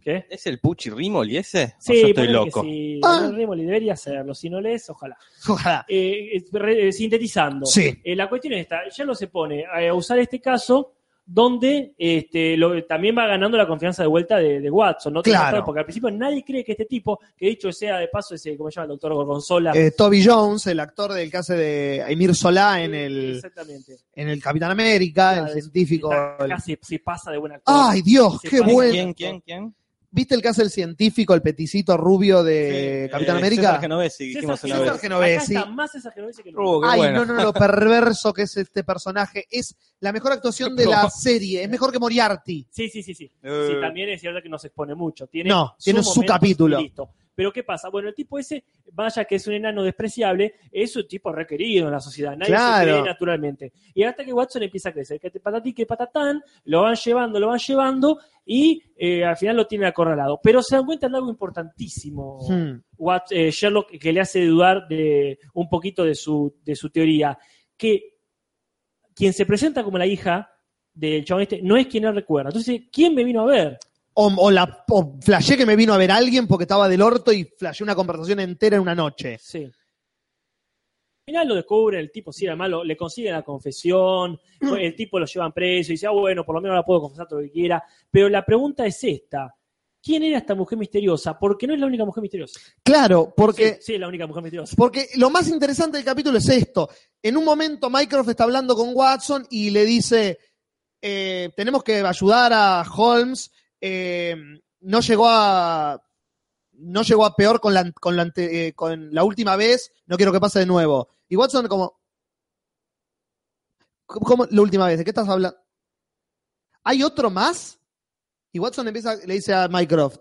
¿Qué? ¿Es el Puchi Rimoli ese? ¿O Sí, yo estoy ponele que loco. sí, Ah. Daniel Repoli debería hacerlo, si no lees, ojalá. Ojalá. Eh, eh, re- eh, sintetizando, Sí. Eh, la cuestión es esta, ya no se pone a usar este caso donde este, lo- también va ganando la confianza de vuelta de, de Watson. ¿no? Claro. Tanto, Porque al principio nadie cree que este tipo, que dicho sea de paso, ese, ¿cómo se llama? El doctor Gorgonzola. Eh, Toby Jones, el actor del que hace de Emir Solá en el, Exactamente. en el Capitán América, Claro, el científico. el- Casi si pasa de buena ¡Ay, Dios! Se ¡Qué parece- bueno! ¿Quién, ¿Quién? ¿Quién? ¿Viste el que hace el científico, el peticito rubio de Capitán Eh, América? César Genovesi, dijimos una César vez. Genovesi. Acá está más esa Genovese que Uh, qué Ay, bueno. no, no, no, lo perverso que es este personaje. Es la mejor actuación de la No. serie. Es mejor que Moriarty. Sí, sí, sí, sí. Eh. Sí, también es cierto que nos expone mucho. Tiene No, tiene su momento capítulo. y listo. Pero ¿qué pasa? Bueno, el tipo ese, vaya que es un enano despreciable, es un tipo requerido en la sociedad. Nadie Claro. se cree naturalmente. Y hasta que Watson empieza a crecer, que te patatí, que patatán, lo van llevando, lo van llevando y eh, al final lo tiene acorralado. Pero se dan cuenta de algo importantísimo. Oh. Hmm. Wat- eh, Sherlock que le hace dudar de un poquito de su, de su teoría, que quien se presenta como la hija del chabón este no es quien él recuerda. Entonces, ¿quién me vino a ver? O, o la, o flashé que me vino a ver alguien porque estaba del orto y flashé una conversación entera en una noche. Sí. Al final lo descubren, el tipo sí era malo, le consiguen la confesión, el tipo lo llevan preso y dice, ah, bueno, por lo menos ahora puedo confesar todo lo que quiera. Pero la pregunta es esta. ¿Quién era esta mujer misteriosa? Porque no es la única mujer misteriosa. Claro, porque Sí, sí, es la única mujer misteriosa. Porque lo más interesante del capítulo es esto. En un momento Mycroft está hablando con Watson y le dice, eh, tenemos que ayudar a Holmes. eh, no llegó a... No llegó a peor con la, con, la ante- eh, con la última vez, no quiero que pase de nuevo. Y Watson como... ¿Cómo, cómo la última vez? ¿De qué estás hablando? ¿Hay otro más? Y Watson empieza, le dice a Mycroft,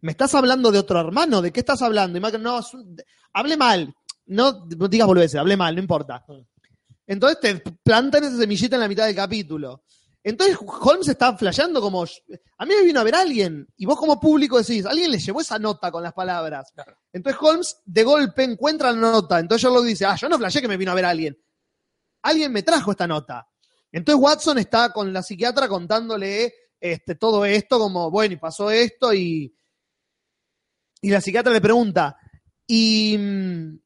¿me estás hablando de otro hermano? ¿De qué estás hablando? Y Mycroft, no, es un- hablé mal. No digas boludeces, hablé mal, no importa. Entonces te plantan esa semillita en la mitad del capítulo. Entonces Holmes está flasheando como, a mí me vino a ver alguien. Y vos como público decís, alguien le llevó esa nota con las palabras. Entonces Holmes de golpe encuentra la nota. Entonces Sherlock dice, ah, yo no flasheé que me vino a ver alguien. Alguien me trajo esta nota. Entonces Watson está con la psiquiatra contándole este, todo esto, como, bueno, y pasó esto, y, y la psiquiatra le pregunta, y, mm,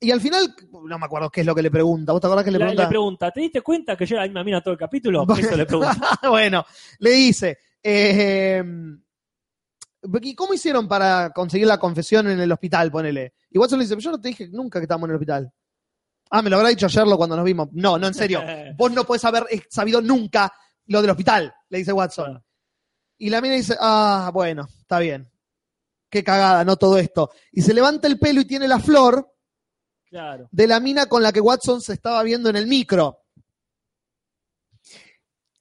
y al final, no me acuerdo qué es lo que le pregunta, ¿vos te acordás que le La- pregunta? le pregunta, ¿te diste cuenta que yo era la misma mina todo el capítulo? Eso le pregunta. bueno, le dice, eh, ¿y cómo hicieron para conseguir la confesión en el hospital, ponele? Y Watson le dice, "Pero yo no te dije nunca que estábamos en el hospital. Ah, me lo habrá dicho Sherlock cuando nos vimos. No, no, en serio. Vos no podés haber eh, sabido nunca lo del hospital, le dice Watson. Claro. Y la mina dice, ah, bueno, está bien. Qué cagada, no todo esto. Y se levanta el pelo y tiene la flor Claro. de la mina con la que Watson se estaba viendo en el micro.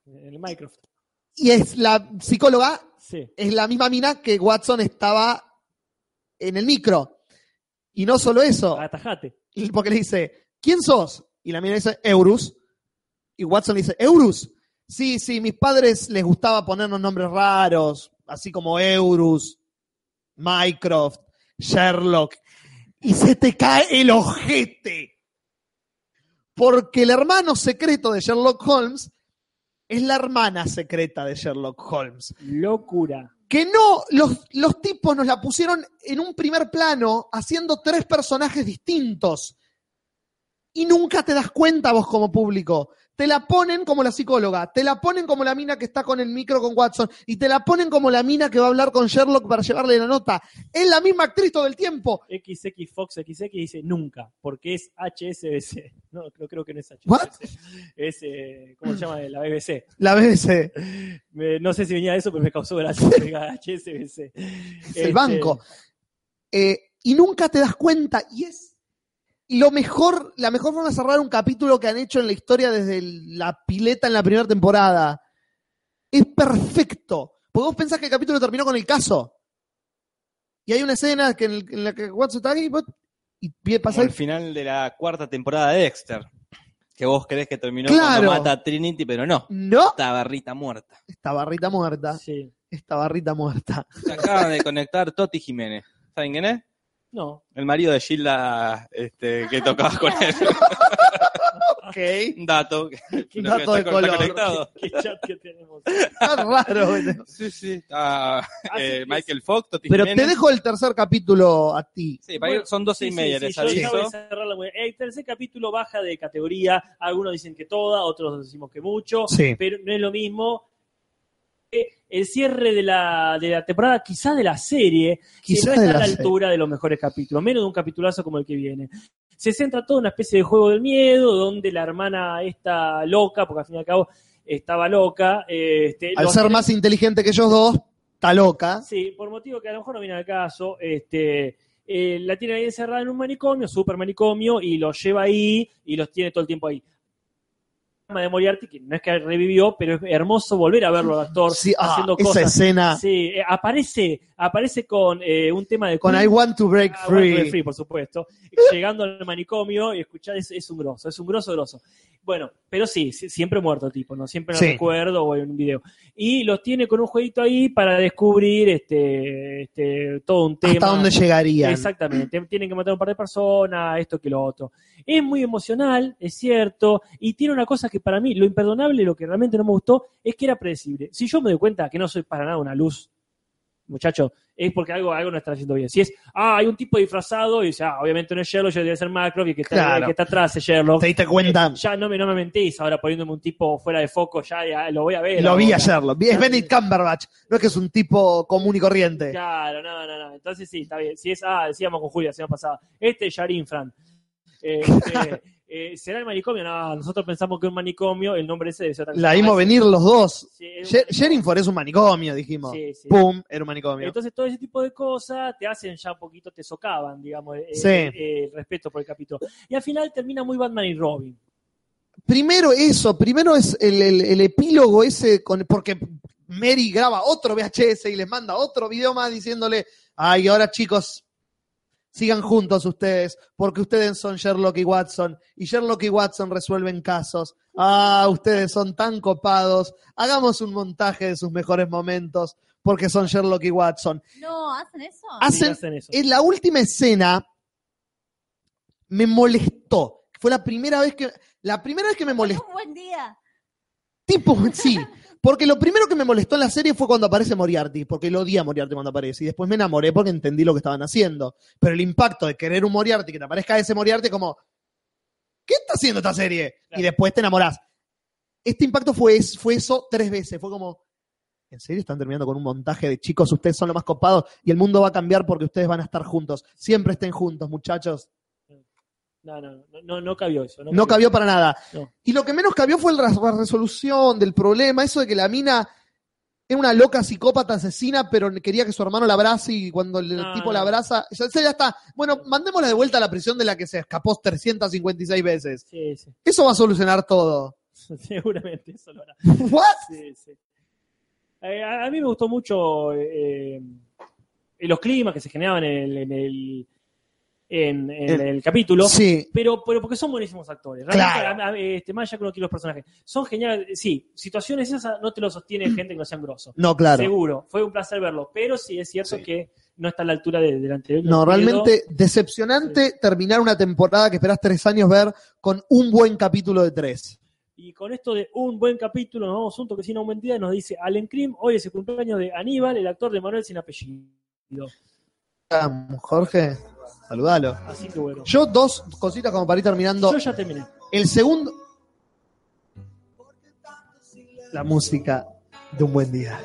El Minecraft. Y es la psicóloga Sí. es la misma mina que Watson estaba en el micro. Y no solo eso, Atajate. porque le dice, ¿quién sos? Y la mina dice, Eurus. Y Watson le dice, Eurus. Sí, sí, mis padres les gustaba ponernos nombres raros, así como Eurus, Mycroft, Sherlock. Y se te cae el ojete. Porque el hermano secreto de Sherlock Holmes es la hermana secreta de Sherlock Holmes Locura. que no, los, los tipos nos la pusieron en un primer plano haciendo tres personajes distintos. Y nunca te das cuenta vos como público. Te la ponen como la psicóloga, te la ponen como la mina que está con el micro con Watson y te la ponen como la mina que va a hablar con Sherlock para llevarle la nota. Es la misma actriz todo el tiempo. XX Fox XX dice nunca, porque es HSBC. No, creo, creo que no es HSBC. What? Es, eh, ¿cómo se llama? La BBC. La BBC, Me- no sé si venía de eso, pero me causó gracia. que diga HSBC. es el banco. Eh, y nunca te das cuenta. Y es lo mejor, la mejor forma de cerrar un capítulo que han hecho en la historia desde el- la pileta en la primera temporada. Es perfecto. Porque vos pensás que el capítulo terminó con el caso. Y hay una escena que en, el- en la que Watson está ahí y vos- y pie- Como pasa el final de la cuarta temporada de Dexter. Que vos crees que terminó Claro. cuando mata a Trinity, pero no. No, Está barrita muerta. esta barrita muerta, Este, Sí. esta barrita muerta. Se acaban de conectar Toti Jiménez. ¿Saben quién es? No. El marido de Gilda este, que tocaba con él. Ok. Dato. Qué Lo que dato de está- está color. conectado. Qué chat que tenemos. Está raro. bueno. Sí, sí. está, Ah, eh, Michael Fox, Toti Pero te Jiménez. dejo el tercer capítulo a ti. Sí, para ir- son 12 y Sí, media, sí, les sí, yo ya voy aviso. a cerrarla muy- El tercer capítulo baja de categoría. Algunos dicen que toda, otros decimos que mucho. Sí. Pero no es lo mismo. Eh, El cierre de la, de la temporada, quizás de la serie, Quizás que no de está a la la serie. altura de los mejores capítulos, menos de un capitulazo como el que viene. Se centra todo en una especie de juego del miedo, donde la hermana está loca, porque al fin y al cabo estaba loca. eh, este, Al los ser tres- más inteligente que ellos dos, está loca. Sí, por motivo que a lo mejor no viene al caso, este, eh, la tiene ahí encerrada en un manicomio, super manicomio, y los lleva ahí y los tiene todo el tiempo ahí. De Moriarty, que no es que revivió, pero es hermoso volver a verlo al actor Sí, ah, haciendo esa cosas. escena. Sí, eh, aparece, aparece con eh, un tema de Con Queen. I want to break Ah, bueno, free. Free, por supuesto. Llegando al manicomio y escuchar, es, es un grosso, es un grosso grosso. Bueno, pero sí, sí, siempre muerto tipo, ¿no? Siempre lo Sí. recuerdo o en un video. Y los tiene con un jueguito ahí para descubrir este, este todo un tema. ¿Hasta dónde llegarían? Exactamente, tienen que matar a un par de personas, esto que lo otro. Es muy emocional, es cierto, y tiene una cosa que para mí, lo imperdonable, lo que realmente no me gustó, es que era predecible. Si yo me doy cuenta que no soy para nada una luz, muchacho, es porque algo, algo no está haciendo bien. Si es, ah, hay un tipo disfrazado, y dice, ah, obviamente no es Sherlock, yo debe ser Macro, que, está, Claro. el que está atrás es Sherlock. ¿Te diste cuenta? Eh, ya no me, no me mentís ahora poniéndome un tipo fuera de foco, ya, ya lo voy a ver. Lo vi ahora. Ah, eh. ayer. Lo vi. Es Benedict Cumberbatch. No es que es un tipo común y corriente. Claro, no, no, no. Entonces sí, está bien. Si es, ah, decíamos con Julia la semana pasada, este es Yarin Fran. Eh, este, eh, ¿Será el manicomio? No, nosotros pensamos que un manicomio, el nombre ese debe ser otra cosa. La vimos venir los dos. Sí, es un Ye- manicomio. Sherinford es un manicomio, dijimos. Sí, sí. Pum, era un manicomio. Entonces todo ese tipo de cosas te hacen ya un poquito, te socavan, digamos, eh, Sí. eh, eh, el respeto por el capítulo. Y al final termina muy Batman y Robin. Primero eso, primero es el, el- el epílogo ese, con, porque Mary graba otro VHS y les manda otro video más diciéndole, ay, ahora chicos, sigan juntos ustedes, porque ustedes son Sherlock y Watson, y Sherlock y Watson resuelven casos. Ah, ustedes son tan copados, hagamos un montaje de sus mejores momentos, porque son Sherlock y Watson. No, ¿hacen eso? Hacen- Sí, hacen eso. En la última escena me molestó. Fue la primera vez que, la primera vez que me molestó. Un buen día. Tipo, sí. Porque lo primero que me molestó en la serie fue cuando aparece Moriarty, porque lo odié a Moriarty cuando aparece. Y después me enamoré porque entendí lo que estaban haciendo. Pero el impacto de querer un Moriarty, que te aparezca ese Moriarty, como, ¿qué está haciendo esta serie? Y después te enamorás. Este impacto fue, es- fue eso tres veces. Fue como, ¿en serio están terminando con un montaje de chicos? Ustedes son los más copados y el mundo va a cambiar porque ustedes van a estar juntos. Siempre estén juntos, muchachos. No, no, no, no, no cabió eso. No, No cabió para nada. No. Y lo que menos cabió fue el ras- la resolución del problema, eso de que la mina era una loca psicópata asesina, pero quería que su hermano la abrace y cuando el No, tipo no. la abraza, ya, ya está. Bueno, mandémosla de vuelta a la prisión de la que se escapó 356 veces. Sí, sí, Eso va a solucionar todo. seguramente eso lo hará. ¿What? Sí, sí. Eh, a, a mí me gustó mucho eh, eh, los climas que se generaban en el, en el, en- en El- el capítulo. Sí. Pero, pero porque son buenísimos actores. Claro. Realmente, a- a- este, más allá que uno quiere los personajes. Son geniales. Sí, situaciones esas no te lo sostiene gente que no sean grosos. No, claro. Seguro. Fue un placer verlo. Pero sí es cierto Sí. que no está a la altura de- del anterior. No, Lo realmente decepcionante terminar una temporada que esperás tres años ver con un buen capítulo de tres. Y con esto de un buen capítulo, nos vamos junto que sin buen día, nos dice Allen Krim, hoy es el cumpleaños de Aníbal, el actor de Manuel sin apellido. Ah, Jorge, saludalo. Así que bueno. Yo dos cositas como para ir terminando. Yo ya terminé. El segundo. La música de un buen día.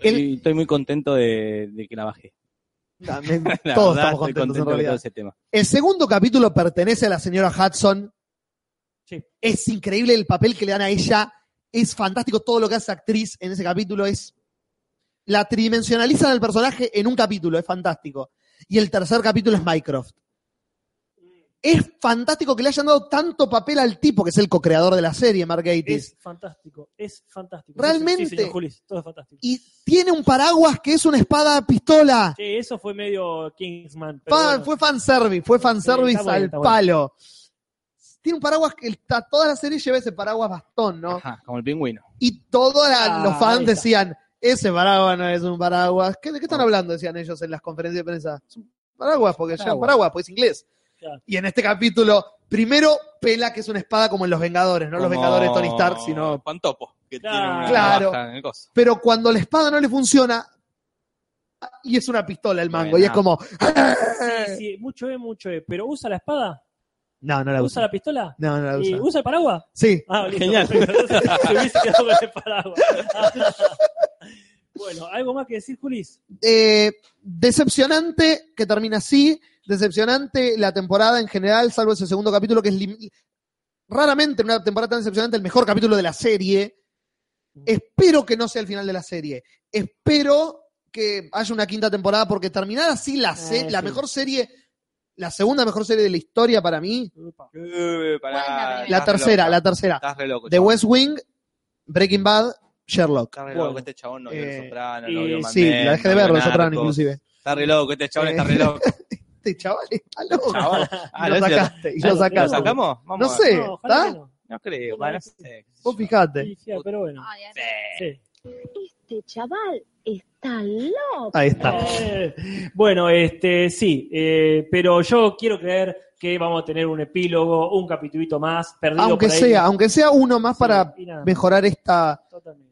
El- Y estoy muy contento de, de que la bajé. También La todos verdad, estamos estoy contentos en contento de todo realidad. ese tema. El segundo capítulo pertenece a la señora Hudson. Sí. Es increíble el papel que le dan a ella. Es fantástico todo lo que hace actriz en ese capítulo. Es. La tridimensionalizan al personaje en un capítulo. Es fantástico. Y el tercer capítulo es Mycroft. Es fantástico que le hayan dado tanto papel al tipo que es el co-creador de la serie, Mark Gatiss. Es fantástico, es fantástico. Realmente. Sí, señor Julis, todo es fantástico. y tiene un paraguas que es una espada pistola. Sí, eso fue medio Kingsman. pero Fan- bueno. Fue fanservice, fue Sí, fanservice está bueno, al está bueno. palo. Tiene un paraguas que está, toda la serie lleva ese paraguas bastón, ¿no? Ajá, como el pingüino. Y todos Ah, los fans ahí está. decían, ese paraguas no es un paraguas. ¿Qué, ¿De qué están hablando? Decían ellos en las conferencias de prensa. Es un paraguas, porque lleva un Paraguas. paraguas, porque es inglés. Y en este capítulo, primero pela que es una espada como en Los Vengadores, no los Como Vengadores Tony Stark, sino Pantopo, que tiene una Claro. navaja en el coso. pero cuando la espada no le funciona y es una pistola el mango y es como Sí, sí, mucho E, mucho E. Pero usa la espada, no no la usa, usa la pistola no no la y usa usa el paraguas. sí Ah, listo. Genial. Se hubiese quedado con el paraguas. bueno, ¿algo más que decir, Julis? Eh, decepcionante que termina así decepcionante la temporada en general salvo ese segundo capítulo que es lim- raramente en una temporada tan decepcionante el mejor capítulo de la serie Mm. espero que no sea el final de la serie espero que haya una quinta temporada porque terminar así la, se- Ah, la sí. mejor serie la segunda mejor serie de la historia para mí Eh, pará, ¿Cuál es la estás re tercera loco, la tercera Estás re loco. The chabón. West Wing, Breaking Bad, Sherlock. Está re Bueno. loco, este chabón no vio Eh, el soprano, y no vio Mad Sí, Men, la dejé de no ver, vio Los Sopranos, Narcos. inclusive. Está re loco, este chabón Eh. está re loco. Este chaval está loco. Chabón. Y Ah, lo ¿lo- sacaste, y lo lo ¿Lo sacaste. sacamos? Vamos No a- sé, No, ojalá ¿está? que no. No creo, Ojalá bueno, no que sé. Vos fijate. Sí, sí, pero bueno. Ay, ahora- Sí. Sí. Este chaval está loco. Ahí está. Eh, bueno, este, sí, eh, pero yo quiero creer que vamos a tener un epílogo, un capitulito más, perdido Aunque por ahí. sea, aunque sea uno más Sí, para y nada, mejorar esta. totalmente.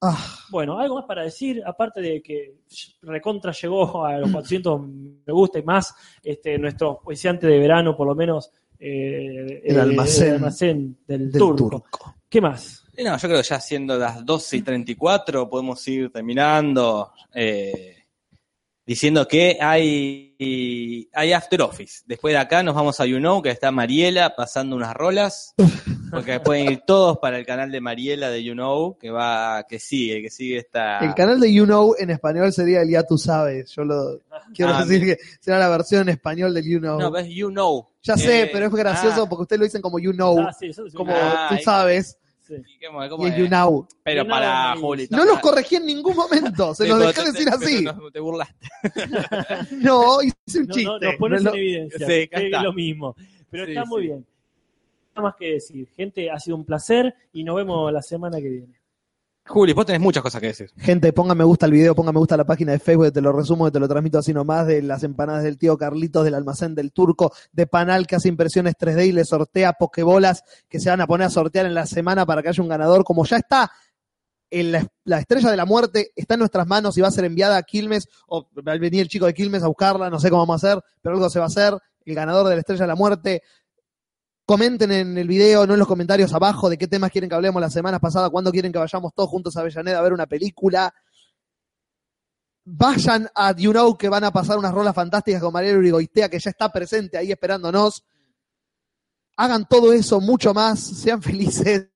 Ah, Bueno, algo más para decir, aparte de que Recontra llegó a los 400 me gusta y más, este, nuestro juiciante de verano, por lo menos, eh, El almacén. almacén del, del turco. turco. ¿Qué más? Y no, yo creo que ya siendo las 12 y 34 podemos ir terminando eh, diciendo que hay, hay After Office. Después de acá nos vamos a You Know, que está Mariela pasando unas rolas, porque pueden ir todos para el canal de Mariela de You Know, que va, que sigue, que sigue esta... El canal de You Know en español sería el Ya Tú Sabes. Yo lo quiero Ah, decir que será la versión en español del You Know. No, pero es You Know. ya sé, Eh, pero es gracioso ah, porque ustedes lo dicen como You Know, Ah, sí, eso es- como Ah, tú ahí- sabes, sí. ¿cómo- cómo y es es? You Know. Pero You para Eh, Know, Juli. No los corregí en ningún momento, se los dejé decir así. Te burlaste. No, hice un No, no, chiste. nos pones No, no. en evidencia. Sí, acá que está. es lo mismo. Pero Sí, está muy sí. bien. Nada más que decir. Gente, ha sido un placer y nos vemos la semana que viene. Juli, vos tenés muchas cosas que decir. Gente, pongan me gusta al video, pongan me gusta a la página de Facebook, te lo resumo, te lo transmito así nomás, de las empanadas del tío Carlitos, del almacén del turco, de Panal que hace impresiones 3D y le sortea pokebolas que se van a poner a sortear en la semana para que haya un ganador. Como ya está, en la, la estrella de la muerte está en nuestras manos y va a ser enviada a Quilmes, o va a venir el chico de Quilmes a buscarla, no sé cómo vamos a hacer, pero algo se va a hacer. El ganador de la estrella de la muerte. Comenten en el video, no en los comentarios abajo, de qué temas quieren que hablemos la semana pasada, cuándo quieren que vayamos todos juntos a Avellaneda a ver una película. Vayan a You Know que van a pasar unas rolas fantásticas con Mariel Urigoitea, que ya está presente ahí esperándonos. Hagan todo eso, mucho más, sean felices.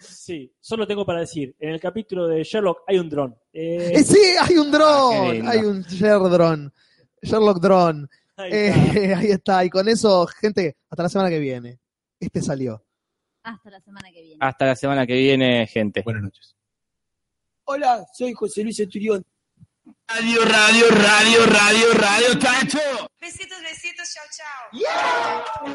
Sí, solo tengo para decir. En el capítulo de Sherlock hay un dron. Eh, Eh, sí, hay un qué dron, lindo. hay un Sherdron, Sherlock Drone. ahí está. Eh, ahí está, y con eso, gente, hasta la semana que viene. Este salió. Hasta la semana que viene. Hasta la semana que Eh, viene, gente. Buenas noches. Hola, soy José Luis Esturión. Radio, radio, radio, radio, radio, está hecho. Besitos, besitos, chao, chao.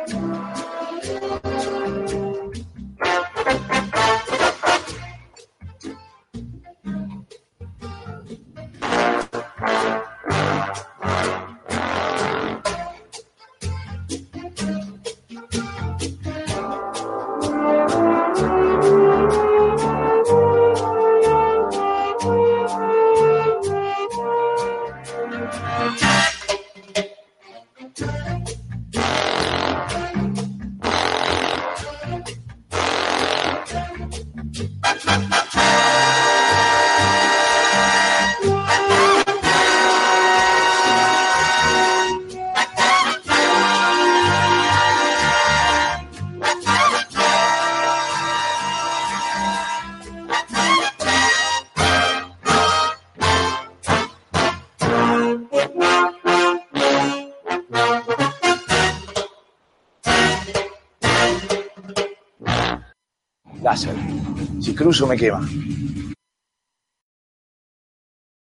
Thank láser. Si cruzo me quema.